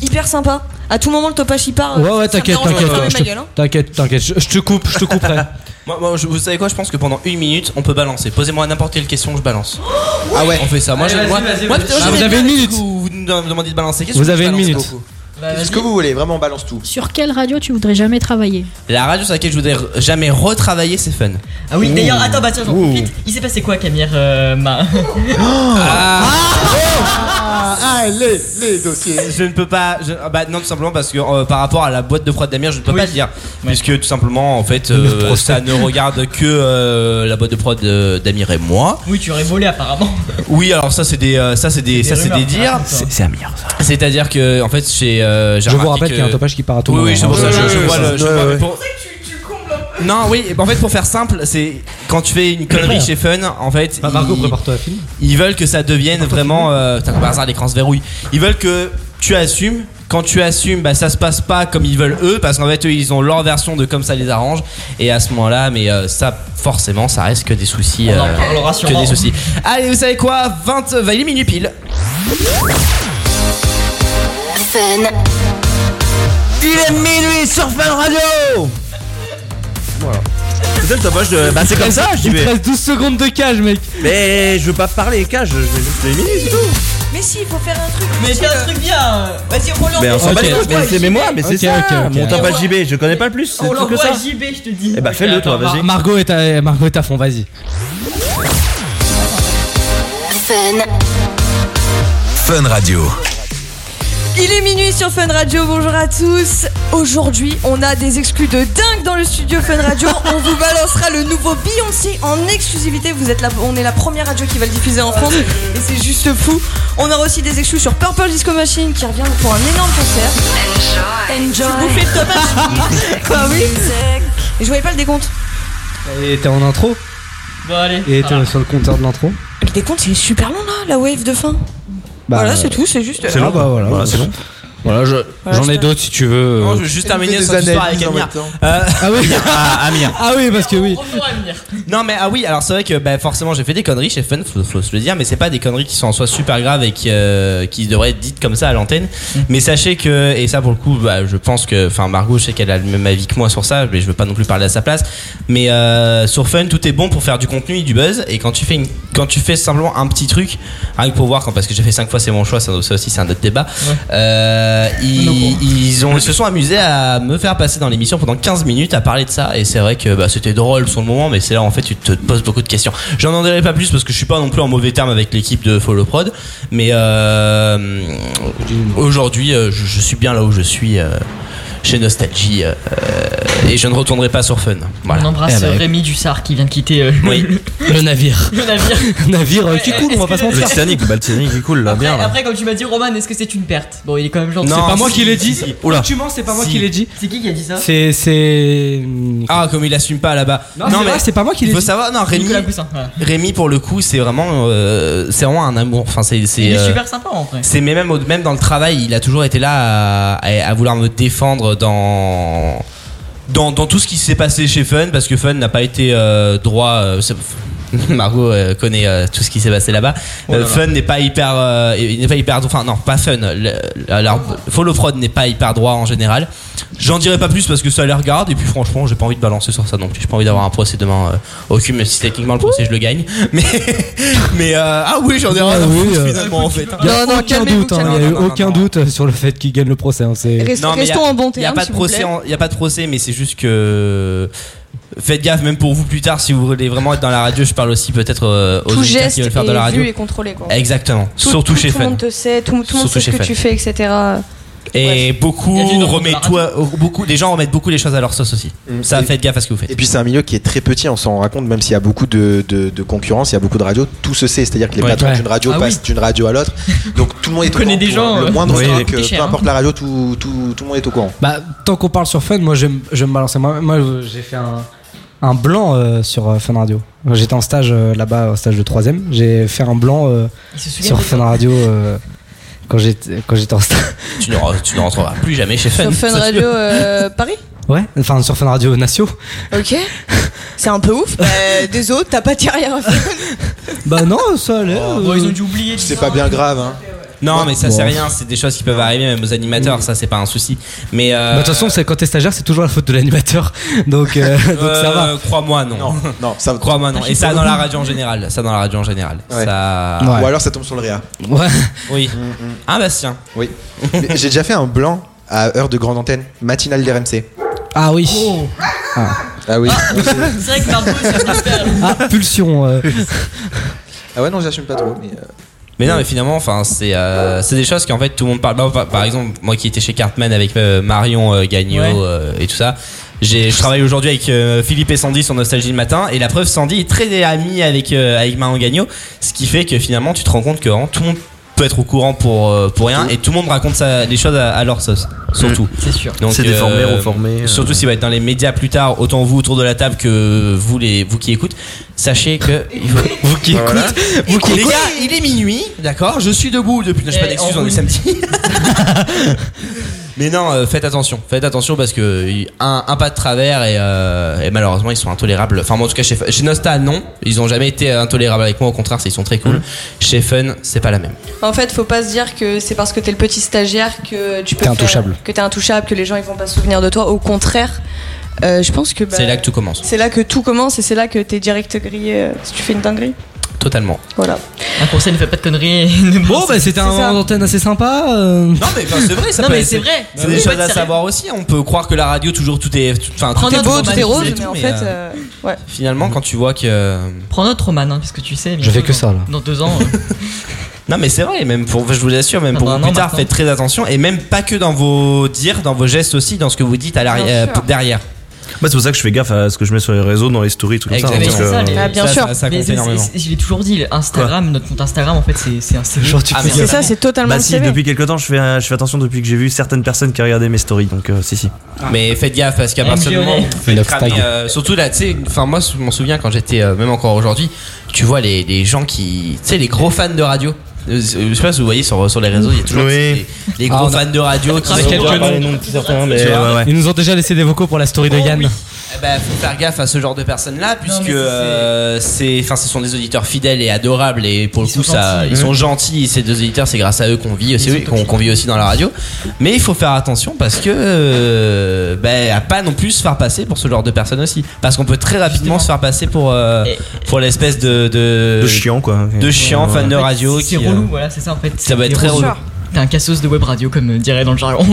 Speaker 14: Hyper sympa. À tout moment, le topage il part. euh,
Speaker 1: Ouais, ouais,
Speaker 14: ça
Speaker 1: t'inquiète,
Speaker 14: me dérange
Speaker 1: t'inquiète.
Speaker 14: pas, mais
Speaker 1: je
Speaker 14: ma gueule, hein.
Speaker 1: te- T'inquiète, t'inquiète. Je je te coupe, je te couperai.
Speaker 8: Moi, moi, je- vous savez quoi, je pense que pendant une minute, on peut balancer. Posez-moi n'importe quelle question, je balance.
Speaker 9: Ah ouais
Speaker 8: On fait ça. Moi,
Speaker 9: Allez,
Speaker 8: j'ai-
Speaker 9: vas-y,
Speaker 8: moi,
Speaker 9: vas-y,
Speaker 8: moi,
Speaker 9: vas-y.
Speaker 8: putain,
Speaker 9: Ah,
Speaker 8: j'aime
Speaker 9: vous avez
Speaker 8: bien
Speaker 9: une
Speaker 8: ce
Speaker 9: minute.
Speaker 8: que Vous me demandez de balancer. Qu'est-ce
Speaker 9: Vous
Speaker 8: que je
Speaker 9: avez une
Speaker 8: balance
Speaker 9: minute.
Speaker 8: beaucoup
Speaker 9: Qu'est-ce que vous voulez Vraiment, on balance tout.
Speaker 5: Sur quelle radio tu voudrais jamais travailler
Speaker 8: La radio sur laquelle je voudrais re- jamais retravailler, c'est fun.
Speaker 2: Ah oui, d'ailleurs, attends, bah tiens, j'en profite. Il s'est passé quoi, Camille euh, ma...
Speaker 8: Ah.
Speaker 9: les, dossiers.
Speaker 8: Je ne peux pas. je- ah bah non, tout simplement parce que euh, par rapport à la boîte de prod d'Amir, je ne peux pas le dire. Puisque tout simplement, en fait, euh, ça ne regarde que euh, la boîte de prod euh, d'Amir et moi.
Speaker 2: Oui, tu aurais volé apparemment.
Speaker 8: Oui, alors ça c'est des euh, ça c'est des, ça c'est
Speaker 2: rumeurs.
Speaker 8: des dires.
Speaker 2: Ah, putain.
Speaker 7: Amir.
Speaker 8: C'est-à-dire que en fait chez euh,
Speaker 1: Je
Speaker 8: j'ai
Speaker 1: vous
Speaker 8: remarqué
Speaker 1: rappelle
Speaker 8: que-
Speaker 1: qu'il y a un topage qui part à tout
Speaker 8: Oui,
Speaker 1: moment,
Speaker 8: oui, c'est pour
Speaker 1: hein.
Speaker 8: ça.
Speaker 1: Ouais,
Speaker 8: je-
Speaker 1: ouais,
Speaker 8: je
Speaker 1: ouais,
Speaker 8: vois le- je
Speaker 1: ouais,
Speaker 8: vois, mais
Speaker 1: ouais.
Speaker 8: pour- Non, oui. En fait, pour faire simple, c'est quand tu fais une connerie chez Fun, en fait,
Speaker 1: Bah, Margot,
Speaker 8: ils-
Speaker 1: prépare-toi à film.
Speaker 8: ils veulent que ça devienne vraiment. Euh, putain, par hasard, l'écran se verrouille. Ils veulent que tu assumes. Quand tu assumes, bah, ça se passe pas comme ils veulent eux, parce qu'en fait, eux, ils ont leur version de comme ça les arrange. Et à ce moment-là, mais euh, ça, forcément, ça reste que des soucis. euh,
Speaker 2: On en parlera
Speaker 8: que
Speaker 2: sûrement.
Speaker 8: des soucis. Allez, vous savez quoi euh, bah, 20, va il est minuit pile.
Speaker 25: Fun.
Speaker 4: Il est minuit sur Fun Radio Voilà. C'est le tapage de. Bah, c'est comme ça, je dis.
Speaker 1: Il te
Speaker 4: mais-
Speaker 1: reste 12 secondes de cage, mec.
Speaker 4: Mais je veux pas parler cage, je vais juste les minuit, c'est tout.
Speaker 14: Mais si, il faut faire un truc.
Speaker 2: Mais fais un truc bien Vas-y, on relance
Speaker 4: Mais on s'en bat les couilles, mais c'est mes
Speaker 2: moi
Speaker 4: mois, mais c'est ça. Mon tape à JB, je connais pas le plus, c'est
Speaker 2: On
Speaker 4: tout que ça.
Speaker 2: l'envoie à JB, je te dis
Speaker 4: Eh bah fais-le toi,
Speaker 1: Mar-
Speaker 4: vas-y.
Speaker 1: Margot est à, Margot est à fond, vas-y.
Speaker 26: Fun.
Speaker 15: Fun Radio.
Speaker 14: Il est minuit sur Fun Radio, bonjour à tous. Aujourd'hui, on a des exclus de dingue dans le studio Fun Radio. On vous balancera le nouveau Beyoncé en exclusivité. Vous êtes là, on est la première radio qui va le diffuser en France et c'est juste fou. On aura aussi des exclus sur Purple Disco Machine qui revient pour un énorme concert. Enjoy. Tu bouffais le top Bah oui. Et je voyais pas le décompte.
Speaker 1: Et t'es en intro
Speaker 2: Bon, allez.
Speaker 1: Et t'es
Speaker 14: Ah.
Speaker 1: sur le compteur de l'intro
Speaker 14: Le décompte, il est super long là, la wave de fin.
Speaker 1: Bah,
Speaker 14: voilà, c'est tout, c'est juste. euh,
Speaker 1: Ah bah voilà, c'est long. Voilà, je-
Speaker 14: Voilà,
Speaker 1: j'en ai d'autres si tu veux.
Speaker 8: Non, je veux juste terminer cette histoire avec Amir.
Speaker 14: euh,
Speaker 1: Ah oui.
Speaker 8: Ah, Amir.
Speaker 1: Ah oui, parce que oui.
Speaker 8: Non mais ah oui alors c'est vrai que bah, forcément j'ai fait des conneries chez Fun faut, faut se le dire mais c'est pas des conneries qui sont en soi super graves et qui, euh, qui devraient être dites comme ça à l'antenne mais sachez que et ça pour le coup bah, je pense que enfin Margot je sais qu'elle a le même avis que moi sur ça mais je veux pas non plus parler à sa place mais euh, sur Fun tout est bon pour faire du contenu et du buzz et quand tu fais une, quand tu fais simplement un petit truc rien que pour voir quand parce que j'ai fait 5 fois c'est mon choix ça, ça aussi c'est un autre débat euh, ils, ils ont, ils se sont amusés à me faire passer dans l'émission pendant 15 minutes à parler de ça et c'est vrai que bah, c'était drôle sur le moment mais c'est là en fait tu te poses beaucoup de questions j'en en dirai pas plus parce que je suis pas non plus en mauvais terme avec l'équipe de Follow Prod mais euh, aujourd'hui euh, je, je suis bien là où je suis euh, chez Nostalgie euh, et je ne retournerai pas sur Fun voilà.
Speaker 2: On embrasse euh,
Speaker 8: Eh ben,
Speaker 2: Rémi Dussard qui vient de quitter euh, le-
Speaker 1: Le navire.
Speaker 2: le navire.
Speaker 1: Le navire euh, qui
Speaker 2: Ouais,
Speaker 1: coule, on
Speaker 2: est-ce
Speaker 1: va pas
Speaker 2: que
Speaker 1: se mentir.
Speaker 2: le- Le Titanic,
Speaker 1: bah le Titanic qui coule là, bien
Speaker 2: Après, comme tu m'as dit, Roman, est-ce que c'est une perte Bon, il est quand même gentil.
Speaker 1: Non, C'est pas moi qui l'ai dit. Oula.
Speaker 2: Tu
Speaker 1: mens, c'est pas moi qui l'ai dit.
Speaker 2: C'est qui qui a dit ça
Speaker 1: C'est. c'est... hmm.
Speaker 8: Ah, comme il assume pas là-bas.
Speaker 1: Non, c'est vrai, c'est pas moi qui l'ai
Speaker 8: Il faut
Speaker 1: dit.
Speaker 8: savoir, non, Rémi.
Speaker 1: Nicolas
Speaker 8: Rémi, pour le coup, c'est vraiment, euh, c'est vraiment un amour. Enfin, c'est, c'est.
Speaker 2: Il est
Speaker 8: euh,
Speaker 2: super sympa en vrai.
Speaker 8: C'est mais même, au- même dans le travail, il a toujours été là à, à- à vouloir me défendre dans, dans dans tout ce qui s'est passé chez Fun parce que Fun n'a pas été euh, droit. euh, c'est- Margot euh, connaît euh, tout ce qui s'est passé là-bas.
Speaker 11: Oh là
Speaker 8: Euh,
Speaker 11: là.
Speaker 8: Fun n'est pas hyper, euh, il n'est pas hyper, enfin non, pas Fun. le- Alors Follow Fraud n'est pas hyper droit en général. J'en dirai pas plus parce que ça les regarde et puis franchement, j'ai pas envie de balancer sur ça non plus. J'ai pas envie d'avoir un procès demain euh, au cul, même si techniquement le procès je le gagne. Mais mais euh, ah oui, j'en ai rien à
Speaker 1: Ah
Speaker 8: foutre,
Speaker 1: oui, euh,
Speaker 8: finalement en fait.
Speaker 1: Il y a aucun doute, hein, il y a eu aucun doute sur le fait qu'il gagne le procès. hein, c'est-
Speaker 8: Non, mais y a-
Speaker 14: restons en bon
Speaker 8: y a
Speaker 14: terme,
Speaker 8: pas de
Speaker 14: s'il vous
Speaker 8: procès
Speaker 14: plaît.
Speaker 8: en- Il n'y a pas de procès, mais c'est juste que. euh, Faites gaffe, même pour vous plus tard, si vous voulez vraiment être dans la radio, je parle aussi peut-être euh, aux
Speaker 14: Tout
Speaker 8: auditeurs
Speaker 14: geste
Speaker 8: qui veulent faire de
Speaker 14: est
Speaker 8: la radio.
Speaker 14: vu et contrôlé, quoi.
Speaker 8: Exactement,
Speaker 14: Tout-
Speaker 8: surtout
Speaker 14: tout-
Speaker 8: chez
Speaker 14: Tout le
Speaker 8: Fun.
Speaker 14: monde te sait, tout, tout le monde
Speaker 8: Surtout
Speaker 14: sait ce
Speaker 8: chez
Speaker 14: que
Speaker 8: Fun.
Speaker 14: tu fais, etc.
Speaker 8: Et beaucoup, remettent toi, beaucoup, les gens remettent beaucoup les choses à leur sauce aussi. Ça, faites gaffe à ce que vous faites.
Speaker 9: Mm. Et puis c'est un milieu qui est très petit, on s'en rend compte, même s'il y a beaucoup de, de- de concurrence, il y a beaucoup de radios, tout se sait. C'est-à-dire que les
Speaker 8: Ouais.
Speaker 9: patrons
Speaker 8: Ouais.
Speaker 9: d'une radio
Speaker 8: Ah
Speaker 9: passent d'une radio à l'autre. Donc tout le monde est au courant.
Speaker 1: connaît des
Speaker 9: pour
Speaker 1: gens,
Speaker 9: Le
Speaker 1: euh,
Speaker 9: moindre
Speaker 1: oui,
Speaker 9: truc,
Speaker 1: oui.
Speaker 9: euh,
Speaker 1: Cher,
Speaker 9: peu
Speaker 1: hein.
Speaker 9: importe la radio, tout, tout, tout le monde est au courant.
Speaker 1: Bah, tant qu'on parle sur Fun, moi je vais me- je vais me balancer. Moi, moi, euh, j'ai fait un, un blanc euh, sur euh, Fun Radio. J'étais en stage euh, là-bas, en stage de 3 J'ai fait un blanc euh,
Speaker 8: souvient
Speaker 1: sur
Speaker 8: de
Speaker 1: Fun Radio euh, quand j'étais quand j'étais en stage.
Speaker 8: Tu ne, re- tu ne rentreras plus jamais chez Fun.
Speaker 14: Sur Fun
Speaker 8: Ça,
Speaker 14: Radio
Speaker 8: tu-
Speaker 14: euh, Paris
Speaker 1: Ouais, enfin sur Fun Radio Natio.
Speaker 14: Ok. C'est un peu ouf. des autres, t'as pas dit rien.
Speaker 1: Bah non, ça allait.
Speaker 2: ils ont dû oublier.
Speaker 9: C'est pas bien grave. Hein.
Speaker 8: Non, mais ça, c'est
Speaker 1: Bon. Mm.
Speaker 8: rien, c'est des choses qui peuvent arriver même aux animateurs, ça, c'est pas un souci. Mais. euh,
Speaker 1: Bah, de toute façon, c'est- quand t'es stagiaire, c'est toujours la faute de l'animateur. Donc, euh, donc ça va.
Speaker 8: Euh, Crois-moi, non. Non,
Speaker 9: ça
Speaker 8: Crois-moi, non. Et ça dans la radio en général. Ça dans la radio en général. Ça...
Speaker 9: Ouais. Ou alors ça tombe sur le réa.
Speaker 1: Ouais.
Speaker 8: Oui. Ah, Bastien.
Speaker 9: Oui. Mais J'ai déjà fait un blanc à heure de grande antenne, matinale d'RMC.
Speaker 1: Ah oui.
Speaker 9: Ah. oui.
Speaker 2: C'est vrai que Margot, c'est un super.
Speaker 1: Ah, pulsion. euh.
Speaker 9: Ah ouais, non, j'assume pas trop. Mais, euh,
Speaker 8: Mais non, mais finalement, enfin, c'est euh, c'est des choses qu'en fait tout le monde parle. Bah, par, par exemple, moi qui étais chez Cartman avec euh, Marion euh, Gagnon
Speaker 11: Ouais.
Speaker 8: euh, et tout ça. j'ai- Je travaille aujourd'hui avec euh, Philippe et Sandy sur Nostalgie le matin et la preuve Sandy est très amie avec euh, avec Marion Gagnon, ce qui fait que finalement tu te rends compte que vraiment, tout le monde peut être au courant pour euh, pour rien et tout le monde raconte ça, les choses à, à leur sauce, surtout.
Speaker 2: C'est sûr.
Speaker 8: Donc,
Speaker 7: C'est
Speaker 8: euh,
Speaker 7: déformé, reformé, euh.
Speaker 8: Surtout si vous êtes dans les médias plus tard, autant vous autour de la table que vous les vous qui écoutez, sachez que vous
Speaker 7: Bah,
Speaker 8: qui écoutez, vous qui les gars,
Speaker 2: Eh,
Speaker 8: il est minuit, d'accord, je suis debout depuis. Non, j'ai pas d'excuse, on est samedi. Mais non, euh, faites attention, faites attention parce que y- un, un pas de travers et, euh, et malheureusement ils sont intolérables. Enfin, moi, en tout cas, chez, Fun- chez Nosta, non, ils ont jamais été intolérables avec moi. Au contraire, c'est- ils sont très
Speaker 2: Mm.
Speaker 8: cool. Chez Fun, c'est pas la même.
Speaker 2: Bah,
Speaker 14: En fait, faut pas se dire que c'est parce que t'es le petit stagiaire que tu peux
Speaker 8: T'es
Speaker 14: faire-
Speaker 8: intouchable.
Speaker 14: que t'es intouchable, que les gens ils vont pas se souvenir de toi. Au contraire, euh, je pense que bah,
Speaker 8: C'est là que tout commence.
Speaker 14: C'est là que tout commence et c'est là que t'es direct grillé euh, si tu fais une dinguerie.
Speaker 8: Totalement. Oh,
Speaker 14: Voilà.
Speaker 2: Un conseil ne fait pas de conneries.
Speaker 1: Bon, bah c'était un moment d'antenne assez sympa. euh. Non,
Speaker 8: mais enfin, c'est vrai, ça
Speaker 2: Non,
Speaker 8: peut
Speaker 2: mais
Speaker 8: être-
Speaker 2: c'est vrai.
Speaker 8: C'est
Speaker 2: Faut
Speaker 8: des
Speaker 2: pas
Speaker 8: choses
Speaker 2: être
Speaker 8: à
Speaker 2: sérieux.
Speaker 8: savoir aussi. On peut croire que la radio, toujours tout est, tout, enfin, tout
Speaker 2: Prends
Speaker 8: est
Speaker 2: note,
Speaker 8: beau,
Speaker 2: Roman,
Speaker 8: tout est rose,
Speaker 2: c'est
Speaker 8: et
Speaker 2: tout,
Speaker 8: tout,
Speaker 2: mais
Speaker 8: mais,
Speaker 2: en fait,
Speaker 8: euh,
Speaker 14: euh, ouais.
Speaker 8: finalement, quand tu vois que euh,
Speaker 2: Prends notre Roman, hein, parce que tu sais.
Speaker 8: Je fais que ça, là.
Speaker 2: Dans deux ans. euh,
Speaker 8: Non mais c'est vrai, même pour, je vous assure, même
Speaker 2: Ah
Speaker 8: pour
Speaker 2: bah
Speaker 8: vous
Speaker 2: non,
Speaker 8: plus tard,
Speaker 2: maintenant.
Speaker 8: faites très attention et même pas que dans vos dires, dans vos gestes aussi, dans ce que vous dites à l'arrière, euh, derrière.
Speaker 7: Bah, c'est pour ça que je fais gaffe à ce que je mets sur les réseaux, dans les stories, tout comme ça.
Speaker 2: Exactement.
Speaker 7: parce que,
Speaker 2: les-
Speaker 4: Ah,
Speaker 7: euh,
Speaker 2: Ah,
Speaker 1: Ah,
Speaker 2: Mais c'est- c'est- Je l'ai toujours dit, le Instagram, notre compte Instagram, en fait, c'est c'est un CV. Ah, mais
Speaker 7: gaffe.
Speaker 2: totalement
Speaker 7: Bah si,
Speaker 2: CV.
Speaker 7: depuis quelques temps, je fais, euh, je fais attention depuis que j'ai vu certaines personnes qui regardaient mes stories, donc euh, si si.
Speaker 8: Mais faites gaffe parce qu'à partir du moment où vous faites
Speaker 7: Love
Speaker 8: cramer,
Speaker 7: tag.
Speaker 8: euh, surtout là, tu sais, enfin moi je m'en souviens quand j'étais, euh, même encore aujourd'hui, tu vois les, les gens qui, tu sais, les gros fans de radio. Euh, Je sais pas si vous voyez sur, sur les réseaux, il y a toujours les, les gros
Speaker 1: Ah, on a-
Speaker 8: fans de radio qui
Speaker 1: Ah,
Speaker 8: sont-
Speaker 1: quelques noms.
Speaker 8: Tu vois,
Speaker 1: Ils nous ont déjà laissé des vocaux pour la story de
Speaker 2: Oh
Speaker 1: Yann.
Speaker 8: Eh ben, faut faire gaffe à ce genre de personnes-là, puisque euh, c'est, enfin, ce sont des auditeurs fidèles et adorables, et pour le coup, ça,
Speaker 27: gentils.
Speaker 8: ils sont
Speaker 27: Mhm.
Speaker 8: gentils. Ces deux auditeurs, c'est grâce à eux qu'on vit aussi, oui, qu'on qu'on vit aussi dans la radio. Mais il faut faire attention parce que, euh, ben, à pas non plus se faire passer pour ce genre de personnes aussi, parce qu'on peut très rapidement se faire passer pour euh, pour l'espèce de, de
Speaker 7: De chiant, quoi.
Speaker 8: de chiant fan de radio.
Speaker 2: C'est
Speaker 8: qui, euh,
Speaker 2: relou, voilà, c'est ça en fait.
Speaker 8: ça va être
Speaker 2: C'est
Speaker 8: très relou.
Speaker 2: T'es un cassos de web radio, comme euh, dirait dans le jargon.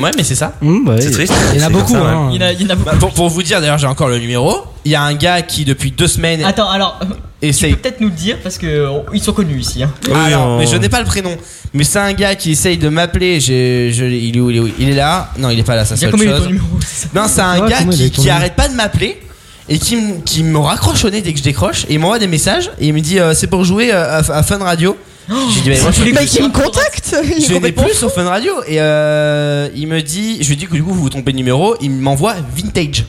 Speaker 8: Ouais, mais c'est ça.
Speaker 1: C'est triste. Mm, bah Il y en a C'est beaucoup, comme ça, hein. ouais.
Speaker 2: Il y en a- il y en a beaucoup.
Speaker 8: Bah, pour, pour vous dire, d'ailleurs, j'ai encore le numéro. Il y a un gars qui, depuis deux semaines.
Speaker 2: Attends, alors. euh,
Speaker 8: Essaye.
Speaker 2: Tu peux peut-être nous le dire parce que euh, ils sont connus ici. hein.
Speaker 8: Ah, Alors, mais je n'ai pas le prénom. Mais c'est un gars qui essaye de m'appeler. J'ai- je- il, est où, il est où Il est là Non, il est pas là,
Speaker 2: Il
Speaker 8: ça
Speaker 2: y
Speaker 8: c'est
Speaker 2: a
Speaker 8: autre
Speaker 2: combien eu
Speaker 8: chose.
Speaker 2: ton numéro
Speaker 8: Non, c'est un
Speaker 2: Ouais,
Speaker 8: gars
Speaker 2: comment il a eu
Speaker 8: qui,
Speaker 2: ton
Speaker 8: qui
Speaker 2: numéro
Speaker 8: arrête pas de m'appeler et qui, me- qui me raccroche au nez dès que je décroche. Et il m'envoie des messages et il me dit euh, c'est pour jouer euh, à, à Fun Radio.
Speaker 2: Oh
Speaker 8: J'ai dit, mais moi, je
Speaker 14: Le
Speaker 8: suis-
Speaker 14: mec, il me contacte il est
Speaker 8: je n'ai
Speaker 14: complètement
Speaker 8: plus
Speaker 14: fou.
Speaker 8: sur Fun Radio et euh, il me dit, je lui dis que du coup vous vous trompez de numéro, il m'envoie vintage.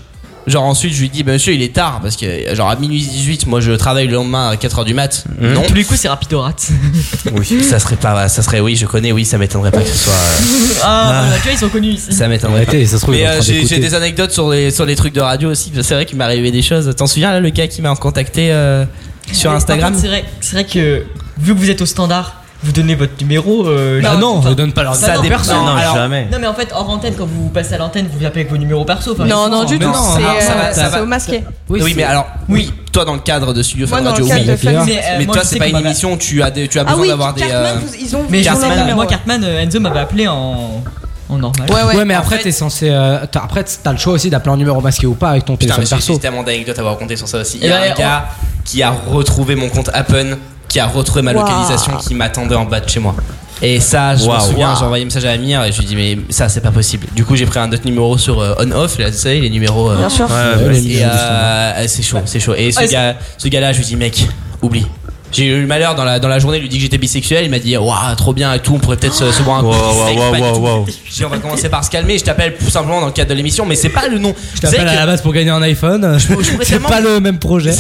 Speaker 8: Genre ensuite je lui dis bah, monsieur il est tard parce que genre à minuit 18 moi je travaille le lendemain à 4h du mat. Non.
Speaker 2: Tous les coups, c'est Rapidorat.
Speaker 8: Mmh. Oui, ça serait pas ça serait oui, je connais oui, ça m'étonnerait pas que ce soit euh,
Speaker 2: Ah, voilà, tu vois, ils sont connus ici.
Speaker 8: ça m'étonnerait.
Speaker 1: Arrêtez,
Speaker 8: pas.
Speaker 1: ça se trouve, il est
Speaker 8: Mais
Speaker 1: en
Speaker 8: euh,
Speaker 1: train
Speaker 8: j'ai
Speaker 1: d'écouter.
Speaker 8: j'ai des anecdotes sur les sur les trucs de radio aussi, parce que c'est vrai qu'il m'est arrivé des choses. T'en souviens là le gars qui m'a contacté euh, sur
Speaker 2: Mais
Speaker 8: Instagram
Speaker 2: par contre, C'est vrai, c'est vrai que vu que vous êtes au standard, vous donnez votre numéro. euh,
Speaker 8: Bah
Speaker 2: genre-
Speaker 8: non, on
Speaker 2: enfin,
Speaker 8: ne donne pas leur-
Speaker 2: bah
Speaker 8: ça
Speaker 2: non,
Speaker 8: dépend-
Speaker 2: perso.
Speaker 8: non, Alors- jamais.
Speaker 2: Non, mais en fait, hors antenne, quand vous passez à l'antenne, vous vous appelez avec vos numéros perso. enfin,
Speaker 14: Non,
Speaker 2: ils
Speaker 14: non,
Speaker 2: sont-
Speaker 14: du tout. C'est
Speaker 8: alors, ça va,
Speaker 14: euh,
Speaker 8: ça
Speaker 14: c'est
Speaker 8: va.
Speaker 14: au masqué.
Speaker 8: Oui, mais alors, oui, toi dans le cadre de Studio
Speaker 14: Moi,
Speaker 8: Fun
Speaker 14: dans
Speaker 8: Radio,
Speaker 14: le cadre
Speaker 8: oui.
Speaker 14: de Fun Radio.
Speaker 8: Mais, euh, Mais
Speaker 2: moi,
Speaker 8: toi,
Speaker 2: je
Speaker 8: c'est
Speaker 2: sais
Speaker 8: pas
Speaker 2: qu'on
Speaker 8: une
Speaker 2: m'avait-
Speaker 8: émission, où tu as, des- tu as
Speaker 14: Ah
Speaker 8: besoin
Speaker 14: oui,
Speaker 8: d'avoir des.
Speaker 14: Cartman,
Speaker 8: euh,
Speaker 14: vous- ils ont
Speaker 2: Mais
Speaker 8: ils ont
Speaker 2: Cartman,
Speaker 8: leur numéro,
Speaker 2: moi,
Speaker 8: ouais.
Speaker 2: Cartman, euh, Enzo m'avait appelé en. En normal.
Speaker 1: Ouais, mais après, t'es censé. euh, t'as- après, t'as le choix aussi d'appeler un numéro masqué ou pas avec ton
Speaker 8: Putain, mais
Speaker 1: téléphone
Speaker 8: j'ai
Speaker 1: perso.
Speaker 8: j'ai tellement d'anecdotes à vous raconter sur ça aussi. Il y
Speaker 1: Eh
Speaker 8: a
Speaker 1: ben,
Speaker 8: un gars qui a retrouvé mon compte Appen, qui a retrouvé ma
Speaker 1: Waouh.
Speaker 8: localisation, qui m'attendait en bas de chez moi. Et ça, je me
Speaker 27: Waouh.
Speaker 8: souviens,
Speaker 27: Waouh.
Speaker 8: j'ai envoyé un message à Amir et je lui ai dit, mais ça, c'est pas possible. Du coup, j'ai pris un autre numéro sur euh, on-off, là, vous savez, les numéros. euh,
Speaker 27: Bien sûr.
Speaker 8: et,
Speaker 27: Ouais, ouais, les
Speaker 8: euh,
Speaker 27: numéros
Speaker 8: euh, c'est chaud, c'est chaud. Et ce
Speaker 27: Ouais,
Speaker 8: gars- ce gars-là, je lui ai dit, mec, oublie. J'ai eu le malheur dans la, dans la journée, il lui dit que j'étais bisexuel, il m'a dit, waouh, trop bien et tout, on pourrait peut-être se, se boire un coup.
Speaker 7: Waouh, waouh, waouh, waouh.
Speaker 8: J'ai dit, on va commencer par se calmer, je t'appelle tout simplement dans le cadre de l'émission, mais c'est pas le nom.
Speaker 1: Je t'appelle à la base pour gagner un iPhone. C'est
Speaker 8: tellement-
Speaker 1: pas le même projet.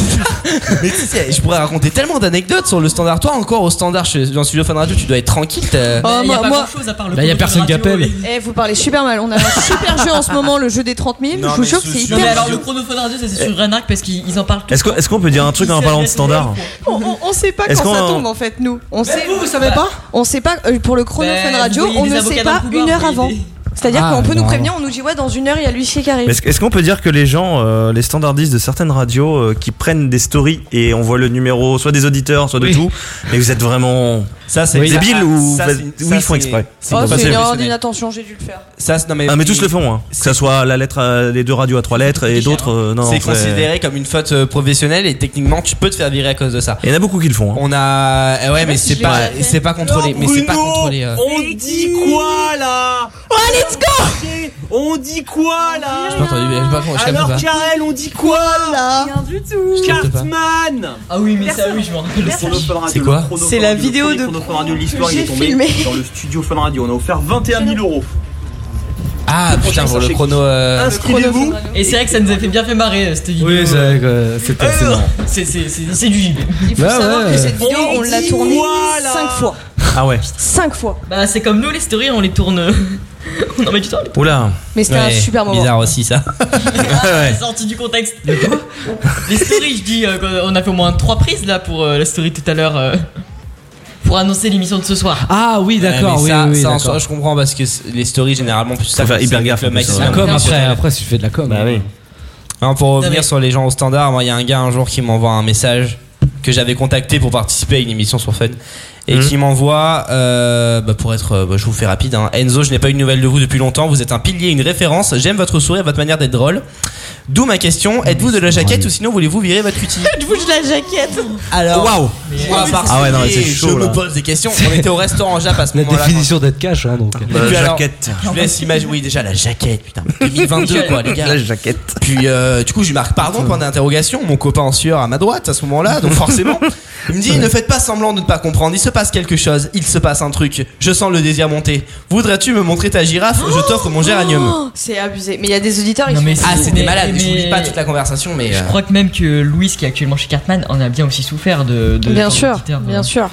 Speaker 8: Mais tu sais, je pourrais raconter tellement d'anecdotes sur le standard. Toi, encore au standard, chez- dans Studio Fun Radio, tu dois être tranquille. t'as-
Speaker 14: Oh,
Speaker 2: Bah, Il y a
Speaker 14: moi-
Speaker 2: pas
Speaker 14: moi-
Speaker 2: grand-chose à part le
Speaker 8: Là, Bah, il y a
Speaker 2: code
Speaker 8: personne qui
Speaker 2: radio
Speaker 8: appelle.
Speaker 2: et-
Speaker 14: Eh, vous parlez super mal. On a un super jeu en ce moment, le jeu des 30 000.
Speaker 7: Non,
Speaker 14: je vous
Speaker 7: mais
Speaker 14: jure que
Speaker 7: ce
Speaker 14: c'est
Speaker 7: jeu-
Speaker 14: hyper.
Speaker 2: Non, mais alors le chronophone radio, ça, c'est sur Renac parce qu'ils en parlent tout.
Speaker 7: Est-ce qu'on est-ce qu'on peut dire un truc en parlant de standard
Speaker 14: On, on- on sait pas
Speaker 7: Est-ce
Speaker 14: quand ça
Speaker 7: qu'on-
Speaker 14: tombe en fait, nous. On sait, vous, vous
Speaker 2: savez
Speaker 14: pas On sait pas. euh, Pour le
Speaker 2: Bah,
Speaker 14: chronophone
Speaker 2: vous
Speaker 14: radio,
Speaker 2: voyez
Speaker 14: on
Speaker 2: les
Speaker 14: ne
Speaker 2: avocats
Speaker 14: sait
Speaker 2: dans
Speaker 14: pas
Speaker 2: le couloir,
Speaker 14: une heure
Speaker 2: vous
Speaker 14: avant. C'est-à-dire
Speaker 7: Ah,
Speaker 14: qu'on peut nous
Speaker 7: non.
Speaker 14: prévenir, on nous dit ouais, dans une heure, il y a l'huissier qui arrive.
Speaker 7: Mais Est-ce est-ce qu'on peut dire que les gens, euh, les standardistes de certaines radios euh, qui prennent des stories et on voit le numéro soit des auditeurs, soit de tout, mais vous êtes vraiment
Speaker 8: ça
Speaker 7: c'est
Speaker 8: Oui.
Speaker 7: débile
Speaker 8: Ah,
Speaker 7: ou
Speaker 8: ça,
Speaker 7: vous
Speaker 8: c'est-
Speaker 7: faites-
Speaker 8: ça,
Speaker 7: oui ils font
Speaker 8: c'est-
Speaker 7: exprès.
Speaker 8: c'est
Speaker 14: Oh,
Speaker 7: pas
Speaker 14: c'est une
Speaker 7: possible.
Speaker 14: erreur d'inattention, j'ai dû le faire.
Speaker 8: Ça, c'est- non, mais,
Speaker 7: Ah, mais tous le font, hein. que ça soit la lettre, à- les deux radios à trois lettres et d'autres, euh, non.
Speaker 8: c'est
Speaker 7: en fait.
Speaker 8: considéré comme une faute euh, professionnelle et techniquement tu peux te faire virer à cause de ça.
Speaker 7: Il y en a beaucoup qui le font. hein.
Speaker 8: On a eh ouais mais c'est
Speaker 7: je
Speaker 8: pas
Speaker 7: l'ai déjà
Speaker 8: c'est pas contrôlé mais c'est pas contrôlé. euh.
Speaker 6: On dit quoi là Oh let's go On dit quoi là
Speaker 8: J'ai pas entendu, j'ai pas- je capte
Speaker 6: Alors
Speaker 8: pas.
Speaker 6: Karel, on dit quoi là Rien du tout
Speaker 8: Je capte pas.
Speaker 6: Cartman
Speaker 2: Ah oui mais ça oui je me rappelle.
Speaker 8: C'est quoi
Speaker 6: C'est la vidéo de Chronophone Radio de l'histoire, il est tombé dans le studio Fun Radio. On a offert 21 000 euros.
Speaker 8: Ah putain pour le chrono.
Speaker 14: Ah,
Speaker 2: Ah,
Speaker 8: euh,
Speaker 6: Inscrivez-vous
Speaker 2: Et c'est vrai que ça nous a fait bien fait marrer euh, cette vidéo.
Speaker 1: Oui, c'est vrai que
Speaker 2: Ah,
Speaker 1: c'était assez marrant.
Speaker 2: C'est c'est- c'est- c'est du JB.
Speaker 1: Il faut Bah savoir ouais. que cette
Speaker 14: vidéo, on l'a tournée cinq fois.
Speaker 7: Ah ouais.
Speaker 14: 5 fois.
Speaker 2: Bah c'est comme nous les stories on les tourne. On en met du temps.
Speaker 8: Oula.
Speaker 2: Mais c'était un super moment.
Speaker 8: Bizarre aussi ça. ouais.
Speaker 2: Sorti du contexte. les stories, je dis, euh, qu'on- on a fait au moins trois prises là pour euh, la story tout à l'heure. euh, pour annoncer l'émission de ce soir.
Speaker 1: Ah oui, d'accord,
Speaker 8: Ouais, mais
Speaker 1: oui,
Speaker 8: ça,
Speaker 1: oui,
Speaker 8: ça, en
Speaker 1: d'accord.
Speaker 8: soi, je comprends parce que c'est- les stories généralement plus ça.
Speaker 1: Faut faire
Speaker 8: c'est
Speaker 1: hyper
Speaker 8: avec
Speaker 1: gaffe,
Speaker 8: le
Speaker 1: en plus,
Speaker 8: maximum
Speaker 1: hein. La com,
Speaker 8: d'émotionnel.
Speaker 1: après, après, si tu fais de la com. Bah oui.
Speaker 8: Non, pour revenir sur les gens au standard, moi, il y a un gars un jour qui m'envoie un message que j'avais contacté pour participer à une émission sur Fun et
Speaker 6: Mhm.
Speaker 8: qui m'envoie, euh, bah, pour être, euh, bah, je vous fais rapide, hein. Enzo, je n'ai pas eu de nouvelles de vous depuis longtemps, vous êtes un pilier, une référence, j'aime votre sourire, votre manière d'être drôle. D'où ma question, êtes-vous de la jaquette ou sinon voulez-vous virer votre cutie
Speaker 2: Je bouge la jaquette.
Speaker 8: Alors, moi, parce
Speaker 7: Ah ouais, non, mais c'est
Speaker 8: que
Speaker 7: chaud,
Speaker 8: je
Speaker 7: là.
Speaker 8: me pose des questions. On était au restaurant Jap à ce
Speaker 1: La
Speaker 8: moment-là.
Speaker 1: définition d'être cash, hein, donc.
Speaker 8: Puis alors, Je vous laisse imaginer. Oui, déjà la jaquette, putain. 2022, quoi, les gars.
Speaker 1: La
Speaker 8: jaquette. Puis, euh, du coup, je lui marque pardon, point d'interrogation. Mon copain en sueur à ma droite à ce moment-là, donc forcément. Il me dit ne faites pas semblant de ne pas comprendre. Il se passe quelque chose. Il se passe un truc. Je sens le désir monter. Voudrais-tu me montrer ta girafe Je t'offre mon géranium.
Speaker 14: Oh, c'est abusé. Mais il y a des auditeurs, ils sont
Speaker 8: Ah,
Speaker 14: fous.
Speaker 8: c'est des malades. Je n'oublie pas toute la conversation, mais. euh,
Speaker 2: Je crois que même que Louise qui est actuellement chez Cartman en a bien aussi souffert de. de
Speaker 14: Bien
Speaker 2: de-
Speaker 14: sûr, bien sûr.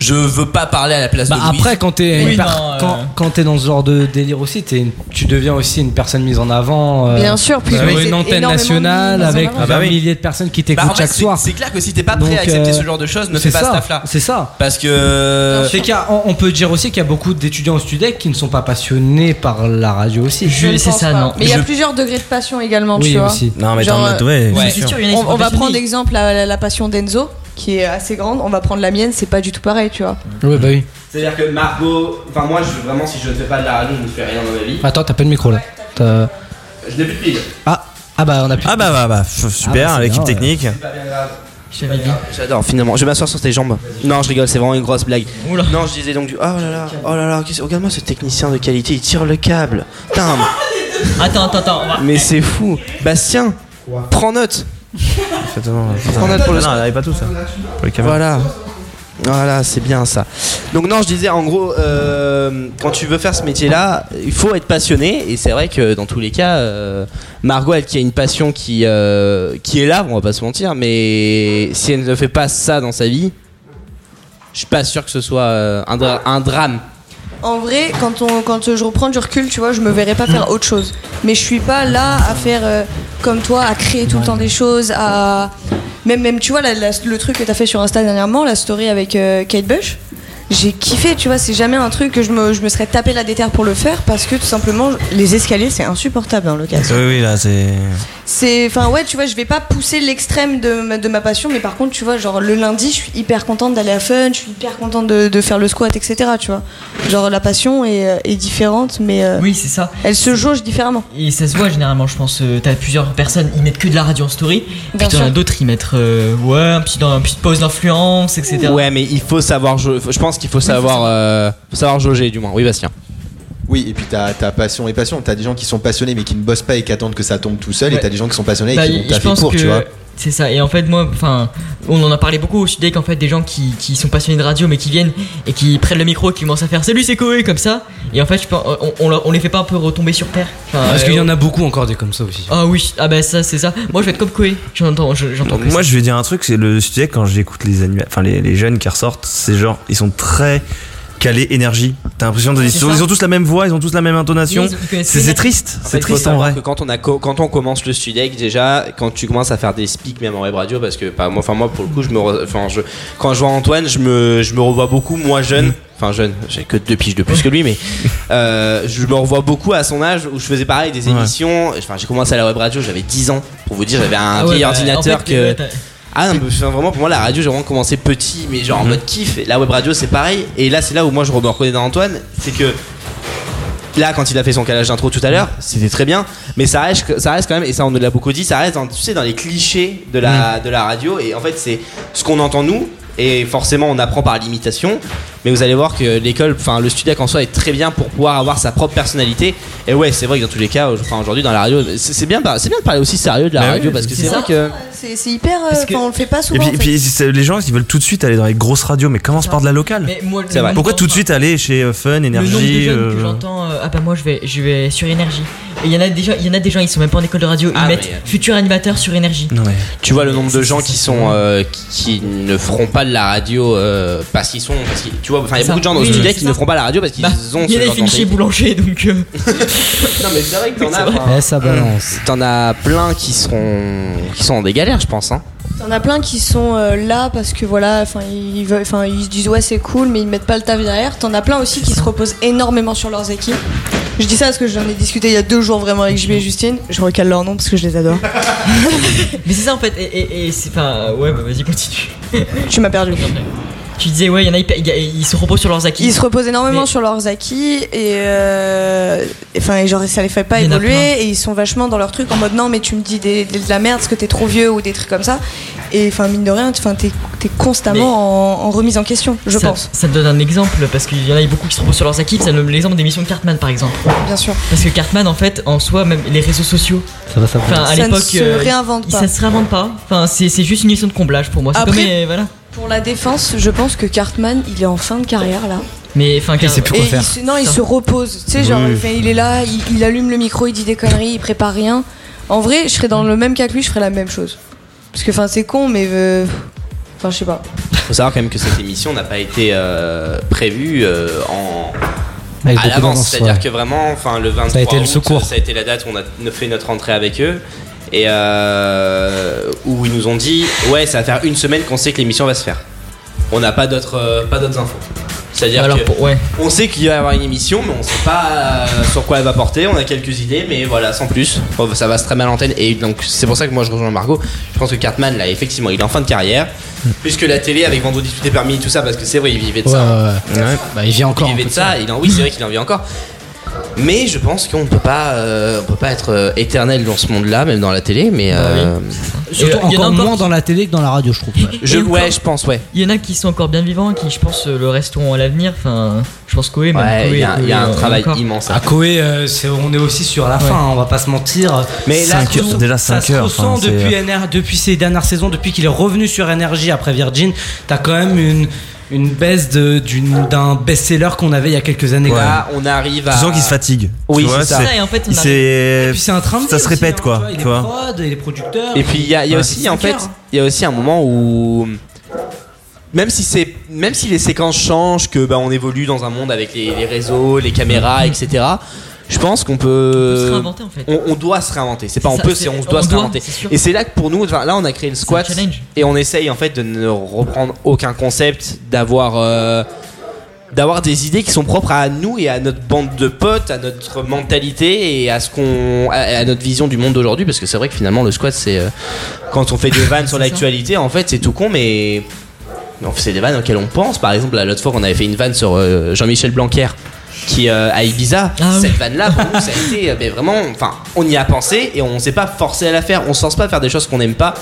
Speaker 8: Je veux pas parler à la place
Speaker 1: Bah
Speaker 8: de Louis.
Speaker 1: après, quand t'es
Speaker 8: Oui,
Speaker 1: une par-
Speaker 8: non, euh.
Speaker 1: quand, quand t'es dans ce genre de délire aussi, t'es une- tu deviens aussi une personne mise en avant. euh,
Speaker 8: Bien sûr, puis
Speaker 1: sur
Speaker 8: vous êtes
Speaker 1: une antenne
Speaker 8: énormément
Speaker 1: nationale
Speaker 8: mise en
Speaker 1: avec
Speaker 8: avant. Ah bah oui.
Speaker 1: un millier de personnes qui t'écoutent
Speaker 8: Bah, en fait,
Speaker 1: chaque
Speaker 8: c'est-
Speaker 1: soir.
Speaker 8: C'est clair que si t'es pas prêt
Speaker 1: Donc,
Speaker 8: à accepter
Speaker 1: euh,
Speaker 8: ce genre de choses, ne
Speaker 1: c'est
Speaker 8: fais pas
Speaker 1: ça,
Speaker 8: ce taf-là. Euh,
Speaker 1: C'est ça.
Speaker 8: Parce que.
Speaker 1: C'est qu'il y a- on- on peut dire aussi qu'il y a beaucoup d'étudiants au Studec qui ne sont pas passionnés par la radio aussi.
Speaker 14: Je ne pense pas. Mais il y a plusieurs degrés de passion également,
Speaker 1: Oui,
Speaker 14: tu vois.
Speaker 1: aussi. Non, mais
Speaker 14: Genre,
Speaker 1: t'en as-
Speaker 14: euh,
Speaker 1: ouais, Ouais. c'est sûr.
Speaker 14: On, on va prendre exemple la, la- la passion d'Enzo, qui est assez grande. On va prendre la mienne, c'est pas du tout pareil, tu vois.
Speaker 1: Ouais, bah oui.
Speaker 8: C'est-à-dire que Margot, enfin moi, je, vraiment, si je ne fais pas de la radio, je ne fais rien dans ma vie.
Speaker 1: Attends, t'as pas le micro là. T'as-
Speaker 8: Je n'ai plus de pile.
Speaker 1: Ah, ah bah on a plus.
Speaker 7: Ah bah bah, bah f- super,
Speaker 8: Ah bah, c'est
Speaker 7: l'équipe
Speaker 8: bien,
Speaker 7: technique.
Speaker 8: J'adore finalement, je vais m'asseoir sur tes jambes. Non, je rigole, c'est vraiment une grosse blague. Non, je disais donc du. Oh là là, oh là là, qu'est-ce- regarde-moi ce technicien de qualité, il tire le câble. Putain,
Speaker 2: Attends, attends, attends. on va-
Speaker 8: mais c'est fou. Bastien, prends note. Prends note pour le.
Speaker 7: Non, elle avait pas hein. tout ça.
Speaker 8: Voilà. Voilà, c'est bien ça. Donc non, je disais en gros, euh, quand tu veux faire ce métier-là, il faut être passionné. Et c'est vrai que dans tous les cas, euh, Margot, elle qui a une passion qui euh, qui est là, on va pas se mentir. Mais si elle ne fait pas ça dans sa vie, je suis pas sûr que ce soit euh, un, dra- un drame.
Speaker 14: En vrai, quand, on, quand je reprends du recul, tu vois, je me verrais pas faire autre chose. Mais je suis pas là à faire euh, comme toi, à créer tout le temps des choses, à. Même, même tu vois, la- la- le truc que t'as fait sur Insta dernièrement, la story avec euh, Kate Bush, j'ai kiffé, tu vois, c'est jamais un truc que je me, je me serais tapé la déterre pour le faire parce que tout simplement, les escaliers, c'est insupportable dans l'occasion.
Speaker 7: Oui, oui, là, c'est.
Speaker 14: C'est, enfin ouais, tu vois, je vais pas pousser l'extrême de, ma- de ma passion, mais par contre, tu vois, genre le lundi, je suis hyper contente d'aller à Fun, je suis hyper contente de, de faire le squat, etc. Tu vois, genre la passion est, euh, est différente, mais euh,
Speaker 2: Oui, c'est ça.
Speaker 14: elle se jauge différemment.
Speaker 2: Et ça se voit généralement, je pense. euh, T'as plusieurs personnes, ils mettent que de la radio en story. Puis
Speaker 14: Bien
Speaker 2: t'en as
Speaker 14: sûr.
Speaker 2: d'autres, ils mettent euh, ouais, un petit, un petit pause d'influence, etc.
Speaker 8: Ouais, mais il faut savoir. jau- Je pense qu'il faut savoir, euh, faut savoir jauger du moins. Oui, Bastien.
Speaker 9: Oui, et puis t'as t'as passion et passion. T'as des gens qui sont passionnés mais qui ne bossent pas et qui attendent que ça tombe tout seul, et
Speaker 2: Ouais.
Speaker 9: t'as des gens qui sont passionnés
Speaker 2: Bah,
Speaker 9: et qui vont
Speaker 2: je
Speaker 9: taffer
Speaker 2: pense
Speaker 9: pour,
Speaker 2: que
Speaker 9: tu vois.
Speaker 2: C'est ça. Et en fait, moi, enfin, on en a parlé beaucoup au Sudec. En fait, des gens qui, qui sont passionnés de radio, mais qui viennent et qui prennent le micro, et qui commencent à faire Salut, c'est Koé comme ça. Et en fait, je pense- on, on leur- on les fait pas un peu retomber sur terre. Enfin,
Speaker 1: Parce
Speaker 2: euh,
Speaker 1: qu'il y en a beaucoup encore des comme ça aussi.
Speaker 2: Ah oui, ah bah ça, c'est ça. Moi, je vais être comme Koé. J'entends, je- j'entends. que
Speaker 7: Moi,
Speaker 2: ça.
Speaker 7: je vais dire un truc, c'est le sujet quand j'écoute les anima- enfin les, les jeunes qui ressortent, c'est genre ils sont très calés énergie. T'as l'impression de
Speaker 8: C'est
Speaker 7: ils, ont-
Speaker 8: ça.
Speaker 7: ils ont tous la même voix, ils ont tous la même intonation.
Speaker 8: Oui, ils- ils
Speaker 7: C'est-
Speaker 8: connaissent
Speaker 7: C'est
Speaker 8: connaître.
Speaker 7: triste,
Speaker 8: En fait,
Speaker 7: c'est
Speaker 8: il faut
Speaker 7: triste en
Speaker 8: savoir
Speaker 7: vrai.
Speaker 8: que quand on a co- quand on commence le studec déjà, quand tu commences à faire des speaks même en web radio, parce que pas moi, enfin moi pour le coup, je me, re- enfin je, quand je vois Antoine, je me, je me revois beaucoup moi jeune, enfin jeune, j'ai que deux piges de plus que lui, mais euh, je me revois beaucoup à son âge où je faisais pareil des
Speaker 6: Ouais.
Speaker 8: émissions. Enfin j'ai commencé à la web radio, j'avais 10 ans pour vous dire, j'avais un
Speaker 6: Ah ouais,
Speaker 8: vieil
Speaker 6: bah,
Speaker 8: ordinateur
Speaker 6: en fait,
Speaker 8: que.
Speaker 6: ouais, t'as-
Speaker 8: Ah non, mais, enfin, vraiment pour moi la radio j'ai vraiment commencé petit mais
Speaker 7: Mm-hmm.
Speaker 8: genre en mode kiff Et la web radio c'est pareil et là c'est là où moi je me reconnais dans Antoine c'est que là quand il a fait son calage d'intro tout à l'heure c'était très bien mais ça reste ça reste quand même et ça on nous l'a beaucoup dit ça reste dans, tu sais dans les clichés de la
Speaker 2: Mm.
Speaker 8: de la radio et en fait c'est ce qu'on entend nous et forcément on apprend par l'imitation mais vous allez voir que l'école enfin le studiac en soi est très bien pour pouvoir avoir sa propre personnalité et ouais c'est vrai que dans tous les cas enfin, aujourd'hui dans la radio c'est c'est bien par- c'est bien de parler aussi sérieux de la
Speaker 7: Bah oui,
Speaker 8: Ah, radio parce que
Speaker 7: c'est
Speaker 8: c'est
Speaker 7: ça.
Speaker 8: vrai que
Speaker 14: C'est, c'est hyper, euh,
Speaker 7: que-
Speaker 14: enfin, on le fait pas
Speaker 7: Et
Speaker 14: souvent.
Speaker 7: puis,
Speaker 14: en
Speaker 7: et
Speaker 14: fait.
Speaker 7: puis, c'est- les gens ils veulent tout de suite aller dans les grosses radios, mais commence par de la locale.
Speaker 2: Mais moi, le nombre
Speaker 7: Pourquoi tout de suite aller chez euh, Fun,
Speaker 2: Le nombre de
Speaker 7: Énergie
Speaker 2: jeunes que
Speaker 7: euh,
Speaker 2: j'entends, euh, ah bah moi je vais, je vais sur énergie. Et il y en a des gens, il y en a des gens, ils sont même pas en école de radio, ils
Speaker 8: Ah,
Speaker 2: mettent
Speaker 8: mais, euh,
Speaker 2: futur animateur sur énergie.
Speaker 8: Tu vois le nombre de gens qui sont euh, qui qui ne feront pas de la radio euh, parce qu'ils sont parce qu'ils- tu vois enfin il y a
Speaker 2: C'est ça.
Speaker 8: beaucoup de gens dans
Speaker 2: Oui,
Speaker 8: ce
Speaker 2: oui,
Speaker 8: studio
Speaker 2: c'est
Speaker 8: qui ne
Speaker 2: ça.
Speaker 8: feront pas la radio parce qu'ils
Speaker 2: Bah,
Speaker 8: ont
Speaker 2: il y en
Speaker 8: ce
Speaker 2: a
Speaker 8: genre
Speaker 2: qui finissent chez boulanger donc. euh,
Speaker 8: non mais c'est vrai que t'en as.
Speaker 1: Ouais, ça balance.
Speaker 8: Euh, T'en as plein qui seront qui sont dans des galères je pense hein.
Speaker 14: T'en as plein qui sont euh, là parce que voilà, enfin ils, veulent- enfin, ils se disent ouais c'est cool, mais ils mettent pas le taf derrière. T'en as plein aussi qui se reposent énormément sur leurs équipes. Je dis ça parce que j'en ai discuté il y a deux jours vraiment avec JB et Justine. Je recale leur nom parce que je les adore.
Speaker 2: Mais c'est ça en fait, et, et- et c'est enfin ouais bah vas-y continue.
Speaker 14: tu m'as perdu.
Speaker 2: Tu disais ouais, il y en a ils, ils se reposent sur leurs acquis.
Speaker 14: Ils se reposent énormément
Speaker 2: Mais-
Speaker 14: sur leurs acquis et euh, et, enfin et genre ça les fait pas
Speaker 2: Il y en a plein.
Speaker 14: évoluer et ils sont vachement dans leur truc en mode non mais tu me dis des- des- de la merde parce que t'es trop vieux ou des trucs comme ça et enfin mine de rien enfin t'es t'es constamment en, en remise en question je
Speaker 2: ça,
Speaker 14: pense
Speaker 2: Ça te donne un exemple parce qu'il y en a beaucoup qui se reposent sur leurs acquis. Ça donne l'exemple des missions de Cartman par exemple.
Speaker 14: bien sûr
Speaker 2: Parce que Cartman en fait en soi même les réseaux sociaux.
Speaker 1: Ça va, ça va.
Speaker 2: Enfin à
Speaker 14: Ça ne
Speaker 2: l'époque. euh,
Speaker 14: se réinvente
Speaker 2: il-
Speaker 14: pas.
Speaker 2: Ça se réinvente pas. Enfin c'est c'est juste une mission de comblage pour moi. C'est
Speaker 14: Après-
Speaker 2: comme les- voilà.
Speaker 14: pour la défense je pense que Cartman il est en fin de carrière là
Speaker 2: Mais enfin Car-
Speaker 14: Et il se- non, il se repose. Tu sais, genre,
Speaker 2: Oui.
Speaker 14: enfin, il est là, il, il allume le micro, il dit des conneries, il prépare rien. En vrai, je serais dans le même cas que lui, je ferais la même chose. Parce que, enfin, c'est con, mais. euh, Enfin, je sais pas.
Speaker 2: Hmm.
Speaker 8: Faut savoir quand même que cette émission n'a pas été euh, prévue euh, en
Speaker 1: Avec
Speaker 8: à
Speaker 1: beaucoup
Speaker 8: l'avance,
Speaker 1: d'avance,
Speaker 8: c'est-à-dire
Speaker 1: ouais.
Speaker 8: que vraiment, enfin le 23
Speaker 1: Ça a été le
Speaker 8: août,
Speaker 1: secours.
Speaker 8: ça a été la date où on a fait notre entrée avec eux et euh, où ils nous ont dit ouais, ça va faire une semaine qu'on sait que l'émission va se faire. On n'a pas d'autres euh, pas d'autres infos. C'est-à-dire
Speaker 2: Alors,
Speaker 8: que
Speaker 2: pour- ouais.
Speaker 8: on sait qu'il va y avoir une émission, mais on sait pas euh, sur quoi elle va porter. On a quelques idées, mais voilà, sans plus. Bon, ça va se très mal en antenne. Et donc, c'est pour ça que moi, je rejoins Margot. Je pense que Cartman, là, effectivement, il est en fin de carrière. Puisque la télé, avec Vendredi, tout est permis, tout ça, parce que c'est vrai, il vivait de
Speaker 1: Ouais,
Speaker 8: ça.
Speaker 1: ouais, ouais. Bah, il vit encore.
Speaker 8: Il
Speaker 1: un
Speaker 8: vivait
Speaker 1: peu
Speaker 8: de ça. Il en, oui, c'est vrai qu'il en vit encore. Mais je pense qu'on ne peut pas, euh, on peut pas être euh, éternel dans ce monde-là, même dans la télé. Mais
Speaker 7: Ah
Speaker 8: euh,
Speaker 2: Surtout
Speaker 8: euh, il y en a
Speaker 2: encore
Speaker 8: encore-
Speaker 2: moins
Speaker 1: dans la télé que dans la radio, je trouve.
Speaker 8: Je, ouais, je pense, ouais.
Speaker 2: Il y en a qui sont encore bien vivants, qui je pense euh, le resteront à l'avenir. Enfin, je pense qu'Oé, même
Speaker 8: Ouais,
Speaker 2: Koé,
Speaker 8: il y a- il y a un
Speaker 2: Koé, euh,
Speaker 8: travail
Speaker 2: encore.
Speaker 8: immense.
Speaker 1: À Koé, euh, c'est- on est aussi sur la
Speaker 2: Ouais.
Speaker 1: fin, hein, on va pas se mentir.
Speaker 7: Mais là, Cinq heures,
Speaker 1: surtout,
Speaker 7: déjà
Speaker 1: ça
Speaker 7: cinq
Speaker 1: se
Speaker 7: heures,
Speaker 1: ressent
Speaker 7: enfin, c'est-
Speaker 1: depuis,
Speaker 8: euh,
Speaker 1: NR depuis ces dernières saisons, depuis qu'il est revenu sur NRJ après Virgin, t'as quand même une, une baisse de- d'une- d'un best-seller qu'on avait il y a quelques années. quand
Speaker 8: Là,
Speaker 1: même.
Speaker 8: on arrive à.
Speaker 7: Tu sens qu'il se fatigue.
Speaker 1: Oui,
Speaker 7: Tu vois,
Speaker 1: c'est ça.
Speaker 7: c'est-
Speaker 1: Et en fait, on
Speaker 7: il
Speaker 1: arrive-
Speaker 7: s'est-
Speaker 1: Et puis, c'est un train de vie
Speaker 7: Ça se
Speaker 1: aussi,
Speaker 7: répète,
Speaker 1: hein,
Speaker 7: quoi.
Speaker 1: Il
Speaker 7: tu
Speaker 1: est
Speaker 7: vois.
Speaker 1: prod, il est producteur.
Speaker 8: Et puis il y a, il y a
Speaker 1: Ouais.
Speaker 8: aussi en
Speaker 1: C'est
Speaker 8: fait,
Speaker 1: clair.
Speaker 8: il y a aussi un moment où même si c'est même si les séquences changent, que bah, on évolue dans un monde avec les, les réseaux, les caméras, etc. Je pense qu'on peut,
Speaker 2: se réinventer, en fait.
Speaker 8: on, on doit se réinventer. C'est pas
Speaker 2: C'est
Speaker 8: on
Speaker 2: ça,
Speaker 8: peut,
Speaker 2: c'est-
Speaker 8: c'est on doit
Speaker 2: on
Speaker 8: se
Speaker 2: doit,
Speaker 8: réinventer.
Speaker 2: c'est sûr.
Speaker 8: Et c'est là que pour nous, enfin, là on a créé le squat
Speaker 2: challenge.
Speaker 8: et on essaye en fait de ne reprendre aucun concept, d'avoir euh, d'avoir des idées qui sont propres à nous et à notre bande de potes, à notre mentalité et à ce qu'on à, à notre vision du monde d'aujourd'hui parce que c'est vrai que finalement le squat c'est euh, quand on fait des vannes sur l'actualité en fait c'est tout con mais non, c'est des vannes auxquelles on pense par exemple là, l'autre fois on avait fait une vanne sur euh, Jean-Michel Blanquer qui euh, à Ibiza
Speaker 1: Ah
Speaker 8: cette vanne là pour nous ça a été euh, mais vraiment enfin on y a pensé et on s'est pas forcé à la faire on se force pas à faire des choses qu'on n'aime pas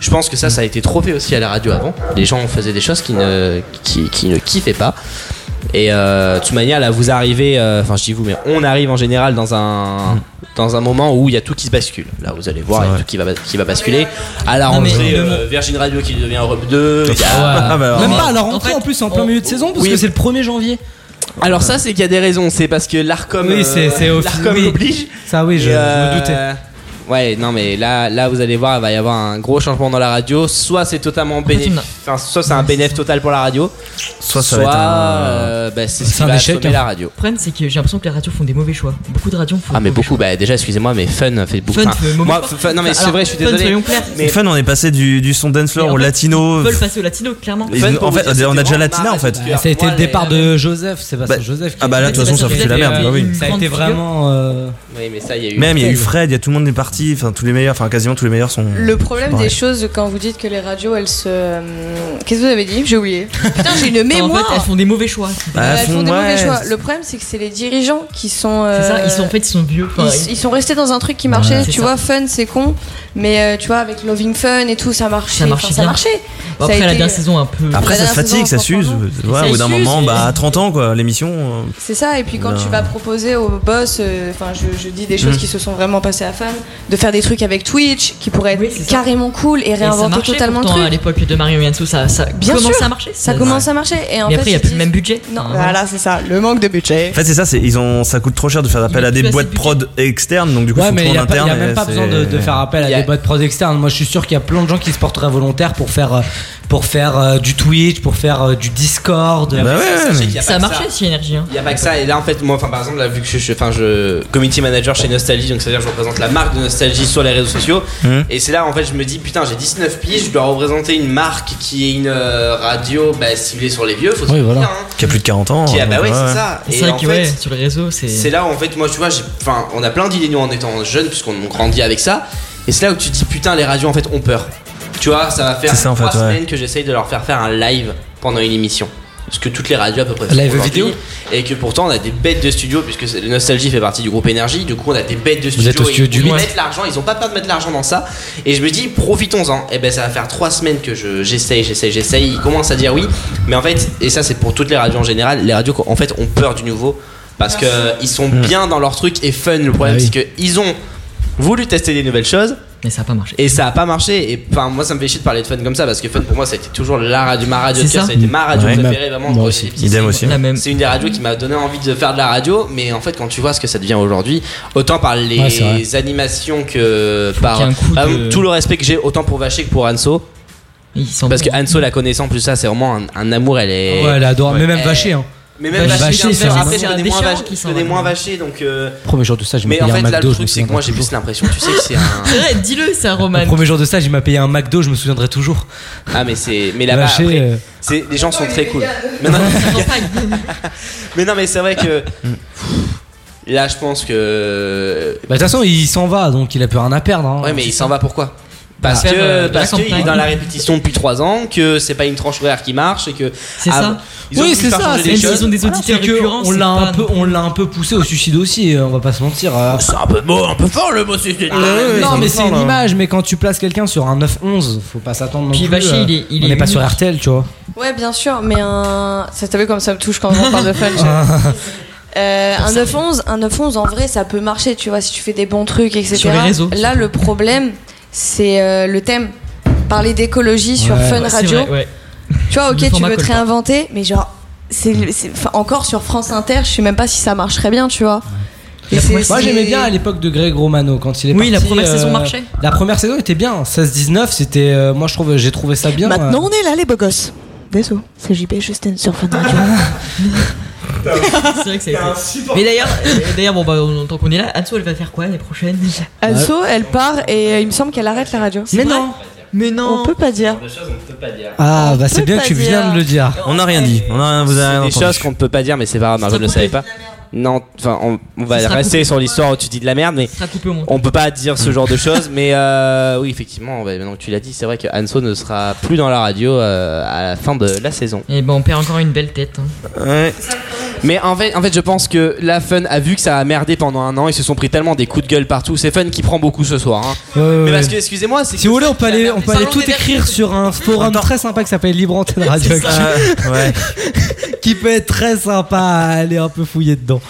Speaker 8: je pense que ça ça a été trop fait aussi à la radio avant les gens faisaient des choses qui ne qui, qui ne kiffaient pas et euh, de toute manière, là, vous arrivez, euh, enfin, je dis vous, mais on arrive en général dans un, dans un moment où il y a tout qui se bascule. Là, vous allez voir, il y a tout qui va, bas- qui va basculer. À la
Speaker 1: Non, mais-
Speaker 8: rentrée, euh, Virgin Radio qui devient Europe 2. il y a-
Speaker 1: Même pas à la rentrée en, plus, en plein milieu de saison, parce
Speaker 8: oui.
Speaker 1: que c'est le 1er janvier.
Speaker 8: Alors, ça, c'est qu'il y a des raisons. C'est parce que l'ARCOM
Speaker 1: Oui, c'est- c'est
Speaker 8: euh,
Speaker 1: au-
Speaker 8: l'ARCOM
Speaker 1: oui.
Speaker 8: oblige.
Speaker 1: Ça, oui, je-
Speaker 8: Et,
Speaker 1: je me
Speaker 8: euh,
Speaker 1: doutais.
Speaker 8: Ouais, non, mais là, là, vous allez voir, il va y avoir un gros changement dans la radio. Soit c'est totalement bénéf,
Speaker 2: on a-
Speaker 8: enfin, soit c'est un bénéfice total pour la radio.
Speaker 7: Soit
Speaker 2: ça va être un- hein.
Speaker 8: euh, bah, c'est ce qui va assommer
Speaker 7: hein.
Speaker 8: la radio.
Speaker 2: Le problème, c'est que j'ai l'impression que les radios font des mauvais choix. Beaucoup de radios font.
Speaker 8: Ah mais beaucoup, bah déjà excusez-moi mais Fun fait beaucoup.
Speaker 2: Fun
Speaker 8: enfin,
Speaker 2: fait mauvais
Speaker 8: moi,
Speaker 2: choix.
Speaker 8: Fun- Fun- non mais c'est
Speaker 2: Alors,
Speaker 8: vrai, je suis
Speaker 2: Fun,
Speaker 8: désolé.
Speaker 2: soyons clairs.
Speaker 8: Mais
Speaker 7: euh, Fun, on est passé du, du son dance floor au latino.
Speaker 2: Ils veulent passer au latino, clairement.
Speaker 7: Ils- en fait, on a déjà latina en fait.
Speaker 1: Ah, ça a été le départ de Joseph, Sébastien Joseph. qui-
Speaker 7: ah bah là, de toute façon, ça fait la merde, bah oui.
Speaker 1: Ça a été vraiment. euh,
Speaker 8: Oui, mais ça, il y a eu.
Speaker 7: Même il y a eu Fred, il y a tout le monde est parti, enfin tous les meilleurs, enfin quasiment tous les meilleurs sont.
Speaker 14: Le problème
Speaker 7: pareil.
Speaker 14: des choses quand vous dites que les radios elles se. euh, Qu'est-ce que vous avez dit J'ai oublié. Putain, j'ai une mémoire
Speaker 2: En fait, elles font des mauvais choix.
Speaker 7: Bah,
Speaker 14: Elles font des
Speaker 7: ouais,
Speaker 14: mauvais choix. Le problème, c'est que c'est les dirigeants qui sont. euh,
Speaker 2: C'est ça, ils sont en fait, ils sont vieux. Enfin,
Speaker 14: ils, ils sont restés dans un truc qui marchait.
Speaker 2: Ouais.
Speaker 14: tu
Speaker 2: C'est
Speaker 14: vois,
Speaker 2: ça.
Speaker 14: fun, c'est con. Mais euh, tu vois, avec Loving Fun et tout, ça marchait.
Speaker 2: Ça marchait
Speaker 14: Enfin, ça
Speaker 2: bien.
Speaker 14: marchait.
Speaker 2: Bon,
Speaker 14: Ça a
Speaker 2: après, la
Speaker 14: été-
Speaker 2: dernière saison, un peu.
Speaker 7: Après, ça se fatigue, ça s'use. Ouais, au bout d'un
Speaker 14: s'use,
Speaker 7: moment,
Speaker 14: et-
Speaker 7: bah à 30 ans quoi, l'émission. euh,
Speaker 14: C'est ça, et puis quand
Speaker 7: Non.
Speaker 14: tu vas proposer au boss, euh, enfin je, je dis des choses
Speaker 2: Mm.
Speaker 14: qui se sont vraiment passées à Fan, de faire des trucs avec Twitch qui pourraient être carrément cool et
Speaker 2: Et ça
Speaker 14: réinventer
Speaker 2: marchait
Speaker 14: totalement
Speaker 2: pourtant
Speaker 14: le
Speaker 2: à
Speaker 14: truc.
Speaker 2: l'époque de Mario Yansou, ça, ça
Speaker 14: Bien
Speaker 2: commence
Speaker 14: sûr,
Speaker 2: à marcher.
Speaker 14: ça commence à marcher. Et en
Speaker 2: Mais
Speaker 14: fait,
Speaker 2: après, il n'y a
Speaker 14: ils
Speaker 2: plus le
Speaker 14: disent-
Speaker 2: même budget.
Speaker 14: Non, voilà, c'est ça, le manque de budget.
Speaker 7: En fait, c'est ça, c'est- ils ont, ça coûte trop cher de faire appel à des
Speaker 14: plus assez
Speaker 7: boîtes prod externes, donc du coup,
Speaker 1: Ouais,
Speaker 7: ils font
Speaker 1: mais
Speaker 7: tout
Speaker 1: il
Speaker 7: en
Speaker 1: n'y a, pas-
Speaker 7: interne.
Speaker 1: y a même
Speaker 7: et
Speaker 1: pas besoin
Speaker 7: c'est-
Speaker 1: de, de faire appel à des boîtes prod externes. Moi, je suis sûr qu'il y a plein de gens qui se porteraient volontaires pour faire, euh, pour faire euh, du Twitch, pour faire euh, du Discord.
Speaker 8: Bah ouais, Sachez qu'il y a
Speaker 2: Ça
Speaker 8: pas
Speaker 2: a
Speaker 8: que
Speaker 2: marché, si énergie.
Speaker 8: Il y a pas que ça, et là en fait, moi, enfin par exemple, là, vu que je suis enfin, je, community manager chez Nostalgie, donc c'est-à-dire que je représente la marque de Nostalgie sur les réseaux sociaux,
Speaker 7: Mhm.
Speaker 8: et c'est là en fait, je me dis, putain, j'ai 19 piges, je dois représenter une marque qui est une euh, radio bah, ciblée sur les vieux, faut se
Speaker 7: Oui,
Speaker 8: le
Speaker 7: voilà.
Speaker 8: dire, hein.
Speaker 7: Qui a plus de 40 ans.
Speaker 8: Qui- ah bah ouais,
Speaker 7: euh,
Speaker 8: c'est ça.
Speaker 2: C'est
Speaker 8: Et
Speaker 2: vrai
Speaker 8: en
Speaker 2: que
Speaker 8: fait,
Speaker 2: ouais, sur les réseaux, c'est.
Speaker 8: C'est là où en fait, moi, tu vois, j'ai- enfin, on a plein d'idées nous en étant jeunes, puisqu'on grandit avec ça, et c'est là où tu te dis, putain, les radios en fait ont peur. Tu vois, ça va faire
Speaker 7: C'est ça, en
Speaker 8: trois
Speaker 7: fait, ouais.
Speaker 8: semaines que j'essaye de leur faire faire un live pendant une émission. Parce que toutes les radios à peu près font
Speaker 1: Live
Speaker 8: aujourd'hui.
Speaker 1: vidéo
Speaker 8: Et que pourtant on a des bêtes de studio, puisque c'est- Nostalgie fait partie du groupe Énergie, du coup on a des bêtes de
Speaker 1: Vous
Speaker 8: studio.
Speaker 1: êtes au
Speaker 8: et
Speaker 1: studio du
Speaker 8: ils
Speaker 1: huit.
Speaker 8: mettent l'argent, ils ont pas peur de mettre l'argent dans ça. Et je me dis, profitons-en. Et ben ça va faire trois semaines que je- j'essaye, j'essaye, j'essaye. Ils commencent à dire oui. Mais en fait, et ça c'est pour toutes les radios en général, les radios en fait ont peur du nouveau. Parce que Euh, ils sont
Speaker 1: Hmm.
Speaker 8: bien dans leur truc et fun. Le problème
Speaker 2: Ah oui.
Speaker 8: c'est qu'ils ont voulu tester des nouvelles choses.
Speaker 2: Mais ça a pas marché.
Speaker 8: Et ça a pas marché. Et enfin, moi, ça me fait chier de parler de fun comme ça parce que fun pour moi, ça a été toujours la radio, ma radio de
Speaker 2: C'est
Speaker 8: cœur,
Speaker 2: ça.
Speaker 8: ça a été ma radio
Speaker 2: Ouais.
Speaker 8: préférée vraiment.
Speaker 2: Moi
Speaker 8: quand
Speaker 2: aussi.
Speaker 8: j'étais petit.
Speaker 2: Idem aussi. La même.
Speaker 8: C'est une des radios qui m'a donné envie de faire de la radio. Mais en fait, quand tu vois ce que ça devient aujourd'hui, autant par les
Speaker 1: Ouais, c'est vrai.
Speaker 8: animations que par
Speaker 1: qu'il y ait un coup
Speaker 8: par
Speaker 1: de-
Speaker 8: exemple, tout le respect que j'ai autant pour Vaché que pour Anso. Parce que Anso, la connaissant plus ça, c'est vraiment un, un amour. Elle est.
Speaker 1: Ouais, elle adore. Mais même Vaché, hein.
Speaker 8: Eh. Mais même
Speaker 1: Vaché,
Speaker 8: Vaché,
Speaker 1: c'est un-
Speaker 8: après, je connais
Speaker 1: des
Speaker 8: moins
Speaker 1: chiens
Speaker 8: Vaché-
Speaker 1: qui
Speaker 8: je
Speaker 1: sont
Speaker 8: connais moins
Speaker 1: vraiment-
Speaker 8: Vaché, donc. euh,
Speaker 1: Premier jour de stage, je me
Speaker 8: Mais en
Speaker 1: payé un
Speaker 8: fait, là, le
Speaker 1: McDo. je me
Speaker 8: truc, c'est que
Speaker 1: souviendrai
Speaker 8: moi, j'ai plus l'impression, tu sais, que c'est un.
Speaker 2: C'est vrai, dis-le, ça, Roman.
Speaker 1: Le premier jour de stage, il m'a payé un McDo, je me souviendrai toujours.
Speaker 8: Ah mais c'est mais là-bas
Speaker 1: Vaché,
Speaker 8: après,
Speaker 1: euh,
Speaker 8: c'est les gens sont très cool.
Speaker 1: Bah,
Speaker 8: Mais non, mais non, mais c'est vrai que
Speaker 1: Mm.
Speaker 8: là je pense que
Speaker 1: Bah, de toute façon, il s'en va, donc il a plus rien à perdre. hein.
Speaker 8: ouais mais il s'en va pourquoi parce
Speaker 1: Bah, faire, euh,
Speaker 8: que
Speaker 1: de la
Speaker 8: parce qu'il est
Speaker 1: campagne.
Speaker 8: dans la répétition depuis 3 ans que c'est pas une tranche horaire qui marche et que
Speaker 1: C'est
Speaker 8: Ah,
Speaker 1: ça.
Speaker 8: ils ont
Speaker 1: oui,
Speaker 8: voulu
Speaker 1: c'est
Speaker 8: faire
Speaker 1: ça.
Speaker 8: changer
Speaker 1: c'est-
Speaker 8: les choses.
Speaker 1: Voilà, Ah c'est que On l'a un peu, on l'a un peu poussé au suicide aussi. euh, On va pas se mentir. euh.
Speaker 8: Oh, C'est un peu beau, un peu fort le mot suicide.
Speaker 1: Ah, non, mais c'est une image. Mais quand tu places quelqu'un sur un 9-11, faut pas s'attendre non
Speaker 2: Puis
Speaker 1: plus.
Speaker 2: Vaché,
Speaker 1: euh,
Speaker 2: il est- il
Speaker 1: on
Speaker 2: est
Speaker 1: n'est pas sur
Speaker 2: unique.
Speaker 1: RTL, tu vois.
Speaker 14: Ouais, bien sûr, mais un. Ça t'as vu comme ça me touche quand on parle de fun. je- Euh, un 911, un 911 en vrai ça peut marcher, tu vois, si tu fais des bons trucs, etc.
Speaker 2: Sur les réseaux,
Speaker 14: Là le problème c'est euh, le thème. Parler d'écologie sur
Speaker 2: Ouais.
Speaker 14: Fun
Speaker 2: Ouais, c'est
Speaker 14: Radio.
Speaker 2: vrai, ouais.
Speaker 14: Tu vois,
Speaker 2: Le
Speaker 14: ok, tu
Speaker 2: format
Speaker 14: veux te
Speaker 2: colle pas.
Speaker 14: réinventer, mais genre, c'est, c'est- enfin, encore sur France Inter, je sais même pas si ça marcherait bien, tu vois. Et c'est-
Speaker 1: Moi
Speaker 14: c'est-
Speaker 1: j'aimais bien à l'époque de Greg Romano quand il est
Speaker 2: Oui, la
Speaker 1: parti, euh,
Speaker 2: première saison marchait.
Speaker 1: La première saison était bien, 16-19 c'était euh, moi je trouve j'ai trouvé ça bien.
Speaker 14: Maintenant on
Speaker 1: euh.
Speaker 14: est là les beaux gosses. Désolé, c'est JB Justin sur Fun Radio.
Speaker 2: c'est vrai que c'est. Mais d'ailleurs, euh, d'ailleurs, bon, bah, on- tant qu'on est là, Anso, elle va faire quoi l'année prochaine
Speaker 14: Also, elle part et euh, il me semble qu'elle arrête la radio.
Speaker 2: Mais non. Mais non
Speaker 14: On peut pas dire.
Speaker 1: Ah bah c'est
Speaker 14: peut
Speaker 1: bien
Speaker 14: pas
Speaker 1: que tu viens
Speaker 14: dire.
Speaker 1: de le dire.
Speaker 7: On n'a rien dit. On a, vous avez rien
Speaker 8: des
Speaker 7: entendu.
Speaker 8: choses qu'on ne peut pas dire mais c'est pas grave Marjo ne le savait pas. Non, enfin on, on va
Speaker 2: Ça sera
Speaker 8: rester
Speaker 2: coupé.
Speaker 8: sur l'histoire où tu dis de la merde mais
Speaker 2: Ça sera coupé au montage.
Speaker 8: On peut pas dire ce genre de choses, mais euh, oui, effectivement, bah, maintenant que tu l'as dit, c'est vrai que Anso ne sera plus dans la radio euh, à la fin de la saison.
Speaker 2: Et ben, on perd encore une belle tête. hein.
Speaker 8: Mais en fait, en fait, je pense que la Fun a vu que ça a merdé pendant un an, ils se sont pris tellement des coups de gueule partout. C'est Fun qui prend beaucoup ce soir. hein. mais parce que, excusez-moi, c'est
Speaker 1: Si vous voulez on peut aller, on peut aller tout écrire sur un forum très sympa qui s'appelle Libre Antenne Radio Actu. qui peut être très sympa à aller un peu fouiller dedans.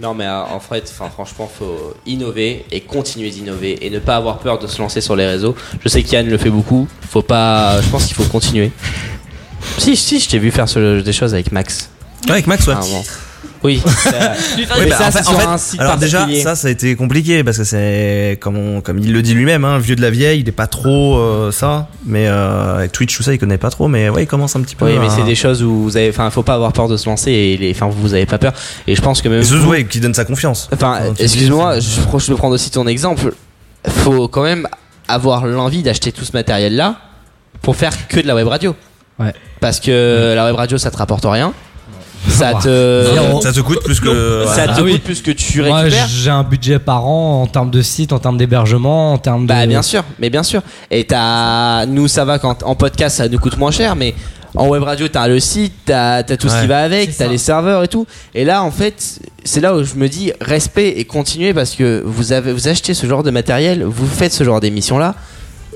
Speaker 8: Non, mais euh, en fait, enfin, franchement, faut innover et continuer d'innover et ne pas avoir peur de se lancer sur les réseaux. Je sais qu'Yann le fait beaucoup. Faut pas. Je pense qu'il faut continuer. Si, si, je t'ai vu faire ce- des choses avec Max.
Speaker 7: Ouais, avec Max, ouais.
Speaker 8: Ah, bon. Oui. ça-
Speaker 7: Oui,
Speaker 8: Mais
Speaker 7: bah,
Speaker 8: ça,
Speaker 7: en fait-
Speaker 8: c'est sur
Speaker 7: en fait,
Speaker 8: un site
Speaker 7: alors déjà,
Speaker 8: particulier.
Speaker 7: ça, ça a été compliqué parce que c'est comme on- comme il le dit lui-même, hein, vieux de la vieille, il est pas trop euh, ça, mais euh, avec Twitch tout ça, il connaît pas trop, mais ouais, il commence un petit peu. hein.
Speaker 8: Oui, mais
Speaker 7: à-
Speaker 8: c'est des choses où vous avez, enfin, faut pas avoir peur de se lancer et les, enfin, vous avez pas peur. Et je pense que même.
Speaker 7: Et Zeus,
Speaker 8: vous-
Speaker 7: ouais, qui donne sa confiance.
Speaker 8: Enfin,
Speaker 7: Quand tu dis-
Speaker 8: excuse-moi, je, je vais prendre aussi ton exemple. Faut quand même avoir l'envie d'acheter tout ce matériel-là pour faire que de la web radio.
Speaker 1: Ouais.
Speaker 8: Parce que la web radio, ça te rapporte rien. Ça
Speaker 7: Zéro.
Speaker 8: te.
Speaker 7: Ça te coûte plus que-
Speaker 8: Ça
Speaker 7: Ah
Speaker 8: te
Speaker 7: oui.
Speaker 8: coûte plus que tu
Speaker 1: Moi,
Speaker 8: récupères.
Speaker 1: j'ai un budget par an en termes de site, en termes d'hébergement, en termes de.
Speaker 8: Bah bien sûr, mais bien sûr. Et t'as, nous ça va quand en podcast ça nous coûte moins cher, mais en web radio t'as le site, t'as t'as tout ce
Speaker 7: Ouais.
Speaker 8: qui va avec, t'as les serveurs et tout. Et là en fait c'est là où je me dis respect et continuez parce que vous avez vous achetez ce genre de matériel, vous faites ce genre d'émission là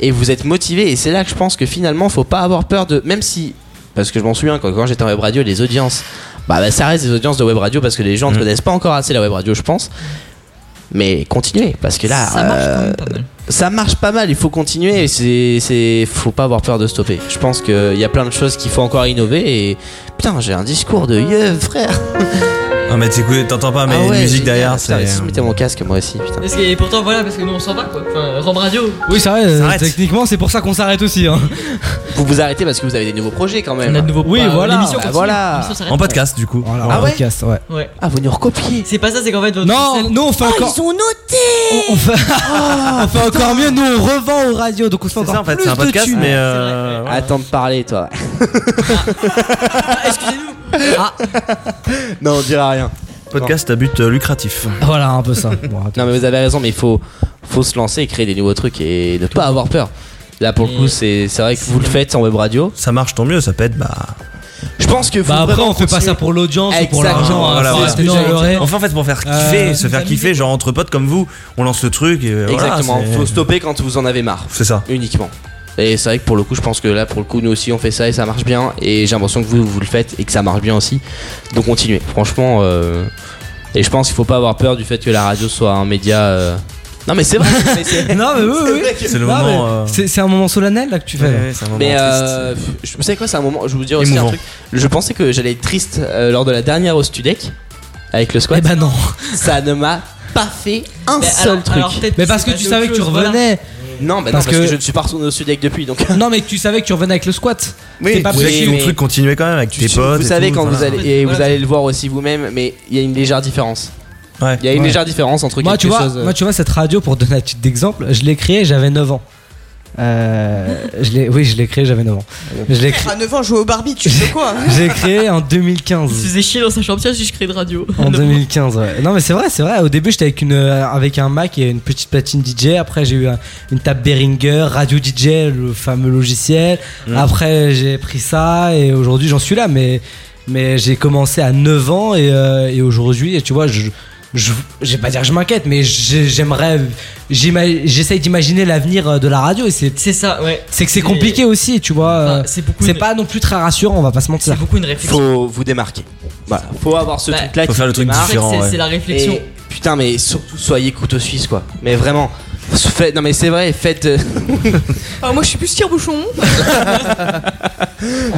Speaker 8: et vous êtes motivé et c'est là que je pense que finalement faut pas avoir peur de même si parce que je m'en souviens quand, quand j'étais en web radio les
Speaker 1: Mm.
Speaker 8: audiences bah, bah, ça reste des audiences de web radio parce que les gens ne connaissent pas encore assez la web radio je pense mais continuez parce que là
Speaker 2: Ça marche quand même
Speaker 8: pas mal. Ça marche pas mal, il faut continuer, c'est c'est- faut pas avoir peur de stopper. Je pense qu'il y a plein de choses qu'il faut encore innover et putain, j'ai un discours de yeux, frère.
Speaker 7: Ah, mais t'écoutes- t'entends pas, mais
Speaker 8: Ah
Speaker 7: une
Speaker 8: ouais,
Speaker 7: musique
Speaker 8: génial,
Speaker 7: derrière,
Speaker 8: putain,
Speaker 7: c'est.
Speaker 8: mais si je mettais mon casque moi aussi, putain.
Speaker 2: Parce que- et pourtant, voilà, parce que nous on s'en va quoi. Enfin, Rome Radio.
Speaker 1: Oui, c'est vrai, euh, techniquement, c'est pour ça qu'on s'arrête aussi. hein.
Speaker 8: Vous vous arrêtez parce que vous avez des nouveaux projets quand même.
Speaker 1: On a de nouveaux- Oui,
Speaker 8: Bah,
Speaker 1: voilà.
Speaker 8: l'émission
Speaker 1: Bah,
Speaker 8: continue.
Speaker 1: voilà.
Speaker 8: L'émission s'arrête
Speaker 1: En
Speaker 8: pas.
Speaker 1: podcast,
Speaker 7: du coup.
Speaker 1: Voilà,
Speaker 8: Ah
Speaker 1: en
Speaker 8: ouais
Speaker 1: podcast, ouais.
Speaker 2: Ouais.
Speaker 8: Ah, vous nous recopiez.
Speaker 2: C'est pas ça, c'est qu'en fait votre.
Speaker 8: Oh,
Speaker 2: Ah,
Speaker 1: Non, Oh, nous on fait encore.
Speaker 2: Ils ont noté
Speaker 1: On fait, on fait encore mieux, nous on revend aux radios, donc on se fait encore
Speaker 8: ça, en fait,
Speaker 1: plus
Speaker 8: c'est un
Speaker 1: de
Speaker 8: podcast,
Speaker 1: thunes. Ah.
Speaker 8: mais, euh, Attends de parler, toi. Non, on dira rien.
Speaker 7: Podcast à but euh, lucratif.
Speaker 1: Voilà, un peu ça. Bon,
Speaker 8: non, mais vous avez raison, mais il faut, faut se lancer et créer des nouveaux trucs et ne pas avoir peur. Là,
Speaker 1: Mm.
Speaker 8: pour le coup, c'est c'est vrai que vous le faites en web radio.
Speaker 7: Ça marche tant mieux, ça pète, bah.
Speaker 8: Je pense que faut
Speaker 1: Bah, après,
Speaker 8: vraiment
Speaker 1: on fait pas
Speaker 8: continuer.
Speaker 1: ça pour l'audience ou pour
Speaker 8: Exactement.
Speaker 1: l'argent. hein,
Speaker 7: Voilà,
Speaker 1: c'est
Speaker 7: voilà.
Speaker 1: ce que j'ai adoré.
Speaker 7: Enfin, en fait, pour faire kiffer,
Speaker 1: Euh,
Speaker 7: se faire kiffer, genre entre potes comme vous, on lance le truc. Et voilà,
Speaker 8: Exactement,
Speaker 7: c'est-
Speaker 8: faut stopper quand vous en avez marre.
Speaker 7: C'est ça.
Speaker 8: Uniquement. Et c'est vrai que pour le coup, je pense que là, pour le coup, nous aussi, on fait ça et ça marche bien. Et j'ai l'impression que vous, vous le faites et que ça marche bien aussi. Donc continuez. Franchement, euh, et je pense qu'il faut pas avoir peur du fait que la radio soit un média. euh, Non, mais c'est vrai. mais c'est-
Speaker 1: Non, mais oui,
Speaker 8: c'est
Speaker 1: oui.
Speaker 8: vrai que-
Speaker 1: Non, mais C'est c'est un moment solennel là que tu fais.
Speaker 8: Ouais,
Speaker 1: là.
Speaker 8: ouais, mais euh, je vous savez quoi, c'est un moment. Je vais vous dire aussi
Speaker 1: Émouvant.
Speaker 8: un truc. Je pensais que j'allais être triste euh, lors de la dernière au Studec avec le squat.
Speaker 1: Eh ben non.
Speaker 8: Ça ne m'a pas fait un
Speaker 1: Mais
Speaker 8: seul
Speaker 1: alors-
Speaker 8: truc.
Speaker 1: alors peut-être Mais qu'il parce s'est que tu passé savais autre que tu chose, voilà. revenais.
Speaker 8: Non, bah non, parce,
Speaker 1: Parce
Speaker 8: que...
Speaker 1: que-
Speaker 8: je ne suis pas retourné au Studec depuis. Donc. euh.
Speaker 1: Non, mais tu savais que tu revenais avec le squat. T'es pas
Speaker 7: Tu sais que
Speaker 1: précis.
Speaker 7: ton truc continuait quand même avec tes potes.
Speaker 8: Vous
Speaker 7: et
Speaker 8: savez
Speaker 7: tout,
Speaker 8: quand vous
Speaker 7: voilà.
Speaker 8: allez et vous allez le voir aussi vous-même, mais il y a une légère différence.
Speaker 7: Ouais.
Speaker 8: Il y a une
Speaker 1: Ouais.
Speaker 8: légère différence entre
Speaker 1: Moi
Speaker 8: quelque
Speaker 1: tu, vois,
Speaker 8: chose. euh,
Speaker 1: moi, tu vois, cette radio, pour donner un titre d'exemple, je l'ai créée, j'avais 9 ans. Euh, je l'ai- oui, je l'ai créée, j'avais 9 ans.
Speaker 8: Ah,
Speaker 1: Je l'ai créée-
Speaker 14: À 9 ans, jouer au Barbie, tu fais quoi
Speaker 1: je l'ai créée en 2015.
Speaker 2: Je faisais chier dans sa chambre, tiens, si je crée de radio.
Speaker 1: En 2015, ouais. Non, mais c'est vrai, c'est vrai. Au début, j'étais avec, une, euh, avec un Mac et une petite platine DJ. Après, j'ai eu un- une table Behringer, Radio DJ, le fameux logiciel.
Speaker 8: Mm.
Speaker 1: Après, j'ai pris ça et aujourd'hui, j'en suis là. Mais, mais j'ai commencé à 9 ans et, euh, et aujourd'hui, tu vois, je. Je, je vais pas dire que je m'inquiète, mais j'ai- j'aimerais. j'ima- J'essaye d'imaginer l'avenir euh, de la radio et c'est.
Speaker 2: C'est ça, ouais.
Speaker 1: C'est que c'est compliqué aussi, tu vois. euh,
Speaker 2: c'est
Speaker 1: pas non plus très rassurant, on va pas se mentir.
Speaker 2: C'est beaucoup une réflexion.
Speaker 8: faut vous démarquer. Voilà. Faut avoir ce
Speaker 2: Bah,
Speaker 8: truc-là.
Speaker 2: faut
Speaker 8: qui
Speaker 2: faire le
Speaker 8: vous
Speaker 2: truc
Speaker 8: démarque.
Speaker 2: différent, C'est- ouais. c'est la réflexion.
Speaker 8: Et putain, mais surtout soyez couteau suisse, quoi. Mais vraiment. Faites- non mais c'est vrai, faites. euh,
Speaker 14: Ah, Moi, je suis plus tire-bouchon.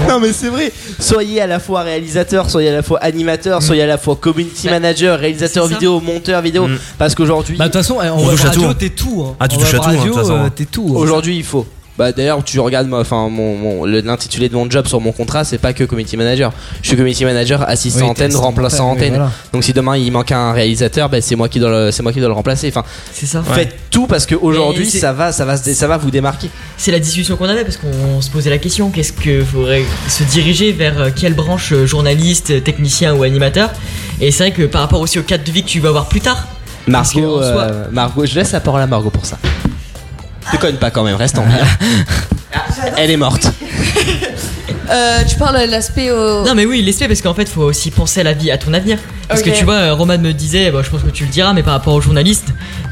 Speaker 8: non mais c'est vrai. Soyez à la fois réalisateur, soyez à la fois animateur, soyez à la fois community manager, réalisateur
Speaker 1: ça.
Speaker 8: vidéo, monteur vidéo.
Speaker 1: Mm.
Speaker 8: Parce qu'aujourd'hui.
Speaker 1: Bah, de toute façon, eh, en web radio, t'es tout.
Speaker 8: Ah,
Speaker 1: hein. En web radio, euh, t'es tout. hein.
Speaker 8: Aujourd'hui, il faut. Bah d'ailleurs, tu regardes moi, enfin mon, mon- le- l'intitulé de mon job sur mon contrat, c'est pas que community manager. Je suis community manager, assistant
Speaker 1: Oui, t'es
Speaker 8: antenne,
Speaker 1: assistant
Speaker 8: remplaçant
Speaker 1: antenne, oui,
Speaker 8: antenne.
Speaker 1: voilà.
Speaker 8: Donc si demain il manque un réalisateur, bah, c'est moi qui dois le, c'est moi qui dois le remplacer. Enfin,
Speaker 2: c'est ça.
Speaker 8: Faites tout parce que aujourd'hui
Speaker 2: Mais c'est-
Speaker 8: ça va, ça va, se dé- ça va vous démarquer.
Speaker 2: C'est la discussion qu'on avait parce qu'on se posait la question qu'est-ce que faudrait se diriger vers euh, quelle branche euh, journaliste, euh, technicien ou animateur Et c'est vrai que par rapport aussi au cadre de vie que tu vas avoir plus tard.
Speaker 8: Margot,
Speaker 2: en soi-
Speaker 8: euh, Margot, je laisse la parole à Margot pour ça. Te cogne pas quand même, reste en vie. hein.
Speaker 2: Ah,
Speaker 8: Elle est morte.
Speaker 14: Euh, tu parles de l'aspect. au-
Speaker 2: Non mais oui, laisse-le parce qu'en fait, faut aussi penser à la vie, à ton avenir. Parce
Speaker 14: Ok.
Speaker 2: que tu vois, euh, Roman me disait, bah, je pense que tu le diras, mais par rapport aux journalistes,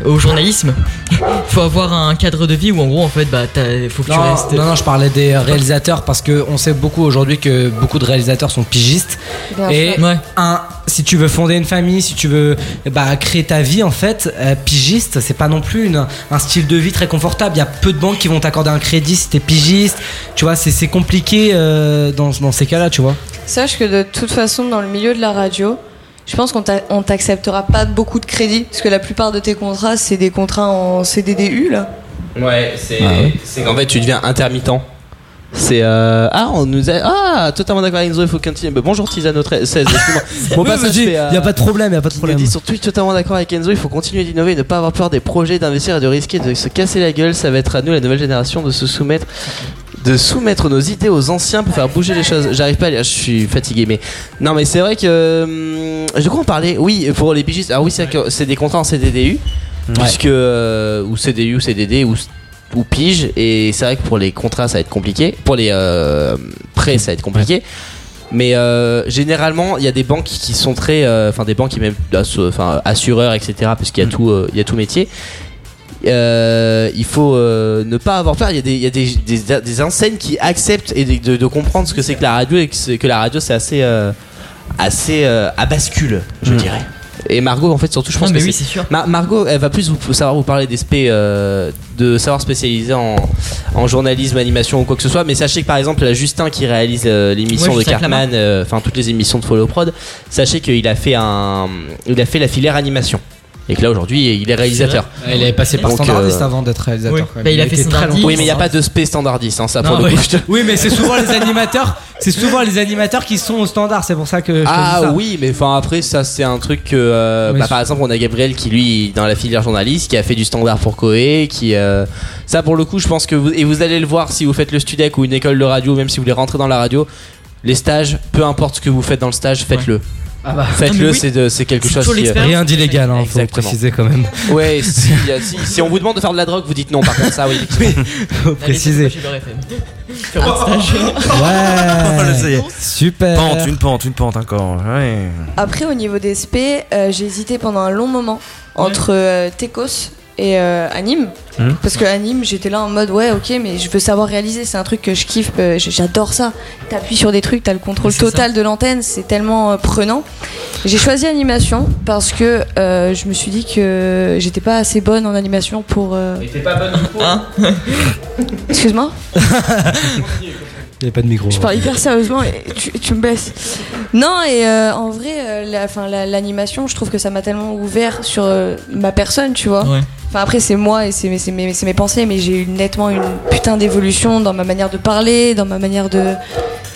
Speaker 2: au journalisme, faut avoir un cadre de vie où en gros, en fait, bah, t'as- faut que tu
Speaker 1: Non,
Speaker 2: restes.
Speaker 1: non, non, je parlais des réalisateurs parce que on sait beaucoup aujourd'hui que beaucoup de réalisateurs sont pigistes.
Speaker 2: Bien
Speaker 1: et
Speaker 2: sûr. Ouais.
Speaker 1: un, si tu veux fonder une famille, si tu veux bah, créer ta vie en fait, euh, pigiste, c'est pas non plus une- un style de vie très confortable. Il y a peu de banques qui vont t'accorder un crédit si t'es pigiste. Tu vois, c'est c'est compliqué euh, dans, dans ces cas-là, tu vois.
Speaker 14: Sache que de toute façon, dans le milieu de la radio, je pense qu'on t'a- on t'acceptera pas beaucoup de crédits. Parce que la plupart de tes contrats, c'est des contrats en CDDU, là.
Speaker 8: Ouais, c'est
Speaker 1: Ah
Speaker 8: qu'en fait tu deviens intermittent. C'est euh... ah on nous a ah totalement d'accord avec Enzo, il faut continuer. Bah, bonjour Tizano 13, 16. excuse-moi. Mon
Speaker 1: Oui,
Speaker 8: passage
Speaker 1: vas-y,
Speaker 8: fait, euh,
Speaker 1: y a pas de problème, y a pas de
Speaker 8: Il me
Speaker 1: problème.
Speaker 8: dit sur Twitch totalement d'accord avec Enzo, il faut continuer d'innover, ne pas avoir peur des projets, d'investir et de risquer de se casser la gueule. Ça va être à nous, la nouvelle génération, de se soumettre, de soumettre nos idées aux anciens pour faire bouger les choses. J'arrive pas à lire, je suis fatigué, mais non, mais c'est vrai que hum, je crois en parler. Oui, pour les pigistes, alors oui, c'est vrai que c'est des contrats en CDDU, puisque euh, ou CDU, ou CDD ou ou pige et c'est vrai que pour les contrats ça va être compliqué pour les euh, prêts ça va être compliqué mais euh, généralement, il y a des banques qui sont très, euh, enfin des banques qui même, assu- enfin assureurs, etc. Parce qu'il y a tout, euh, il y a tout métier. Euh, il faut euh, ne pas avoir peur. Il y a des, il y a des, des- des enseignes qui acceptent et de, de- de comprendre ce que
Speaker 6: Mm.
Speaker 8: c'est que la radio et que, c'est- que la radio c'est assez, euh, assez euh, à bascule, je dirais. Et Margot, en fait, surtout, je pense
Speaker 2: Non, mais
Speaker 8: que
Speaker 2: oui, c'est sûr.
Speaker 8: Ma- Margot, elle va plus vous, savoir vous parler des SP, euh, de savoir spécialiser en, en journalisme, animation ou quoi que ce soit. Mais sachez que par exemple, la Justin qui réalise euh, l'émission
Speaker 2: Ouais,
Speaker 8: de
Speaker 2: Justin
Speaker 8: Cartman, euh, enfin toutes les émissions de Follow Prod, sachez qu'il a fait un, il a fait la filière animation. Et que là aujourd'hui, il est réalisateur.
Speaker 1: C'est vrai. Ah, Il avait passé par
Speaker 8: Donc,
Speaker 1: standardiste
Speaker 8: euh,
Speaker 1: avant d'être réalisateur.
Speaker 8: oui.
Speaker 1: quand même.
Speaker 8: Bah, il a fait
Speaker 1: était très
Speaker 8: standardiste.
Speaker 1: longtemps
Speaker 8: Oui, mais il n'y a pas de spé standardiste, hein, ça, pour
Speaker 1: Non,
Speaker 8: le
Speaker 1: oui.
Speaker 8: coup, je te-
Speaker 1: Oui, mais c'est souvent les animateurs, c'est souvent les animateurs qui sont au standard. C'est pour ça que. Euh, je te dis
Speaker 8: Ah
Speaker 1: ça.
Speaker 8: oui, mais enfin après ça c'est un truc que euh,
Speaker 1: Mais
Speaker 8: bah,
Speaker 1: c'est-
Speaker 8: par exemple on a Gabriel qui lui est dans la filière journaliste qui a fait du standard pour Coé qui euh, ça pour le coup je pense que vous et vous allez le voir si vous faites le studec ou une école de radio même si vous voulez rentrer dans la radio les stages peu importe ce que vous faites dans le stage faites-le
Speaker 1: Ah bah.
Speaker 8: faites-le
Speaker 1: Ah, mais oui.
Speaker 8: c'est de- c'est quelque
Speaker 1: C'est
Speaker 8: chose
Speaker 1: toujours
Speaker 8: qui euh,
Speaker 1: l'expérience. Rien d'illégal, hein, faut
Speaker 8: Exactement.
Speaker 1: préciser quand même.
Speaker 8: ouais si, y a- si, si on vous demande de faire de la drogue vous dites non par contre ça oui
Speaker 1: Faut préciser.
Speaker 2: Faire un stage.
Speaker 7: Ouais.
Speaker 1: Super.
Speaker 7: Pente, une pente, une pente encore. Ouais.
Speaker 14: Après, au niveau des SP, euh, j'ai hésité pendant un long moment entre euh, Tekos et euh, Anime.
Speaker 7: Hmm.
Speaker 14: Parce que Anime, j'étais là en mode ouais, ok, mais je veux savoir réaliser. C'est un truc que je kiffe, euh, j- j'adore ça. T'appuies sur des trucs, t'as le contrôle total de l'antenne, c'est tellement euh, prenant. J'ai choisi animation parce que euh, je me suis dit que j'étais pas assez bonne en animation pour. euh,
Speaker 8: pas bonne hein.
Speaker 14: Excuse-moi
Speaker 1: Il n'y a pas de micro.
Speaker 14: Je parle hyper sérieusement et tu, tu me baisses. Non, et euh, en vrai, euh, la- enfin, la- l'animation, je trouve que ça m'a tellement ouvert sur euh, ma personne, tu vois.
Speaker 2: Ouais.
Speaker 14: Enfin, après, c'est moi et c'est mes, c'est mes, c'est mes pensées, mais j'ai eu nettement une putain d'évolution dans ma manière de parler, dans ma manière de.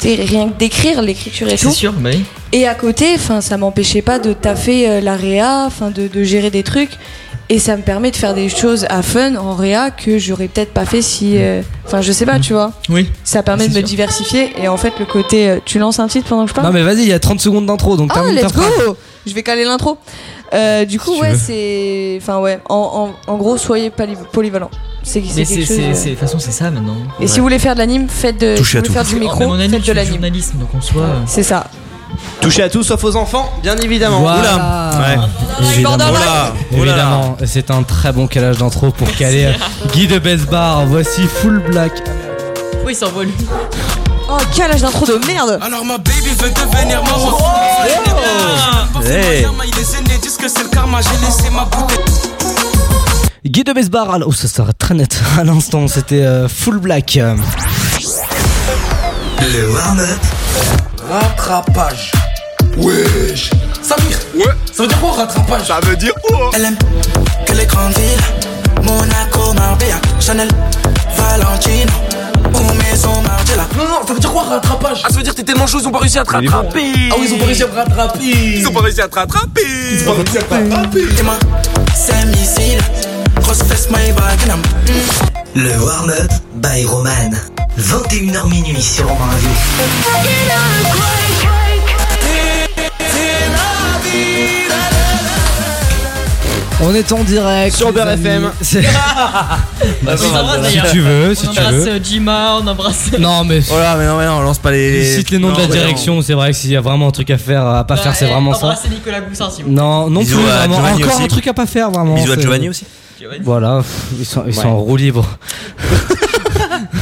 Speaker 14: tu sais, rien que d'écrire, l'écriture et tout.
Speaker 2: C'est sûr, bah oui.
Speaker 14: Et à côté, enfin, ça m'empêchait pas de taffer euh, la réa, enfin, de, de gérer des trucs. Et ça me permet de faire des choses à fun en réa que j'aurais peut-être pas fait si. euh, Enfin, je
Speaker 2: Mm.
Speaker 14: sais pas, tu vois.
Speaker 8: hein.
Speaker 2: Oui.
Speaker 14: Ça permet
Speaker 2: Ah, C'est
Speaker 14: de me
Speaker 2: sûr.
Speaker 14: diversifier. Et en fait, le côté. euh, tu lances un titre pendant que je parle
Speaker 1: Non mais vas-y, il y a 30 secondes d'intro, donc
Speaker 14: Ah,
Speaker 1: termine ta
Speaker 14: let's go
Speaker 1: phrase.
Speaker 14: Je vais caler l'intro. Euh, du coup,
Speaker 1: tu
Speaker 14: ouais,
Speaker 1: veux.
Speaker 14: c'est. Enfin, ouais. En, en- en gros, soyez poly- polyvalent. C'est c'est
Speaker 2: Mais
Speaker 14: quelque
Speaker 2: c'est,
Speaker 14: chose,
Speaker 2: c'est,
Speaker 14: euh,
Speaker 2: c'est- de toute façon, c'est ça maintenant.
Speaker 14: Et si vous voulez faire de l'anime, faites de.
Speaker 2: Touchez
Speaker 14: si
Speaker 2: à
Speaker 14: vous
Speaker 2: tout.
Speaker 14: voulez faire du
Speaker 2: Parce que,
Speaker 14: micro,
Speaker 2: oh, mais mon
Speaker 14: faites de l'anime.
Speaker 2: journalisme, donc on soit. euh,
Speaker 14: C'est ça.
Speaker 8: touchez à tout sauf aux enfants bien évidemment Ah,
Speaker 1: Voilà. Ah. Évidemment. Évidemment, c'est un très bon calage d'intro pour caler euh, Guy de Best Bar. Voici Full Black.
Speaker 2: Oui, il s'envole.
Speaker 14: Oh, calage d'intro de merde
Speaker 28: Alors ma baby veut devenir ma oh,
Speaker 1: Hey.
Speaker 28: Il est gêné, disent que c'est le karma, j'ai laissé ma bouteille
Speaker 1: Guy de Best Bar. alors- Oh, ça s'arrête très net. À l'instant, c'était euh, Full Black.
Speaker 24: Le warm-up. Rattrapage. Wesh. Samir. Ouais. Ça veut dire quoi rattrapage Ça veut dire quoi
Speaker 6: Elle aime que les grandes villes Monaco, Marbella, Chanel, Valentino Ou Maison Margiela
Speaker 24: Non, non, ça veut dire quoi rattrapage Ah, ça veut dire que t'es tellement chaud, ils ont pas réussi à te
Speaker 6: Il est bon.
Speaker 24: rattraper. Ah oui, ils ont pas réussi à te rattraper. Ils ont pas réussi à te rattraper. Ils ont pas réussi à te rattraper.
Speaker 6: T'es ma semi-sile Grosse fesse, my bagnum
Speaker 24: Le warm-up by Roman. 21h minuit sur Romain Radio.
Speaker 1: On est en direct. Sur BRFM.
Speaker 7: Ah,
Speaker 2: Bah, on embrasse
Speaker 1: si
Speaker 2: d'ailleurs.
Speaker 1: tu veux, si
Speaker 2: on
Speaker 1: tu
Speaker 2: embrasse
Speaker 1: veux.
Speaker 2: euh, Jima, on embrasse.
Speaker 1: Non mais.
Speaker 7: Oh là, mais non, mais non, lance pas les.
Speaker 1: Cite les noms de la
Speaker 7: Non, mais non.
Speaker 1: direction, c'est vrai que s'il y a vraiment un truc à faire, à pas faire, c'est vraiment ça.
Speaker 2: Embrasse eh, Nicolas Goussin, si vous voulez.
Speaker 1: Non, non
Speaker 7: Bisous
Speaker 1: plus,
Speaker 7: à
Speaker 1: vraiment.
Speaker 7: Giovanni
Speaker 1: Encore
Speaker 7: aussi.
Speaker 1: un truc à pas faire, vraiment.
Speaker 7: Bisous à
Speaker 1: c'est-
Speaker 7: Giovanni aussi.
Speaker 1: Voilà, pff, ils sont, ils sont en roue libre.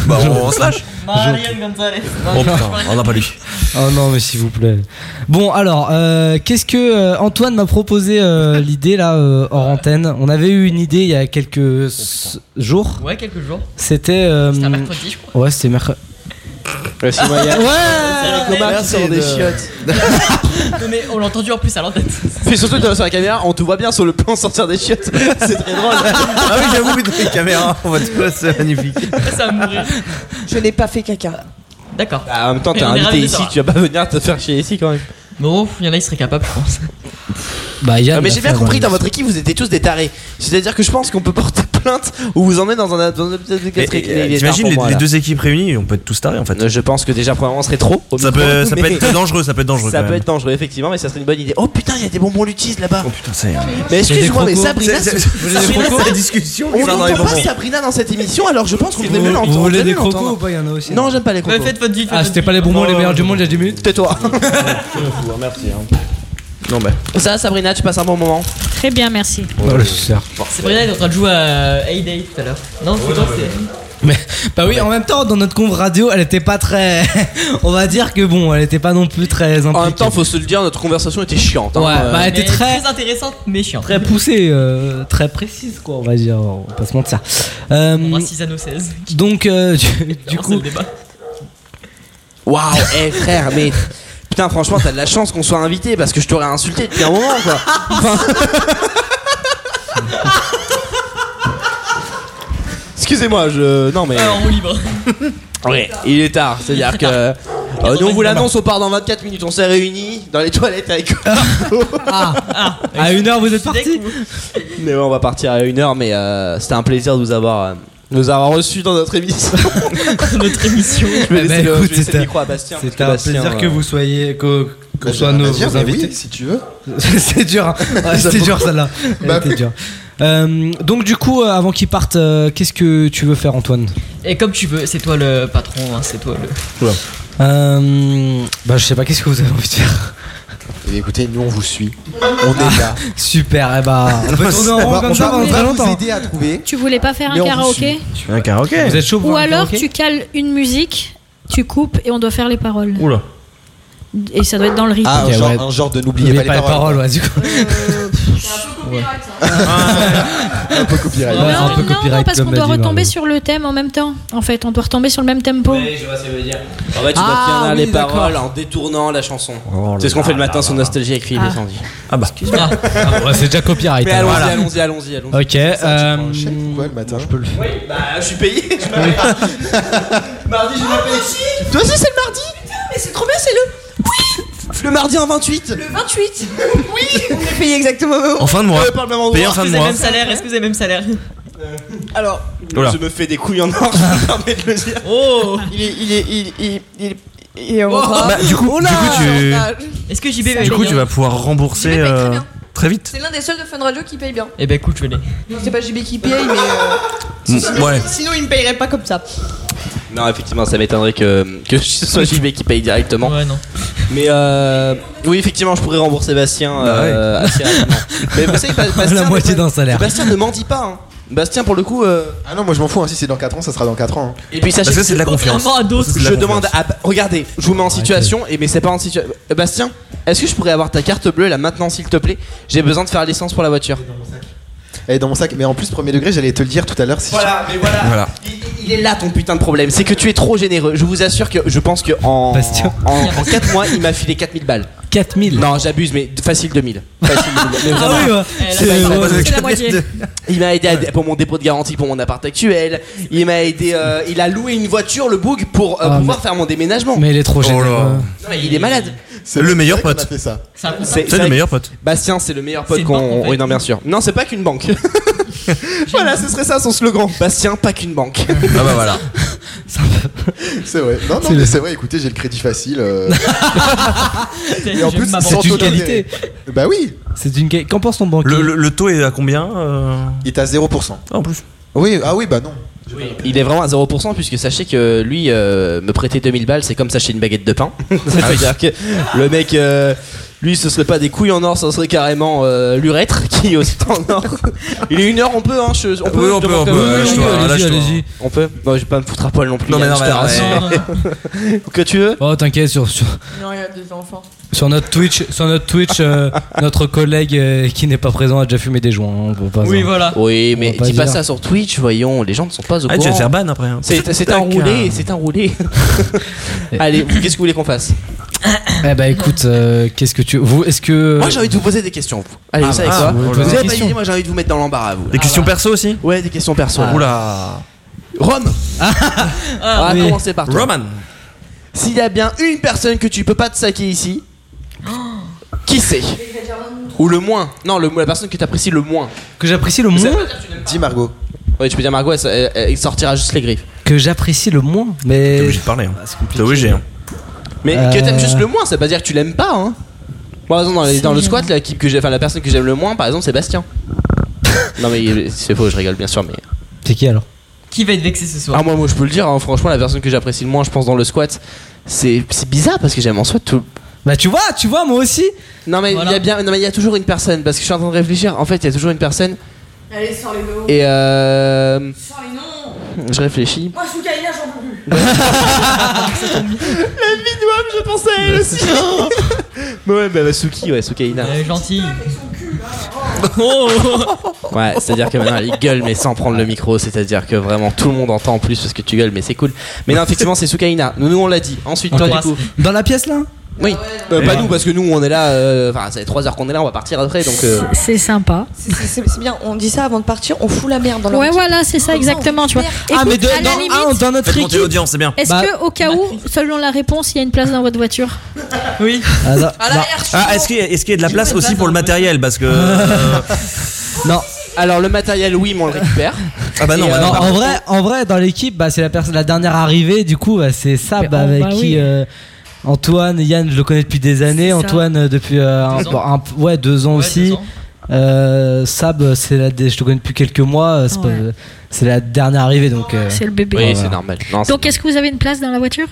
Speaker 7: Bah, on, on se lâche.
Speaker 2: Marianne Gonzalez.
Speaker 7: Oh putain, on n'a pas lu.
Speaker 1: Oh non, mais s'il vous plaît. Bon, alors, euh, qu'est-ce que euh, Antoine m'a proposé euh, l'idée là, euh, hors antenne On avait eu une idée il y a quelques s- jours.
Speaker 2: Ouais, quelques jours.
Speaker 1: C'était. euh,
Speaker 2: C'était un mercredi, je
Speaker 1: Ouais, c'était mercredi.
Speaker 8: c'est
Speaker 2: moyen.
Speaker 1: Ouais!
Speaker 2: C'est Thomas qui sort des chiottes. non, mais on l'a entendu en plus à l'antenne.
Speaker 8: Puis surtout sur la caméra, on te voit bien sur le plan sortir des chiottes. C'est très drôle.
Speaker 7: ah oui, j'avoue, mais dans les caméras, on voit tout ça, c'est magnifique.
Speaker 2: Ça va mourir.
Speaker 14: Je n'ai pas fait caca.
Speaker 2: D'accord.
Speaker 8: Bah, en même temps, t'es
Speaker 2: Mais on est
Speaker 8: invité
Speaker 2: ravis de
Speaker 8: ici,
Speaker 2: savoir.
Speaker 8: tu vas pas venir te faire chier ici quand même.
Speaker 2: Bon, Oh, il y en a, ils seraient capables, je pense.
Speaker 1: Bah, Yann
Speaker 8: Ah, mais
Speaker 1: l'a
Speaker 8: j'ai bien
Speaker 1: fait,
Speaker 8: compris,
Speaker 1: dans
Speaker 8: dans votre équipe, vous étiez tous des tarés. C'est-à-dire que je pense qu'on peut porter plainte ou vous emmener dans un dans un
Speaker 7: Et-
Speaker 8: psychiatrique. Il est
Speaker 7: et,
Speaker 8: tard
Speaker 7: euh, T'imagines
Speaker 8: pour
Speaker 7: les,
Speaker 8: moi,
Speaker 7: les
Speaker 8: là. Euh,
Speaker 7: deux équipes réunies, on peut être tous tarés en fait.
Speaker 8: Je pense que déjà, premièrement, on serait trop. au
Speaker 7: Ça
Speaker 8: micro,
Speaker 7: peut, ça peut
Speaker 8: mais-
Speaker 7: être dangereux, ça peut être dangereux.
Speaker 8: Ça peut
Speaker 7: quand même. Oh
Speaker 8: être dangereux, effectivement, mais ça serait une bonne idée. Oh putain, il y a des bonbons lutis là-bas.
Speaker 7: Putain, c'est.
Speaker 8: Mais excuse-moi, mais Sabrina,
Speaker 7: C'est- c'est-
Speaker 8: c'est-
Speaker 7: vous voulez des
Speaker 8: Sabrina,
Speaker 7: crocos
Speaker 8: c'est-
Speaker 7: La discussion qui
Speaker 8: On
Speaker 7: va dans les
Speaker 8: n'entend pas
Speaker 7: bonbons.
Speaker 8: Sabrina dans cette émission, alors je pense qu'on devrait
Speaker 1: Vous-
Speaker 8: mieux
Speaker 1: vous
Speaker 8: l'entendre.
Speaker 1: voulez
Speaker 8: on devrait
Speaker 1: des crocos
Speaker 8: l'entendre.
Speaker 1: ou pas Il y en a aussi,
Speaker 8: Non,
Speaker 1: non
Speaker 8: j'aime pas les crocos.
Speaker 2: faites votre vie.
Speaker 1: Ah, c'était pas les bonbons les meilleurs du monde il y a 10 minutes
Speaker 8: Tais-toi.
Speaker 7: Merci. Non, bah.
Speaker 8: Ça, Sabrina, tu passes un bon moment.
Speaker 5: Très bien, merci.
Speaker 1: Oh, le suceur.
Speaker 2: Sabrina, elle est en train de jouer à A-Day tout à l'heure. Non, c'est toi, c'est.
Speaker 1: Mais, bah oui, en même temps, dans notre conve radio, elle était pas très. On va dire que bon, elle était pas non plus très impliquée.
Speaker 8: En même temps, faut se le dire, notre conversation était chiante. hein.
Speaker 1: Ouais, bah, elle était
Speaker 2: Mais
Speaker 1: très-
Speaker 2: intéressante, mais chiante.
Speaker 1: Très poussée, euh, très précise, quoi, on va dire. On va pas se mentir. Euh,
Speaker 2: On embrasse Cisano 16.
Speaker 1: donc, euh, du, du
Speaker 2: Comment c'est
Speaker 1: coup.
Speaker 2: le débat
Speaker 8: Waouh, eh frère, mais. Putain, franchement, t'as de la chance qu'on soit invité parce que je t'aurais insulté depuis un moment, quoi. Enfin... Excusez-moi, je. Non,
Speaker 1: Euh,
Speaker 8: mais.
Speaker 2: Euh, En roue libre.
Speaker 8: Ouais, il est tard, c'est-à-dire que. euh, nous, on vous l'annonce, on part dans 24 minutes. On s'est réunis dans les toilettes avec.
Speaker 1: Ah, à une heure, vous êtes parti
Speaker 8: Mais ouais, on va partir à une heure, mais euh, c'était un plaisir de vous avoir, euh, de vous avoir reçu dans notre émission.
Speaker 2: notre émission.
Speaker 1: Eh
Speaker 8: Je vais laisser, le, je vais laisser le micro à Bastien. parce
Speaker 1: ben, C'était un
Speaker 8: Bastien,
Speaker 1: plaisir que
Speaker 8: euh,
Speaker 1: vous soyez. que- Qu'on
Speaker 8: Bah,
Speaker 1: soit
Speaker 8: j'ai rien
Speaker 1: nos
Speaker 8: à dire,
Speaker 1: vos
Speaker 8: mais
Speaker 1: invités.
Speaker 8: oui,
Speaker 9: si tu veux.
Speaker 1: c'est dur, hein. Ouais, c'était dur celle-là. Elle
Speaker 9: Bah
Speaker 1: était
Speaker 9: oui.
Speaker 1: dure. Euh, donc, du coup, euh, avant qu'ils partent, euh, qu'est-ce que tu veux faire, Antoine
Speaker 2: Et comme tu veux, c'est toi le patron, hein, c'est toi le.
Speaker 1: Euh, Bah, je sais pas, qu'est-ce que vous avez envie de faire Ah,
Speaker 9: Eh bien, écoutez, nous on vous suit. On est là.
Speaker 1: Super, eh bah, on peut tourner en rond
Speaker 9: On
Speaker 1: comme
Speaker 9: va-
Speaker 1: ça
Speaker 9: on
Speaker 1: pendant
Speaker 9: va
Speaker 1: très
Speaker 9: vous
Speaker 1: longtemps.
Speaker 9: aider à trouver.
Speaker 5: Tu voulais pas faire
Speaker 9: Mais
Speaker 5: un
Speaker 9: on vous
Speaker 5: karaoké
Speaker 9: suit.
Speaker 7: Un karaoké.
Speaker 1: Vous êtes chaud
Speaker 5: Ou alors tu cales une musique, tu coupes et on doit faire les paroles.
Speaker 7: Oula.
Speaker 5: Et ça doit être dans le rythme.
Speaker 9: Ah,
Speaker 1: Ok,
Speaker 9: un, genre,
Speaker 1: ouais.
Speaker 9: un genre de n'oubliez pas,
Speaker 1: pas les paroles, ouais, du coup.
Speaker 9: un peu copyright.
Speaker 1: Ouais, un peu
Speaker 5: Non, non,
Speaker 1: copyright
Speaker 5: parce
Speaker 1: comme
Speaker 5: qu'on doit
Speaker 1: Maddy,
Speaker 5: retomber
Speaker 1: Mario.
Speaker 5: sur le thème en même temps. En fait, on doit retomber sur le même tempo.
Speaker 8: Ouais, je vois ce que je veux dire. En fait, tu dois
Speaker 5: Ah,
Speaker 8: tenir les
Speaker 5: oui, d'accord.
Speaker 8: paroles en détournant la chanson.
Speaker 7: Oh là
Speaker 8: c'est ce qu'on fait le
Speaker 7: là
Speaker 8: matin sur Nostalgie avec Philippe et Sandy.
Speaker 7: Ah bah.
Speaker 2: Ah,
Speaker 1: Ah, bon, c'est déjà copyright.
Speaker 8: Mais
Speaker 1: hein,
Speaker 8: allons-y,
Speaker 1: voilà.
Speaker 8: allons-y, allons-y, allons-y.
Speaker 1: Ok, euh,
Speaker 9: Quoi le matin
Speaker 8: Oui, bah je suis payé. je m'appelle. mardi, je m'appelle. Toi aussi, c'est le mardi
Speaker 6: Putain, mais c'est trop bien, c'est le
Speaker 8: Le mardi en 28
Speaker 6: 28 Oui On est payé exactement au même moment.
Speaker 7: En fin de mois.
Speaker 8: Ouais, par le même endroit.
Speaker 7: Payé en fin de
Speaker 2: Est-ce que vous avez le Euh, même salaire Est-ce que vous avez
Speaker 7: mois.
Speaker 2: le même salaire
Speaker 6: Alors,
Speaker 7: Oula.
Speaker 8: Je me fais des couilles en or, je me permets de le dire.
Speaker 2: Oh
Speaker 6: il est. Il est. Il, il, il, et on va-
Speaker 7: Bah, du coup,
Speaker 6: Oh là,
Speaker 7: du coup, tu-
Speaker 6: on a-
Speaker 2: Est-ce que JB va
Speaker 7: Du coup,
Speaker 2: payer
Speaker 7: tu vas pouvoir rembourser
Speaker 6: paye très
Speaker 7: euh,
Speaker 6: bien.
Speaker 7: très vite.
Speaker 6: C'est l'un des seuls de Fun Radio qui paye bien.
Speaker 2: Eh ben écoute, je vais les.
Speaker 6: C'est pas JB qui paye, mais. euh,
Speaker 7: Mm, Ouais.
Speaker 6: Sinon, il me payerait pas comme ça.
Speaker 8: Non, effectivement, ça m'étonnerait que, que ce soit JB qui paye directement.
Speaker 2: Ouais, non.
Speaker 8: Mais euh, oui, effectivement, je pourrais rembourser
Speaker 7: Bah
Speaker 8: Bastien euh, assez rapidement. Mais vous savez, Ba- Bastien,
Speaker 1: La moitié d'un salaire.
Speaker 8: Bastien ne mendie pas. hein. Bastien, pour le coup. euh,
Speaker 9: Ah non, moi je m'en fous. hein, Si c'est dans 4 ans, ça sera dans 4 ans. hein.
Speaker 8: Et puis sachez
Speaker 7: Parce que c'est de la confiance.
Speaker 2: Contrairement à d'autres.
Speaker 7: de la
Speaker 8: Je demande
Speaker 7: confiance.
Speaker 8: à. Regardez, je vous mets en situation, et mais c'est pas en situation. Bastien, est-ce que je pourrais avoir ta carte bleue là maintenant, s'il te plaît J'ai besoin de faire l'essence pour la voiture.
Speaker 9: Elle est dans mon sac. Mais en plus, premier degré, j'allais te le dire tout à l'heure. Si
Speaker 8: Voilà, mais voilà.
Speaker 7: Voilà.
Speaker 8: Il, il est là ton putain de problème, c'est que tu es trop généreux. Je vous assure que je pense que en,
Speaker 1: Bastien.
Speaker 8: en, 4 mois, il m'a filé 4000 balles.
Speaker 1: 4000.
Speaker 8: Non, j'abuse, mais facile 2000. Facile 2000. Mais
Speaker 1: Ah
Speaker 8: vraiment,
Speaker 2: Eh,
Speaker 1: oui, ouais.
Speaker 2: là,
Speaker 1: C'est-
Speaker 2: c'est
Speaker 1: ouais,
Speaker 2: pas-
Speaker 1: ouais.
Speaker 2: c'est la moitié.
Speaker 8: Il m'a aidé à- pour mon dépôt de garantie pour mon appart actuel. Il m'a aidé. euh, il a loué une voiture, le Boug, pour euh,
Speaker 1: Ah,
Speaker 8: pouvoir faire mon déménagement.
Speaker 1: Mais il est trop
Speaker 7: Oh
Speaker 1: génial.
Speaker 7: là.
Speaker 8: Non, mais il est malade.
Speaker 9: c'est
Speaker 7: Le meilleur
Speaker 9: vrai qu'on
Speaker 7: pote.
Speaker 9: a fait ça.
Speaker 2: C'est un contrat.
Speaker 8: C'est
Speaker 7: C'est
Speaker 8: vrai
Speaker 7: le
Speaker 8: que
Speaker 7: meilleur pote.
Speaker 8: Bastien, c'est le meilleur
Speaker 2: C'est
Speaker 8: pote
Speaker 2: une banque, en
Speaker 8: qu'on.
Speaker 2: fait.
Speaker 8: Oui, non, bien sûr. Non, c'est pas qu'une banque. voilà, ce serait ça son slogan. Bastien, pas qu'une banque.
Speaker 7: Ah bah voilà.
Speaker 9: C'est vrai. Non, non,
Speaker 1: C'est le-
Speaker 9: mais c'est vrai. Écoutez, j'ai le crédit facile. euh, et en
Speaker 2: J'aime
Speaker 9: plus,
Speaker 2: ma
Speaker 9: sans
Speaker 2: banque.
Speaker 1: C'est une
Speaker 9: taux d'intérêt.
Speaker 1: qualité.
Speaker 9: Bah oui,
Speaker 1: C'est une. qualité. Qu'en pense ton banquier
Speaker 7: Le, le- le taux est à combien euh
Speaker 9: il est à 0%.
Speaker 7: Ah, En plus.
Speaker 9: Oui, ah oui, bah non.
Speaker 8: Il est vraiment à 0% puisque sachez que lui euh, me prêter 2000 balles c'est comme s'acheter une baguette de pain. C'est-à-dire que le mec euh, lui ce serait pas des couilles en or, ce serait carrément euh, l'urètre qui est aussi en or. Il est une heure on peut hein, je- on peut
Speaker 7: Oui,
Speaker 8: je
Speaker 7: on peut,
Speaker 8: demande
Speaker 7: on
Speaker 8: comme-
Speaker 7: peut,
Speaker 8: oui, oui,
Speaker 7: lâche-toi,
Speaker 8: oui, oui,
Speaker 7: lâche-toi.
Speaker 1: allez-y.
Speaker 8: on peut. Bon, je vais pas me foutre à poil non plus.
Speaker 7: Non, mais
Speaker 8: Yann,
Speaker 7: non,
Speaker 8: je
Speaker 7: mais
Speaker 8: te
Speaker 7: non,
Speaker 2: Non,
Speaker 8: rassure.
Speaker 2: non, non.
Speaker 8: Que tu veux
Speaker 1: Oh t'inquiète sur, sur
Speaker 6: Non, il y a deux enfants.
Speaker 1: sur notre Twitch sur notre Twitch euh, notre collègue euh, qui n'est pas présent a déjà fumé des joints. hein, on peut pas-
Speaker 2: Oui, voilà.
Speaker 8: Oui, mais
Speaker 1: On va pas
Speaker 8: dis pas
Speaker 1: dire.
Speaker 8: ça sur Twitch, voyons, les gens ne sont pas au
Speaker 7: Ah, tu vas te
Speaker 8: courant.
Speaker 7: faire ban après. hein.
Speaker 8: C'est c'est
Speaker 7: Tac,
Speaker 8: enroulé,
Speaker 7: euh.
Speaker 8: c'est enroulé. Allez, qu'est-ce que vous voulez qu'on fasse
Speaker 1: Eh bah écoute euh, qu'est-ce que tu vous est-ce que
Speaker 8: Moi j'ai envie de vous poser des questions. vous. Allez, vous savez
Speaker 7: ah,
Speaker 8: quoi
Speaker 7: vous voulez
Speaker 8: Vous
Speaker 7: poser
Speaker 1: des
Speaker 8: avez pas
Speaker 1: questions
Speaker 8: d'idée, moi j'ai envie de vous mettre dans l'embarras, vous. Ah.
Speaker 7: Des questions perso aussi Ah.
Speaker 8: Ouais, des questions perso. Oula.
Speaker 7: Oula.
Speaker 8: Rome On va
Speaker 1: Ah, oui.
Speaker 8: commencer par toi.
Speaker 7: Roman.
Speaker 8: S'il y a bien une personne que tu peux pas te saquer ici, qui c'est Ou le moins Non, le, la personne que t'apprécies le moins.
Speaker 1: que j'apprécie le
Speaker 8: Ça-
Speaker 1: moins
Speaker 9: Dis Margot.
Speaker 8: Ouais, tu peux dire Margot, elle, elle- elle sortira juste les griffes.
Speaker 1: que j'apprécie le moins
Speaker 7: T'es
Speaker 1: mais
Speaker 7: obligé de parler. hein.
Speaker 1: Ah, c'est
Speaker 7: T'es
Speaker 1: compliqué.
Speaker 7: obligé. hein.
Speaker 8: Mais
Speaker 1: Euh.
Speaker 8: que t'aimes juste le moins, ça veut pas dire que tu l'aimes pas, hein Par exemple, dans, les- dans le squat, l'équipe que j'ai, enfin la personne que j'aime le moins, par exemple, c'est Bastien. non mais c'est faux, je rigole bien sûr, mais.
Speaker 1: C'est qui alors
Speaker 2: Qui va être vexé ce soir
Speaker 8: Ah moi, moi je peux le dire, hein, franchement la personne que j'apprécie le moins je pense dans le squat, c'est c'est bizarre parce que j'aime en squat tout.
Speaker 1: Bah tu vois tu vois moi aussi
Speaker 8: Non mais il
Speaker 2: Voilà.
Speaker 8: y a bien, non mais il y a toujours une personne parce que je suis en train de réfléchir. En fait il y a toujours une personne
Speaker 6: Allez, sors les noms.
Speaker 8: et euh,
Speaker 6: Sors les noms.
Speaker 8: Je réfléchis.
Speaker 6: Moi, je suis Kaina, j'en peux plus.
Speaker 8: La
Speaker 6: minouane, je pensais à elle aussi.
Speaker 8: ouais, bah, bah, Suki, ouais, Sukaina.
Speaker 2: Elle est gentille. hein Oh.
Speaker 8: Ouais, c'est-à-dire que maintenant il gueule mais sans prendre le micro, c'est-à-dire que vraiment tout le monde entend en plus parce que tu gueules mais c'est cool. Mais non, effectivement, c'est Sukaina. Nous, nous, on l'a dit. Ensuite, toi, du coup.
Speaker 1: Dans la pièce là
Speaker 8: Oui, Euh, pas nous parce que nous on est là, euh, enfin c'est 3 heures qu'on est là, on va partir après donc. euh,
Speaker 5: C'est sympa.
Speaker 14: C'est c'est- c'est bien, on dit ça avant de partir, on fout la merde dans le
Speaker 5: Ouais, voilà, c'est ça exactement, tu vois.
Speaker 7: Ah, mais de-
Speaker 5: à la
Speaker 7: dans-
Speaker 5: limite,
Speaker 7: ah, dans notre Faites monter équipe- l'audience, c'est bien.
Speaker 5: Est-ce
Speaker 7: Bah-
Speaker 5: que, au cas où, selon la réponse, il y a une place dans votre voiture
Speaker 2: Oui.
Speaker 8: bah.
Speaker 7: Ah, est-ce qu'il y, a- est-ce qu'il y a de la place aussi pour le matériel Parce que. euh,
Speaker 8: non. Alors le matériel, oui, mais on le récupère.
Speaker 7: Ah bah non,
Speaker 8: Et, euh,
Speaker 7: bah non.
Speaker 8: par
Speaker 1: euh, en
Speaker 8: contre,
Speaker 1: vrai, en vrai, dans l'équipe, bah, c'est la personne, la dernière arrivée. Du coup, bah, c'est Sab
Speaker 8: bah,
Speaker 1: avec
Speaker 8: bah
Speaker 1: qui
Speaker 8: oui.
Speaker 1: euh, Antoine, Yann, je le connais depuis des années.
Speaker 8: ça.
Speaker 1: Antoine euh, depuis euh, un,
Speaker 8: Deux ans.
Speaker 1: un- ouais deux ans aussi. Euh, Sab, c'est la, je te connais depuis quelques mois. euh, C'est, pas- c'est la dernière arrivée, donc. euh,
Speaker 5: C'est le bébé.
Speaker 8: Oui,
Speaker 1: voilà.
Speaker 8: c'est normal. Non,
Speaker 5: Donc, est-ce que vous avez une place dans la voiture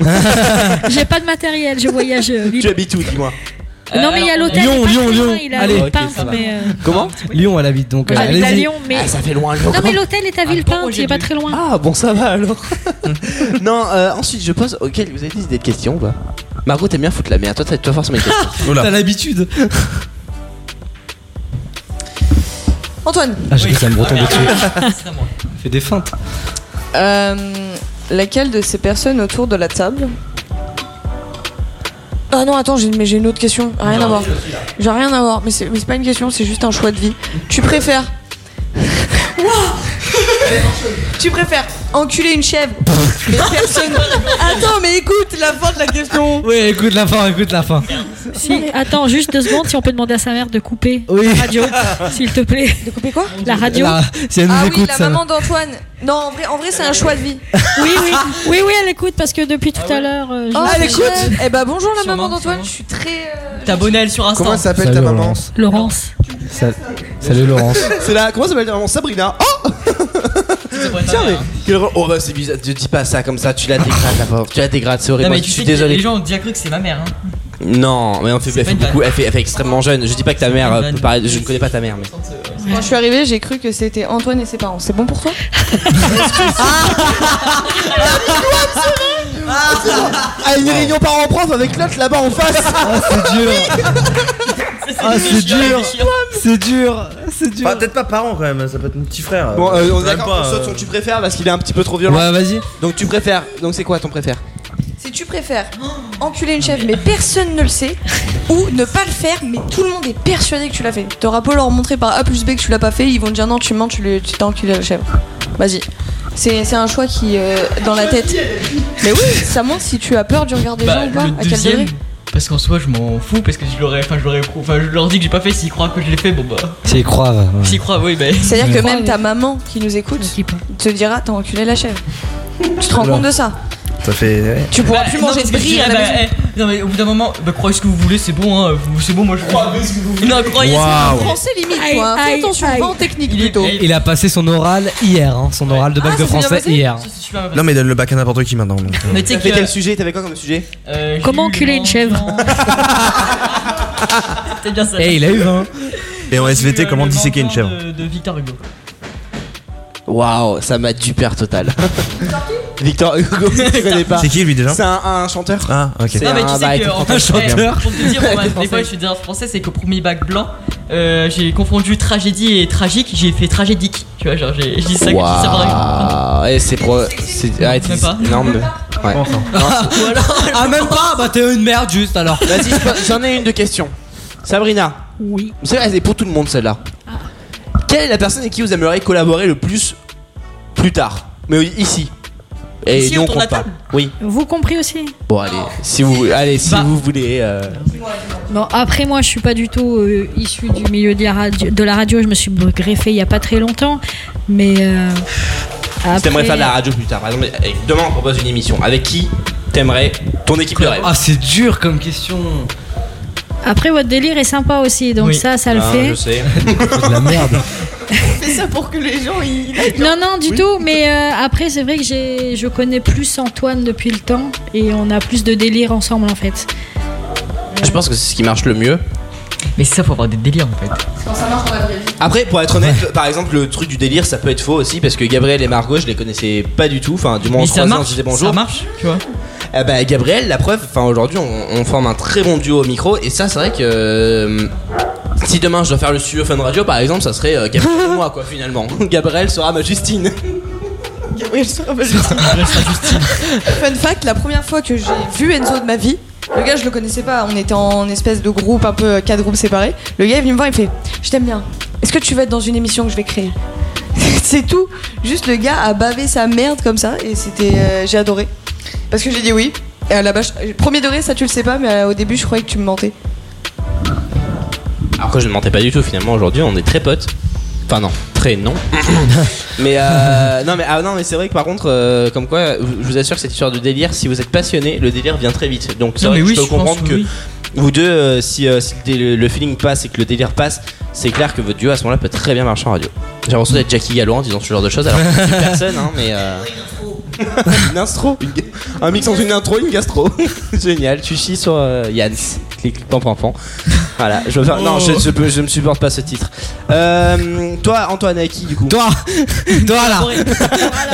Speaker 5: J'ai pas de matériel, je voyage euh,
Speaker 8: c'est-
Speaker 5: libre.
Speaker 8: tu habites où, dis-moi
Speaker 5: non, mais il y a l'hôtel.
Speaker 1: Euh, Lyon,
Speaker 5: il est pas
Speaker 1: Lyon,
Speaker 5: très loin,
Speaker 1: Lyon.
Speaker 5: Il a
Speaker 1: Allez.
Speaker 5: Villepinte,
Speaker 1: Ok, ça va.
Speaker 5: mais. euh,
Speaker 1: Comment Lyon, elle habite donc. euh,
Speaker 5: Moi, j'habite à
Speaker 1: allez-y.
Speaker 5: Lyon, mais. Non, mais l'hôtel est à Villepinte, il est pas très loin.
Speaker 8: Ah bon, ça va alors. non, euh, ensuite je pose. Ok, vous avez dit des questions, bah. Margot, t'aimes bien foutre la merde. Toi, t'as- toi forcément une question.
Speaker 1: T'as l'habitude.
Speaker 14: Antoine
Speaker 1: Ah, j'ai cru que ça me retombait dessus.
Speaker 14: Ah, C'est à moi.
Speaker 1: Fais des feintes.
Speaker 14: Euh, laquelle de ces personnes autour de la table Ah non, attends, j'ai- mais j'ai une autre question. Rien à voir. J'ai rien à voir, mais c'est mais c'est pas une question, c'est juste un choix de vie. Tu préfères. tu préfères enculer une chèvre mais personne. Attends, mais écoute la fin de la question.
Speaker 1: Oui, écoute la fin, écoute la fin.
Speaker 5: Si, attends, juste deux secondes, si on peut demander à sa mère de couper la radio, s'il te plaît. De
Speaker 14: couper quoi
Speaker 5: La radio.
Speaker 1: La- si elle nous
Speaker 14: ah oui,
Speaker 1: écoute,
Speaker 14: la
Speaker 1: ça va.
Speaker 14: maman d'Antoine. Non, en vrai, en vrai c'est un choix de vie.
Speaker 5: Oui, oui, oui, oui, elle écoute parce que depuis tout à l'heure. euh, je-
Speaker 14: Oh, Michel. Eh bah bonjour la maman d'Antoine, je suis très. euh,
Speaker 2: T'abonnes à elle sur Insta.
Speaker 1: Comment elle s'appelle, Salut, ta maman Laurence.
Speaker 5: Laurence.
Speaker 1: Ça- Salut Laurence.
Speaker 8: c'est là, comment ça s'appelle vraiment Sabrina Oh Tiens, mais. quel rôle- Oh bah c'est bizarre, ne dis pas ça comme ça, tu la dégrades la pauvre. Tu la dégrades, c'est
Speaker 2: Non,
Speaker 8: horrible.
Speaker 2: mais
Speaker 8: Je
Speaker 2: tu
Speaker 8: suis
Speaker 2: sais que
Speaker 8: désolé.
Speaker 2: les gens ont déjà cru que c'est ma mère. Hein.
Speaker 8: Non, mais on fait, elle fait
Speaker 2: pas une
Speaker 8: beaucoup, elle fait, elle fait extrêmement jeune. Je dis pas que ta mère euh, peut paraître- Je ne connais pas ta mère, mais.
Speaker 14: Quand je suis arrivée, j'ai cru que c'était Antoine et ses parents. C'est bon pour toi
Speaker 6: Bah,
Speaker 8: Ah, À une réunion parents-prof avec l'autre là-bas en face.
Speaker 1: c'est dur.
Speaker 7: Ah, c'est dur.
Speaker 1: C'est dur. C'est dur.
Speaker 7: peut-être pas parent quand même, ça peut être mon petit frère.
Speaker 8: Bon, euh, on est
Speaker 7: Même
Speaker 8: d'accord
Speaker 7: pas,
Speaker 8: qu'on saute
Speaker 7: euh,
Speaker 8: sur tu préfères parce qu'il est un petit peu trop violent.
Speaker 1: Ouais, vas-y.
Speaker 8: Donc tu préfères. Donc c'est quoi ton préfère
Speaker 14: Si tu préfères enculer une chèvre mais personne ne le sait, ou ne pas le faire mais tout le monde est persuadé que tu l'as fait. T'auras beau leur montrer par A plus B que tu l'as pas fait, ils vont te dire non, tu mens, tu l'as- tu t'as enculé la chèvre. Vas-y. C'est c'est un choix qui, euh, dans la tête. Mais oui, ça montre si tu as peur du regard des
Speaker 2: Bah,
Speaker 14: gens ou pas, à
Speaker 2: le
Speaker 14: quel
Speaker 2: deuxième,
Speaker 14: degré.
Speaker 2: parce qu'en soi, je m'en fous, parce que je l'aurais, enfin, je l'aurais, enfin, je leur dis que j'ai pas fait. S'ils croient que je l'ai fait, bon bah.
Speaker 1: S'ils croient. ouais.
Speaker 2: S'ils croient, oui, bah.
Speaker 14: C'est-à-dire que même ta maman qui nous écoute te dira t'as enculé la chèvre. Tu te rends
Speaker 2: Oula.
Speaker 14: compte de ça
Speaker 7: Ça fait.
Speaker 14: Tu
Speaker 2: Bah,
Speaker 14: pourras plus manger de brie à la maison.
Speaker 2: eh, Non, mais au bout d'un moment, bah, croyez ce que vous voulez, c'est bon, hein, vous- c'est bon, moi je crois. Non, croyez ce que vous voulez.
Speaker 14: Français limite,
Speaker 5: Aïe,
Speaker 14: quoi. Fais
Speaker 5: aïe,
Speaker 14: attention,
Speaker 5: aïe.
Speaker 14: va en technique plutôt.
Speaker 1: Il a passé son oral hier, hein, son oral de bac
Speaker 14: Ah,
Speaker 1: de
Speaker 14: ça s'est bien
Speaker 1: français
Speaker 14: passé
Speaker 1: hier.
Speaker 7: Non, mais donne le bac à n'importe qui maintenant. donc, euh.
Speaker 2: Mais tu sais
Speaker 8: T'avais
Speaker 2: que- Euh,
Speaker 8: quel sujet T'avais quoi comme sujet
Speaker 5: Comment enculer une chèvre
Speaker 2: C'était bien ça.
Speaker 1: Eh, il a eu 20.
Speaker 7: Et en SVT, comment
Speaker 2: Le
Speaker 7: disséquer une chèvre
Speaker 2: mentor de, de Victor Hugo.
Speaker 8: Waouh, ça m'a du père total. Victor Hugo, tu connais pas.
Speaker 7: C'est qui, lui, déjà
Speaker 8: C'est un, un chanteur.
Speaker 7: Ah, ok.
Speaker 8: C'est
Speaker 2: Non, mais tu
Speaker 8: un
Speaker 14: bah,
Speaker 2: sais
Speaker 8: variété
Speaker 2: que en
Speaker 8: française.
Speaker 2: fait, eh, Pour te dire, moi,
Speaker 8: Variété
Speaker 2: des fois, je suis dans français, c'est qu'au premier bac blanc, euh, j'ai confondu tragédie et tragique, j'ai fait tragédique. Tu vois, genre, j'ai j'ai dit ça, j'ai dit ça pendant-
Speaker 8: Waouh, eh, c'est pro. C'est. Arrête,
Speaker 2: Même pas.
Speaker 8: c'est- non, mais. Ouais.
Speaker 1: ah, même pas Bah, t'es une merde juste alors.
Speaker 8: Vas-y, je- j'en ai une de question. Sabrina.
Speaker 5: Oui.
Speaker 8: C'est elle est pour tout le monde celle-là. Quelle est la personne avec qui vous aimeriez collaborer le plus plus tard Mais ici. Et
Speaker 5: Ici,
Speaker 8: nous on
Speaker 5: autour de la
Speaker 8: compte pas.
Speaker 5: table
Speaker 8: Oui.
Speaker 5: Vous compris aussi
Speaker 8: Bon allez, si vous allez si vous voulez. euh,
Speaker 5: Non, après moi, je suis pas du tout euh, issue du milieu de la, radio, de la radio. Je me suis greffée il y a pas très longtemps, mais. euh,
Speaker 8: Ah, Si t'aimerais
Speaker 5: après-
Speaker 8: faire de la radio plus tard. Par exemple, eh, demain on propose une émission. Avec qui t'aimerais ton équipe de rêve
Speaker 1: Ah, c'est dur comme question.
Speaker 5: Après, votre délire est sympa aussi, donc ça, ça le
Speaker 8: Ah,
Speaker 5: fait.
Speaker 8: Je sais.
Speaker 1: de la merde.
Speaker 14: Fais ça pour que les gens ils.
Speaker 5: Non, non, du tout. Mais euh, après, c'est vrai que j'ai, je connais plus Antoine depuis le temps et on a plus de délire ensemble en fait.
Speaker 8: Je pense que c'est ce qui marche le mieux.
Speaker 2: Mais ça faut avoir des délires en fait.
Speaker 14: Quand ça marche, on va bien vite.
Speaker 8: Après, pour être honnête, par exemple, le truc du délire, ça peut être faux aussi, parce que Gabriel et Margot, je les connaissais pas du tout. Enfin, du moins,
Speaker 2: Mais
Speaker 8: on se
Speaker 2: ça
Speaker 8: croisait, on
Speaker 2: marche,
Speaker 8: se disait bonjour.
Speaker 2: ça marche, tu vois.
Speaker 8: Eh ben, Gabriel, la preuve, enfin, aujourd'hui, on, on forme un très bon duo au micro, et ça, c'est vrai que. euh, si demain je dois faire le studio Fun Radio, par exemple, ça serait euh, Gabriel et moi, quoi, finalement. Gabriel sera ma Justine.
Speaker 14: Gabriel sera pas Justine. Fun fact, la première fois que j'ai vu Enzo de ma vie, le gars je le connaissais pas, on était en espèce de groupe, un peu euh, quatre groupes séparés. Le gars est venu me voir, il fait Je t'aime bien, est-ce que tu vas être dans une émission que je vais créer C'est tout, juste le gars a bavé sa merde comme ça et c'était. euh, j'ai adoré. Parce que j'ai dit oui. Et à la base, je- premier degré, ça tu le sais pas, mais euh, au début je croyais que tu me mentais.
Speaker 8: Après, je ne mentais pas du tout, finalement, aujourd'hui, on est très potes. Enfin, non, très non. mais euh, non, mais, ah, non, mais c'est vrai que par contre, euh, comme quoi, je vous assure que cette histoire de délire, si vous êtes passionné, le délire vient très vite. Donc, c'est
Speaker 2: Non,
Speaker 8: vrai
Speaker 2: mais
Speaker 8: que
Speaker 2: oui,
Speaker 8: je peux
Speaker 2: je pense
Speaker 8: comprendre
Speaker 2: que
Speaker 8: que.
Speaker 2: oui.
Speaker 8: Vous deux, euh, si, euh, si le, dé- le feeling passe et que le délire passe, c'est clair que votre duo à ce moment-là peut très bien marcher en radio. J'ai l'impression d'être Jackie Gallo en disant ce genre de choses, alors que je suis personne, hein, mais. euh, une intro une ga- Un mix entre une intro et une gastro Génial, tu chies sur euh, Yanns. Clic, clic, pam, pam, pam. Voilà, je, veux faire- non, je, je peux- je ne supporte pas ce titre. Euh, toi, Antoine Aki, du coup. Toi Toi là
Speaker 5: Toi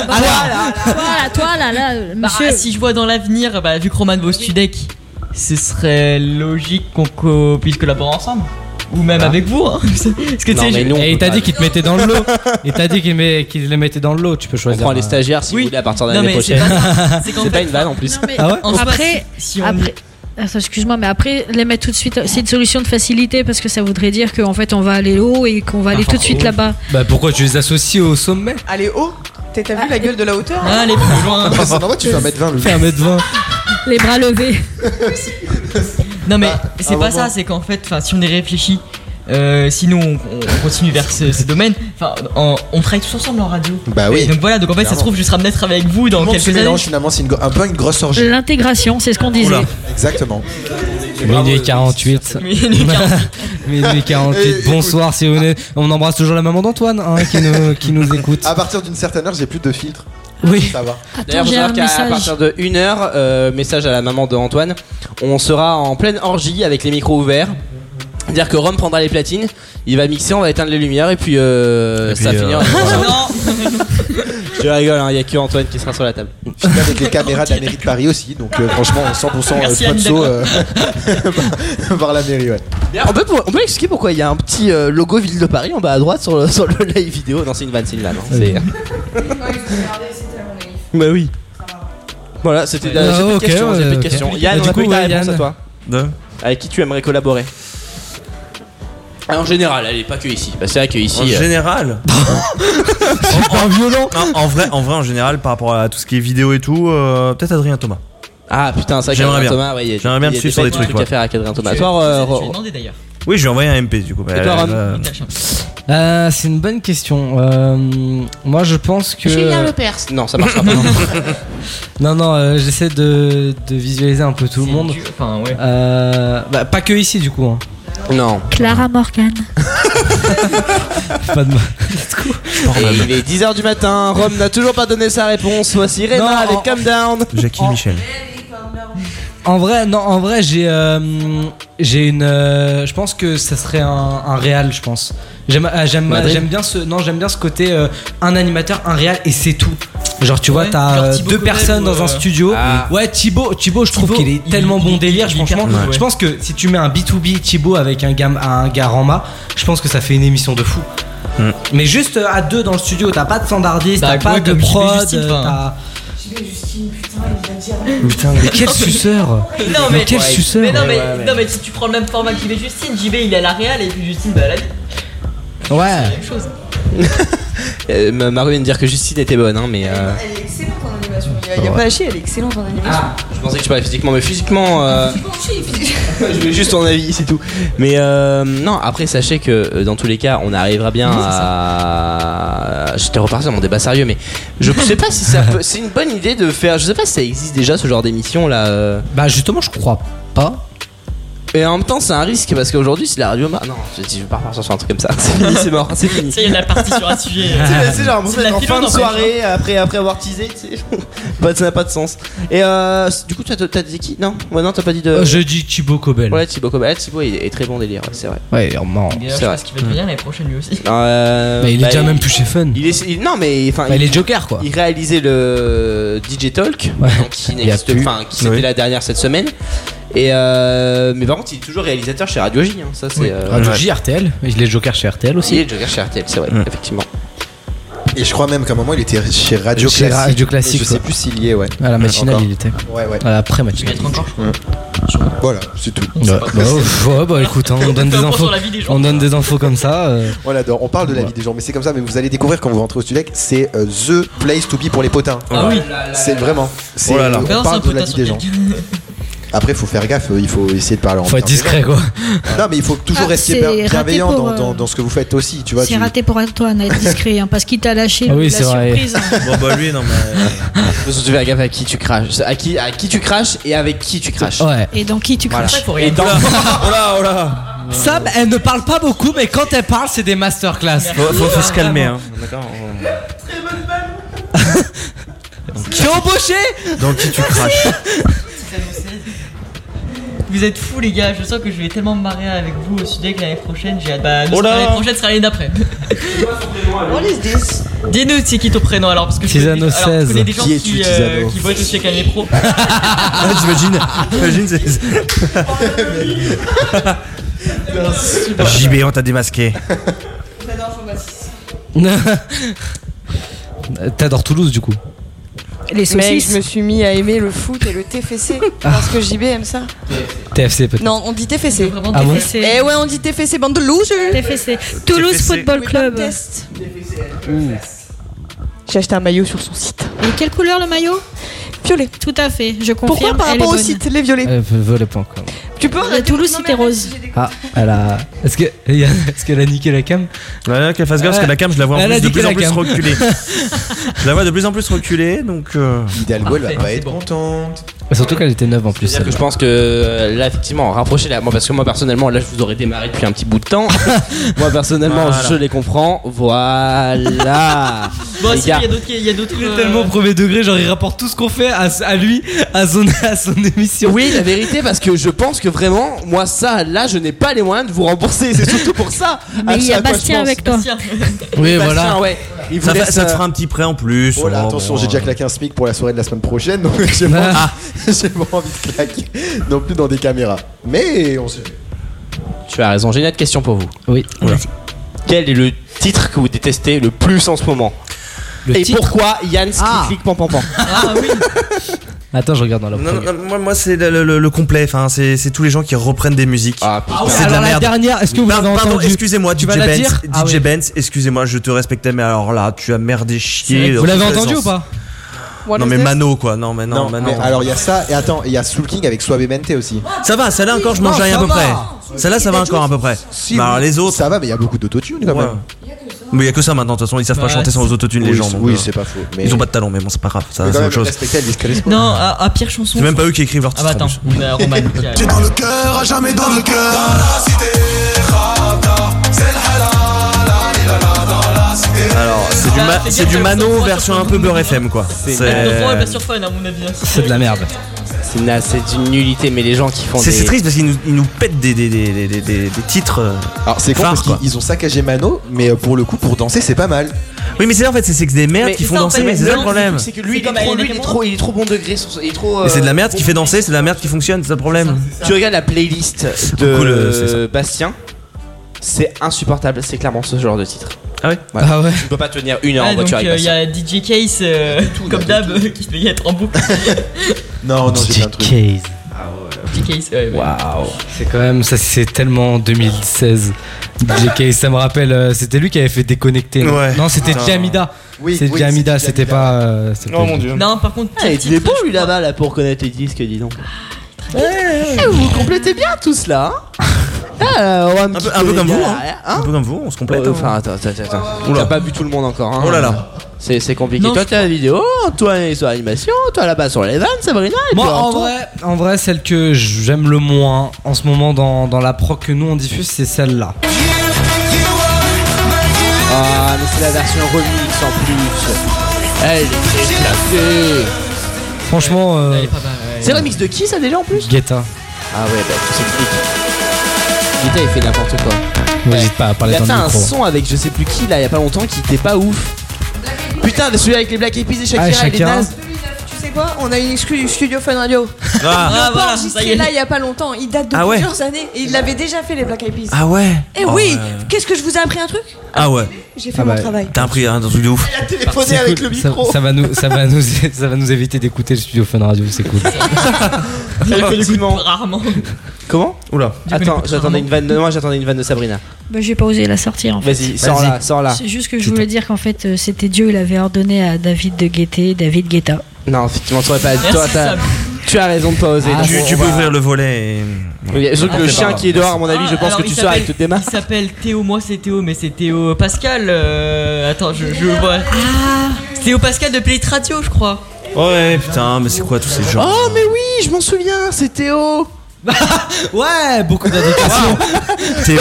Speaker 5: là, toi là, là, euh,
Speaker 2: Bah,
Speaker 5: monsieur.
Speaker 2: si je vois dans l'avenir, bah, vu que Roman va au Studec, ce serait logique qu'on co- puisse collaborer ensemble. Ou même
Speaker 17: Ah.
Speaker 1: Voilà.
Speaker 2: avec vous. Hein. Parce que tu sais, je-
Speaker 1: Et il t'a Eh, dit qu'il te mettait dans le lot. Il t'a dit qu'il met- qu'il les mettait dans le lot. Tu peux choisir. hein.
Speaker 8: prend les stagiaires si vous voulez à partir de
Speaker 1: Non,
Speaker 8: l'année
Speaker 1: mais c'est
Speaker 8: prochaine.
Speaker 1: pas ça.
Speaker 8: C'est pas, une vanne en plus.
Speaker 1: Ah ouais
Speaker 5: après, après- Attends, excuse-moi, mais après, les mettre tout de suite, c'est une solution de facilité parce que ça voudrait dire qu'en fait, on va aller haut et qu'on va aller tout de suite là-bas.
Speaker 1: Bah pourquoi tu les associes au sommet
Speaker 14: Allez haut T'as t'as vu la gueule de la hauteur hein
Speaker 2: Allez, plus loin.
Speaker 17: normal, tu fais 1m20 le
Speaker 1: Fais 1m20.
Speaker 5: Les bras levés.
Speaker 2: Non mais c'est
Speaker 5: un moment.
Speaker 2: pas ça, c'est qu'en fait, enfin, si on y réfléchit, euh, si nous on, on continue vers ce, ce domaine, enfin, en- on travaille tous ensemble en radio.
Speaker 17: Bah oui.
Speaker 2: Et donc voilà, donc en fait, ça se
Speaker 17: Clairement.
Speaker 2: trouve, je serai amené à travailler avec vous
Speaker 17: Tout
Speaker 2: dans
Speaker 17: le monde se
Speaker 2: quelques années.
Speaker 17: mélange finalement, c'est une gro- un peu une grosse orgie.
Speaker 5: L'intégration, c'est ce qu'on disait.
Speaker 17: Exactement.
Speaker 1: Minuit 48.
Speaker 2: Minuit 48.
Speaker 1: Minuit 48. Bonsoir, si vous venez- On embrasse toujours la maman d'Antoine hein, qui, nous, qui nous écoute.
Speaker 17: À partir d'une certaine heure, j'ai plus de filtre.
Speaker 1: Oui.
Speaker 17: Ça va.
Speaker 8: D'ailleurs, faut
Speaker 1: j'ai
Speaker 8: savoir
Speaker 1: un
Speaker 8: qu'à à
Speaker 1: message.
Speaker 8: partir de 1h, message à la maman de Antoine, on sera en pleine orgie avec les micros ouverts. C'est-à-dire que Rome prendra les platines, il va mixer, on va éteindre les lumières et puis, euh, ça
Speaker 11: puis,
Speaker 8: finira.
Speaker 11: euh,
Speaker 8: Je rigole, il n'y a que Antoine qui sera sur la table.
Speaker 17: Je suis avec les caméras de la mairie de Paris aussi, donc euh, franchement, 100% euh,
Speaker 8: Merci, Anne,
Speaker 17: sponsor euh, par la mairie, ouais.
Speaker 8: On peut, on peut expliquer pourquoi il y a un petit euh, logo Ville de Paris en bas à droite sur le, sur le live vidéo. Non, c'est une vanne, c'est une vanne. hein. C'est- bah oui. Voilà, c'était la
Speaker 11: Ah,
Speaker 8: j'ai plus de
Speaker 11: ok,
Speaker 8: questions, j'ai
Speaker 11: ouais,
Speaker 8: plus de
Speaker 11: ok.
Speaker 8: questions.
Speaker 11: Et
Speaker 8: Yann,
Speaker 11: du
Speaker 8: on a
Speaker 11: coup,
Speaker 8: plus que ta
Speaker 11: ouais,
Speaker 8: réponse
Speaker 11: Yann.
Speaker 8: à toi. Avec qui tu aimerais collaborer Ah, En général, allez, pas que ici. Bah, c'est vrai que ici.
Speaker 7: En
Speaker 8: euh,
Speaker 7: général
Speaker 1: en, violent
Speaker 7: en, en vrai, en vrai, en général, par rapport à tout ce qui est vidéo et tout, euh, peut-être Adrien Thomas.
Speaker 8: Ah putain, ça,
Speaker 7: J'aimerais
Speaker 8: Adrien
Speaker 7: bien.
Speaker 8: Thomas, ouais, il y a-
Speaker 7: J'aimerais bien
Speaker 8: il y
Speaker 7: me
Speaker 8: a des
Speaker 7: suivre sur des
Speaker 8: bêtes de
Speaker 7: trucs.
Speaker 8: trucs à
Speaker 7: ouais.
Speaker 8: faire avec Adrien Thomas.
Speaker 2: Tu-
Speaker 8: Toi, euh,
Speaker 2: tu- tu
Speaker 8: Ro-
Speaker 2: as demandé d'ailleurs.
Speaker 7: Oui, je lui ai envoyé un MP du coup. euh,
Speaker 8: Et toi, Ram
Speaker 1: hein. Euh, c'est une bonne question. Euh, moi, je pense que.
Speaker 8: Julien Lepers. Non, ça marchera pas.
Speaker 1: non, non, euh, j'essaie de, de visualiser un peu tout le monde. Euh, bah, pas que ici, du coup. hein.
Speaker 8: Non.
Speaker 5: Clara Morgan.
Speaker 1: Pas de mal.
Speaker 8: Et il est 10h du matin, Rome n'a toujours pas donné sa réponse. Voici Rena
Speaker 1: Non,
Speaker 8: avec
Speaker 1: en-
Speaker 8: Calm Down.
Speaker 7: Jackie Michel.
Speaker 1: En vrai, non, en vrai, j'ai, euh, j'ai une, euh, je pense que ça serait un, un réal, je pense. J'aime, ah, j'aime,
Speaker 8: Madrid.
Speaker 1: j'aime bien ce, non, j'aime bien ce côté euh, un animateur, un réal et c'est tout. Genre, tu vois,
Speaker 8: Ouais,
Speaker 1: t'as
Speaker 8: genre
Speaker 1: euh,
Speaker 8: Thibaut
Speaker 1: deux
Speaker 8: Courel
Speaker 1: personnes
Speaker 8: ou,
Speaker 1: dans
Speaker 8: euh,
Speaker 1: un studio.
Speaker 8: Ah.
Speaker 1: Ouais, Thibaut, Thibaut, je trouve
Speaker 8: Thibaut,
Speaker 1: qu'il est
Speaker 8: il-
Speaker 1: tellement bon
Speaker 8: il-
Speaker 1: délire,
Speaker 8: il est
Speaker 1: franchement.
Speaker 8: hyper cool,
Speaker 1: Je
Speaker 8: ouais.
Speaker 1: pense que si tu mets un B2B Thibaut avec un gars, un gars Rama, je pense que ça fait une émission de fou. Mais juste euh, à deux dans le studio, t'as pas de standardiste,
Speaker 2: Bah,
Speaker 1: t'as pas
Speaker 2: ouais,
Speaker 1: de
Speaker 2: comme JB
Speaker 1: prod,
Speaker 2: Justine,
Speaker 1: euh,
Speaker 2: enfin.
Speaker 1: t'as- Putain, mais quel suceur
Speaker 2: Non mais,
Speaker 1: quel
Speaker 2: Ouais.
Speaker 1: suceur
Speaker 2: Mais non mais, non, mais si tu prends le même format qu'IB Justine, JB il est à la Real et puis Justine bah à la vie.
Speaker 1: Ouais.
Speaker 2: Même chose.
Speaker 8: Euh, Ma- Margot vient de dire que Justine était bonne, hein, mais. euh,
Speaker 14: Elle est excellente en animation, il y a, il y a pas à chier, elle est excellente en animation.
Speaker 8: Je pensais que tu parlais physiquement, mais physiquement. euh, je voulais juste ton avis, c'est tout. Mais euh, non, après, sachez que euh, dans tous les cas, on arrivera bien à. J'étais reparti dans mon débat sérieux, mais je sais pas si ça peut. C'est une bonne idée de faire. Je sais pas si ça existe déjà ce genre d'émission là.
Speaker 1: Bah, justement, je crois pas.
Speaker 8: euh. Et en même temps, c'est un risque parce qu'aujourd'hui, si la radio. mar- Non, je dis, je vais pas repartir sur un truc comme ça. C'est fini, c'est mort, c'est fini.
Speaker 2: Tu sais, il y en a parti sur un sujet. euh,
Speaker 8: C'est bien, c'est genre, vous
Speaker 2: C'est de la
Speaker 8: êtes en
Speaker 2: philo,
Speaker 8: fin de
Speaker 2: n'empêche,
Speaker 8: soirée, après, après avoir teasé, tu sais. Bah, ça n'a pas de sens. Et euh, du coup, t'as, t'as dit qui Non Ouais, non, t'as pas dit de.
Speaker 1: Euh, je dis Thibaut Cobel.
Speaker 8: Ouais, Thibaut Cobel. Ah, Thibaut il est très bon délire, ouais, c'est vrai.
Speaker 1: Ouais, il est mort.
Speaker 8: C'est
Speaker 2: Et là, je
Speaker 8: vrai.
Speaker 2: pense qu'il va devenir l'année prochaine lui aussi.
Speaker 8: Euh,
Speaker 1: Bah, il est
Speaker 8: bah,
Speaker 1: déjà même plus chez Fun.
Speaker 8: Il est, il- non mais enfin,
Speaker 1: Bah, il est Joker, quoi.
Speaker 8: Il réalisait le DJ Talk donc, qui
Speaker 1: Il y a
Speaker 8: n'existe
Speaker 1: plus.
Speaker 8: enfin qui c'était
Speaker 1: Oui.
Speaker 8: la dernière cette semaine. Et euh, mais par contre, il est toujours réalisateur chez Radio J. hein, ça c'est. euh,
Speaker 1: Radio
Speaker 8: ouais.
Speaker 1: J, RTL. Et Il est Joker chez RTL aussi. Mm.
Speaker 8: Il est Joker chez RTL, c'est vrai, effectivement.
Speaker 17: Et je crois même qu'à un moment il était chez Radio
Speaker 1: Chez
Speaker 17: Classique.
Speaker 1: Radio Classique,
Speaker 17: Je sais
Speaker 1: ouais.
Speaker 17: plus s'il y est, ouais.
Speaker 1: À Ah, la matinale,
Speaker 17: Encore.
Speaker 1: il était. Ah,
Speaker 17: Ouais, ouais.
Speaker 1: À la pré-matinale.
Speaker 17: Ouais. Voilà, c'est tout.
Speaker 1: Ouais, bah, ouais, bah, écoute, hein, on donne des infos. On donne des infos comme ça. euh.
Speaker 17: On l'adore, on parle de la vie des gens, mais c'est comme ça, mais vous allez découvrir quand vous rentrez au Studec, c'est euh, The Place to Be pour les potins.
Speaker 2: Ah oui.
Speaker 17: C'est vraiment. C'est,
Speaker 2: Oh là là.
Speaker 17: On
Speaker 2: Balance un
Speaker 17: parle de
Speaker 2: potin
Speaker 17: la vie
Speaker 2: sur
Speaker 17: des gens. Après, faut faire gaffe, il faut essayer de parler en
Speaker 1: Faut être
Speaker 17: termes
Speaker 1: discret,
Speaker 17: élégants.
Speaker 1: quoi.
Speaker 17: Non, mais il faut toujours
Speaker 5: Ah,
Speaker 17: rester
Speaker 5: c'est
Speaker 17: bien-
Speaker 5: raté
Speaker 17: bienveillant
Speaker 5: pour,
Speaker 17: dans,
Speaker 5: euh,
Speaker 17: dans- dans ce que vous faites aussi, tu vois.
Speaker 5: C'est
Speaker 17: tu-
Speaker 5: raté pour Antoine, à être discret, hein, parce qu'il t'a lâché
Speaker 1: Ah
Speaker 5: le-
Speaker 1: oui,
Speaker 5: la
Speaker 1: c'est vrai.
Speaker 5: surprise. hein.
Speaker 7: Bon bah lui non mais.
Speaker 8: Faut tu faire gaffe à qui tu craches, à qui à qui tu craches et avec qui tu craches.
Speaker 1: Ouais.
Speaker 5: Et dans qui tu
Speaker 8: Voilà.
Speaker 5: craches
Speaker 8: Et dans-
Speaker 1: Oh là, oh là. Sam, elle ne parle pas beaucoup, mais quand elle parle, c'est des masterclass.
Speaker 7: ah, Faut, faut- faut se calmer
Speaker 8: Ah,
Speaker 7: hein. D'accord.
Speaker 1: Qui est embauché
Speaker 7: Dans qui tu craches
Speaker 2: Vous êtes fous les gars, je sens que je vais tellement me marrer avec vous au Sudec l'année prochaine. J'ai hâte. Bah, non,
Speaker 8: Oh
Speaker 2: c'est
Speaker 8: là
Speaker 2: pas l'année prochaine ce sera l'année d'après.
Speaker 14: What is this
Speaker 2: Dis-nous c'est qui ton prénom alors parce que je
Speaker 1: Tisano
Speaker 2: connais, alors, je connais des gens
Speaker 1: Qui
Speaker 2: qui,
Speaker 1: es-tu,
Speaker 2: euh,
Speaker 1: Tisano
Speaker 2: qui voient au Sudec l'année pro.
Speaker 7: Ah, J'imagine. J'imagine c'est. JB on t'a démasqué.
Speaker 1: T'adores Toulouse, du coup.
Speaker 14: Les
Speaker 1: saucisses.
Speaker 14: je me suis mis à aimer le foot et le TFC parce que JB aime ça.
Speaker 1: TFC, peut-être.
Speaker 14: Non, on dit TFC.
Speaker 1: Ah bon TFC.
Speaker 14: Eh ouais, on dit TFC, bande de losers.
Speaker 5: TFC. Toulouse TFC. Football Club.
Speaker 14: J'ai acheté un maillot sur son site.
Speaker 5: Et quelle couleur le maillot
Speaker 14: Violet.
Speaker 5: Tout à fait, je confirme.
Speaker 14: Pourquoi par
Speaker 5: elle
Speaker 14: rapport
Speaker 5: est
Speaker 14: au
Speaker 5: bonne.
Speaker 14: site Les violets.
Speaker 1: Elle veut- veut le Euh, point, quoi.
Speaker 14: Tu peux
Speaker 5: Le Toulouse, c'était rose.
Speaker 1: Ah, elle a. Est-ce que- est-ce qu'elle a niqué la cam
Speaker 7: Ouais, qu'elle fasse gaffe parce que la cam je la vois en
Speaker 1: Elle a
Speaker 7: plus de
Speaker 1: niqué
Speaker 7: plus en
Speaker 1: la
Speaker 7: plus
Speaker 1: cam.
Speaker 7: reculer. Je la vois de plus en plus reculer donc. euh,
Speaker 17: Hidalgo, elle va pas être contente.
Speaker 1: Surtout qu'elle était neuve en plus.
Speaker 8: C'est-à-dire que je pense que là, effectivement, rapprochez la. Moi, parce que moi, personnellement, là, je vous aurais démarré depuis un petit bout de temps. moi, personnellement,
Speaker 2: Voilà.
Speaker 8: je les comprends. Voilà.
Speaker 2: Bon,
Speaker 8: Les
Speaker 2: si, il
Speaker 8: gars.
Speaker 2: y a d'autres. Il y a d'autres. euh,
Speaker 1: Il est tellement au premier degré, genre il rapporte tout ce qu'on fait à, à lui, à son, à son émission.
Speaker 8: Oui, la vérité, parce que je pense que vraiment, moi, ça, là, je n'ai pas les moyens de vous rembourser. C'est surtout pour ça.
Speaker 6: Ah,
Speaker 5: Mais
Speaker 8: à-
Speaker 5: il y a
Speaker 8: à quoi je
Speaker 5: Bastien
Speaker 8: pense.
Speaker 5: avec toi.
Speaker 8: Oui, Bastien, voilà. ouais. Il vous
Speaker 7: Ça,
Speaker 8: laisse,
Speaker 7: fa- ça te
Speaker 8: euh,
Speaker 7: fera un petit prêt en plus.
Speaker 17: Voilà,
Speaker 7: Oh,
Speaker 17: attention,
Speaker 7: bon,
Speaker 17: j'ai déjà
Speaker 7: euh,
Speaker 17: claqué un SMIC pour la soirée de la semaine prochaine, donc j'ai pas,
Speaker 7: Ah.
Speaker 17: j'ai pas envie de claquer non plus dans des caméras. Mais on se
Speaker 8: Tu as raison. J'ai une autre question pour vous.
Speaker 1: Oui.
Speaker 8: Quel est le titre que vous détestez le plus en ce moment
Speaker 1: Le
Speaker 8: Et
Speaker 1: titre
Speaker 8: pourquoi Yann
Speaker 1: Ah.
Speaker 8: Scriclic Pan Pan Pan
Speaker 1: Attends, je regarde dans la
Speaker 7: Non, non, non, moi, moi, c'est le, le- le complet, enfin, c'est c'est tous les gens qui reprennent des musiques. c'est de la
Speaker 1: Oh, Alors, la
Speaker 7: merde.
Speaker 1: dernière, est-ce que vous
Speaker 7: Par-
Speaker 1: l'avez
Speaker 7: Pardon,
Speaker 1: entendu
Speaker 7: excusez-moi,
Speaker 1: Ah, Tu
Speaker 7: DJ
Speaker 1: vas la
Speaker 7: Benz,
Speaker 1: dire Ah
Speaker 7: DJ
Speaker 1: oui.
Speaker 7: Benz, excusez-moi, je te respectais, mais alors là, tu as merdé
Speaker 1: C'est
Speaker 7: chier.
Speaker 1: vrai.
Speaker 7: dans
Speaker 1: Vous l'avez
Speaker 7: tous les
Speaker 1: entendu
Speaker 7: sens.
Speaker 1: ou pas
Speaker 7: Non, mais Mano, quoi, non, mais non,
Speaker 17: Non,
Speaker 7: Mano.
Speaker 17: mais alors il y a ça, et attends, il y a Soul King avec Suavemente aussi.
Speaker 7: Ça va, celle-là encore, je mange
Speaker 17: Non,
Speaker 7: rien à
Speaker 17: ça
Speaker 7: peu
Speaker 17: va.
Speaker 7: près. Celle-là, ça va encore à peu près. Mais alors les autres.
Speaker 17: Ça va, mais il y a beaucoup d'autotune quand même.
Speaker 7: Mais il y a que ça maintenant, de toute façon, ils savent pas
Speaker 17: Bah,
Speaker 7: chanter sans
Speaker 17: c'est-
Speaker 7: autotune, les
Speaker 17: Oui,
Speaker 7: gens.
Speaker 17: c'est-
Speaker 7: donc,
Speaker 17: oui,
Speaker 7: euh,
Speaker 17: c'est pas faux, mais-
Speaker 7: Ils ont pas de talent, mais bon, c'est pas grave, ça,
Speaker 17: Mais quand
Speaker 7: c'est
Speaker 17: même,
Speaker 7: autre chose.
Speaker 17: respectez Elvis Crespo.
Speaker 2: Non, à, à pire chanson.
Speaker 7: C'est même pas eux qui écrivent leur titre.
Speaker 2: Ah bah attends, on
Speaker 1: euh,
Speaker 2: a Roman. qui arrive.
Speaker 6: dans le cœur, à jamais dans le cœur. Dans la cité, Rata, c'est le halal, la la la, dans la cité.
Speaker 7: Alors, c'est
Speaker 1: Ah,
Speaker 7: du, ma- c'est du Mano version un peu Beurre FM, quoi.
Speaker 6: Eh,
Speaker 2: Le roi est
Speaker 7: Ah, C'est.
Speaker 2: pas sur fun à mon avis. hein.
Speaker 1: de la merde.
Speaker 8: C'est na- c'est d'une nullité, mais les gens qui font
Speaker 7: C'est
Speaker 8: des.
Speaker 7: c'est triste parce qu'ils nous, ils nous pètent des, des, des, des, des- des- des titres. euh,
Speaker 17: Alors c'est con
Speaker 7: phares,
Speaker 17: parce
Speaker 7: quoi.
Speaker 17: qu'ils ils ont saccagé Mano, mais euh, pour le coup, pour danser, c'est pas mal.
Speaker 7: Oui, mais c'est en fait, c'est- c'est que des merdes qui font danser, mais c'est ça le problème.
Speaker 8: C'est que lui, il est, trop, lui, il est trop, il est trop bon degré. sur- Il est trop.
Speaker 7: Et c'est
Speaker 8: euh,
Speaker 7: de la merde qui fait danser, c'est de la merde qui fonctionne, c'est ça le problème.
Speaker 8: Tu regardes la playlist de
Speaker 7: Beaucoup, le- c'est ça.
Speaker 8: Bastien, c'est insupportable, c'est clairement ce genre de titre.
Speaker 7: Ah ouais,
Speaker 1: Ah ouais euh,
Speaker 8: Tu peux pas tenir une heure
Speaker 2: Ah,
Speaker 8: en
Speaker 2: donc
Speaker 8: voiture
Speaker 2: il
Speaker 8: avec
Speaker 2: y
Speaker 8: Bastien.
Speaker 2: a DJ Case, euh, comme d'hab, euh, qui se fait y être en boucle.
Speaker 17: Non, non, j'ai un truc.
Speaker 2: DJ Case, ouais, ouais.
Speaker 1: Waouh. C'est quand même, ça c'est tellement 2016. JK, ça me rappelle, euh, c'était lui qui avait fait déconnecter. non
Speaker 7: Ouais.
Speaker 1: Non, c'était
Speaker 7: Putain.
Speaker 1: Jamida.
Speaker 17: Oui,
Speaker 1: c'est
Speaker 17: oui,
Speaker 1: Jamida,
Speaker 17: c'était
Speaker 1: c'était
Speaker 17: Jamida.
Speaker 1: pas. euh, c'était pas-
Speaker 2: Non, par contre,
Speaker 8: Oh, Ah, il est bon lui là-bas là pour connaître les disques, dis donc. Eh, vous complétez bien tout cela. hein Ah, on va me
Speaker 7: Un peu,
Speaker 8: quitter,
Speaker 7: un peu
Speaker 8: les
Speaker 7: comme
Speaker 8: gars,
Speaker 7: vous,
Speaker 8: là, hein
Speaker 7: hein. Un peu comme vous, on se complète.
Speaker 8: Euh,
Speaker 7: hein.
Speaker 8: Enfin, attends, attends, attends. T'as pas bu tout le monde encore. Hein.
Speaker 7: Oh là là.
Speaker 8: C'est c'est compliqué.
Speaker 6: Non,
Speaker 8: toi,
Speaker 6: je
Speaker 8: t'as la vidéo, toi, sur l'animation, toi là-bas sur les vannes, Sabrina. et
Speaker 1: Moi,
Speaker 8: puis
Speaker 1: en
Speaker 8: Antoine.
Speaker 1: vrai, en vrai, celle que j'aime le moins en ce moment dans, dans la proc que nous on diffuse, c'est celle-là.
Speaker 8: Ah, mais c'est la version remix en plus. Elle est déplacée.
Speaker 1: Franchement, euh,
Speaker 8: C'est le remix de qui ça déjà en plus
Speaker 1: Guetta.
Speaker 8: Ah ouais, bah tout s'explique. Guetta, il fait n'importe quoi.
Speaker 1: N'hésite pas à
Speaker 8: Il
Speaker 1: parler
Speaker 8: a fait
Speaker 1: dans le
Speaker 8: un
Speaker 1: micro.
Speaker 8: son avec je sais plus qui là, il y a pas longtemps, qui était pas ouf. Putain, celui avec les Black Eyed Peas et Shakira,
Speaker 1: Ah,
Speaker 8: il est
Speaker 1: Shakira.
Speaker 8: naze.
Speaker 14: Tu sais quoi On a une exclue du studio Fun Radio.
Speaker 8: Ah.
Speaker 14: On
Speaker 8: Ah,
Speaker 14: l'a
Speaker 8: voilà, ça y
Speaker 14: enregistré
Speaker 8: est.
Speaker 14: là il y a pas longtemps. Il date de
Speaker 7: Ah ouais.
Speaker 14: plusieurs années et il l'avait déjà fait les Black Eyed Peas.
Speaker 7: Ah ouais
Speaker 14: Eh
Speaker 7: Ah
Speaker 14: oui
Speaker 7: ouais.
Speaker 14: Qu'est-ce que je vous ai appris un truc
Speaker 7: Ah ouais.
Speaker 14: J'ai fait mon travail.
Speaker 7: T'as appris hein, un truc de ouf.
Speaker 14: Elle a
Speaker 1: bah, Ah, C'est cool, ça- Ça, va nous, ça va nous, ça va nous éviter d'écouter le studio Fun Radio, c'est cool.
Speaker 2: Rarement.
Speaker 8: Comment Oula. Attends, j'attendais une vanne. de- Moi, j'attendais une vanne de Sabrina.
Speaker 5: Bah, j'ai pas osé la sortir en fait.
Speaker 8: Vas-y, sors-la, sors-la.
Speaker 5: C'est juste que je voulais dire qu'en fait, euh, c'était Dieu, il avait ordonné à David de guetter David Guetta.
Speaker 8: Non, effectivement, tu aurais pas. Toi, t'as-
Speaker 5: Sam.
Speaker 8: tu as raison de pas oser.
Speaker 7: Ah,
Speaker 8: donc
Speaker 7: tu-
Speaker 8: on
Speaker 7: tu
Speaker 8: va-
Speaker 7: peux ouvrir le volet.
Speaker 8: Il y a- surtout que le
Speaker 7: Ah, c'est
Speaker 8: chien
Speaker 7: pas
Speaker 8: qui est
Speaker 7: grave.
Speaker 8: dehors, à mon avis, je pense
Speaker 2: Alors,
Speaker 8: que
Speaker 2: il
Speaker 8: tu sors avec
Speaker 2: s'appelle-
Speaker 8: te démarre.
Speaker 2: Il s'appelle Théo, moi c'est Théo, mais c'est Théo Pascal. euh, attends, je, je vois. Ah Théo Pascal de Play Radio, je crois.
Speaker 7: Ouais, putain, mais c'est quoi tous ces gens
Speaker 8: Oh, mais oui, je m'en souviens, c'est Théo.
Speaker 1: ouais, beaucoup d'indications.
Speaker 7: Théo.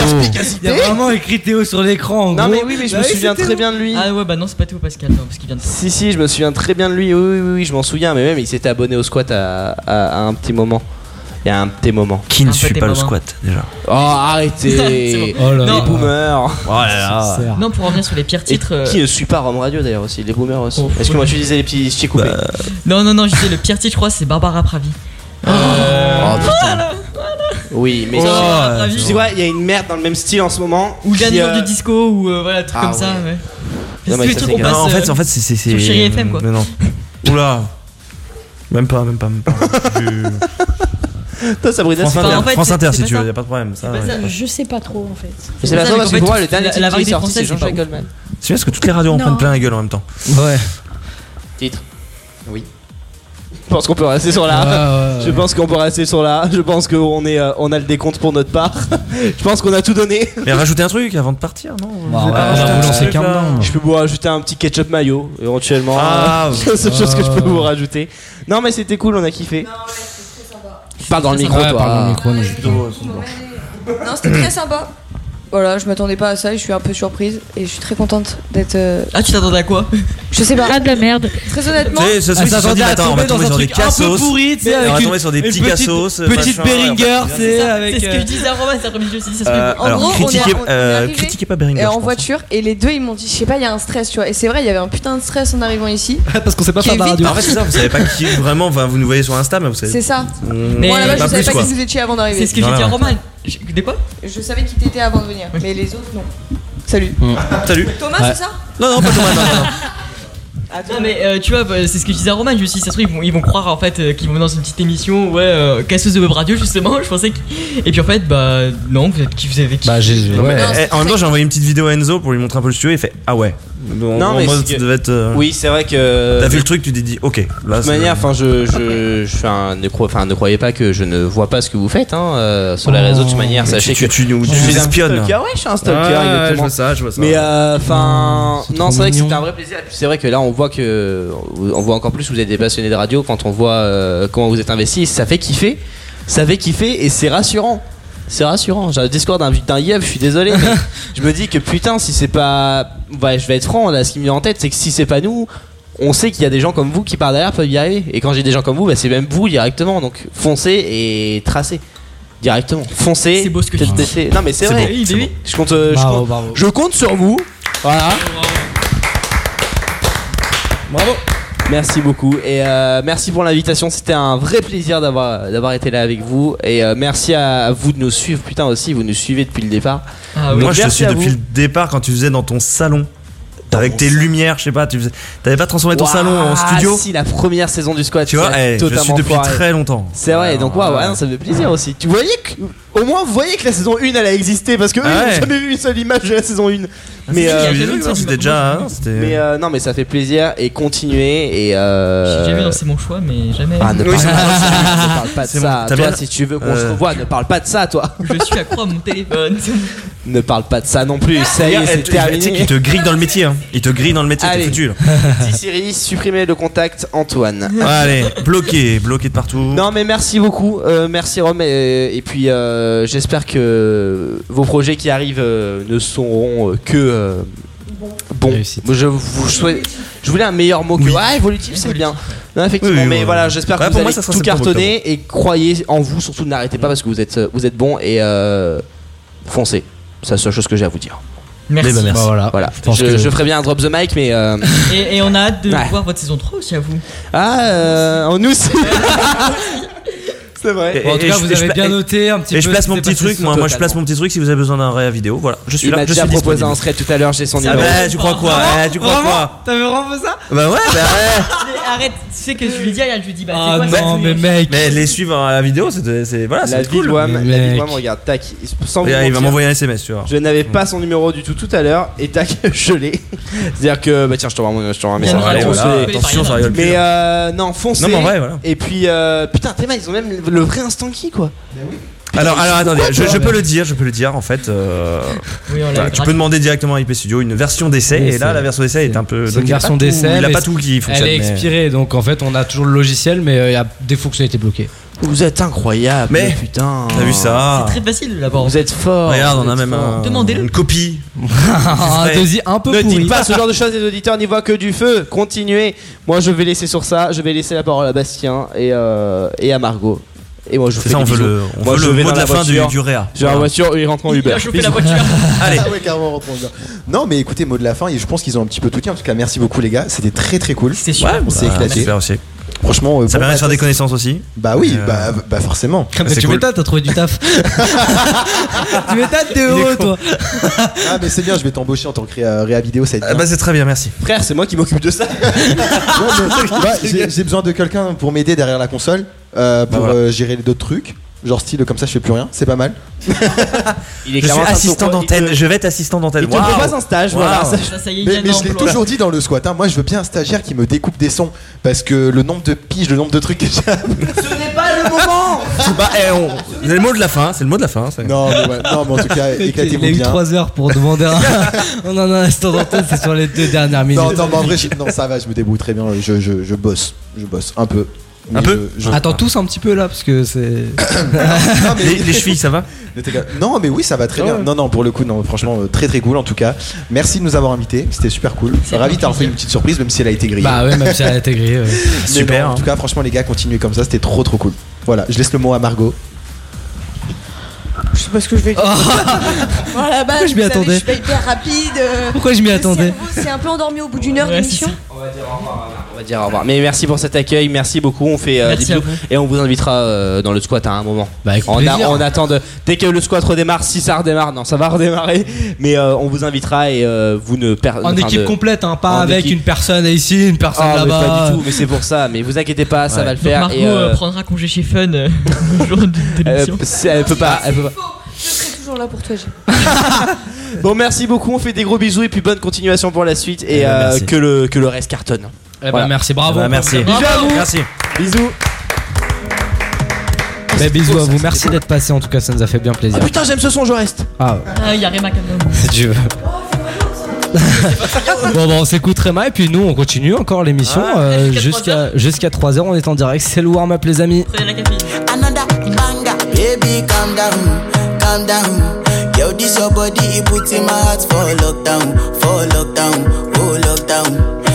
Speaker 1: Il y a vraiment écrit Théo sur l'écran. en
Speaker 8: Non,
Speaker 1: gros.
Speaker 8: mais oui, mais je me
Speaker 1: Bah
Speaker 8: souviens
Speaker 1: c'était
Speaker 8: très
Speaker 1: Théo.
Speaker 8: bien de lui.
Speaker 2: Ah ouais, bah non, c'est pas Théo Pascal, non, parce qu'il vient de.
Speaker 8: Si, si, je me souviens très bien de lui. Oui, oui, oui, oui, je m'en souviens. Mais même, il s'était abonné au squat à, à- à un petit moment. Il y a un petit moment.
Speaker 7: Qui ne Un suit petit pas le moment. squat, déjà
Speaker 8: Oh, arrêtez
Speaker 2: C'est bon. Oh là
Speaker 8: Les
Speaker 2: là.
Speaker 8: boomers Oh là là
Speaker 2: Non, pour revenir sur les pires
Speaker 8: Et
Speaker 2: titres. euh, Oh.
Speaker 8: Qui ne suit pas Rome Radio d'ailleurs aussi Les boomers aussi. Est-ce que moi, tu disais les petits chiens coupés
Speaker 7: Bah,
Speaker 2: Non, non, non, je disais le pire titre, je crois, c'est Barbara Pravi. Euh,
Speaker 8: Oh, putain. Oui, mais
Speaker 2: Oh,
Speaker 8: c'est-
Speaker 2: ouais.
Speaker 8: tu sais quoi, il y a une merde dans le même style en ce moment.
Speaker 2: Ou
Speaker 8: qui,
Speaker 2: gagnant
Speaker 8: euh,
Speaker 2: du disco, ou euh, voilà, truc
Speaker 8: Ah
Speaker 2: comme ça,
Speaker 8: ouais.
Speaker 2: ouais.
Speaker 8: Non,
Speaker 2: C'est
Speaker 8: mais
Speaker 2: tous les
Speaker 8: ça,
Speaker 2: trucs
Speaker 8: c'est
Speaker 2: qu'on
Speaker 8: grave.
Speaker 2: passe,
Speaker 7: Non, en
Speaker 2: euh,
Speaker 7: fait, en fait, c'est- c'est. c'est-
Speaker 2: sur Chéri FM, quoi.
Speaker 7: Mais non. Oula. Même pas, même pas, même pas.
Speaker 8: Toi, Sabrina,
Speaker 7: France
Speaker 8: c'est
Speaker 7: Inter,
Speaker 5: Bah,
Speaker 8: pas- en fait,
Speaker 7: France
Speaker 8: c'est-
Speaker 7: Inter
Speaker 8: c'est
Speaker 7: si
Speaker 8: pas
Speaker 7: tu
Speaker 8: ça.
Speaker 7: veux, y a pas de problème. Ça, ouais.
Speaker 5: Je sais pas trop en fait.
Speaker 8: Mais c'est pas
Speaker 5: C'est
Speaker 8: ça,
Speaker 5: pour
Speaker 8: parce
Speaker 5: ça qu'en
Speaker 8: que pour moi,
Speaker 5: fait,
Speaker 8: le dernier
Speaker 5: la-
Speaker 8: titre
Speaker 5: la
Speaker 8: qui est
Speaker 5: variété
Speaker 8: sorti, c'est
Speaker 5: française,
Speaker 8: Jean-Jacques
Speaker 5: c'est pas
Speaker 8: Goldman.
Speaker 7: C'est bien parce que toutes les radios en
Speaker 5: Non.
Speaker 7: prennent plein la gueule en même temps.
Speaker 1: Ouais.
Speaker 8: Titre Oui. Je pense qu'on peut rester sur
Speaker 1: Ouais,
Speaker 8: là.
Speaker 1: ouais, ouais.
Speaker 8: Je pense qu'on peut rester sur là. Je pense qu'on est, euh, on a le décompte pour notre part. Je pense qu'on a tout donné.
Speaker 7: Mais rajoutez un truc avant de partir, non
Speaker 1: Bah,
Speaker 7: Vous
Speaker 1: ouais,
Speaker 7: avez pas
Speaker 1: on va
Speaker 7: rajouté un
Speaker 1: vous
Speaker 7: petit
Speaker 1: lancer
Speaker 7: truc,
Speaker 1: qu'un
Speaker 7: là
Speaker 1: blanc.
Speaker 8: Je peux vous rajouter un petit ketchup mayo, éventuellement.
Speaker 7: Ah,
Speaker 8: c'est la seule
Speaker 7: ouais.
Speaker 8: chose que je peux vous rajouter. Non, mais c'était cool, on a kiffé. Parle dans le micro,
Speaker 1: Ouais,
Speaker 8: toi.
Speaker 1: parle dans le micro, mais je-
Speaker 14: Non, c'était très sympa. Voilà, je m'attendais pas à ça et je suis un peu surprise et je suis très contente d'être. euh,
Speaker 2: Ah, tu t'attendais à quoi
Speaker 14: Je sais pas.
Speaker 5: Ah de la merde.
Speaker 14: Très honnêtement.
Speaker 7: Tu sais, ce soir, ils se sont dit, attends, on va tomber sur des cassos. On va tomber sur des petits cassos. machin, ouais, on va faire
Speaker 2: c'est
Speaker 7: ça.
Speaker 2: avec. C'est ce que je disais à Romain cet après-midi aussi. ça se
Speaker 7: Euh,
Speaker 2: peut.
Speaker 7: alors,
Speaker 14: gros, on est-
Speaker 7: critiquez,
Speaker 14: on- on est
Speaker 7: euh,
Speaker 14: arrivé-
Speaker 7: critiquez pas Beringer.
Speaker 14: Et en voiture, et les deux ils m'ont dit, je sais pas, il y a un stress, tu vois. Et c'est vrai, il y avait un putain de stress en arrivant ici.
Speaker 1: Parce qu'on sait pas
Speaker 14: Kevin.
Speaker 1: faire de la radio.
Speaker 7: En fait, c'est ça, vous savez pas qui vraiment, enfin, vous nous voyez sur Insta, mais vous savez.
Speaker 14: C'est ça.
Speaker 7: On-
Speaker 14: Moi là-bas, je
Speaker 7: pas
Speaker 14: savais
Speaker 7: plus,
Speaker 14: pas
Speaker 7: quoi.
Speaker 14: qui vous étiez avant d'arriver.
Speaker 2: C'est ce que j'ai
Speaker 7: Voilà.
Speaker 2: dit à Romain. Je- De quoi
Speaker 14: Je savais qui t'étais avant de venir, mais les autres non. Salut.
Speaker 7: Salut.
Speaker 14: Thomas,
Speaker 2: Ouais.
Speaker 14: c'est ça
Speaker 7: Non, non, pas Thomas, non.
Speaker 2: Non mais euh, tu vois bah, c'est ce que je disais à Romain je me suis dit ça se trouve ils vont, ils vont croire en fait euh, qu'ils vont dans une petite émission ouais euh, casseuse de web radio justement je pensais que... et puis en fait bah non vous êtes qui vous avez qui
Speaker 1: Bah j'ai
Speaker 7: Non, mais, eh, en même temps, j'ai envoyé une petite vidéo à Enzo pour lui montrer un peu le studio. Il fait Ah ouais. Donc,
Speaker 8: Non,
Speaker 7: en
Speaker 8: mais
Speaker 7: mode,
Speaker 8: c'est que-
Speaker 7: ça devait être. euh,
Speaker 8: Oui, c'est vrai que.
Speaker 7: T'as vu le truc, tu t'es dit Ok. Là,
Speaker 8: De toute
Speaker 7: c'est-
Speaker 8: manière, enfin, je, je, je fais un- ne, crois- enfin, ne croyez pas que je ne vois pas ce que vous faites hein, euh, sur les réseaux. De toute manière,
Speaker 7: tu-
Speaker 8: sachez
Speaker 7: tu-
Speaker 8: que
Speaker 7: tu nous-
Speaker 8: je
Speaker 7: tu
Speaker 8: suis
Speaker 7: nous
Speaker 8: un
Speaker 7: espionnes.
Speaker 8: stalker. Ouais, je suis un stalker.
Speaker 7: Ouais, ouais,
Speaker 8: exactement.
Speaker 7: je vois ça, je vois ça.
Speaker 8: Mais euh, enfin, non, c'est vrai que
Speaker 7: mignon.
Speaker 8: c'était un vrai plaisir. Et puis, C'est vrai que là, on voit que, on voit encore plus. que Vous êtes des passionnés de radio quand on voit euh, comment vous êtes investis. Ça fait kiffer, ça fait kiffer, et c'est rassurant. C'est rassurant. J'ai un discours d'un d'un yeuf, je suis désolé. mais je me dis que putain, si c'est pas. Ouais, je vais être franc, là, ce qui me vient en tête, c'est que si c'est pas nous, on sait qu'il y a des gens comme vous qui par derrière peuvent y arriver. Et quand j'ai des gens comme vous, bah, c'est même vous directement. Donc foncez et tracez. Directement. Foncez. C'est beau ce que tu Non, mais c'est
Speaker 2: C'est
Speaker 8: vrai.
Speaker 2: beau, c'est beau.
Speaker 8: Je compte, euh, je
Speaker 1: Bravo,
Speaker 8: compte-
Speaker 1: bravo.
Speaker 8: je compte sur vous. Voilà. Bravo. Merci beaucoup et euh, merci pour l'invitation. C'était un vrai plaisir d'avoir d'avoir été là avec vous et euh, merci à vous de nous suivre. Putain aussi, vous nous suivez depuis le départ. Donc,
Speaker 7: Moi, je te
Speaker 8: merci
Speaker 7: suis
Speaker 8: à
Speaker 7: depuis
Speaker 8: vous.
Speaker 7: le départ quand tu faisais dans ton salon. Avec tes lumières, je sais pas, tu faisais- t'avais pas transformé ton
Speaker 8: Ouah,
Speaker 7: salon en studio.
Speaker 8: Si la première saison du squat,
Speaker 7: Tu vois,
Speaker 8: c'est
Speaker 7: eh, je
Speaker 8: totalement
Speaker 7: suis depuis
Speaker 8: foiré.
Speaker 7: très longtemps.
Speaker 8: C'est vrai,
Speaker 7: Ouais,
Speaker 8: donc waouh,
Speaker 7: ouais.
Speaker 8: ouais, non, ça me fait plaisir aussi. Tu voyais que, au moins, vous voyez que la saison 1 elle a existé parce que eux,
Speaker 7: Ah
Speaker 8: ils
Speaker 7: ouais.
Speaker 8: n'ont jamais vu une seule image de la saison 1. Mais
Speaker 7: euh, j'ai jamais vu, non, c'était déjà, hein, c'était-
Speaker 8: Mais euh, non, mais ça fait plaisir et continuez et. Euh...
Speaker 2: J'ai jamais lancé mon choix, mais jamais.
Speaker 8: Ah, ne parle pas de ça, ne parle pas de
Speaker 2: C'est
Speaker 8: ça.
Speaker 2: bon, t'as
Speaker 8: Toi,
Speaker 2: bien-
Speaker 8: si tu veux qu'on se
Speaker 2: Euh.
Speaker 8: revoie, ne parle pas de ça, toi.
Speaker 2: Je suis accro à mon téléphone.
Speaker 8: Ne parle pas de ça non plus. Ça y est, c'est terminé.
Speaker 7: Il te grille dans le métier. Hein. Il te grille dans le métier, t'es
Speaker 8: Allez.
Speaker 7: foutu. là.
Speaker 8: Dis Siri, supprimez le contact Antoine.
Speaker 7: Allez, bloqué, bloqué de partout.
Speaker 8: Non mais merci beaucoup, Euh, merci Rome et, et puis euh, j'espère que vos projets qui arrivent euh, ne seront euh, que euh, bons. Moi, Je vous souhaite, je voulais un meilleur mot que ah, évolutif, c'est bien. Non, effectivement,
Speaker 7: Oui, oui,
Speaker 8: mais
Speaker 7: ouais.
Speaker 8: voilà, j'espère
Speaker 7: Ouais,
Speaker 8: que vous
Speaker 7: pour moi,
Speaker 8: allez
Speaker 7: ça sera
Speaker 8: tout
Speaker 7: septembre, Mm.
Speaker 8: cartonner et croyez en vous, surtout n'arrêtez pas parce que vous êtes vous êtes bon et euh, foncez. C'est la seule chose que j'ai à vous dire.
Speaker 2: Merci. Eh ben, merci.
Speaker 8: Bah, voilà.
Speaker 2: Je pense
Speaker 8: Je,
Speaker 2: que-
Speaker 8: je ferai bien un drop the mic, mais euh,
Speaker 2: Et, et on a hâte de
Speaker 8: Ouais.
Speaker 2: voir votre saison 3 aussi à vous.
Speaker 8: ah euh, en nous. C'est vrai.
Speaker 7: Et- et je- et je pla- et- Et je place mon petit truc, moi, moi je place mon petit truc si vous avez besoin d'un réa vidéo. Voilà, je suis
Speaker 8: Il
Speaker 7: là.
Speaker 8: m'a
Speaker 7: Je
Speaker 8: déjà
Speaker 7: suis
Speaker 8: proposé
Speaker 7: disponible.
Speaker 8: un thread tout à l'heure, j'ai son
Speaker 7: Ah
Speaker 8: numéro.
Speaker 7: bah, tu crois quoi Eh, Tu crois quoi
Speaker 1: T'avais vraiment fait ça
Speaker 7: Bah ouais, bah ouais.
Speaker 2: Mais arrête, tu sais que je lui dis, je lui dis, bah
Speaker 7: Ah
Speaker 2: c'est quoi ça
Speaker 7: mais mec Mais les suivre à la vidéo, c'est c'est- voilà,
Speaker 8: La
Speaker 7: c'est cool.
Speaker 8: vidéo, la vidéo, regarde, tac. Sans vous
Speaker 7: Et là, il va
Speaker 8: mentir,
Speaker 7: m'envoyer un SMS, tu vois. Mm.
Speaker 8: Je n'avais pas son numéro du tout tout à l'heure et tac, je l'ai. C'est-à-dire que bah tiens, je t'envoie un- je t'envoie un
Speaker 7: Bien,
Speaker 8: message.
Speaker 7: allez,
Speaker 8: On
Speaker 7: voilà,
Speaker 8: se fait-
Speaker 7: attention, ça rigole plus,
Speaker 8: Mais
Speaker 7: là.
Speaker 8: euh, non, foncez.
Speaker 7: Non, mais en vrai, voilà.
Speaker 8: Et puis euh, putain, Théma, ils ont même le- le vrai instanky quoi.
Speaker 7: Alors, alors attendez, je, je
Speaker 8: Ouais.
Speaker 7: peux le dire, je peux le dire en fait. euh,
Speaker 8: Oui, on l'a eu
Speaker 7: voilà, tu peux
Speaker 8: gratuit.
Speaker 7: demander directement à IP Studio une version d'essai,
Speaker 1: Oui,
Speaker 7: et là
Speaker 1: c'est-
Speaker 7: la version d'essai est un peu.
Speaker 1: C'est
Speaker 7: donc
Speaker 1: une
Speaker 7: il a
Speaker 1: version
Speaker 7: pas tout-
Speaker 1: d'essai.
Speaker 7: Il a
Speaker 1: mais
Speaker 7: pas tout qui fonctionne.
Speaker 1: Elle est
Speaker 7: mais-
Speaker 1: expirée, donc en fait, on a toujours le logiciel, mais euh, il y a des fonctionnalités bloquées.
Speaker 8: Vous êtes incroyable.
Speaker 7: Mais-
Speaker 8: putain.
Speaker 7: T'as vu ça
Speaker 2: C'est très facile là-bas.
Speaker 8: Vous êtes fort.
Speaker 7: Regarde, on a même un-
Speaker 2: Demandez-le.
Speaker 7: une copie.
Speaker 8: Ah,
Speaker 7: C'est
Speaker 8: deuxi-
Speaker 1: un peu
Speaker 8: Ne
Speaker 1: pourri.
Speaker 8: dites pas ce genre de choses, les auditeurs n'y voient que du feu. Continuez. Moi, je vais laisser sur ça. Je vais laisser la parole à Bastien et, euh, et à Margot. Et moi, je vous
Speaker 7: C'est
Speaker 8: fais
Speaker 7: ça,
Speaker 8: des
Speaker 7: on veut
Speaker 8: bisous.
Speaker 7: le- on
Speaker 8: Moi,
Speaker 7: veut
Speaker 8: je
Speaker 7: le
Speaker 8: vais
Speaker 7: mot
Speaker 8: dans
Speaker 7: de la fin du-
Speaker 8: voiture.
Speaker 7: du réa.
Speaker 8: Je vais dans la
Speaker 7: Voilà.
Speaker 8: voiture et il rentre en Uber. Bisous.
Speaker 7: Allez.
Speaker 9: Ah ouais, carrément, rentrons dedans. Non, mais écoutez, mot de la fin, et je pense qu'ils ont un petit peu tout dit. En tout cas, merci beaucoup, les gars. C'était très très cool.
Speaker 2: C'est
Speaker 7: super.
Speaker 9: On s'est
Speaker 7: Bah,
Speaker 9: éclaté.
Speaker 7: super aussi.
Speaker 9: Franchement, euh,
Speaker 7: Ça
Speaker 9: bon
Speaker 7: permet de faire
Speaker 9: matos.
Speaker 7: des connaissances aussi.
Speaker 9: Bah oui,
Speaker 7: Euh,
Speaker 9: bah, bah forcément.
Speaker 8: Ah,
Speaker 7: Bah, c'est
Speaker 1: Ah, tu
Speaker 7: cool.
Speaker 1: m'étonnes, t'as trouvé du taf. tu m'étonnes, t'es heureux, toi.
Speaker 9: Ah, mais c'est bien, je vais t'embaucher en tant que réa, réa vidéo, ça va être
Speaker 7: Ah
Speaker 9: bien.
Speaker 7: bah c'est très bien, merci.
Speaker 8: Frère, c'est moi qui m'occupe de ça.
Speaker 9: Non, mais, bah, j'ai j'ai besoin de quelqu'un pour m'aider derrière la console, euh, pour
Speaker 7: Bah voilà.
Speaker 9: euh, gérer d'autres trucs. Genre style comme ça, je fais plus rien, c'est pas mal.
Speaker 8: Il est
Speaker 7: Je suis
Speaker 8: clairement en train de
Speaker 7: assistant
Speaker 8: te-
Speaker 7: d'antenne, je vais être assistant d'antenne.
Speaker 8: Il te
Speaker 7: Waouh.
Speaker 8: propose un stage,
Speaker 7: Waouh.
Speaker 8: voilà.
Speaker 2: Ça, ça y est, il y
Speaker 9: Mais,
Speaker 2: a
Speaker 9: mais
Speaker 2: un
Speaker 9: je l'ai
Speaker 2: emploi.
Speaker 9: toujours dit dans le squat, hein, moi je veux bien un stagiaire qui me découpe des sons parce que le nombre de piges, le nombre de trucs que j'ai.
Speaker 8: Ce n'est pas le moment.
Speaker 7: Bah, eh, on- C'est le mot de la fin, c'est le mot de la fin. ça.
Speaker 9: Non, mais, ouais, non, mais en tout cas, éclatez-vous
Speaker 1: Il a eu
Speaker 9: bien.
Speaker 1: 3 heures pour demander un. on en a un instant d'antenne, c'est sur les deux dernières minutes.
Speaker 9: Non, non, mais en vrai, je- non, ça va, je me débrouille très bien, je, je- je bosse, je bosse un peu. Mais je- je-
Speaker 1: Attends tous un petit peu là, parce que c'est.
Speaker 9: Non, mais-
Speaker 7: Les, les chevilles, ça va
Speaker 9: Ne t'égare- Non, mais oui, ça va très
Speaker 1: Ah Ouais.
Speaker 9: bien. Non, non, pour le coup, non, franchement, euh, très très cool en tout cas. Merci de nous avoir invités, c'était super cool. Ravi d'avoir fait une petite surprise, même si elle a été grillée.
Speaker 1: Bah ouais, même si elle a été hein. grillée. ouais.
Speaker 9: Mais non, en tout cas, franchement, les gars, continuez comme ça, c'était trop trop cool. Voilà, je laisse le mot à Margot.
Speaker 14: Je sais pas ce que je vais dire. voilà, bah,
Speaker 1: Pourquoi je
Speaker 14: vous
Speaker 1: m'y
Speaker 14: savez,
Speaker 1: attendais
Speaker 14: Je suis pas hyper rapide. euh,
Speaker 1: Pourquoi je m'y
Speaker 14: le
Speaker 1: attendais
Speaker 14: cerveau s'est un peu endormi au bout d'une heure
Speaker 2: Ouais,
Speaker 14: d'émission.
Speaker 8: On va dire au revoir. Mais merci pour cet accueil, merci beaucoup. On fait euh,
Speaker 2: Merci
Speaker 8: des
Speaker 2: à
Speaker 8: bisous et on vous invitera euh, dans le squat à un moment. on,
Speaker 1: Bah, plaisir.
Speaker 8: on attend de- dès que le squat redémarre, si ça redémarre, non, ça va redémarrer. Mais euh, on vous invitera et euh, vous ne perdez
Speaker 1: En équipe complète, hein, pas
Speaker 8: en
Speaker 1: avec
Speaker 8: équipe.
Speaker 1: une personne ici, une personne
Speaker 8: Ah, mais
Speaker 1: là-bas.
Speaker 8: pas du tout, mais c'est pour ça. Mais vous inquiétez pas, ça
Speaker 1: Ouais.
Speaker 8: va le
Speaker 1: Donc
Speaker 8: faire.
Speaker 2: Marco
Speaker 8: et, euh,
Speaker 2: euh, prendra congé chez Fun euh, le jour de, de
Speaker 8: elle,
Speaker 2: l'émission.
Speaker 8: c'est- elle peut pas. elle peut pas.
Speaker 14: Je serai toujours là pour toi, Gilles.
Speaker 8: Bon, merci beaucoup. On fait des gros bisous et puis bonne continuation pour la suite et
Speaker 1: ben,
Speaker 8: euh,
Speaker 1: merci.
Speaker 8: que le que le reste cartonne.
Speaker 1: Eh ben, merci, bravo.
Speaker 8: Eh ben,
Speaker 1: merci.
Speaker 8: Bisous à vous.
Speaker 7: Merci.
Speaker 8: Bisous.
Speaker 1: Mais Bah, bisous à vous, merci d'être passé en tout cas, ça nous a fait bien
Speaker 9: Ah,
Speaker 1: plaisir.
Speaker 8: Ah, Putain, j'aime ce son, je reste.
Speaker 1: Ah,
Speaker 2: Ah, il y a Rema quand même.
Speaker 1: si tu veux. bon, bon, on s'écoute Réma et puis nous on continue encore l'émission euh, jusqu'à jusqu'à 3h. On est en direct, c'est le warm-up, les amis.
Speaker 6: Another banger, baby, calm down, calm down. Yo, this your body, it puts in my heart for lockdown, for lockdown, oh lockdown.